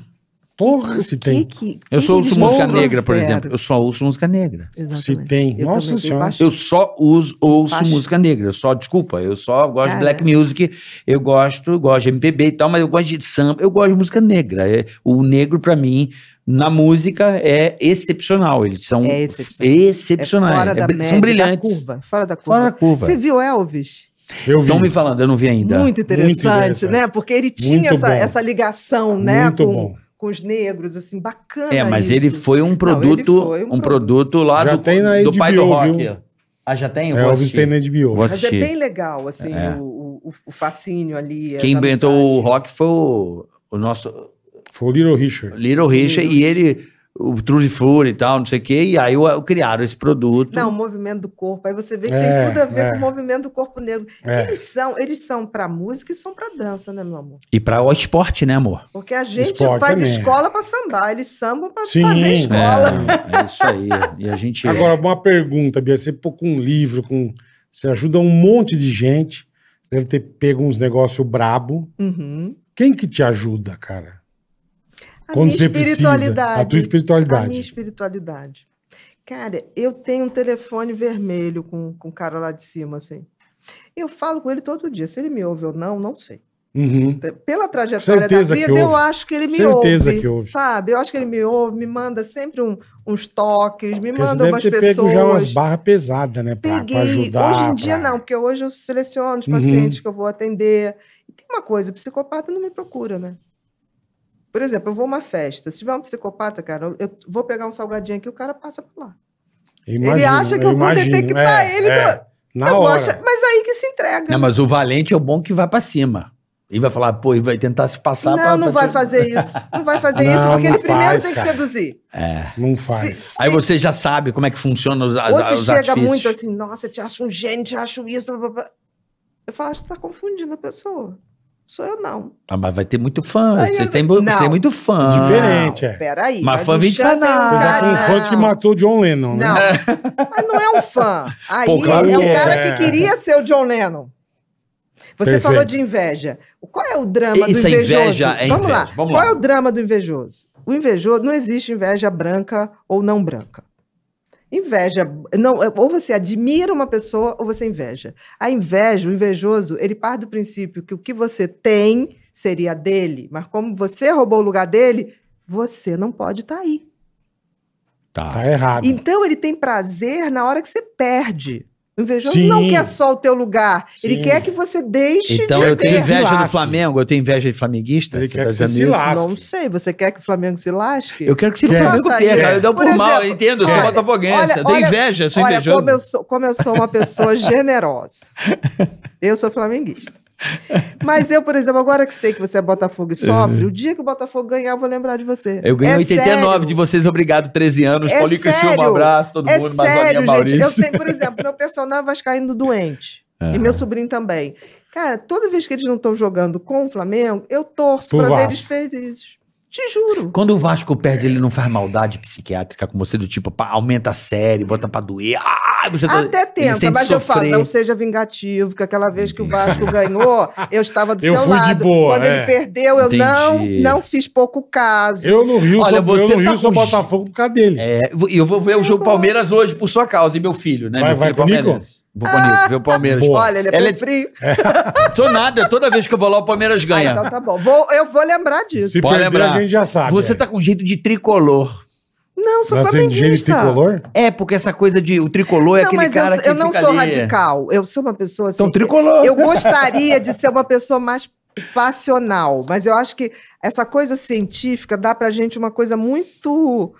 Speaker 2: Porra, se
Speaker 4: Que,
Speaker 2: tem.
Speaker 4: que,
Speaker 3: Eu
Speaker 4: que
Speaker 3: só ouço
Speaker 4: eles
Speaker 3: música
Speaker 4: não
Speaker 3: negra, por
Speaker 4: trouxeram?
Speaker 3: exemplo. Eu só ouço música negra.
Speaker 2: Se
Speaker 4: Exatamente.
Speaker 2: tem.
Speaker 4: Eu
Speaker 2: Nossa
Speaker 4: também tenho
Speaker 2: senhora.
Speaker 4: bastante.
Speaker 3: Eu só uso, ouço
Speaker 4: Faixa.
Speaker 3: música negra. Eu só, desculpa, eu só gosto de
Speaker 4: Cara.
Speaker 3: black music, eu gosto, gosto de MPB e tal, mas eu gosto de samba, eu gosto de música negra. É, o negro, pra mim, na música, é excepcional. Eles são
Speaker 4: É excepcional.
Speaker 3: excepcionais.
Speaker 4: É fora
Speaker 3: É
Speaker 4: da
Speaker 3: bri-
Speaker 4: média,
Speaker 3: são
Speaker 4: da
Speaker 3: brilhantes.
Speaker 4: curva. Fora da curva.
Speaker 3: Fora da curva.
Speaker 4: Você viu Elvis?
Speaker 2: Eu vi.
Speaker 3: Estão me falando, eu não vi ainda.
Speaker 4: Muito interessante,
Speaker 2: interessante.
Speaker 4: né? Porque ele tinha
Speaker 2: Muito
Speaker 4: essa,
Speaker 2: bom.
Speaker 4: essa ligação, né,
Speaker 2: Muito
Speaker 4: com,
Speaker 2: bom.
Speaker 4: com os negros, assim, bacana
Speaker 3: É, mas ele
Speaker 4: isso.
Speaker 3: foi um produto,
Speaker 4: foi um
Speaker 3: um, produto lá
Speaker 2: Já
Speaker 3: do,
Speaker 2: tem na
Speaker 3: do
Speaker 2: HBO,
Speaker 3: pai do rock.
Speaker 2: viu? É,
Speaker 3: Ah, já tem? Eu vou
Speaker 2: Elvis
Speaker 3: assistir.
Speaker 2: tem na HBO.
Speaker 3: Vou
Speaker 4: Mas é
Speaker 3: assistir.
Speaker 4: bem legal, assim,
Speaker 3: É.
Speaker 4: o, o, o fascínio ali.
Speaker 3: Quem
Speaker 4: essa
Speaker 3: inventou o
Speaker 4: amizade.
Speaker 3: rock foi o, o nosso
Speaker 2: Foi o Little Richard.
Speaker 3: Little Richard e ele, o Trudy Fury e tal, não sei o quê, e aí o- o- criaram esse produto.
Speaker 4: Não, o movimento do corpo. Aí você vê que
Speaker 2: É,
Speaker 4: tem tudo a ver
Speaker 2: é.
Speaker 4: com o movimento do corpo negro.
Speaker 2: É.
Speaker 4: Eles são, eles são para música e são para dança, né, meu amor?
Speaker 3: E pra o esporte, né, amor?
Speaker 4: Porque a gente
Speaker 2: Esporte
Speaker 4: faz
Speaker 2: também.
Speaker 4: escola para sambar, eles sambam para
Speaker 2: Sim, é.
Speaker 4: fazer escola.
Speaker 3: É, é isso aí. E a gente.
Speaker 2: Agora, uma pergunta, Bia. Você pô, com um livro, com... você ajuda um monte de gente. Você deve ter pego uns negócios brabo.
Speaker 4: Uhum.
Speaker 2: Quem que te ajuda, cara?
Speaker 4: A
Speaker 2: Quando
Speaker 4: minha
Speaker 2: você precisa.
Speaker 4: espiritualidade.
Speaker 2: A tua
Speaker 4: A minha
Speaker 2: espiritualidade.
Speaker 4: espiritualidade. Cara, eu tenho um telefone vermelho com, com o cara lá de cima, assim. Eu falo com ele todo dia. Se ele me ouve ou não, não sei.
Speaker 2: Uhum.
Speaker 4: Pela trajetória
Speaker 2: Certeza
Speaker 4: da
Speaker 2: que
Speaker 4: vida, eu
Speaker 2: ouve.
Speaker 4: acho que ele me
Speaker 2: Certeza
Speaker 4: ouve.
Speaker 2: que ouve.
Speaker 4: Sabe? Eu acho que ele me ouve, me manda sempre um- uns toques, me
Speaker 2: Porque você
Speaker 4: manda
Speaker 2: deve
Speaker 4: umas
Speaker 2: ter
Speaker 4: pessoas.
Speaker 2: pego já umas barras pesadas, né? Pra, pra
Speaker 4: Peguei.
Speaker 2: ajudar.
Speaker 4: hoje em dia
Speaker 2: pra-
Speaker 4: não, porque hoje eu seleciono os
Speaker 2: Uhum.
Speaker 4: pacientes que eu vou atender. E tem uma coisa, o psicopata não me procura, né? Por exemplo, eu vou a uma festa. Se tiver um psicopata, cara, eu- eu vou pegar um salgadinho aqui, o cara passa por lá. ele
Speaker 2: Imagino,
Speaker 4: acha que eu vou
Speaker 2: imagino.
Speaker 4: detectar
Speaker 2: É,
Speaker 4: ele.
Speaker 2: é.
Speaker 4: do-
Speaker 2: Na
Speaker 4: eu vou
Speaker 2: hora.
Speaker 4: achar- Mas aí que se entrega.
Speaker 3: Não,
Speaker 4: né?
Speaker 3: mas o valente é o bom que vai pra cima. E vai falar, pô, e vai tentar se passar
Speaker 4: Não,
Speaker 3: pra-
Speaker 4: não
Speaker 3: pra-
Speaker 4: vai fazer isso. Não vai fazer
Speaker 2: Não,
Speaker 4: isso, porque
Speaker 2: não
Speaker 4: ele primeiro
Speaker 2: faz,
Speaker 4: tem que
Speaker 2: cara.
Speaker 4: seduzir.
Speaker 3: É.
Speaker 2: Não faz.
Speaker 3: Aí você já sabe como é que funciona os, as,
Speaker 4: Ou se
Speaker 3: os
Speaker 4: chega
Speaker 3: artifícios.
Speaker 4: muito assim, nossa, eu te acho um gênio, te acho isso. Blá, blá, blá. Eu falo, "Ah, você tá confundindo a pessoa. Sou eu, não.
Speaker 3: Ah, mas vai ter muito fã.
Speaker 4: Aí
Speaker 3: Você,
Speaker 4: eu-
Speaker 3: tem, mu-
Speaker 4: Não.
Speaker 3: você tem muito fã.
Speaker 2: Diferente, é.
Speaker 4: Ah, Peraí.
Speaker 3: Mas fã
Speaker 4: o
Speaker 3: vinte
Speaker 4: Xan tem
Speaker 3: canais.
Speaker 2: Apesar que um
Speaker 4: cara-
Speaker 2: fã que matou o John Lennon, né?
Speaker 4: Não, mas não é um fã. Aí
Speaker 3: Pô, claro
Speaker 4: é
Speaker 3: que
Speaker 4: um
Speaker 3: é.
Speaker 4: cara que queria ser o John Lennon. Você
Speaker 2: Perfeito.
Speaker 4: falou de inveja. Qual é o drama
Speaker 3: Isso
Speaker 4: do
Speaker 3: é
Speaker 4: invejoso?
Speaker 3: inveja, é
Speaker 4: Vamos lá.
Speaker 3: inveja. Vamos
Speaker 4: Qual
Speaker 3: lá.
Speaker 4: é o drama do invejoso? O invejoso não existe inveja branca ou não branca. Inveja, não, ou você admira uma pessoa ou você inveja. A inveja, o invejoso, ele parte do princípio que o que você tem seria dele, mas como você roubou o lugar dele, você não pode estar aí.
Speaker 3: Tá.
Speaker 2: Tá errado.
Speaker 4: Então ele tem prazer na hora que você perde. O invejoso
Speaker 2: Sim.
Speaker 4: não quer só o teu lugar. Ele
Speaker 2: Sim.
Speaker 4: quer que você deixe
Speaker 3: Então
Speaker 4: de
Speaker 3: eu tenho
Speaker 4: ter.
Speaker 2: se
Speaker 3: inveja do
Speaker 2: lasque.
Speaker 3: Flamengo, eu tenho inveja de flamenguista.
Speaker 2: Ele
Speaker 3: Você
Speaker 2: quer
Speaker 3: tá
Speaker 2: que você
Speaker 3: dizendo
Speaker 2: se
Speaker 3: isso?
Speaker 2: lasque.
Speaker 4: Não sei, você quer que o Flamengo se lasque?
Speaker 3: Eu quero que você
Speaker 2: Quer.
Speaker 3: Flamengo
Speaker 4: Faça
Speaker 3: perca.
Speaker 4: isso.
Speaker 3: Eu dou por,
Speaker 4: Por
Speaker 3: mal, eu
Speaker 4: exemplo,
Speaker 3: entendo. Eu sou
Speaker 4: olha,
Speaker 3: botafoguense.
Speaker 4: olha,
Speaker 3: eu tenho
Speaker 4: olha-
Speaker 3: inveja, eu sou
Speaker 4: Olha,
Speaker 3: invejoso.
Speaker 4: como eu, sou, como eu sou uma pessoa generosa. Eu sou flamenguista. Mas eu, por exemplo, agora que sei que você é Botafogo e sofre, o dia que o Botafogo ganhar, eu vou lembrar de você.
Speaker 3: Uhum. Eu ganhei
Speaker 4: É
Speaker 3: 89 de
Speaker 4: sério.
Speaker 3: vocês, obrigado, 13 anos.
Speaker 4: É
Speaker 3: Paulinho Criciúma,
Speaker 4: sério.
Speaker 3: um abraço, todo
Speaker 4: é
Speaker 3: mundo, Mazolinha,
Speaker 4: sério, gente. Eu
Speaker 3: Maurício. É.
Speaker 4: tenho, por exemplo, meu personagem vascaíno doente. E
Speaker 3: Aham.
Speaker 4: meu sobrinho também. Cara, toda vez que eles não estão jogando com o Flamengo, eu torço
Speaker 2: Pro
Speaker 4: pra ver
Speaker 2: Vasco.
Speaker 4: eles felizes. Te juro.
Speaker 3: Quando o Vasco perde, ele não faz maldade psiquiátrica com você, do tipo, pá, aumenta a série, bota pra doer. Ah, você tá...
Speaker 4: Até tenta,
Speaker 3: sente
Speaker 4: mas eu falo,
Speaker 3: sofrer.
Speaker 4: não seja vingativo, que aquela vez que o Vasco ganhou, eu estava do
Speaker 2: Eu
Speaker 4: seu
Speaker 2: fui de
Speaker 4: lado.
Speaker 2: boa,
Speaker 4: Quando
Speaker 2: é.
Speaker 4: ele perdeu, eu não,
Speaker 3: Entendi.
Speaker 4: não fiz pouco caso.
Speaker 2: Eu no Rio,
Speaker 3: Olha,
Speaker 2: sou, eu
Speaker 3: você
Speaker 2: no
Speaker 3: tá
Speaker 2: Rio sou
Speaker 3: com-
Speaker 2: Botafogo por causa dele.
Speaker 3: É, e eu vou ver o jogo Palmeiras hoje por sua causa e meu filho, né?
Speaker 2: Vai-
Speaker 3: meu
Speaker 2: vai
Speaker 3: filho
Speaker 2: comigo?
Speaker 3: palmeirense. Vou com o Nico, ver o Palmeiras.
Speaker 2: Boa.
Speaker 4: Olha, ele é
Speaker 3: Ela
Speaker 4: pé
Speaker 3: é-
Speaker 4: frio.
Speaker 3: Sou nada, toda vez que eu vou lá o Palmeiras
Speaker 4: Ah,
Speaker 3: ganha.
Speaker 4: então tá bom. Vou- eu vou lembrar disso.
Speaker 2: Se
Speaker 3: Pode
Speaker 2: perder,
Speaker 3: lembrar.
Speaker 2: a gente já sabe.
Speaker 3: Você
Speaker 2: é.
Speaker 3: tá com jeito de tricolor.
Speaker 4: Não, sou
Speaker 2: Mas você gênio
Speaker 4: flamenguista.
Speaker 2: tricolor?
Speaker 3: É, porque essa coisa de o tricolor é
Speaker 4: não,
Speaker 3: aquele
Speaker 4: mas eu,
Speaker 3: cara que
Speaker 4: eu não
Speaker 3: fica
Speaker 4: sou
Speaker 3: ali.
Speaker 4: radical. Eu sou uma pessoa assim.
Speaker 3: Então tricolor.
Speaker 4: Eu gostaria de ser uma pessoa mais passional, mas eu acho que essa coisa científica dá pra gente uma coisa muito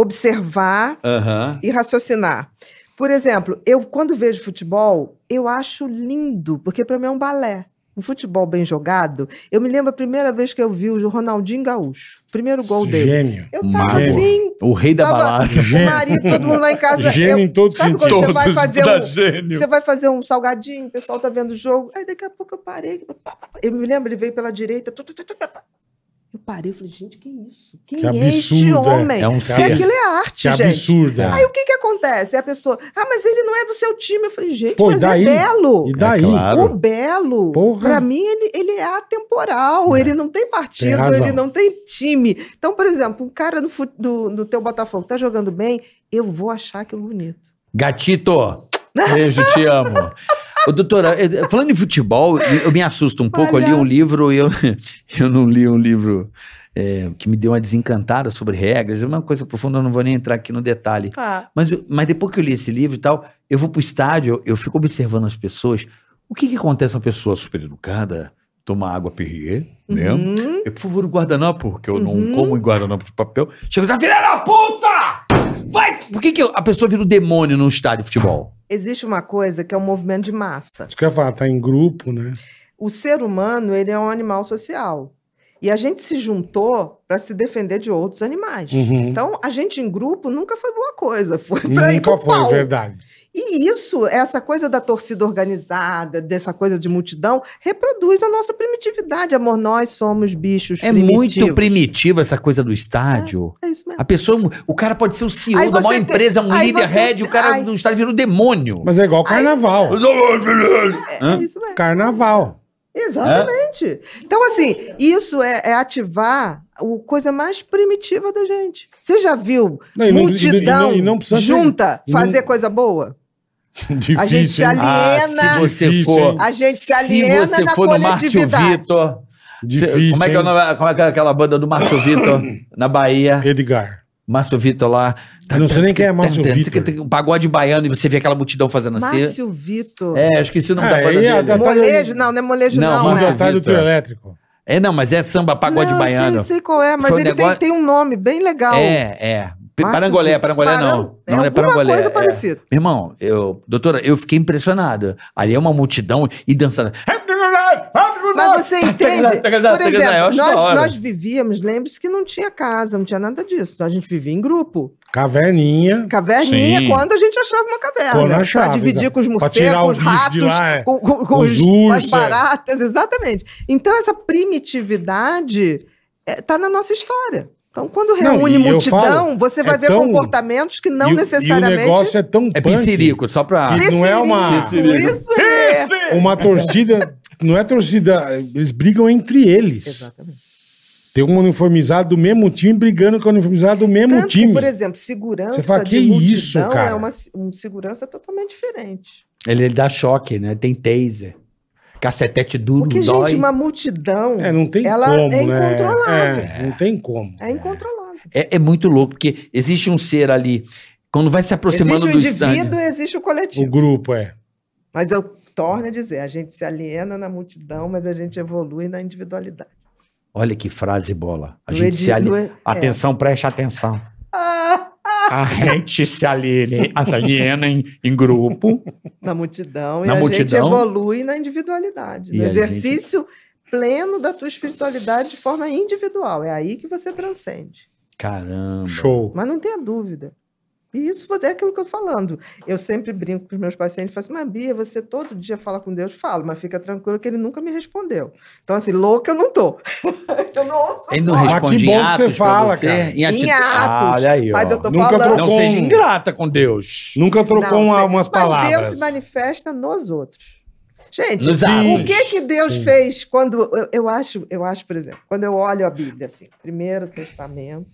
Speaker 4: observar
Speaker 3: Aham.
Speaker 4: e raciocinar. Por exemplo, eu quando vejo futebol, eu acho lindo, porque pra mim é um balé. Um futebol bem jogado. Eu me lembro a primeira vez que eu vi o Ronaldinho Gaúcho, primeiro gol dele.
Speaker 2: Gênio.
Speaker 4: Eu tava
Speaker 2: Mago.
Speaker 4: assim,
Speaker 3: O rei da
Speaker 4: Tava-
Speaker 3: balada.
Speaker 4: o
Speaker 2: Gênio.
Speaker 4: marido, todo mundo lá em casa.
Speaker 2: Gênio
Speaker 4: eu-
Speaker 2: em todo
Speaker 4: sabe quando
Speaker 2: sentido.
Speaker 4: Você vai fazer
Speaker 3: da
Speaker 4: um,
Speaker 3: gênio.
Speaker 4: você vai fazer um salgadinho, o pessoal tá vendo o jogo. Aí daqui a pouco eu parei. pá, pá, pá. Eu me lembro, ele veio pela direita. tu, tu, tu, tu, tu, pá. Eu parei, eu falei, gente, que isso? Quem
Speaker 2: Que
Speaker 4: é este
Speaker 2: absurdo, é.
Speaker 4: homem?
Speaker 3: É um
Speaker 4: Porque
Speaker 3: ser.
Speaker 4: aquilo é arte,
Speaker 2: Que
Speaker 4: gente.
Speaker 2: absurdo. é.
Speaker 4: Aí o que que acontece? Aí a pessoa, ah, mas ele não é do seu time. Eu falei, gente,
Speaker 2: Pô, e
Speaker 4: mas
Speaker 2: daí?
Speaker 4: é belo.
Speaker 2: E daí?
Speaker 3: claro.
Speaker 4: O Belo,
Speaker 2: Porra. É.
Speaker 4: pra mim, ele, ele é atemporal, ele não tem
Speaker 2: Tem
Speaker 4: partido,
Speaker 2: razão.
Speaker 4: ele não tem time. Então, por exemplo, um cara no, fu- do, do teu Botafogo tá jogando bem, eu vou achar aquilo bonito.
Speaker 3: Gatito, beijo, te amo. Ô, doutora, eh, falando em futebol, eu eu me assusto um pouco. Eu li um livro e eu, eu não li um livro eh, que me deu uma desencantada sobre regras. É uma coisa profunda, eu não vou nem entrar aqui no detalhe.
Speaker 4: Ah,
Speaker 3: Mas, eu- mas depois que eu li esse livro e tal, eu vou pro estádio, eu fico observando as pessoas. O que que acontece uma pessoa super educada, toma água Perrier, né?
Speaker 4: uhum.
Speaker 3: Eu, por favor, um guardanapo, porque eu
Speaker 4: Uhum.
Speaker 3: não como em guardanapo de papel. Chega e filha da puta! Vai! Por que, que a pessoa vira o demônio num estádio de futebol?
Speaker 4: Existe uma coisa que é um movimento de massa.
Speaker 2: Isso que eu ia falar, tá em grupo, né?
Speaker 4: O ser humano, ele é um animal social. E a gente se juntou para se defender de outros animais.
Speaker 2: Uhum.
Speaker 4: Então, a gente em grupo nunca foi boa coisa. Foi pra ir
Speaker 2: Nunca
Speaker 4: pro
Speaker 2: foi, é
Speaker 4: pau.
Speaker 2: verdade.
Speaker 4: E isso, essa coisa da torcida organizada, dessa coisa de multidão, reproduz a nossa primitividade. Amor, nós somos bichos
Speaker 3: É
Speaker 4: primitivos.
Speaker 3: muito primitivo essa coisa do estádio.
Speaker 4: É isso mesmo.
Speaker 3: A pessoa, um, o cara pode ser o CEO
Speaker 4: Aí
Speaker 3: da
Speaker 4: você
Speaker 3: maior
Speaker 4: tem-
Speaker 3: empresa, um
Speaker 4: aí
Speaker 3: líder
Speaker 4: você-
Speaker 3: head, o cara
Speaker 4: aí-
Speaker 3: no estádio vira o demônio.
Speaker 2: Mas é igual carnaval. Ah.
Speaker 4: É,
Speaker 3: Hã?
Speaker 4: isso mesmo.
Speaker 2: Carnaval.
Speaker 4: Exatamente. Então, assim, isso é, é ativar o coisa mais primitiva da gente. Você já viu
Speaker 2: Não, e não- e não- e
Speaker 4: multidão
Speaker 2: não- e não precisa ser-
Speaker 4: junta
Speaker 2: e não-
Speaker 4: fazer coisa boa?
Speaker 2: Difícil,
Speaker 4: a gente se
Speaker 2: hein?
Speaker 3: Ah, se
Speaker 4: aliena,
Speaker 3: você
Speaker 2: Difícil,
Speaker 3: for.
Speaker 2: hein?
Speaker 4: a gente se
Speaker 3: Se
Speaker 4: aliena
Speaker 3: você
Speaker 4: na
Speaker 3: for do Márcio
Speaker 4: coletividade.
Speaker 3: Vitor. se-
Speaker 2: Difícil,
Speaker 3: como, é que é o
Speaker 2: hein?
Speaker 3: nome- como é que é aquela banda do Márcio Vitor na Bahia?
Speaker 2: Edgar.
Speaker 3: Márcio Vitor lá.
Speaker 2: Eu não sei nem quem é Márcio Vitor.
Speaker 3: Um pagode baiano e você vê aquela multidão fazendo assim.
Speaker 4: Márcio Vitor.
Speaker 3: É, eu esqueci o nome
Speaker 2: É,
Speaker 3: da banda
Speaker 2: aí é
Speaker 3: dele.
Speaker 2: da-
Speaker 4: Molejo? Não, não é molejo,
Speaker 3: Não,
Speaker 4: não.
Speaker 3: mas
Speaker 2: Manda
Speaker 4: é.
Speaker 3: Márcio
Speaker 2: atrás um do
Speaker 3: Vitor.
Speaker 2: teu elétrico.
Speaker 3: É, não, mas é samba, pagode
Speaker 4: não,
Speaker 3: baiano.
Speaker 4: Sei, sei qual é, mas
Speaker 3: Foi um
Speaker 4: ele tem-
Speaker 3: negócio-
Speaker 4: tem, um nome bem legal.
Speaker 3: É, é. P-
Speaker 4: Márcio
Speaker 3: Parangolé,
Speaker 4: Vitor.
Speaker 3: Parangolé não.
Speaker 4: Paran-
Speaker 3: Não é,
Speaker 4: alguma
Speaker 3: Parangolé.
Speaker 4: coisa
Speaker 3: é.
Speaker 4: parecida.
Speaker 3: Meu irmão, eu, doutora, eu fiquei impressionado. Ali é uma multidão e dançando.
Speaker 4: Mas você
Speaker 2: Tá
Speaker 4: entende? Por
Speaker 3: Eu
Speaker 4: exemplo,
Speaker 3: acho da
Speaker 4: nós,
Speaker 3: hora.
Speaker 4: nós vivíamos, lembre-se que não tinha casa, não tinha nada disso. Então, A gente vivia em grupo.
Speaker 2: Caverninha.
Speaker 4: Caverninha,
Speaker 3: Sim.
Speaker 4: quando a gente achava uma caverna.
Speaker 2: Quando achava,
Speaker 4: pra dividir
Speaker 2: exato.
Speaker 4: com os
Speaker 2: Pra
Speaker 4: morcegos,
Speaker 2: tirar
Speaker 4: com
Speaker 2: o
Speaker 4: os
Speaker 2: bicho de
Speaker 4: ratos,
Speaker 2: lá, é.
Speaker 4: com, com- com
Speaker 2: Os
Speaker 4: os, com as
Speaker 2: ursos, é.
Speaker 4: baratas, exatamente. Então, essa primitividade está na nossa história. Então, quando
Speaker 2: Não,
Speaker 4: reúne
Speaker 2: e eu
Speaker 4: multidão,
Speaker 2: falo,
Speaker 4: você
Speaker 2: é
Speaker 4: vai ver
Speaker 2: tão-
Speaker 4: comportamentos que não
Speaker 2: E o-
Speaker 4: necessariamente...
Speaker 2: E o negócio é tão
Speaker 3: É
Speaker 2: punk
Speaker 3: pincirico, só pra.
Speaker 2: E- não é uma-
Speaker 4: Pincirico, Isso é. mesmo.
Speaker 2: Uma torcida. Não é torcida. Eles brigam entre eles.
Speaker 4: Exatamente.
Speaker 2: Tem um uniformizado do mesmo time brigando com o uniformizado do mesmo
Speaker 4: Tanto que,
Speaker 2: um time.
Speaker 4: por exemplo, segurança
Speaker 2: Você fala,
Speaker 4: de
Speaker 2: "Que
Speaker 4: multidão
Speaker 2: isso, cara?"
Speaker 4: é uma um segurança totalmente diferente.
Speaker 3: Ele, ele dá choque, né? Tem taser. Cacetete duro,
Speaker 4: Porque,
Speaker 3: dói.
Speaker 4: gente, uma multidão
Speaker 2: É, não tem
Speaker 4: Ela
Speaker 2: como,
Speaker 4: é
Speaker 2: né?
Speaker 4: incontrolável.
Speaker 2: É, não tem como.
Speaker 4: é incontrolável.
Speaker 3: É, é muito louco, porque existe um ser ali. Quando vai se aproximando
Speaker 4: Existe o
Speaker 3: do stand.
Speaker 4: indivíduo e existe o coletivo.
Speaker 2: O grupo é.
Speaker 4: Mas eu torno a dizer, a gente se aliena na multidão, mas a gente evolui na individualidade.
Speaker 3: Olha que frase bola. A
Speaker 4: No
Speaker 3: gente
Speaker 4: edi-
Speaker 3: se ali...
Speaker 4: no e- é.
Speaker 3: Atenção, preste atenção.
Speaker 4: Ah,
Speaker 6: A gente se aliena, se aliena em, em grupo.
Speaker 4: na multidão
Speaker 3: Na
Speaker 4: e
Speaker 3: multidão.
Speaker 4: a gente evolui na individualidade.
Speaker 3: E
Speaker 4: no
Speaker 3: a gente-
Speaker 4: exercício pleno da tua espiritualidade de forma individual. É aí que você transcende.
Speaker 3: Caramba.
Speaker 2: Show.
Speaker 4: Mas não tenha dúvida. E isso é aquilo que eu tô falando. Eu sempre brinco com os meus pacientes, falo assim, mas Bia, você todo dia fala com Deus? Falo, mas fica tranquilo que ele nunca me respondeu. Então, assim, louca eu não tô. Então, eu não ouço.
Speaker 3: Ele não
Speaker 4: falar.
Speaker 2: que
Speaker 3: responde
Speaker 2: bom
Speaker 3: em
Speaker 2: que
Speaker 3: atos
Speaker 2: você
Speaker 3: pra
Speaker 2: fala,
Speaker 3: você,
Speaker 2: cara.
Speaker 3: Em, ati... Ah,
Speaker 4: Em atos,
Speaker 3: Olha aí, ó.
Speaker 4: Mas eu tô
Speaker 2: Nunca
Speaker 4: falando...
Speaker 2: trocou
Speaker 3: Não
Speaker 2: Com-
Speaker 3: seja ingrata com Deus.
Speaker 2: Nunca trocou
Speaker 4: Não,
Speaker 2: uma-
Speaker 4: você-
Speaker 2: umas
Speaker 4: Mas
Speaker 2: palavras.
Speaker 4: Deus se manifesta nos outros. Gente,
Speaker 3: Nos
Speaker 4: o
Speaker 3: atos.
Speaker 4: que que Deus
Speaker 2: Sim.
Speaker 4: fez quando eu, eu acho, eu acho, por exemplo, quando eu olho a Bíblia assim, Primeiro Testamento,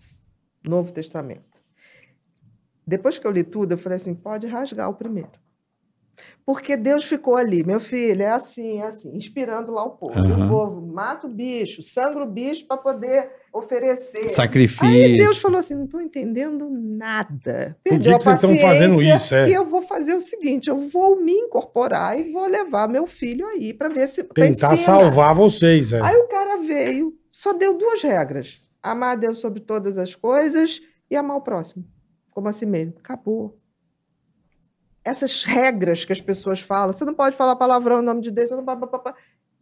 Speaker 4: Novo Testamento. Depois que eu li tudo, eu falei assim, pode rasgar o primeiro. Porque Deus ficou ali, meu filho, é assim, é assim, inspirando lá o povo. E
Speaker 3: Aham.
Speaker 4: O povo mata o bicho, sangra o bicho para poder oferecer.
Speaker 3: Sacrifício.
Speaker 4: Aí Deus falou assim: não estou entendendo nada.
Speaker 2: que
Speaker 4: Perdeu a
Speaker 2: que vocês estão
Speaker 4: paciência
Speaker 2: fazendo isso, é?
Speaker 4: E eu vou fazer o seguinte: eu vou me incorporar e vou levar meu filho aí para ver se. pra
Speaker 2: Tentar
Speaker 4: ensina.
Speaker 2: salvar vocês. É.
Speaker 4: Aí o cara veio, só deu duas regras: amar a Deus sobre todas as coisas e amar o próximo, como a si mesmo. Acabou. Essas regras que as pessoas falam, você não pode falar palavrão em nome de Deus, você não pode. pá, pá, pá.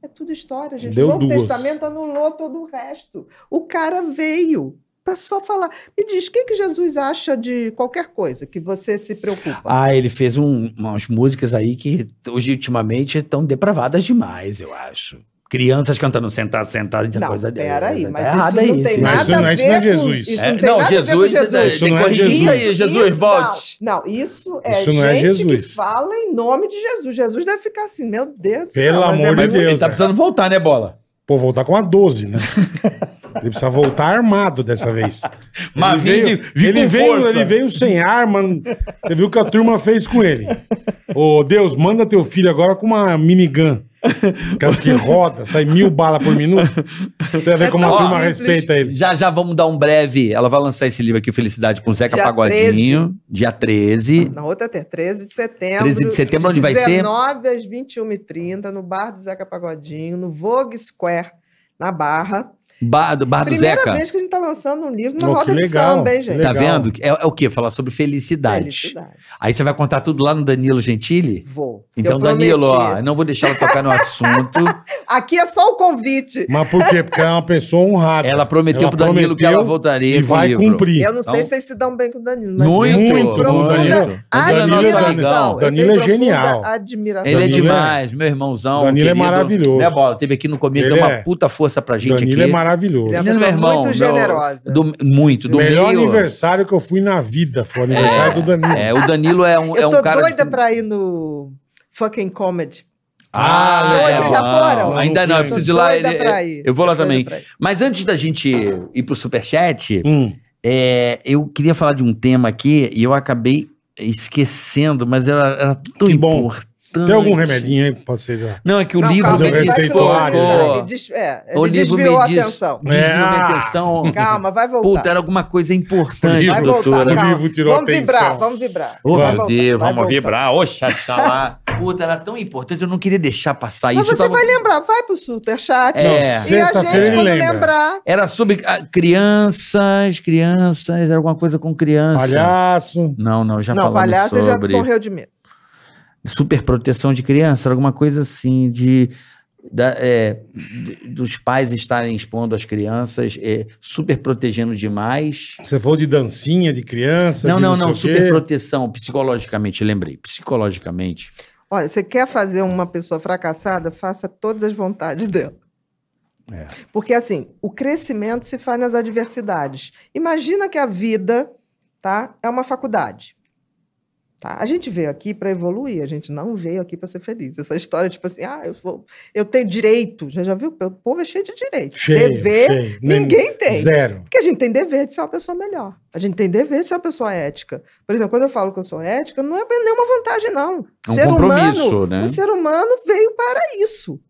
Speaker 4: É tudo história, gente.
Speaker 2: Deu
Speaker 4: o Novo
Speaker 2: duas.
Speaker 4: Testamento anulou todo o resto. O cara veio para só falar. Me diz, o que, que Jesus acha de qualquer coisa que você se preocupa?
Speaker 3: Ah, ele fez um- umas músicas aí que hoje, ultimamente, estão depravadas demais, eu acho. Crianças cantando sentado, sentado, dizendo
Speaker 4: não,
Speaker 3: é coisa dela.
Speaker 4: peraí, mas
Speaker 3: tá
Speaker 4: isso
Speaker 3: errado
Speaker 4: não
Speaker 3: aí,
Speaker 4: tem
Speaker 2: Mas
Speaker 3: sim.
Speaker 4: nada
Speaker 2: isso não-
Speaker 4: a
Speaker 2: isso não é
Speaker 4: ver com
Speaker 2: Jesus.
Speaker 4: Isso
Speaker 3: É,
Speaker 4: não, tem
Speaker 3: não,
Speaker 4: nada
Speaker 3: Jesus,
Speaker 4: a ver com Jesus.
Speaker 2: isso não é
Speaker 3: corrigir
Speaker 2: Jesus.
Speaker 3: isso aí, Jesus,
Speaker 4: Isso,
Speaker 3: volte.
Speaker 4: Não, não, isso é
Speaker 2: Isso
Speaker 4: gente
Speaker 2: não é Jesus.
Speaker 4: que fala em nome de Jesus. Jesus deve ficar assim, meu Deus do
Speaker 2: Pelo
Speaker 4: céu. mas
Speaker 2: amor de
Speaker 4: muito-
Speaker 3: Mas ele
Speaker 2: Deus,
Speaker 3: tá
Speaker 2: é.
Speaker 3: precisando voltar, né, bola?
Speaker 2: Pô, voltar com a 12, né? Ele precisa voltar armado dessa vez.
Speaker 3: Mas
Speaker 2: ele,
Speaker 3: vem de-
Speaker 2: veio,
Speaker 3: vem
Speaker 2: ele,
Speaker 3: com
Speaker 2: veio,
Speaker 3: força.
Speaker 2: ele veio sem arma. Você viu o que a turma fez com ele. Ô, Deus, manda teu filho agora com uma minigun. Aquelas que roda, sai mil balas por minuto. Você vai ver
Speaker 4: É
Speaker 2: como a
Speaker 3: tão
Speaker 2: turma
Speaker 4: simples.
Speaker 2: respeita ele.
Speaker 3: Já já vamos dar um breve. Ela vai lançar esse livro aqui, Felicidade com Zeca
Speaker 4: Dia
Speaker 3: Pagodinho, dia 13.
Speaker 4: Na outra até 13 de setembro.
Speaker 3: 13 de setembro, onde vai ser?
Speaker 4: 19 às 21h30, no bar do Zeca Pagodinho, no Vogue Square, na Barra.
Speaker 3: Bar do, bar do
Speaker 4: Primeira
Speaker 3: Zeca.
Speaker 4: vez que a gente está lançando um livro na
Speaker 2: Oh, que
Speaker 4: roda de
Speaker 2: legal,
Speaker 4: samba, hein,
Speaker 2: que
Speaker 4: gente?
Speaker 3: Tá
Speaker 2: legal.
Speaker 3: vendo? É, é o quê? Falar sobre felicidade.
Speaker 4: Felicidade.
Speaker 3: Aí você vai contar tudo lá no Danilo Gentili?
Speaker 4: Vou.
Speaker 3: Então,
Speaker 4: Eu
Speaker 3: Danilo, ó,
Speaker 4: prometi.
Speaker 3: eu não vou deixar ela tocar no assunto.
Speaker 4: Aqui é só o convite.
Speaker 2: Mas por quê? Porque ela é uma pessoa honrada.
Speaker 3: Ela prometeu pro Danilo que ela voltaria
Speaker 2: E
Speaker 3: com o
Speaker 2: vai
Speaker 3: livro.
Speaker 2: cumprir.
Speaker 4: Eu não sei
Speaker 3: Então-
Speaker 4: se vocês se dão bem com o Danilo, mas Ah,
Speaker 3: Muito,
Speaker 4: eu tenho
Speaker 2: muito,
Speaker 4: profunda
Speaker 2: Danilo.
Speaker 3: Danilo é nosso amigão.
Speaker 4: admiração. Eu
Speaker 2: Danilo
Speaker 4: tenho
Speaker 2: é genial.
Speaker 4: profunda Admiração.
Speaker 3: Ele é
Speaker 2: Danilo é-
Speaker 3: demais, meu irmãozão.
Speaker 2: Danilo é maravilhoso.
Speaker 3: Né, Bola? Teve aqui no começo,
Speaker 2: Ele
Speaker 3: deu uma
Speaker 2: é.
Speaker 3: puta força pra gente
Speaker 2: Danilo é
Speaker 3: aqui.
Speaker 2: maravilhoso.
Speaker 4: Ele é
Speaker 3: Danilo,
Speaker 4: uma pessoa
Speaker 3: meu irmão,
Speaker 4: muito
Speaker 3: meu-
Speaker 4: generosa.
Speaker 3: do- muito, do
Speaker 2: Melhor
Speaker 3: meio.
Speaker 2: aniversário que eu fui na vida foi o aniversário do Danilo.
Speaker 3: É, o Danilo é um, é
Speaker 4: Eu
Speaker 3: um
Speaker 4: tô
Speaker 3: cara. de-
Speaker 4: doida pra ir no fucking comedy.
Speaker 3: Ah,
Speaker 4: Vocês
Speaker 3: legal.
Speaker 4: já foram?
Speaker 3: Ainda não, eu preciso ir lá.
Speaker 4: Doida
Speaker 3: ele- é-
Speaker 4: pra ir.
Speaker 3: eu vou lá
Speaker 4: Doida
Speaker 3: também.
Speaker 4: pra ir.
Speaker 3: Mas antes da gente ir pro superchat,
Speaker 2: Hum.
Speaker 3: é, eu queria falar de um tema aqui e eu acabei esquecendo, mas era, era tão
Speaker 2: Que bom.
Speaker 3: importante.
Speaker 2: Tem algum remedinho aí pra você já?
Speaker 3: Não, é que o
Speaker 4: Não,
Speaker 3: livro
Speaker 4: calma,
Speaker 2: Fazer
Speaker 4: ele
Speaker 2: um
Speaker 4: vai
Speaker 2: receituário,
Speaker 4: voltar,
Speaker 3: Pô,
Speaker 4: ele des- é,
Speaker 3: o
Speaker 4: ele
Speaker 3: livro
Speaker 4: desviou a
Speaker 3: me diz-
Speaker 4: atenção.
Speaker 3: desviou minha
Speaker 2: É.
Speaker 3: atenção.
Speaker 4: Calma, vai voltar.
Speaker 3: Puta, era alguma coisa importante,
Speaker 2: Vai
Speaker 4: vai voltar,
Speaker 3: doutora.
Speaker 2: O
Speaker 4: calma.
Speaker 2: livro tirou
Speaker 4: Tá, vamos
Speaker 2: atenção.
Speaker 4: vibrar, vamos vibrar.
Speaker 3: Ô,
Speaker 4: Vai
Speaker 3: meu
Speaker 4: voltar,
Speaker 6: Deus,
Speaker 4: vai
Speaker 6: vamos
Speaker 4: voltar.
Speaker 6: vibrar. Ô, Xaxalá.
Speaker 3: Puta, era tão importante, eu não queria deixar passar
Speaker 4: Mas
Speaker 3: isso. eu
Speaker 4: você
Speaker 3: tava-
Speaker 4: vai lembrar, vai pro superchat.
Speaker 3: É.
Speaker 4: E a
Speaker 2: Sexta-feira
Speaker 4: gente,
Speaker 2: ele
Speaker 4: quando
Speaker 2: lembra.
Speaker 4: lembrar,
Speaker 3: Era sobre ah, crianças, crianças, era alguma coisa com criança.
Speaker 2: Palhaço.
Speaker 3: Não, não, já
Speaker 4: não,
Speaker 3: falamos
Speaker 4: palhaço, ele
Speaker 3: Tá
Speaker 4: já
Speaker 3: sobre
Speaker 4: correu de medo.
Speaker 3: super proteção de criança, era alguma coisa assim de, da- é, de- dos pais estarem expondo as crianças, é, super protegendo demais.
Speaker 2: Você falou de dancinha de criança.
Speaker 3: Não,
Speaker 2: de
Speaker 3: não, não,
Speaker 2: sei o
Speaker 3: super
Speaker 2: quê.
Speaker 3: proteção, psicologicamente, lembrei, psicologicamente.
Speaker 4: Olha, você quer fazer uma pessoa fracassada? Faça todas as vontades dela.
Speaker 3: É.
Speaker 4: Porque, assim, o crescimento se faz nas adversidades. Imagina que a vida tá, é uma faculdade. Tá? A gente veio aqui para evoluir, a gente não veio aqui para ser feliz. Essa história, tipo assim, ah, eu, vou, eu tenho direito. Já, já viu? O povo é cheio de direito.
Speaker 2: Cheio,
Speaker 4: Dever,
Speaker 2: cheio. Nem-
Speaker 4: ninguém tem.
Speaker 2: Zero.
Speaker 4: Porque a gente tem dever de ser uma pessoa melhor. A gente tem dever de ser uma pessoa ética. Por exemplo, quando eu falo que eu sou ética, não é nenhuma vantagem, não.
Speaker 3: É um compromisso,
Speaker 4: humano,
Speaker 3: né?
Speaker 4: O
Speaker 2: é
Speaker 4: ser humano veio para isso.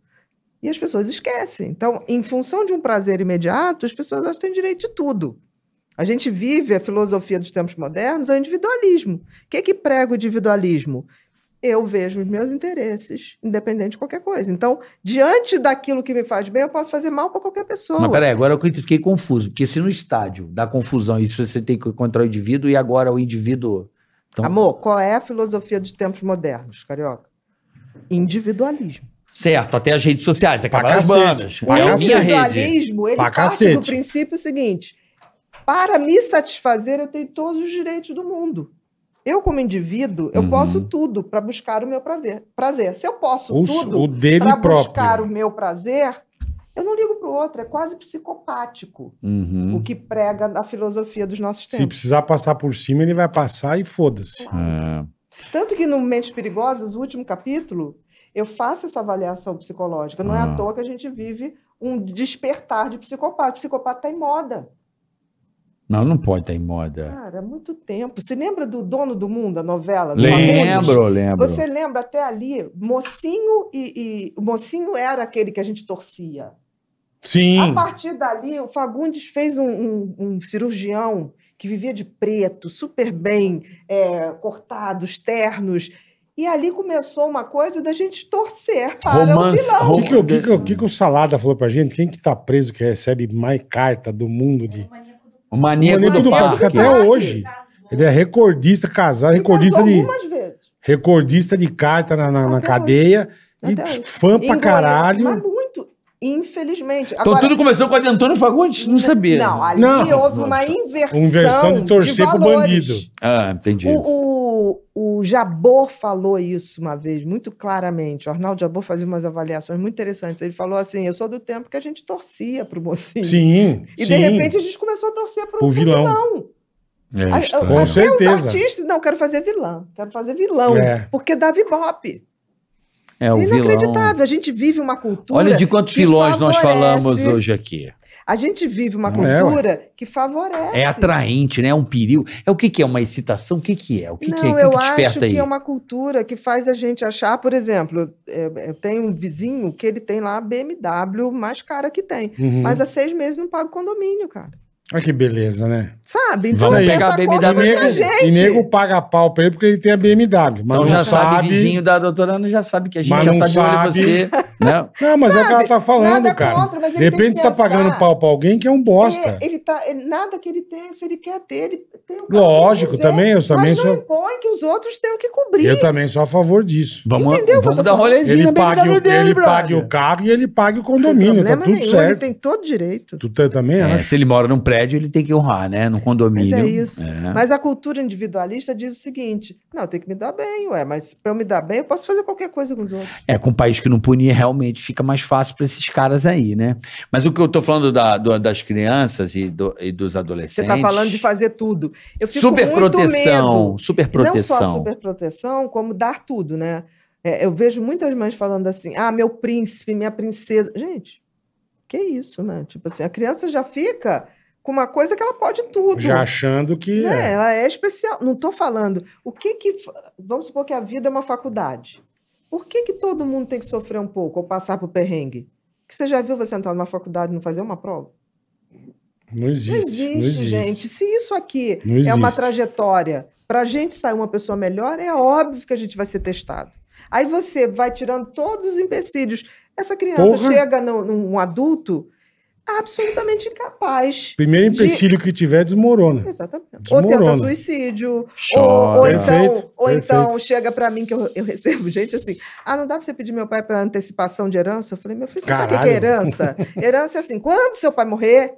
Speaker 4: E as pessoas esquecem. Então, em função de um prazer imediato, as pessoas elas têm direito de tudo. A gente vive a filosofia dos tempos modernos, é o individualismo. O que, que prega o individualismo? Eu vejo os meus interesses, independente de qualquer coisa. Então, diante daquilo que me faz bem, eu posso fazer mal para qualquer pessoa.
Speaker 3: Mas peraí, agora eu fiquei confuso, porque se no estádio dá confusão, isso você tem que encontrar o indivíduo e agora o indivíduo. Então,
Speaker 4: Amor, qual é a filosofia dos tempos modernos, carioca? Individualismo.
Speaker 3: Certo, até as redes sociais, acabaram as
Speaker 2: cacete,
Speaker 3: bandas.
Speaker 2: pra
Speaker 3: É a minha rede.
Speaker 4: individualismo, ele
Speaker 2: Pra
Speaker 4: parte do
Speaker 2: cacete.
Speaker 4: princípio seguinte: para me satisfazer, eu tenho todos os direitos do mundo. Eu, como indivíduo, eu
Speaker 3: Uhum.
Speaker 4: posso tudo para buscar o meu prazer. prazer. Se eu posso
Speaker 2: O,
Speaker 4: tudo
Speaker 2: o dele
Speaker 4: para buscar o
Speaker 2: próprio.
Speaker 4: meu prazer, eu não ligo para o outro. É quase psicopático
Speaker 3: Uhum.
Speaker 4: o que prega a filosofia dos nossos
Speaker 2: Se
Speaker 4: tempos.
Speaker 2: precisar passar por cima, ele vai passar e foda-se.
Speaker 3: É.
Speaker 4: Tanto que no Mentes Perigosas, o último capítulo, eu faço essa avaliação psicológica. Não é
Speaker 3: Ah.
Speaker 4: à toa que a gente vive um despertar de psicopata. O psicopata está em moda.
Speaker 3: Não, não pode estar em moda.
Speaker 4: Cara, há muito tempo. Você lembra do Dono do Mundo, a novela? do Fagundes?
Speaker 3: Lembro, lembro.
Speaker 4: Você lembra até ali, mocinho e, e- o mocinho era aquele que a gente torcia. A
Speaker 2: Sim.
Speaker 4: partir dali, o Fagundes fez um, um- um cirurgião que vivia de preto, super bem é, cortados, ternos. E ali começou uma coisa da gente torcer para o
Speaker 3: Romance.
Speaker 4: vilão.
Speaker 2: O que, que, o que, que, o que que o Salada falou pra gente? Quem que tá preso que recebe mais carta do mundo de.
Speaker 3: O é maníaco,
Speaker 2: Maníaco
Speaker 3: do
Speaker 2: do
Speaker 3: Parque.
Speaker 2: Parque, até hoje. Ele é recordista casado,
Speaker 4: E
Speaker 2: recordista
Speaker 4: casou
Speaker 2: de,
Speaker 4: algumas vezes.
Speaker 2: recordista de carta na, na- na
Speaker 4: Até
Speaker 2: cadeia e
Speaker 4: Até hoje.
Speaker 2: fã pra
Speaker 4: Engolia, Mas
Speaker 2: caralho.
Speaker 4: muito, infelizmente.
Speaker 3: Então tudo começou com o Antônio Fagundes? Não sabia.
Speaker 4: Não, ali
Speaker 2: Não.
Speaker 4: houve uma inversão.
Speaker 2: Inversão de torcer pro
Speaker 4: valores.
Speaker 2: bandido.
Speaker 3: Ah, entendi.
Speaker 4: O, o, o Jabor falou isso uma vez, muito claramente. O Arnaldo Jabor fazia umas avaliações muito interessantes. Ele falou assim: Eu sou do tempo que a gente torcia pro mocinho.
Speaker 2: Sim.
Speaker 4: e
Speaker 2: sim.
Speaker 4: de repente a gente começou a torcer pro,
Speaker 2: O
Speaker 4: pro vilão.
Speaker 3: É,
Speaker 4: A-
Speaker 3: estranho.
Speaker 2: Com
Speaker 4: até os
Speaker 2: certeza.
Speaker 4: artistas, não, quero fazer vilão, quero fazer vilão.
Speaker 2: É.
Speaker 4: Porque dava ibope.
Speaker 3: É, o vilão.
Speaker 4: Inacreditável. A gente vive uma cultura.
Speaker 3: Olha de quantos
Speaker 4: que
Speaker 3: vilões nós
Speaker 4: favorece-
Speaker 3: falamos hoje aqui.
Speaker 4: A gente vive uma
Speaker 2: Não é,
Speaker 4: cultura que favorece.
Speaker 3: É atraente, né? É um perigo. É o que que é? Uma excitação? O que que é? O que
Speaker 4: não,
Speaker 3: que é? O que
Speaker 4: eu
Speaker 3: que
Speaker 4: acho
Speaker 3: desperta
Speaker 4: que
Speaker 3: aí?
Speaker 4: é uma cultura que faz a gente achar, por exemplo, eu, eu tenho um vizinho que ele tem lá a BMW mais cara que tem,
Speaker 2: Uhum.
Speaker 4: mas há seis meses não paga o condomínio, cara.
Speaker 2: Olha Ah, que beleza, né?
Speaker 4: Sabe? Então,
Speaker 2: Vamos
Speaker 4: assim,
Speaker 3: pegar
Speaker 4: essa
Speaker 3: a
Speaker 4: conta
Speaker 3: BMW.
Speaker 4: vai pra
Speaker 2: nego,
Speaker 4: gente.
Speaker 2: e nego paga pau pra ele porque ele tem a BMW. Mas
Speaker 3: Então
Speaker 2: não
Speaker 3: já sabe,
Speaker 2: sabe.
Speaker 3: vizinho da doutora Ana já sabe que a gente
Speaker 2: Mas
Speaker 3: já
Speaker 2: não
Speaker 3: tá de olho em
Speaker 2: sabe.
Speaker 3: você. né?
Speaker 2: Não, mas é o que ela
Speaker 4: Sabe?
Speaker 2: tá falando,
Speaker 4: Nada
Speaker 2: cara.
Speaker 4: contra, mas ele
Speaker 2: de
Speaker 4: tem
Speaker 2: repente
Speaker 4: que
Speaker 2: você tá
Speaker 4: pensar.
Speaker 2: pagando pau pra alguém que é um bosta.
Speaker 4: É, ele tá, é, nada que ele tem, se ele quer ter, ele tem o que
Speaker 2: Lógico,
Speaker 4: quiser,
Speaker 2: também, eu também
Speaker 4: Mas não é
Speaker 2: sou.
Speaker 4: impõe que os outros tenham que cobrir.
Speaker 2: Eu também sou a favor disso.
Speaker 3: Vamos,
Speaker 4: Entendeu o que eu
Speaker 3: vamos
Speaker 4: tô
Speaker 3: dar um
Speaker 4: falando?
Speaker 3: rolezinho
Speaker 2: Ele
Speaker 3: na
Speaker 2: pague,
Speaker 3: BMW
Speaker 2: o,
Speaker 3: dele,
Speaker 2: ele
Speaker 3: brother.
Speaker 2: pague o carro e ele pague o
Speaker 4: Não tem
Speaker 2: condomínio. Tá
Speaker 4: problema
Speaker 2: tudo
Speaker 4: nenhum, ele
Speaker 2: certo.
Speaker 4: tem todo direito.
Speaker 2: Tu tá- também
Speaker 3: É,
Speaker 2: acha?
Speaker 3: se ele mora num prédio, ele tem que honrar, né? Num condomínio.
Speaker 4: Mas é isso.
Speaker 3: É.
Speaker 4: Mas a cultura individualista diz o seguinte: não, tem que me dar bem, ué, mas para eu me dar bem, eu posso fazer qualquer coisa com os outros.
Speaker 3: É, com um país que não punir, realmente fica mais fácil para esses caras aí, né? Mas o que eu tô falando da- do- das crianças e, do- e dos
Speaker 4: Você
Speaker 3: adolescentes.
Speaker 4: está falando de fazer tudo. Eu fico
Speaker 3: super
Speaker 4: muito
Speaker 3: proteção,
Speaker 4: medo.
Speaker 3: super
Speaker 4: Não só
Speaker 3: proteção.
Speaker 4: superproteção, como dar tudo, né? É, eu vejo muitas mães falando assim: ah, meu príncipe, minha princesa. Gente, que isso, né? Tipo assim, a criança já fica com uma coisa que ela pode tudo.
Speaker 2: Já achando que.
Speaker 4: né?
Speaker 2: é.
Speaker 4: Ela é especial. Não estou falando. O que que. fa- Vamos supor que a vida é uma faculdade. Por que que todo mundo tem que sofrer um pouco ou passar por perrengue? Que você já viu você entrar numa faculdade e não fazer uma prova?
Speaker 2: Não
Speaker 4: Não
Speaker 2: existe.
Speaker 4: existe,
Speaker 2: Não existe,
Speaker 4: gente. Se isso aqui
Speaker 2: Não
Speaker 4: é uma
Speaker 2: existe.
Speaker 4: trajetória para a gente sair uma pessoa melhor, é óbvio que a gente vai ser testado. Aí você vai tirando todos os empecilhos. Essa criança
Speaker 2: Porra.
Speaker 4: chega no- num adulto absolutamente incapaz.
Speaker 2: Primeiro empecilho que tiver, desmorona.
Speaker 4: Exatamente. Ou
Speaker 2: Hum. Desmorona.
Speaker 4: tenta suicídio, ou,
Speaker 3: Chora.
Speaker 4: ou então,
Speaker 2: Perfeito,
Speaker 4: ou então
Speaker 2: perfeito.
Speaker 4: chega para mim que eu, eu recebo gente assim: ah, não dá para você pedir meu pai para antecipação de herança? Eu falei, meu filho, você sabe o que que é
Speaker 2: Caralho.
Speaker 4: herança? Herança é assim: quando seu pai morrer,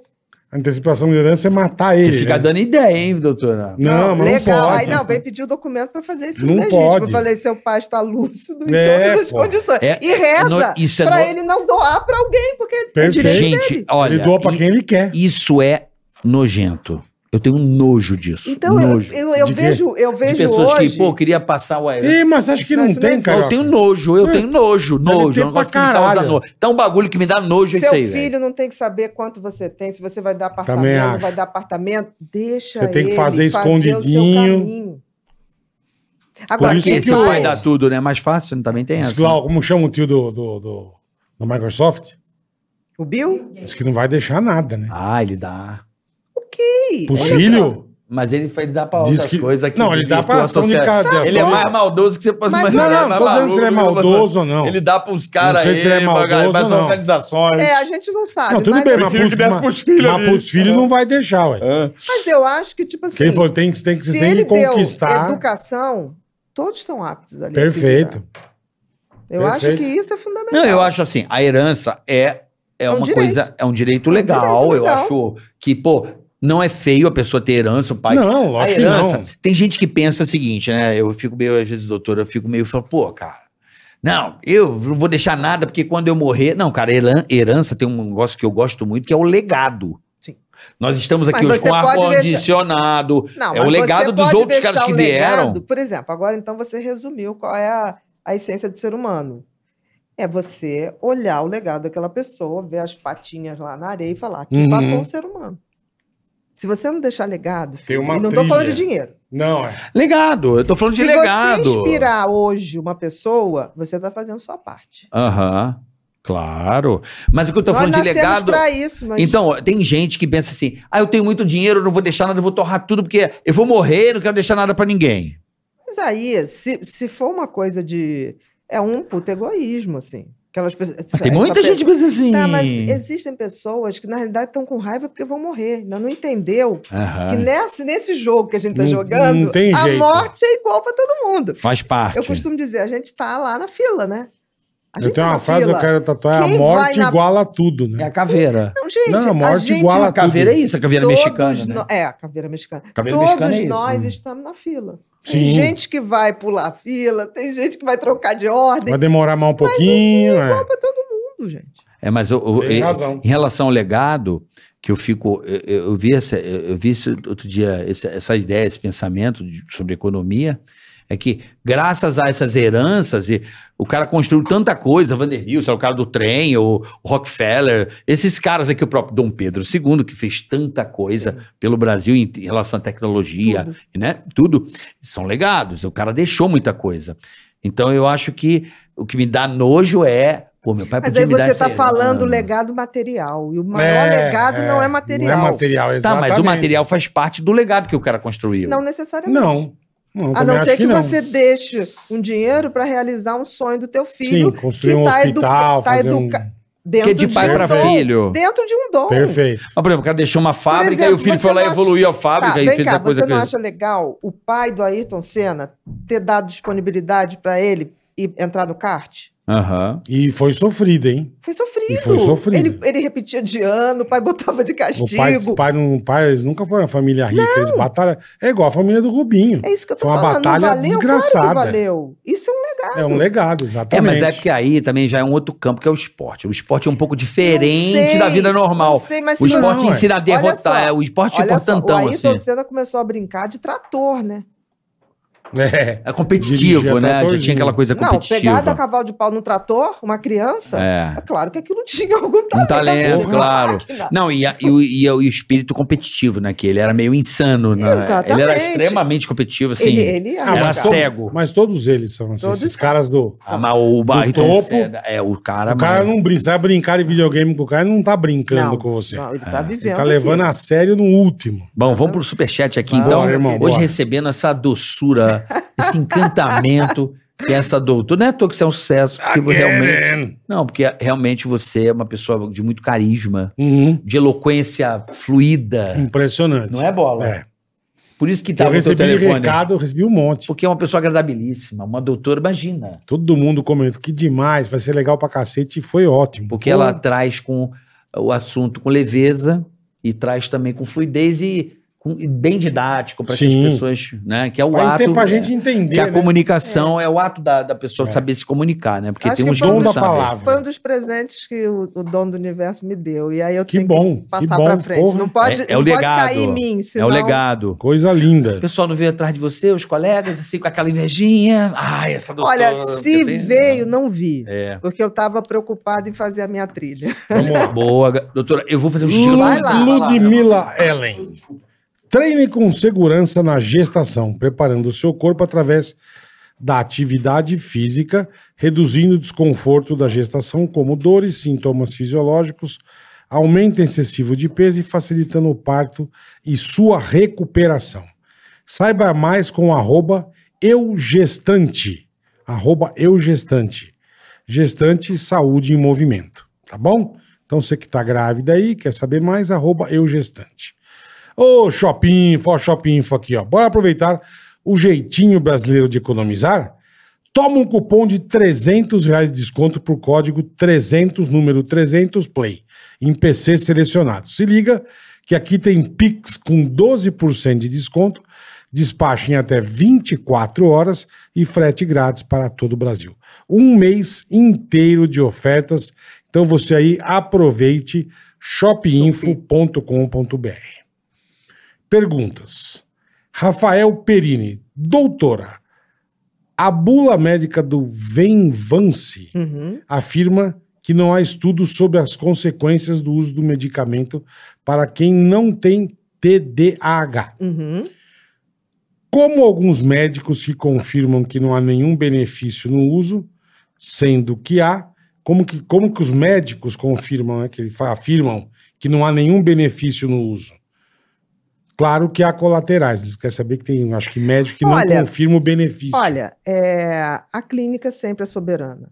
Speaker 2: A antecipação de herança é matar
Speaker 3: Você
Speaker 2: ele.
Speaker 3: fica
Speaker 2: né?
Speaker 3: dando ideia, hein, doutora?
Speaker 2: Não, mas
Speaker 4: legal.
Speaker 2: não pode.
Speaker 4: Aí não, vem pedir o documento para fazer isso. né,
Speaker 2: Não
Speaker 4: legítimo.
Speaker 2: pode.
Speaker 4: Eu falei, seu pai está lúcido em
Speaker 2: É,
Speaker 4: todas as
Speaker 2: pô.
Speaker 4: condições.
Speaker 3: É-
Speaker 4: e reza
Speaker 3: No- isso é
Speaker 4: para
Speaker 3: no-
Speaker 4: ele não doar para alguém, porque é
Speaker 2: Perfeito.
Speaker 4: direito
Speaker 3: Gente,
Speaker 4: dele.
Speaker 3: olha.
Speaker 2: ele doa pra
Speaker 3: i-
Speaker 2: quem ele quer.
Speaker 3: Isso é nojento. Eu tenho nojo disso.
Speaker 4: Então eu,
Speaker 3: nojo.
Speaker 4: eu, eu
Speaker 2: De quê?
Speaker 4: vejo, eu
Speaker 3: De
Speaker 4: vejo
Speaker 3: pessoas
Speaker 4: hoje.
Speaker 3: que, pô, queria passar o aéreo.
Speaker 2: Ih, mas acho que
Speaker 4: Não,
Speaker 2: não,
Speaker 4: isso não
Speaker 2: tem,
Speaker 4: existe.
Speaker 2: cara.
Speaker 3: É. Eu tenho nojo, eu tenho nojo,
Speaker 2: Deve
Speaker 3: nojo.
Speaker 2: ter
Speaker 3: É um negócio que
Speaker 2: pra
Speaker 3: me causa
Speaker 2: caralho.
Speaker 3: nojo. Tá um bagulho que me dá nojo é
Speaker 4: Seu
Speaker 3: isso aí,
Speaker 4: filho
Speaker 3: velho.
Speaker 4: não tem que saber quanto você tem, se você vai dar
Speaker 2: Também
Speaker 4: apartamento, não
Speaker 2: acho.
Speaker 4: vai dar apartamento, deixa
Speaker 2: Você tem que
Speaker 4: ele
Speaker 2: fazer
Speaker 4: o seu
Speaker 2: escondidinho.
Speaker 4: caminho. Agora,
Speaker 2: Por
Speaker 3: Pra
Speaker 2: isso
Speaker 3: quê?
Speaker 2: que
Speaker 3: Se
Speaker 4: é
Speaker 2: eu-
Speaker 3: o pai dá tudo, né? Mais fácil, também tem essa. né?
Speaker 2: Diz lá, como chama o tio do, do, do, do Microsoft?
Speaker 4: O Bill?
Speaker 2: Diz que não vai deixar nada, né?
Speaker 3: Ah, ele dá.
Speaker 4: Ih,
Speaker 2: Pro
Speaker 4: olha só.
Speaker 2: filho?
Speaker 3: Mas ele, ele dá pra
Speaker 2: Diz
Speaker 3: outras
Speaker 2: que...
Speaker 3: coisas que
Speaker 2: não, ele dá pra
Speaker 3: desvirtua a
Speaker 2: ação de
Speaker 3: sociedade.
Speaker 2: cada.
Speaker 3: Ele é
Speaker 2: ação-
Speaker 3: mais maldoso que você pode
Speaker 4: Mas
Speaker 2: Não,
Speaker 4: ele
Speaker 2: não, não tô dizendo se ele é maldoso ou não.
Speaker 3: Ele dá pros caras
Speaker 2: sei
Speaker 3: aí,
Speaker 2: se ele é maldoso
Speaker 3: mas
Speaker 2: ou não.
Speaker 3: organizações.
Speaker 4: É, a gente não sabe.
Speaker 2: Não, tudo
Speaker 4: mas,
Speaker 2: bem,
Speaker 4: eu-
Speaker 2: mas
Speaker 6: Prefiro que
Speaker 2: pros,
Speaker 6: desse
Speaker 2: mas-
Speaker 6: pros filhos né?
Speaker 2: mas
Speaker 6: ali.
Speaker 2: pros filhos não vai deixar, ué.
Speaker 3: É.
Speaker 4: mas eu acho que, tipo assim.
Speaker 2: Quem for, tem, que- tem que,
Speaker 4: se
Speaker 2: tem
Speaker 4: ele
Speaker 2: que
Speaker 4: deu
Speaker 2: conquistar.
Speaker 4: educação, todos estão aptos ali. a se
Speaker 2: Perfeito.
Speaker 4: virar. Eu acho
Speaker 2: perfeito.
Speaker 4: que isso é fundamental.
Speaker 3: Não, eu acho assim, a herança é, é
Speaker 4: É um
Speaker 3: uma
Speaker 4: direito.
Speaker 3: coisa, é um direito
Speaker 4: É um
Speaker 3: legal,
Speaker 4: direito
Speaker 3: eu
Speaker 4: legal.
Speaker 3: acho que, pô, não é feio a pessoa ter herança, o pai...
Speaker 2: Não,
Speaker 3: a
Speaker 2: lógico que
Speaker 3: herança,
Speaker 2: não.
Speaker 3: tem gente que pensa o seguinte, né, eu fico meio, às vezes, doutor, eu fico meio, falo, pô, cara, não, eu não vou deixar nada, porque quando eu morrer... Não, cara, heran- herança tem um negócio que eu gosto muito, que é o legado.
Speaker 4: Sim.
Speaker 3: Nós estamos
Speaker 4: Mas
Speaker 3: aqui hoje
Speaker 4: você
Speaker 3: com
Speaker 4: pode deixar-
Speaker 3: ar-condicionado,
Speaker 4: Não,
Speaker 3: É o
Speaker 4: mas
Speaker 3: legado
Speaker 4: você
Speaker 3: dos
Speaker 4: pode
Speaker 3: outros caras
Speaker 4: deixar
Speaker 3: que
Speaker 4: um
Speaker 3: vieram.
Speaker 4: Por exemplo, agora então você resumiu qual é a, a essência do ser humano. É você olhar o legado daquela pessoa, ver as patinhas lá na areia e falar que
Speaker 2: Uhum.
Speaker 4: passou um ser humano. Se você não deixar legado,
Speaker 2: Tem uma
Speaker 4: e não estou
Speaker 2: trilha.
Speaker 4: falando de dinheiro.
Speaker 2: Não, é.
Speaker 3: Legado, eu tô falando
Speaker 4: Se
Speaker 3: de legado.
Speaker 4: você inspirar hoje uma pessoa, você está fazendo sua parte.
Speaker 3: Aham, claro. Mas o que eu tô
Speaker 4: Nós
Speaker 3: falando de
Speaker 4: nascemos
Speaker 3: legado.
Speaker 4: pra isso, mas
Speaker 3: Então, ó, tem gente que pensa assim: ah, eu tenho muito dinheiro, eu não vou deixar nada, eu vou torrar tudo, porque eu vou morrer, eu não quero deixar nada pra ninguém.
Speaker 4: Mas aí, se, se for uma coisa de. É um puto egoísmo, assim. Aquelas pessoas.
Speaker 3: Mas tem
Speaker 4: essa
Speaker 3: muita
Speaker 4: pe-
Speaker 3: gente que pensa assim.
Speaker 4: Tá, mas existem pessoas que, na realidade, estão com raiva porque vão morrer. Ainda não entendeu
Speaker 3: Aham,
Speaker 4: que nesse, nesse jogo que a gente tá
Speaker 2: Ah. Não-
Speaker 4: jogando,
Speaker 2: não tem
Speaker 4: a
Speaker 2: jeito.
Speaker 4: morte é igual para todo mundo.
Speaker 3: Faz parte.
Speaker 4: Eu costumo dizer, a gente tá lá na fila, né? A
Speaker 2: Eu
Speaker 4: gente
Speaker 2: tenho
Speaker 4: tá
Speaker 2: uma
Speaker 4: na
Speaker 2: frase que
Speaker 4: fila.
Speaker 2: eu quero tatuar: a
Speaker 4: Quem
Speaker 2: morte
Speaker 4: vai na-
Speaker 2: iguala tudo,
Speaker 3: É
Speaker 2: né?
Speaker 3: a caveira.
Speaker 4: Não, gente,
Speaker 2: Não, a morte
Speaker 4: gente
Speaker 2: iguala
Speaker 3: A caveira é isso, a caveira
Speaker 4: Todos
Speaker 3: mexicana. Né?
Speaker 4: nó- É, a caveira mexicana.
Speaker 3: Caveira
Speaker 4: Todos
Speaker 3: mexicana é isso,
Speaker 4: nós
Speaker 3: né?
Speaker 4: estamos na fila.
Speaker 2: Sim.
Speaker 4: Tem gente que vai pular a fila, tem gente que vai trocar de ordem.
Speaker 2: Vai demorar mais um pouquinho. é.
Speaker 4: Pra todo mundo, gente.
Speaker 3: É, mas eu, eu-
Speaker 2: Tem
Speaker 3: eu-
Speaker 2: razão.
Speaker 3: em relação ao legado, que eu fico. Eu, eu- eu vi, essa, eu eu vi isso outro dia, esse- essa ideia, esse pensamento de- sobre economia, é que graças a essas heranças, e o cara construiu tanta coisa, Vanderbilt, sei lá, o cara do trem, o Rockefeller, esses caras aqui, o próprio Dom Pedro II, que fez tanta coisa pelo Brasil em, em relação à tecnologia,
Speaker 4: Tudo.
Speaker 3: né? Tudo são legados. O cara deixou muita coisa. Então eu acho que o que me dá nojo é, pô, meu pai
Speaker 4: Mas
Speaker 3: podia
Speaker 4: aí
Speaker 3: me dar
Speaker 4: você
Speaker 3: essa
Speaker 2: é
Speaker 4: está falando
Speaker 3: herança.
Speaker 4: legado material. E o maior legado não é material.
Speaker 2: Não
Speaker 4: Não,
Speaker 2: é material,
Speaker 3: Tá,
Speaker 2: exatamente.
Speaker 3: mas o material faz parte do legado que o cara construiu.
Speaker 4: necessariamente.
Speaker 2: Não. não
Speaker 4: A
Speaker 2: também
Speaker 4: não
Speaker 2: acho
Speaker 4: ser que,
Speaker 2: não.
Speaker 4: você deixe um dinheiro para realizar um sonho do teu filho
Speaker 2: Sim, construir
Speaker 4: que
Speaker 2: um
Speaker 4: tá educa-
Speaker 2: hospital,
Speaker 4: tá
Speaker 2: fazer um...
Speaker 4: educa-
Speaker 3: que
Speaker 4: dentro
Speaker 3: é de pai
Speaker 4: um
Speaker 3: pra
Speaker 4: dom.
Speaker 3: filho.
Speaker 4: Dentro de um dom.
Speaker 2: Perfeito.
Speaker 3: Ah, por exemplo, o cara deixou uma fábrica e o
Speaker 4: exemplo,
Speaker 3: filho
Speaker 4: você
Speaker 3: foi lá e
Speaker 4: não acha-
Speaker 3: evoluiu a fábrica
Speaker 4: Tá,
Speaker 3: e
Speaker 4: vem
Speaker 3: fez
Speaker 4: cá,
Speaker 3: a coisa
Speaker 4: você
Speaker 3: que.
Speaker 4: não acha legal o pai do Ayrton Senna ter dado disponibilidade para ele e entrar no kart?
Speaker 3: Aham.
Speaker 2: E foi sofrido, hein?
Speaker 4: Foi sofrido.
Speaker 2: E foi sofrido.
Speaker 4: Ele, ele repetia de ano, o pai botava de
Speaker 2: O pai,
Speaker 4: castigo.
Speaker 2: o pai, não- o pai, eles nunca foram uma família rica, eles batalham. É igual a família do Rubinho.
Speaker 4: É isso que eu tô
Speaker 2: Foi uma
Speaker 4: falando. não
Speaker 2: batalha
Speaker 4: valeu, Claro que
Speaker 2: desgraçada.
Speaker 4: valeu. Isso é um legado.
Speaker 2: É um legado,
Speaker 3: É,
Speaker 2: exatamente.
Speaker 3: mas é porque aí também já é um outro campo que é o esporte. O esporte é um pouco diferente
Speaker 4: Não sei,
Speaker 3: da vida
Speaker 4: Não
Speaker 3: normal.
Speaker 4: sei, mas
Speaker 3: O
Speaker 4: se
Speaker 3: esporte
Speaker 2: Não, é.
Speaker 3: ensina a derrotar.
Speaker 4: Olha só,
Speaker 3: é, o esporte é
Speaker 4: Olha só, o
Speaker 3: importantão,
Speaker 4: Ayrton
Speaker 3: assim.
Speaker 4: Senna começou a brincar de trator, né?
Speaker 2: É.
Speaker 3: É competitivo,
Speaker 2: Dirigia
Speaker 3: né? Já
Speaker 2: tratorzinho.
Speaker 3: tinha aquela coisa
Speaker 4: Não, pegada a
Speaker 3: competitiva.
Speaker 4: cavalo de pau no trator, uma criança, é,
Speaker 3: É.
Speaker 4: claro que aquilo tinha algum talento.
Speaker 3: Um talento,
Speaker 4: uma
Speaker 3: claro.
Speaker 4: máquina.
Speaker 3: Não, e, a- e o- e o e o espírito competitivo, né? Que ele era meio insano, né? Ele era
Speaker 4: Exatamente.
Speaker 3: extremamente competitivo, assim.
Speaker 4: Ele, ele
Speaker 2: Ah,
Speaker 4: é um
Speaker 3: Era
Speaker 2: mas,
Speaker 4: arrasava.
Speaker 2: todo-
Speaker 3: cego.
Speaker 2: mas todos eles são assim,
Speaker 4: Todos
Speaker 2: esses caras do.
Speaker 3: Ah, mas o Barriton
Speaker 2: topo,
Speaker 3: Senna- é o cara.
Speaker 2: o cara
Speaker 3: mano.
Speaker 2: não brinca, sabe brincar de videogame com o cara, ele não tá brincando
Speaker 4: Não,
Speaker 2: com você.
Speaker 4: não,
Speaker 3: É.
Speaker 4: ele tá vivendo.
Speaker 2: Ele tá levando
Speaker 4: aqui.
Speaker 2: a sério no último.
Speaker 3: Bom, vamos pro superchat aqui
Speaker 4: Bora,
Speaker 3: então.
Speaker 2: irmão,
Speaker 3: Hoje
Speaker 2: bora.
Speaker 3: recebendo essa doçura, esse encantamento que essa doutora. Não é à toa que você é um sucesso, porque você realmente.
Speaker 2: Again.
Speaker 3: Não, porque realmente você é uma pessoa de muito carisma,
Speaker 2: Uhum.
Speaker 3: de eloquência fluida.
Speaker 2: Impressionante.
Speaker 3: Não é bola?
Speaker 2: É.
Speaker 3: Por isso que tá
Speaker 2: Eu
Speaker 3: no teu
Speaker 2: recebi
Speaker 3: telefone.
Speaker 2: recado, eu recebi um monte.
Speaker 3: Porque é uma pessoa agradabilíssima, uma doutora, imagina.
Speaker 2: Todo mundo comenta que demais, vai ser legal pra cacete e foi ótimo.
Speaker 3: Porque ela traz com o assunto com leveza e traz também com fluidez e, com- e bem didático para que as
Speaker 2: Sim.
Speaker 3: pessoas, né? Que é o
Speaker 2: Aí
Speaker 3: ato.
Speaker 2: tem pra
Speaker 3: né,
Speaker 2: gente entender.
Speaker 3: Que a
Speaker 2: né?
Speaker 3: comunicação é, o ato da, da pessoa
Speaker 2: É.
Speaker 3: saber se comunicar, né? Porque
Speaker 4: Acho
Speaker 3: tem
Speaker 4: que
Speaker 3: uns
Speaker 4: foi
Speaker 2: Dom
Speaker 3: dons
Speaker 2: da
Speaker 3: sabe?
Speaker 4: Foi um
Speaker 2: palavra.
Speaker 4: dos presentes que o, o dono do universo me deu. E aí eu
Speaker 2: Que
Speaker 4: tenho
Speaker 2: bom.
Speaker 4: que
Speaker 2: Que
Speaker 4: passar
Speaker 2: bom,
Speaker 4: pra frente.
Speaker 2: porra.
Speaker 4: Não pode,
Speaker 3: É- é
Speaker 4: não
Speaker 3: o
Speaker 4: pode
Speaker 3: legado.
Speaker 4: cair em mim,
Speaker 3: É
Speaker 4: senão...
Speaker 3: o legado.
Speaker 2: Coisa
Speaker 3: O
Speaker 2: linda.
Speaker 3: pessoal não veio atrás de você, os colegas, assim, com aquela invejinha. Ai, essa doutora.
Speaker 4: Olha, se
Speaker 3: porque tem-
Speaker 4: veio, não vi.
Speaker 3: né? É.
Speaker 4: Porque eu tava preocupada em fazer a minha trilha.
Speaker 2: Vamos lá.
Speaker 3: Boa, ga- doutora, eu vou fazer um
Speaker 2: Lu-
Speaker 3: estilo.
Speaker 4: Vai lá.
Speaker 2: Ludmilla
Speaker 4: um
Speaker 2: Ellen. Treine com segurança na gestação, preparando o seu corpo através da atividade física, reduzindo o desconforto da gestação, como dores, sintomas fisiológicos, aumento excessivo de peso e facilitando o parto e sua recuperação. Saiba mais com arroba eugestante. Arroba eugestante. Gestante, saúde em movimento. Tá bom? Então você que tá grávida aí, quer saber mais, arroba eugestante. Ô, Shopinfo, ó, Shopinfo aqui, ó. Bora aproveitar o jeitinho brasileiro de economizar? Toma um cupom de 300 reais de desconto por código 300, número 300 Play, em PC selecionado. Se liga que aqui tem Pix com 12% de desconto, despacho em até 24 horas e frete grátis para todo o Brasil. Um mês inteiro de ofertas, então você aí aproveite shopinfo.com.br. Perguntas. Rafael Perini, doutora, a bula médica do Venvance
Speaker 4: Uhum.
Speaker 2: afirma que não há estudos sobre as consequências do uso do medicamento para quem não tem TDAH.
Speaker 4: Uhum.
Speaker 2: Como alguns médicos que confirmam que não há nenhum benefício no uso, sendo que há, como que, como que os médicos confirmam, né, que ele fa- afirmam que não há nenhum benefício no uso? Claro que há colaterais. Eles querem saber que tem, acho que médico que
Speaker 4: Olha,
Speaker 2: não confirma o benefício.
Speaker 4: Olha, é, a clínica sempre é soberana.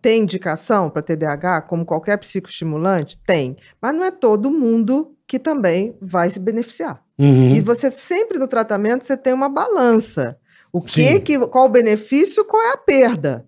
Speaker 4: Tem indicação para TDAH, como qualquer psicoestimulante? Tem. Mas não é todo mundo que também vai se beneficiar.
Speaker 2: Uhum.
Speaker 4: E você sempre no tratamento você tem uma balança. O que
Speaker 2: Sim.
Speaker 4: que qual o benefício, qual é a perda?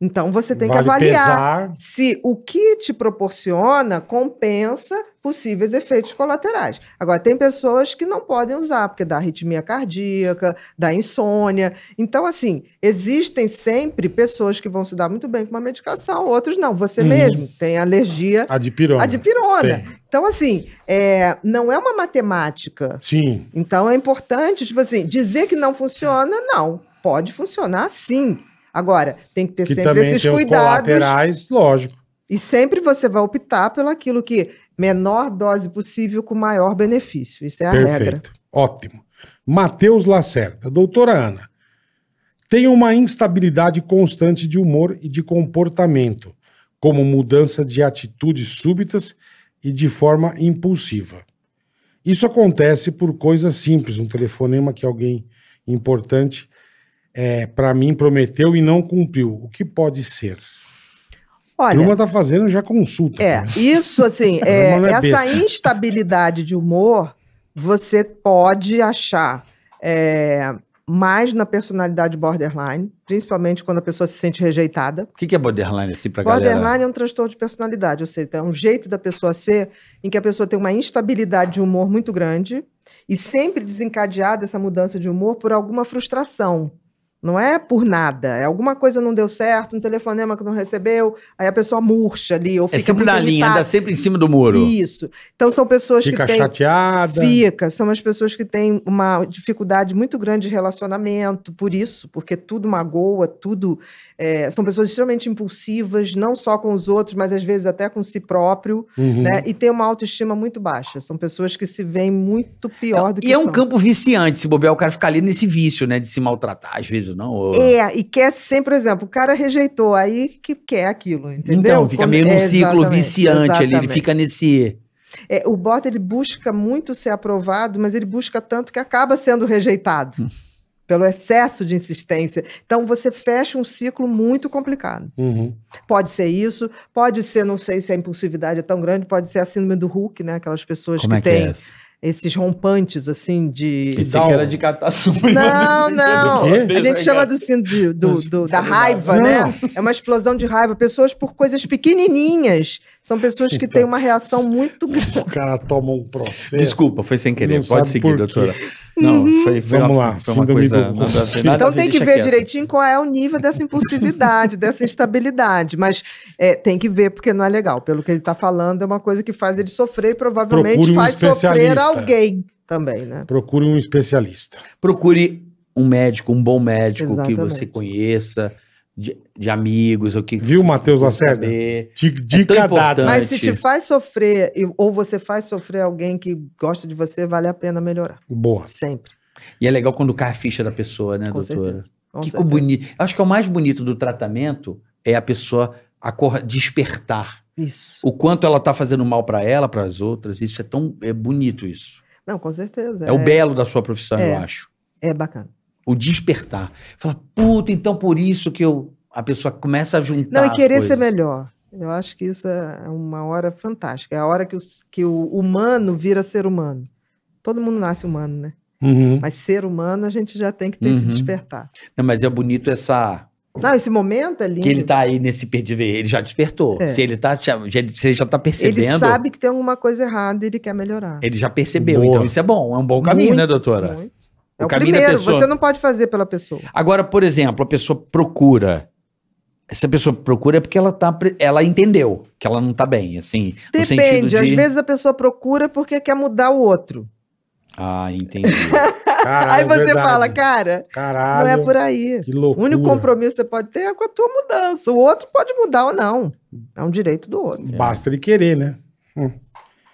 Speaker 4: Então você tem que avaliar
Speaker 2: pesar.
Speaker 4: se o que te proporciona compensa possíveis efeitos colaterais. Agora, tem pessoas que não podem usar, porque dá arritmia cardíaca, dá insônia. Então, assim, existem sempre pessoas que vão se dar muito bem com uma medicação, outros não. Você
Speaker 2: Uhum.
Speaker 4: mesmo tem alergia
Speaker 2: A de pirona.
Speaker 4: à dipirona.
Speaker 2: Tem.
Speaker 4: Então, assim, é, não é uma matemática.
Speaker 2: Sim.
Speaker 4: Então é importante, tipo assim, dizer que não funciona, não. Pode funcionar sim. Agora, tem que ter
Speaker 2: Que
Speaker 4: sempre
Speaker 2: também
Speaker 4: esses
Speaker 2: tem um os
Speaker 4: cuidados.
Speaker 2: colaterais, lógico.
Speaker 4: E sempre você vai optar pelo aquilo que menor dose possível com maior benefício. Isso é a regra.
Speaker 2: Perfeito. Ótimo. Matheus Lacerda. Doutora Ana, tenho uma instabilidade constante de humor e de comportamento, como mudança de atitudes súbitas e de forma impulsiva. Isso acontece por coisas simples, um telefonema que alguém importante é, para mim prometeu e não cumpriu. O que pode ser? A
Speaker 4: Olha,
Speaker 2: turma tá fazendo já consulta.
Speaker 4: é,
Speaker 2: né?
Speaker 4: isso assim,
Speaker 2: A
Speaker 4: é,
Speaker 2: turma não é
Speaker 4: essa
Speaker 2: besta.
Speaker 4: instabilidade de humor, você pode achar é, mais na personalidade borderline, principalmente quando a pessoa se sente rejeitada.
Speaker 3: O que que é borderline, assim, pra
Speaker 4: Borderline
Speaker 3: galera?
Speaker 4: é um transtorno de personalidade, ou seja, é um jeito da pessoa ser em que a pessoa tem uma instabilidade de humor muito grande e sempre desencadeada essa mudança de humor por alguma frustração. Não é por nada. É alguma coisa não deu certo, um telefonema que não recebeu, aí a pessoa murcha ali, ou
Speaker 3: É
Speaker 4: fica
Speaker 3: sempre
Speaker 4: muito
Speaker 3: na linha,
Speaker 4: irritada.
Speaker 3: anda sempre em cima do muro.
Speaker 4: Isso. Então são pessoas
Speaker 2: Fica
Speaker 4: que têm
Speaker 2: chateada.
Speaker 4: Fica, são as pessoas que têm uma dificuldade muito grande de relacionamento, por isso, porque tudo magoa, tudo. é, são pessoas extremamente impulsivas, não só com os outros, mas às vezes até com si próprio,
Speaker 2: Uhum.
Speaker 4: né? E tem uma autoestima muito baixa. São pessoas que se veem muito pior do que
Speaker 3: E é um
Speaker 4: são.
Speaker 3: campo viciante, se bobear, o cara ficar ali nesse vício, né? De se maltratar, às vezes, não. ou-
Speaker 4: É, e quer sempre, por exemplo, o cara rejeitou, aí que quer aquilo, entendeu?
Speaker 3: Então, fica meio num
Speaker 4: É,
Speaker 3: ciclo
Speaker 4: exatamente,
Speaker 3: viciante ali, ele
Speaker 4: exatamente.
Speaker 3: fica nesse.
Speaker 4: É, o Bota ele busca muito ser aprovado, mas ele busca tanto que acaba sendo rejeitado pelo excesso de insistência. Então você fecha um ciclo muito complicado.
Speaker 2: Uhum.
Speaker 4: Pode ser isso, pode ser, não sei se a impulsividade é tão grande, pode ser a síndrome do Hulk, né? Aquelas pessoas
Speaker 3: Como
Speaker 4: que
Speaker 3: é que é
Speaker 4: têm
Speaker 3: essa?
Speaker 4: esses rompantes assim de
Speaker 3: Pensei
Speaker 2: dá
Speaker 3: que
Speaker 2: um-
Speaker 3: era de catastrofe.
Speaker 4: não, não.
Speaker 2: Do quê?
Speaker 4: A gente chama do, sin- do- do- do-
Speaker 3: é
Speaker 4: da raiva, né? É uma explosão de raiva. Pessoas por coisas pequenininhas. São pessoas que
Speaker 3: então.
Speaker 4: têm uma reação muito grande.
Speaker 2: O cara toma um processo.
Speaker 3: Desculpa, foi sem querer.
Speaker 2: Não
Speaker 3: Pode
Speaker 2: sabe
Speaker 3: seguir,
Speaker 2: por
Speaker 3: doutora. Não, foi, foi
Speaker 2: Vamos
Speaker 3: uma,
Speaker 2: lá,
Speaker 3: foi uma
Speaker 2: síndrome
Speaker 3: coisa.
Speaker 2: do-
Speaker 3: nada a ver, nada a
Speaker 4: Uhum. Então
Speaker 3: ver,
Speaker 4: tem que
Speaker 3: Ah, deixa
Speaker 4: ver
Speaker 3: quieto.
Speaker 4: direitinho qual é o nível dessa impulsividade, dessa instabilidade. Mas é, tem que ver porque não é legal. Pelo que ele está falando, é uma coisa que faz ele sofrer e provavelmente
Speaker 2: Procure um
Speaker 4: faz sofrer
Speaker 2: especialista.
Speaker 4: alguém também, né?
Speaker 2: Procure um especialista.
Speaker 3: Procure um médico, um bom médico que
Speaker 4: Exatamente.
Speaker 3: você conheça, de, de amigos, o que.
Speaker 2: Viu, Matheus Lacerda?
Speaker 3: Saber.
Speaker 2: Di- Dica
Speaker 3: É importante.
Speaker 2: dada.
Speaker 4: Mas se te
Speaker 3: Antes.
Speaker 4: faz sofrer, e- ou você faz sofrer alguém que gosta de você, vale a pena melhorar.
Speaker 2: Boa.
Speaker 4: Sempre.
Speaker 3: E é legal quando cai a ficha da pessoa, né,
Speaker 4: Com
Speaker 3: doutora?
Speaker 4: certeza. Com
Speaker 3: Que
Speaker 4: certeza.
Speaker 3: bonito. Acho que é o mais bonito do tratamento é a pessoa acor- despertar.
Speaker 4: Isso.
Speaker 3: O quanto ela tá fazendo mal para ela, para as outras. Isso é tão é bonito isso.
Speaker 4: Não, com certeza.
Speaker 3: É, o belo da sua profissão,
Speaker 4: É.
Speaker 3: eu acho.
Speaker 4: É bacana.
Speaker 3: O despertar. Fala, puta, então por isso que eu a pessoa começa a juntar.
Speaker 4: Não,
Speaker 3: as
Speaker 4: e querer
Speaker 3: coisas.
Speaker 4: ser melhor. Eu acho que isso é uma hora fantástica. É a hora que, os, que o humano vira ser humano. Todo mundo nasce humano, né?
Speaker 2: Uhum.
Speaker 4: Mas ser humano a gente já tem que ter esse
Speaker 3: Uhum.
Speaker 4: despertar.
Speaker 3: Não, mas é bonito essa
Speaker 4: Não, esse momento é lindo.
Speaker 3: que ele tá aí nesse perdido, ele já despertou.
Speaker 4: É.
Speaker 3: Se ele tá, já, já- se ele já tá percebendo,
Speaker 4: Ele sabe que tem alguma coisa errada e ele quer melhorar.
Speaker 3: ele já percebeu.
Speaker 2: Boa.
Speaker 3: Então isso é bom, é um bom caminho,
Speaker 4: Muito,
Speaker 3: né, doutora?
Speaker 4: Muito.
Speaker 3: O
Speaker 4: É o
Speaker 3: caminho da
Speaker 4: primeiro,
Speaker 3: pessoa.
Speaker 4: você não pode fazer pela pessoa.
Speaker 3: Agora, por exemplo, a pessoa procura. Se a pessoa procura é porque ela tá, pre- ela entendeu que ela não tá bem, assim, no sentido
Speaker 4: Depende,
Speaker 3: de...
Speaker 4: às vezes a pessoa procura porque quer mudar o outro.
Speaker 3: Ah, entendi.
Speaker 2: Caralho, é
Speaker 4: aí você
Speaker 2: Ah, verdade.
Speaker 4: fala, cara,
Speaker 2: Caralho.
Speaker 4: não é por aí.
Speaker 2: Que loucura.
Speaker 4: O único compromisso que você pode ter é com a tua mudança. O outro pode mudar ou não. É um direito do outro.
Speaker 2: Basta ele querer, né?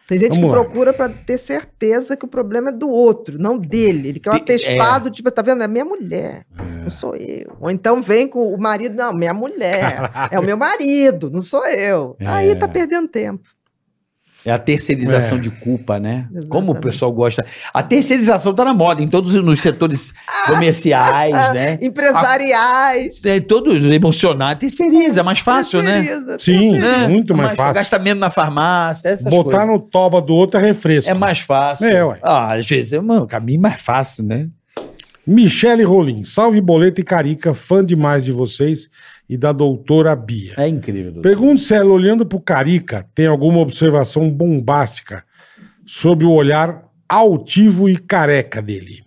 Speaker 4: Tem gente
Speaker 2: Vamos
Speaker 4: que
Speaker 2: lá.
Speaker 4: procura pra ter certeza que o problema é do outro, não dele. Ele quer um
Speaker 3: Te-
Speaker 4: atestado, tipo, tá vendo? É minha mulher,
Speaker 3: É.
Speaker 4: não sou eu. Ou então vem com o marido, não, minha mulher, é o meu marido, não sou eu.
Speaker 3: É.
Speaker 4: Aí tá perdendo tempo.
Speaker 3: É a terceirização
Speaker 2: É.
Speaker 3: de culpa, né?
Speaker 4: Exatamente.
Speaker 3: Como o pessoal gosta. A terceirização tá na moda em todos os- nos setores
Speaker 4: Ah!
Speaker 3: comerciais, né?
Speaker 4: Empresariais.
Speaker 3: É, todos emocionados. Terceiriza, é mais fácil, né?
Speaker 4: terceiriza,
Speaker 2: Sim,
Speaker 4: terceiriza.
Speaker 3: Né?
Speaker 2: muito mais fácil.
Speaker 3: Gasta menos na farmácia, essas
Speaker 2: Botar
Speaker 3: coisas.
Speaker 2: no toba do outro é refresco.
Speaker 3: É mais fácil.
Speaker 2: É, ué.
Speaker 3: Ah, às vezes é um caminho mais fácil, né?
Speaker 2: Michele Rolim, salve Boleta e Carica, fã demais de vocês e da doutora Bia.
Speaker 3: É incrível. doutor.
Speaker 2: Pergunto se ela, olhando pro Carica, tem alguma observação bombástica sobre o olhar altivo e careca dele.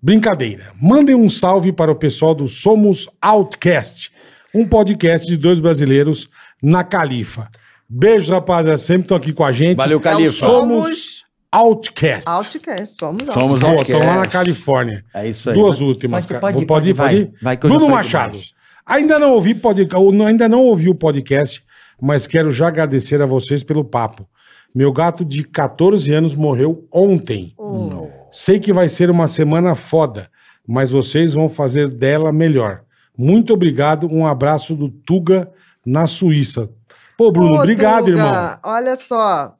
Speaker 2: Brincadeira. Mandem um salve para o pessoal do Somos Outcast, um podcast de dois brasileiros na Califa. Beijo, rapaziada. Sempre estão aqui com a gente. é um
Speaker 3: Valeu, Califa.
Speaker 2: Somos Outcast.
Speaker 4: Outcast, somos
Speaker 3: Somos
Speaker 4: outcast.
Speaker 2: Pô,
Speaker 3: Outcast.
Speaker 2: estão lá na Califórnia.
Speaker 3: É isso aí.
Speaker 2: Duas últimas.
Speaker 3: Pode,
Speaker 2: cara.
Speaker 3: pode,
Speaker 2: Vou-
Speaker 3: pode,
Speaker 2: pode, ir, pode
Speaker 3: vai.
Speaker 2: ir?
Speaker 3: Vai que eu já
Speaker 2: Bruno
Speaker 3: falei
Speaker 2: Machado.
Speaker 3: demais.
Speaker 2: Ainda não ouvi podcast, ainda não ouvi o podcast, mas quero já agradecer a vocês pelo papo. Meu gato de 14 anos morreu ontem.
Speaker 4: Oh,
Speaker 2: Sei que vai ser uma semana foda, mas vocês vão fazer dela melhor. Muito obrigado, um abraço do Tuga na Suíça. Pô, Bruno,
Speaker 4: Ô,
Speaker 2: obrigado,
Speaker 4: Tuga,
Speaker 2: irmão.
Speaker 4: Olha só,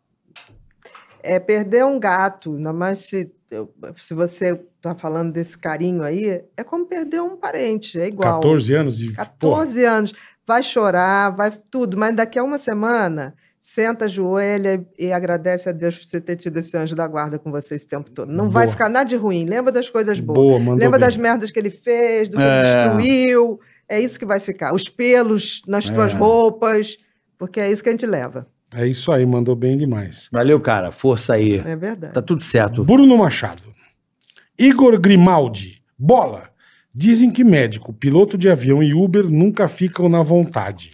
Speaker 4: é, perder um gato, ainda mais se, eu- se você tá falando desse carinho aí, é como perder um parente, é igual.
Speaker 2: 14 anos de. Pô,
Speaker 4: 14 anos, vai chorar, vai tudo, mas daqui a uma semana, senta, joelha e agradece a Deus por você ter tido esse anjo da guarda com você esse tempo todo. Não vai
Speaker 2: Boa.
Speaker 4: ficar nada de ruim, lembra das coisas boas.
Speaker 2: boa, mandou
Speaker 4: Lembra
Speaker 2: bem.
Speaker 4: das merdas que ele fez, do que
Speaker 3: É.
Speaker 4: ele destruiu? É isso que vai ficar. Os pelos nas tuas
Speaker 3: É.
Speaker 4: roupas, porque é isso que a gente leva.
Speaker 2: É isso aí, mandou bem demais.
Speaker 3: Valeu, cara. Força aí.
Speaker 2: Tá.
Speaker 4: É verdade.
Speaker 3: Tá tudo certo.
Speaker 2: Bruno Machado. Igor Grimaldi. Bola. Dizem que médico, piloto de avião e Uber nunca ficam na vontade.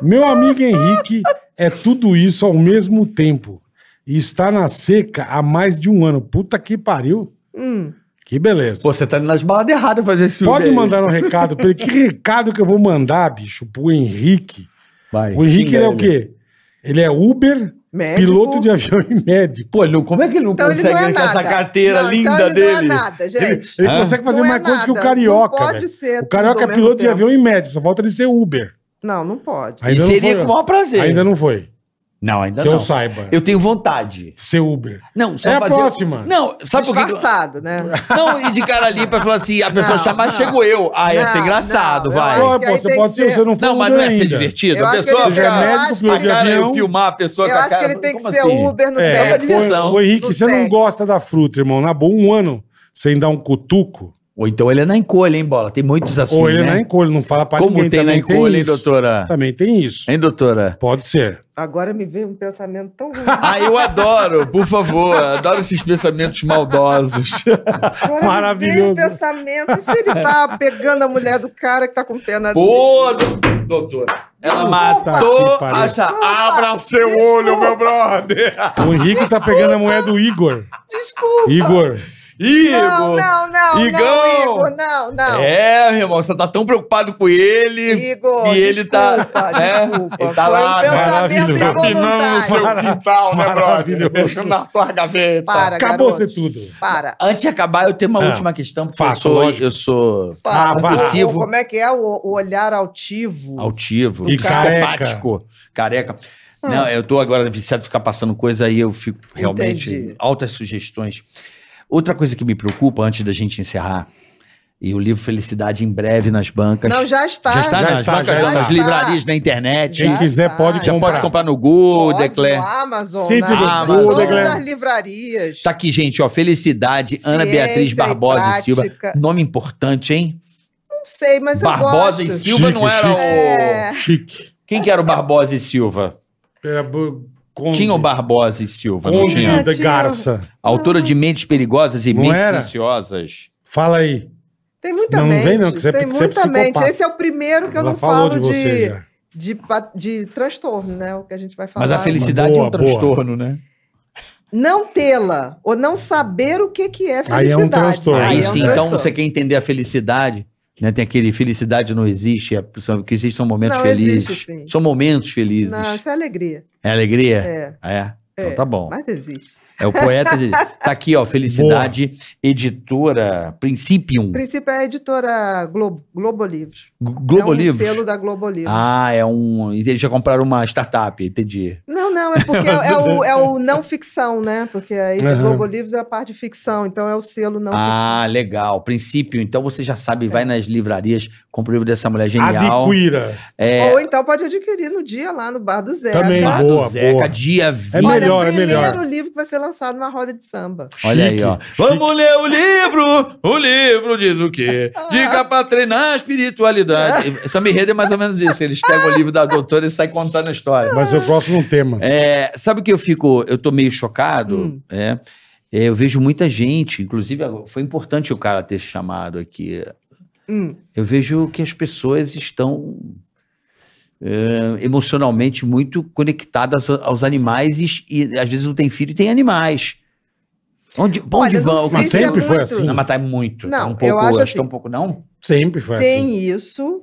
Speaker 2: Meu amigo Henrique é tudo isso ao mesmo tempo. E está na seca há mais de um ano. Puta que pariu.
Speaker 4: Hum.
Speaker 2: Que beleza.
Speaker 3: Pô, você tá nas baladas erradas fazer esse
Speaker 2: Pode
Speaker 3: Uber aí.
Speaker 2: mandar um recado pra ele. Que recado que eu vou mandar, bicho, pro Henrique?
Speaker 3: Vai.
Speaker 2: O Henrique
Speaker 3: xinga
Speaker 2: ele é o quê? Ele é Uber,
Speaker 4: Médico.
Speaker 2: piloto de avião e médico.
Speaker 3: Pô, ele não- como é que ele não
Speaker 4: Então ele
Speaker 3: consegue
Speaker 4: não é
Speaker 3: com
Speaker 4: nada.
Speaker 3: essa carteira
Speaker 4: Não,
Speaker 3: linda
Speaker 4: então ele
Speaker 3: dele?
Speaker 4: Não é nada, gente.
Speaker 2: Ele
Speaker 3: Ah.
Speaker 2: consegue fazer
Speaker 4: Não é
Speaker 2: mais coisa que o
Speaker 4: nada.
Speaker 2: carioca.
Speaker 4: Não pode
Speaker 2: velho.
Speaker 4: ser
Speaker 2: O carioca é
Speaker 4: tudo ao
Speaker 2: piloto
Speaker 4: mesmo
Speaker 2: de avião e médico, só falta ele ser Uber.
Speaker 4: Não, não pode.
Speaker 3: E
Speaker 2: Ainda não
Speaker 3: seria
Speaker 2: foi,
Speaker 3: com o maior prazer.
Speaker 2: Ainda não foi.
Speaker 3: Não, ainda
Speaker 2: que
Speaker 3: não.
Speaker 2: eu saiba.
Speaker 3: Eu tenho vontade.
Speaker 2: Ser Uber.
Speaker 3: Não, só
Speaker 2: É a
Speaker 3: fazer...
Speaker 2: próxima.
Speaker 3: Não, sabe por que... que eu-
Speaker 4: Disfarçado, né?
Speaker 3: Não, e de cara ali pra falar assim, a pessoa
Speaker 4: Não,
Speaker 3: chamar,
Speaker 4: não.
Speaker 3: chego eu. Ah, ia ser
Speaker 4: Não,
Speaker 3: engraçado,
Speaker 4: não,
Speaker 3: vai.
Speaker 4: eu
Speaker 2: Pô,
Speaker 4: acho que
Speaker 2: pô,
Speaker 4: aí
Speaker 2: você
Speaker 4: tem
Speaker 2: pode
Speaker 4: que
Speaker 2: ser,
Speaker 4: ser-
Speaker 2: você não foi
Speaker 3: Não, mas
Speaker 2: Uber
Speaker 3: não ia ser
Speaker 2: ainda.
Speaker 3: divertido.
Speaker 4: Eu
Speaker 3: a
Speaker 4: acho que
Speaker 3: pessoa
Speaker 4: ele
Speaker 2: Seja
Speaker 4: tem- eu
Speaker 3: fica-
Speaker 2: médico,
Speaker 4: acho
Speaker 2: piloto de
Speaker 4: que-
Speaker 3: Cara,
Speaker 2: avião.
Speaker 3: eu filmar a pessoa
Speaker 4: Eu
Speaker 3: com a
Speaker 4: acho que
Speaker 3: cara...
Speaker 4: ele tem que
Speaker 3: Como
Speaker 4: ser
Speaker 3: assim?
Speaker 4: Uber no
Speaker 3: só pra
Speaker 2: É,
Speaker 4: tempo.
Speaker 3: diversão.
Speaker 2: pô, o Henrique,
Speaker 4: No
Speaker 2: você não
Speaker 4: sexo.
Speaker 2: gosta da fruta, irmão. Na boa, um ano sem dar um cutuco.
Speaker 3: Ou então ele é na encolha, hein, Bola? Tem muitos assim,
Speaker 2: ou ele é
Speaker 3: né?
Speaker 2: na encolha, não fala pra
Speaker 3: Como
Speaker 2: ninguém.
Speaker 3: tem na
Speaker 2: também
Speaker 3: encolha, hein,
Speaker 2: isso.
Speaker 3: doutora?
Speaker 2: Também tem isso.
Speaker 3: Hein, doutora?
Speaker 2: Pode ser.
Speaker 4: Agora me veio um pensamento tão ruim.
Speaker 3: Ah, eu adoro, por favor. Adoro esses pensamentos maldosos.
Speaker 4: Agora
Speaker 2: Maravilhoso.
Speaker 4: Me veio um pensamento. E se ele tá pegando a mulher do cara que tá com pena dele?
Speaker 3: Pô, do- doutora. Ela matou
Speaker 2: que pariu.
Speaker 3: acha. Abra seu
Speaker 4: Desculpa.
Speaker 3: olho, meu brother.
Speaker 2: O Henrique tá pegando a mulher do Igor.
Speaker 4: Desculpa.
Speaker 2: Igor.
Speaker 3: Igor.
Speaker 4: Não, não, não,
Speaker 3: Igor.
Speaker 4: não, Igor, não, não.
Speaker 3: É, meu irmão, você tá tão preocupado com ele.
Speaker 4: Igor,
Speaker 3: e ele tá-
Speaker 4: desculpa,
Speaker 3: né?
Speaker 4: desculpa.
Speaker 3: Ele tá
Speaker 4: Foi
Speaker 3: lá,
Speaker 4: um pensamento
Speaker 2: maravilhoso.
Speaker 4: involuntário.
Speaker 3: quintal, né,
Speaker 2: Maravilhoso.
Speaker 3: na tua gaveta.
Speaker 4: Para,
Speaker 2: Acabou
Speaker 4: garoto.
Speaker 2: ser tudo.
Speaker 4: Para.
Speaker 3: Antes de acabar, eu tenho uma
Speaker 2: Ah,
Speaker 3: última questão, porque
Speaker 2: faça,
Speaker 3: eu sou,
Speaker 2: lógico.
Speaker 3: eu sou
Speaker 4: Para.
Speaker 2: Ah, vá.
Speaker 4: O-
Speaker 3: Agressivo.
Speaker 4: como é que é o, o olhar altivo?
Speaker 3: Tipo, altivo,
Speaker 2: E
Speaker 3: psicopático, careca. Não, eu tô agora viciado em ficar passando coisa aí, eu fico realmente
Speaker 4: Ah. Entendi.
Speaker 3: altas sugestões. Outra coisa que me preocupa antes da gente encerrar, e o livro Felicidade em breve nas bancas.
Speaker 4: Não, já está.
Speaker 3: já está
Speaker 2: Já
Speaker 3: nas
Speaker 2: está,
Speaker 3: bancas,
Speaker 2: já
Speaker 3: nas
Speaker 2: está. um
Speaker 3: livrarias, na internet.
Speaker 2: Quem
Speaker 4: Já
Speaker 2: quiser
Speaker 4: tá,
Speaker 2: pode
Speaker 4: já
Speaker 3: Já
Speaker 2: comprar.
Speaker 3: pode comprar no Google,
Speaker 4: Pode,
Speaker 3: Declare.
Speaker 4: no Amazon,
Speaker 2: Sede
Speaker 4: na-
Speaker 2: do
Speaker 4: Amazon,
Speaker 3: Google,
Speaker 4: todas
Speaker 2: Declan.
Speaker 4: as livrarias.
Speaker 3: Tá aqui, gente, ó. Felicidade, Ana
Speaker 4: Ciência
Speaker 3: Beatriz
Speaker 4: e
Speaker 3: Barbosa e Silva.
Speaker 4: prática.
Speaker 3: Nome importante, hein?
Speaker 4: Não sei, mas
Speaker 3: Barbosa
Speaker 4: eu
Speaker 3: e
Speaker 4: gosto.
Speaker 3: Silva não era
Speaker 2: chique.
Speaker 3: o.
Speaker 4: É.
Speaker 2: Chique.
Speaker 3: Quem que era o Barbosa e Silva?
Speaker 2: Pera, bu- Conde.
Speaker 3: Tinha o Barbosa e Silva, não
Speaker 2: Conde
Speaker 3: tinha?
Speaker 4: Tinha,
Speaker 2: da
Speaker 4: tinha.
Speaker 2: Garça.
Speaker 3: Autora de Mentes Perigosas e
Speaker 2: Não
Speaker 3: Mentes
Speaker 2: era?
Speaker 3: Ansiosas.
Speaker 2: Fala aí.
Speaker 4: Tem muita
Speaker 2: Não, não
Speaker 4: mente.
Speaker 2: vem não, que você é-
Speaker 4: tem
Speaker 2: que você é
Speaker 4: muita mente.
Speaker 2: psicopata.
Speaker 4: Esse é o primeiro que eu
Speaker 2: Ela
Speaker 4: não
Speaker 2: falou
Speaker 4: falo
Speaker 2: de
Speaker 4: de,
Speaker 2: você
Speaker 4: de,
Speaker 2: já.
Speaker 4: pa- de transtorno, né? O que a gente vai falar.
Speaker 3: Mas a felicidade
Speaker 2: Boa,
Speaker 3: é um
Speaker 2: boa.
Speaker 3: transtorno, né?
Speaker 4: Não tê-la, ou não saber o que, que é felicidade.
Speaker 2: Aí é um transtorno.
Speaker 3: Aí
Speaker 2: Aí
Speaker 4: é um
Speaker 3: sim, então
Speaker 4: transtorno.
Speaker 3: você quer entender a felicidade, né? Tem aquele felicidade não existe, a pessoa- o que existe são momentos
Speaker 4: Não,
Speaker 3: felizes.
Speaker 4: existe, sim.
Speaker 3: são momentos felizes.
Speaker 4: Não, isso é alegria.
Speaker 3: É alegria?
Speaker 4: É,
Speaker 3: É. Então tá bom.
Speaker 4: mas existe.
Speaker 3: É o poeta de... Tá aqui, ó, Felicidade, editora Principium,
Speaker 4: O princípio é a editora Globo, Globo Livros.
Speaker 3: G- Globo
Speaker 4: é um
Speaker 3: Livros.
Speaker 4: selo da Globo Livros.
Speaker 3: Ah, é um... Eles já compraram uma startup, entendi.
Speaker 4: Não, não, é porque é, é o, é o não ficção, né? Porque aí
Speaker 2: Aham.
Speaker 4: o Globo Livros é a parte de ficção, então é o selo não É.
Speaker 3: ah, legal. Princípio, então você já sabe, vai nas livrarias, compra o livro dessa mulher genial.
Speaker 2: Adquira.
Speaker 4: ficção.
Speaker 3: É,
Speaker 4: Ou então pode adquirir no dia lá no Bar do Zeca.
Speaker 2: Também,
Speaker 3: lá
Speaker 2: boa,
Speaker 3: do Zeca,
Speaker 2: boa.
Speaker 3: dia 20.
Speaker 2: É melhor,
Speaker 4: Olha,
Speaker 2: é
Speaker 4: o primeiro
Speaker 2: melhor.
Speaker 4: livro que vai ser lançado numa roda de samba.
Speaker 3: Olha aí,
Speaker 2: Chique,
Speaker 3: ó.
Speaker 2: chique.
Speaker 3: Vamos ler o livro! O livro diz o quê? Dica pra treinar a espiritualidade. Samba Rede é mais ou menos isso. Eles pegam o livro da doutora e saem contando a história.
Speaker 2: Vai ser o próximo um tema.
Speaker 3: É, sabe o que eu fico? Eu tô meio chocado.
Speaker 4: Hum.
Speaker 3: É, É, eu vejo muita gente, inclusive agora- foi importante o cara ter chamado aqui.
Speaker 4: Hum,
Speaker 3: Eu vejo que as pessoas estão é, emocionalmente muito conectadas a- aos animais e, e às vezes não tem filho e tem animais. Onde, pra onde
Speaker 4: Olha, não
Speaker 3: vão?
Speaker 4: sei
Speaker 2: Mas
Speaker 4: se é
Speaker 2: sempre foi
Speaker 4: muito.
Speaker 2: assim.
Speaker 3: Não, mas tá muito. tá
Speaker 4: Não,
Speaker 3: um
Speaker 4: eu
Speaker 3: pouco, eu
Speaker 4: acho
Speaker 3: acho
Speaker 4: assim.
Speaker 3: que tá um pouco não.
Speaker 2: Sempre foi assim.
Speaker 4: Tem isso.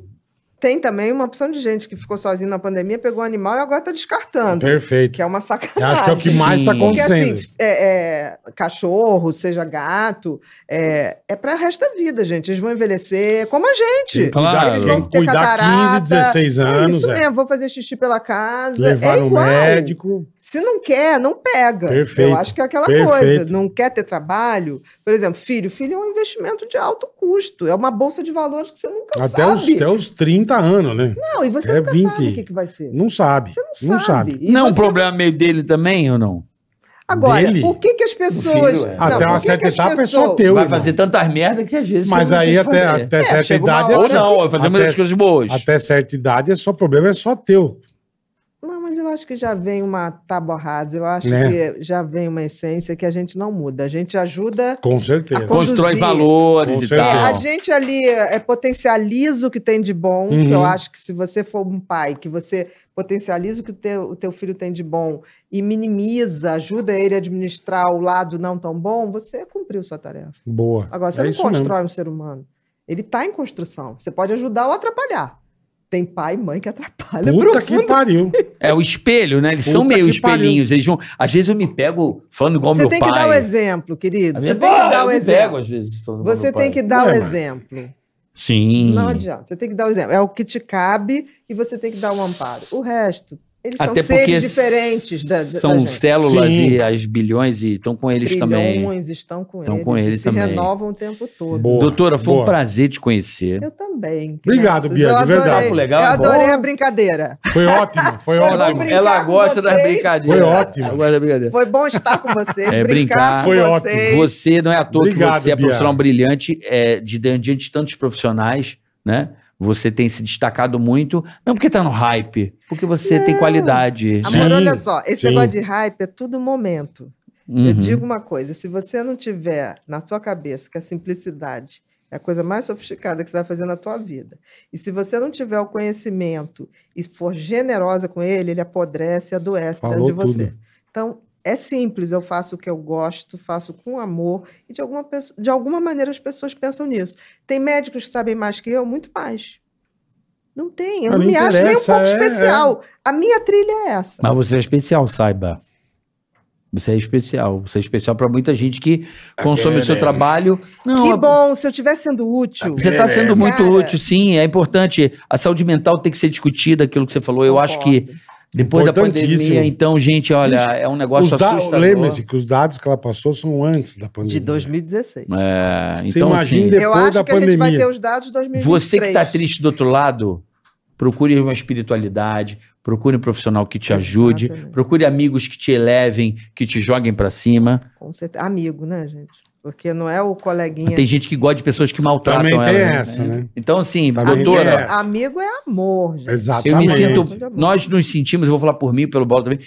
Speaker 4: Tem também uma opção de gente que ficou sozinha na pandemia, pegou um animal e agora está descartando,
Speaker 2: Perfeito.
Speaker 4: que é uma
Speaker 2: Eu
Speaker 4: sacanagem.
Speaker 2: acho que é o que mais está
Speaker 3: Sim.
Speaker 4: Porque assim,
Speaker 2: acontecendo.
Speaker 4: é, é, cachorro, seja gato, é, é para o resto da vida, gente. Eles vão envelhecer como a gente.
Speaker 3: Claro.
Speaker 2: Quem
Speaker 4: Eles vão ter
Speaker 2: cuidar
Speaker 4: catarata.
Speaker 2: 15, 16
Speaker 4: é
Speaker 2: anos,
Speaker 4: isso
Speaker 2: é.
Speaker 4: mesmo, vou fazer xixi pela casa.
Speaker 2: levar
Speaker 4: é
Speaker 2: no
Speaker 4: igual.
Speaker 2: médico.
Speaker 4: Se não quer, não pega.
Speaker 2: Perfeito,
Speaker 4: Eu acho que é aquela
Speaker 2: perfeito.
Speaker 4: coisa. Não quer ter trabalho. Por exemplo, filho. Filho é um investimento de alto custo. É uma bolsa de valores que você nunca
Speaker 2: Até
Speaker 4: sabe.
Speaker 2: os, até os 30 anos, né?
Speaker 4: Não, e você
Speaker 2: É
Speaker 4: nunca
Speaker 2: 20.
Speaker 4: sabe o que, que vai ser.
Speaker 2: Não sabe.
Speaker 4: Você não,
Speaker 2: Não
Speaker 4: sabe.
Speaker 2: sabe.
Speaker 4: E
Speaker 3: não, o
Speaker 4: você-
Speaker 3: problema é meio dele também ou não?
Speaker 4: Agora,
Speaker 2: dele?
Speaker 4: por que, que as pessoas.
Speaker 3: filho, é.
Speaker 4: Não,
Speaker 2: até
Speaker 4: por
Speaker 2: uma
Speaker 4: que
Speaker 2: certa
Speaker 4: que as
Speaker 2: etapa é só
Speaker 4: pessoas-
Speaker 2: teu.
Speaker 3: Vai
Speaker 2: irmão.
Speaker 3: fazer tantas merda que às vezes.
Speaker 2: Mas
Speaker 3: você não
Speaker 2: aí
Speaker 3: tem que
Speaker 2: até,
Speaker 3: fazer.
Speaker 2: até
Speaker 4: É,
Speaker 2: certa
Speaker 4: chega uma
Speaker 2: idade.
Speaker 3: Ou
Speaker 4: hora
Speaker 2: é só-
Speaker 3: não, vai fazer
Speaker 2: até-
Speaker 3: muitas coisas boas.
Speaker 2: Até certa idade é só problema, é só teu.
Speaker 4: Não, mas eu acho que já vem uma tábua rasa, eu acho
Speaker 2: Né?
Speaker 4: que já vem uma essência que a gente não muda. A gente ajuda.
Speaker 2: Com certeza.
Speaker 4: A-
Speaker 3: Constrói
Speaker 4: Conduzir.
Speaker 3: valores
Speaker 2: Com
Speaker 3: e
Speaker 4: É,
Speaker 2: certeza.
Speaker 3: tal.
Speaker 4: a gente ali é, potencializa o que tem de bom. que
Speaker 2: Uhum.
Speaker 4: Eu acho que se você for um pai, que você potencializa o que o teu, o teu filho tem de bom e minimiza, ajuda ele a administrar o lado não tão bom, você cumpriu sua tarefa.
Speaker 2: Boa.
Speaker 4: Agora, você
Speaker 2: É
Speaker 4: não
Speaker 2: isso mesmo.
Speaker 4: constrói um ser humano. Ele está em construção. Você pode ajudar ou atrapalhar. Tem pai e mãe que atrapalham
Speaker 2: Puta que
Speaker 4: profundamente.
Speaker 2: pariu.
Speaker 3: É o espelho, né? Eles são
Speaker 2: Puta
Speaker 3: meio
Speaker 2: que pariu.
Speaker 3: espelhinhos. Eles vão... Às vezes eu me pego falando igual
Speaker 4: Você
Speaker 3: meu
Speaker 4: tem
Speaker 3: pai.
Speaker 4: que dar um o exemplo, querido.
Speaker 3: A
Speaker 4: Você
Speaker 3: minha-
Speaker 4: tem que
Speaker 3: Ah,
Speaker 4: dar
Speaker 3: eu
Speaker 4: o
Speaker 3: me pego,
Speaker 4: exemplo.
Speaker 3: às vezes, falando igual
Speaker 4: Você
Speaker 3: meu
Speaker 4: tem
Speaker 3: pai.
Speaker 4: que dar o
Speaker 2: Ué, mas-
Speaker 4: exemplo.
Speaker 3: Sim.
Speaker 4: Não adianta. Você tem que dar o exemplo. É o que te cabe e você tem que dar o amparo. O resto, eles
Speaker 3: Até
Speaker 4: são
Speaker 3: porque
Speaker 4: seres diferentes da, da,
Speaker 3: são
Speaker 4: da gente.
Speaker 3: células
Speaker 2: Sim.
Speaker 3: e as bilhões e estão com eles também.
Speaker 4: Trilhões estão com
Speaker 3: Estão
Speaker 4: eles.
Speaker 3: com
Speaker 4: e
Speaker 3: eles
Speaker 4: se
Speaker 3: também.
Speaker 4: renovam o tempo todo.
Speaker 2: Boa,
Speaker 3: Doutora, foi
Speaker 2: boa.
Speaker 3: um prazer te conhecer.
Speaker 4: Eu também.
Speaker 2: Obrigado,
Speaker 4: crianças.
Speaker 2: Bia,
Speaker 4: Eu
Speaker 2: de
Speaker 4: adorei-
Speaker 2: verdade. Papo
Speaker 3: legal,
Speaker 4: Eu
Speaker 3: é bom.
Speaker 4: adorei a brincadeira.
Speaker 2: Foi ótimo, foi
Speaker 4: Foi
Speaker 3: Ela,
Speaker 4: bom
Speaker 2: ótimo.
Speaker 4: brincar
Speaker 3: ela
Speaker 4: com
Speaker 3: gosta das
Speaker 4: vocês.
Speaker 3: brincadeiras.
Speaker 2: Foi ótimo.
Speaker 3: Ela gosta das brincadeiras.
Speaker 4: Foi bom estar com vocês,
Speaker 3: É, brincar.
Speaker 4: brincar, com
Speaker 2: Foi
Speaker 4: vocês.
Speaker 3: Você não é à toa
Speaker 2: Obrigado,
Speaker 3: que você é
Speaker 2: Bia.
Speaker 3: profissional brilhante, é, de diante de tantos profissionais, né? Você tem se destacado muito, não porque tá no hype, porque você tem qualidade.
Speaker 2: Sim,
Speaker 4: Amor, olha só, esse
Speaker 2: sim.
Speaker 4: negócio de hype é tudo momento. Eu
Speaker 3: Uhum.
Speaker 4: digo uma coisa: se você não tiver na sua cabeça que a simplicidade é a coisa mais sofisticada que você vai fazer na tua vida, e se você não tiver o conhecimento e for generosa com ele, ele apodrece e adoece
Speaker 2: Falou
Speaker 4: dentro de você.
Speaker 2: tudo.
Speaker 4: Então, é simples, eu faço o que eu gosto, faço com amor, e de alguma, pesso- de alguma maneira as pessoas pensam nisso. Tem médicos que sabem mais que eu, muito mais. Não tem,
Speaker 2: Mas
Speaker 4: eu não
Speaker 2: não
Speaker 4: me acho nem um
Speaker 2: interessa,
Speaker 4: pouco
Speaker 2: é,
Speaker 4: especial. A minha trilha é essa.
Speaker 3: Mas você é especial, saiba. Você é especial. Você é especial para muita gente que consome o seu trabalho. Não,
Speaker 4: que
Speaker 3: a-
Speaker 4: bom, se eu estiver sendo útil.
Speaker 3: Você está sendo muito
Speaker 4: Cara.
Speaker 3: útil, sim, é importante. A saúde mental tem que ser discutida, aquilo que você falou. Eu acho que
Speaker 4: Concordo.
Speaker 3: depois da
Speaker 2: Importantíssimo.
Speaker 3: pandemia, então, gente, olha,
Speaker 2: Gente,
Speaker 3: é um
Speaker 2: Os
Speaker 3: negócio
Speaker 2: da...
Speaker 3: assustador.
Speaker 2: Lembre-se que os dados que ela passou são antes da pandemia.
Speaker 4: De 2016.
Speaker 3: É,
Speaker 2: Você
Speaker 3: então,
Speaker 2: imagina
Speaker 3: assim,
Speaker 2: depois
Speaker 4: eu acho
Speaker 2: da
Speaker 4: que a gente vai
Speaker 2: pandemia.
Speaker 4: ter os dados de 2023.
Speaker 3: Você que está triste do outro lado, procure uma espiritualidade, procure um profissional que te ajude,
Speaker 4: Exatamente.
Speaker 3: procure amigos que te elevem, que te joguem para cima.
Speaker 4: Com certeza. Amigo, né, gente? Porque não é o coleguinha.
Speaker 3: Tem gente que gosta de pessoas que maltratam
Speaker 2: Também tem
Speaker 3: ela, né?
Speaker 2: essa, né?
Speaker 3: Então, assim,
Speaker 2: Também tem
Speaker 3: doutora,
Speaker 2: essa.
Speaker 4: Amigo é amor, gente. é
Speaker 3: eu me
Speaker 2: Exatamente.
Speaker 3: sinto.
Speaker 4: Coisa boa.
Speaker 3: Nós nos sentimos, eu vou falar por mim, e pelo Bola também,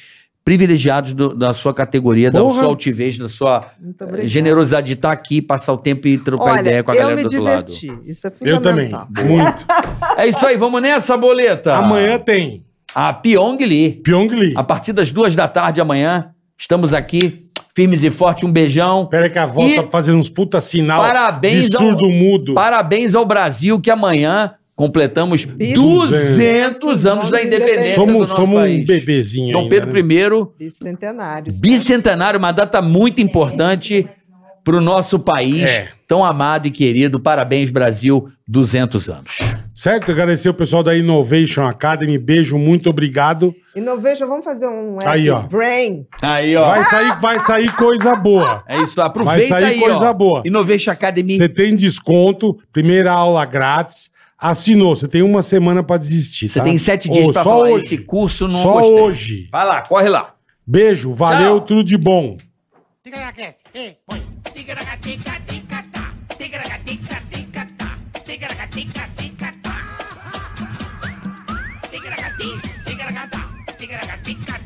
Speaker 3: privilegiados do- da sua categoria, da
Speaker 2: Porra.
Speaker 3: sua altivez, da sua
Speaker 4: Muito
Speaker 3: eh,
Speaker 4: obrigada.
Speaker 3: generosidade de estar aqui, passar o tempo e trocar
Speaker 4: Olha,
Speaker 3: ideia com a
Speaker 4: eu
Speaker 3: galera
Speaker 4: me
Speaker 3: do outro
Speaker 4: diverti. Isso é
Speaker 2: Eu também.
Speaker 3: Tá.
Speaker 4: fundamental.
Speaker 2: Muito.
Speaker 3: lado. É isso aí, vamos nessa, boleta!
Speaker 2: Amanhã tem
Speaker 3: A Pyong Lee.
Speaker 2: Pyong Lee.
Speaker 3: Tá. A partir das duas da tarde amanhã, estamos aqui, firmes e fortes, um beijão.
Speaker 2: Pera aí que a avó
Speaker 3: E-
Speaker 2: tá fazendo uns puta sinal
Speaker 3: Parabéns
Speaker 2: de
Speaker 3: ao-
Speaker 2: surdo mudo.
Speaker 3: Parabéns ao Brasil, que amanhã completamos 200,
Speaker 4: 200
Speaker 3: anos da independência do
Speaker 2: Somos,
Speaker 3: nosso
Speaker 2: somos um
Speaker 3: país.
Speaker 2: bebezinho
Speaker 3: Dom
Speaker 2: ainda,
Speaker 3: Pedro
Speaker 2: né?
Speaker 3: I,
Speaker 4: Bicentenário.
Speaker 3: bicentenário, uma data muito importante para o nosso país,
Speaker 2: É.
Speaker 3: tão amado e querido. Parabéns, Brasil, 200 anos.
Speaker 2: Certo? Agradecer o pessoal da Innovation Academy. Beijo, muito obrigado.
Speaker 4: E não vejo, vamos fazer um
Speaker 2: Aí,
Speaker 4: happy
Speaker 2: ó.
Speaker 4: brain.
Speaker 3: Aí, ó.
Speaker 2: Vai sair, vai sair coisa boa.
Speaker 3: É isso, aproveita
Speaker 2: Vai sair
Speaker 3: aí,
Speaker 2: coisa
Speaker 3: ó.
Speaker 2: boa.
Speaker 3: Innovation Academy.
Speaker 2: Você tem desconto, primeira aula grátis. Assinou, você tem uma semana pra desistir.
Speaker 3: Você
Speaker 2: tá?
Speaker 3: tem sete
Speaker 2: Ô,
Speaker 3: dias para
Speaker 2: só
Speaker 3: falar
Speaker 2: hoje.
Speaker 3: esse curso, não
Speaker 2: Só
Speaker 3: gostei.
Speaker 2: hoje.
Speaker 3: Vai lá, corre lá.
Speaker 2: Beijo, valeu, tudo de bom.
Speaker 1: Ticaracast, ei, põe. Ticaracatica, ticatá. Ticaracatica, ticatá. Ticaracatica, ticatá. Ticaracati, ticaracatá. Ticaracatica,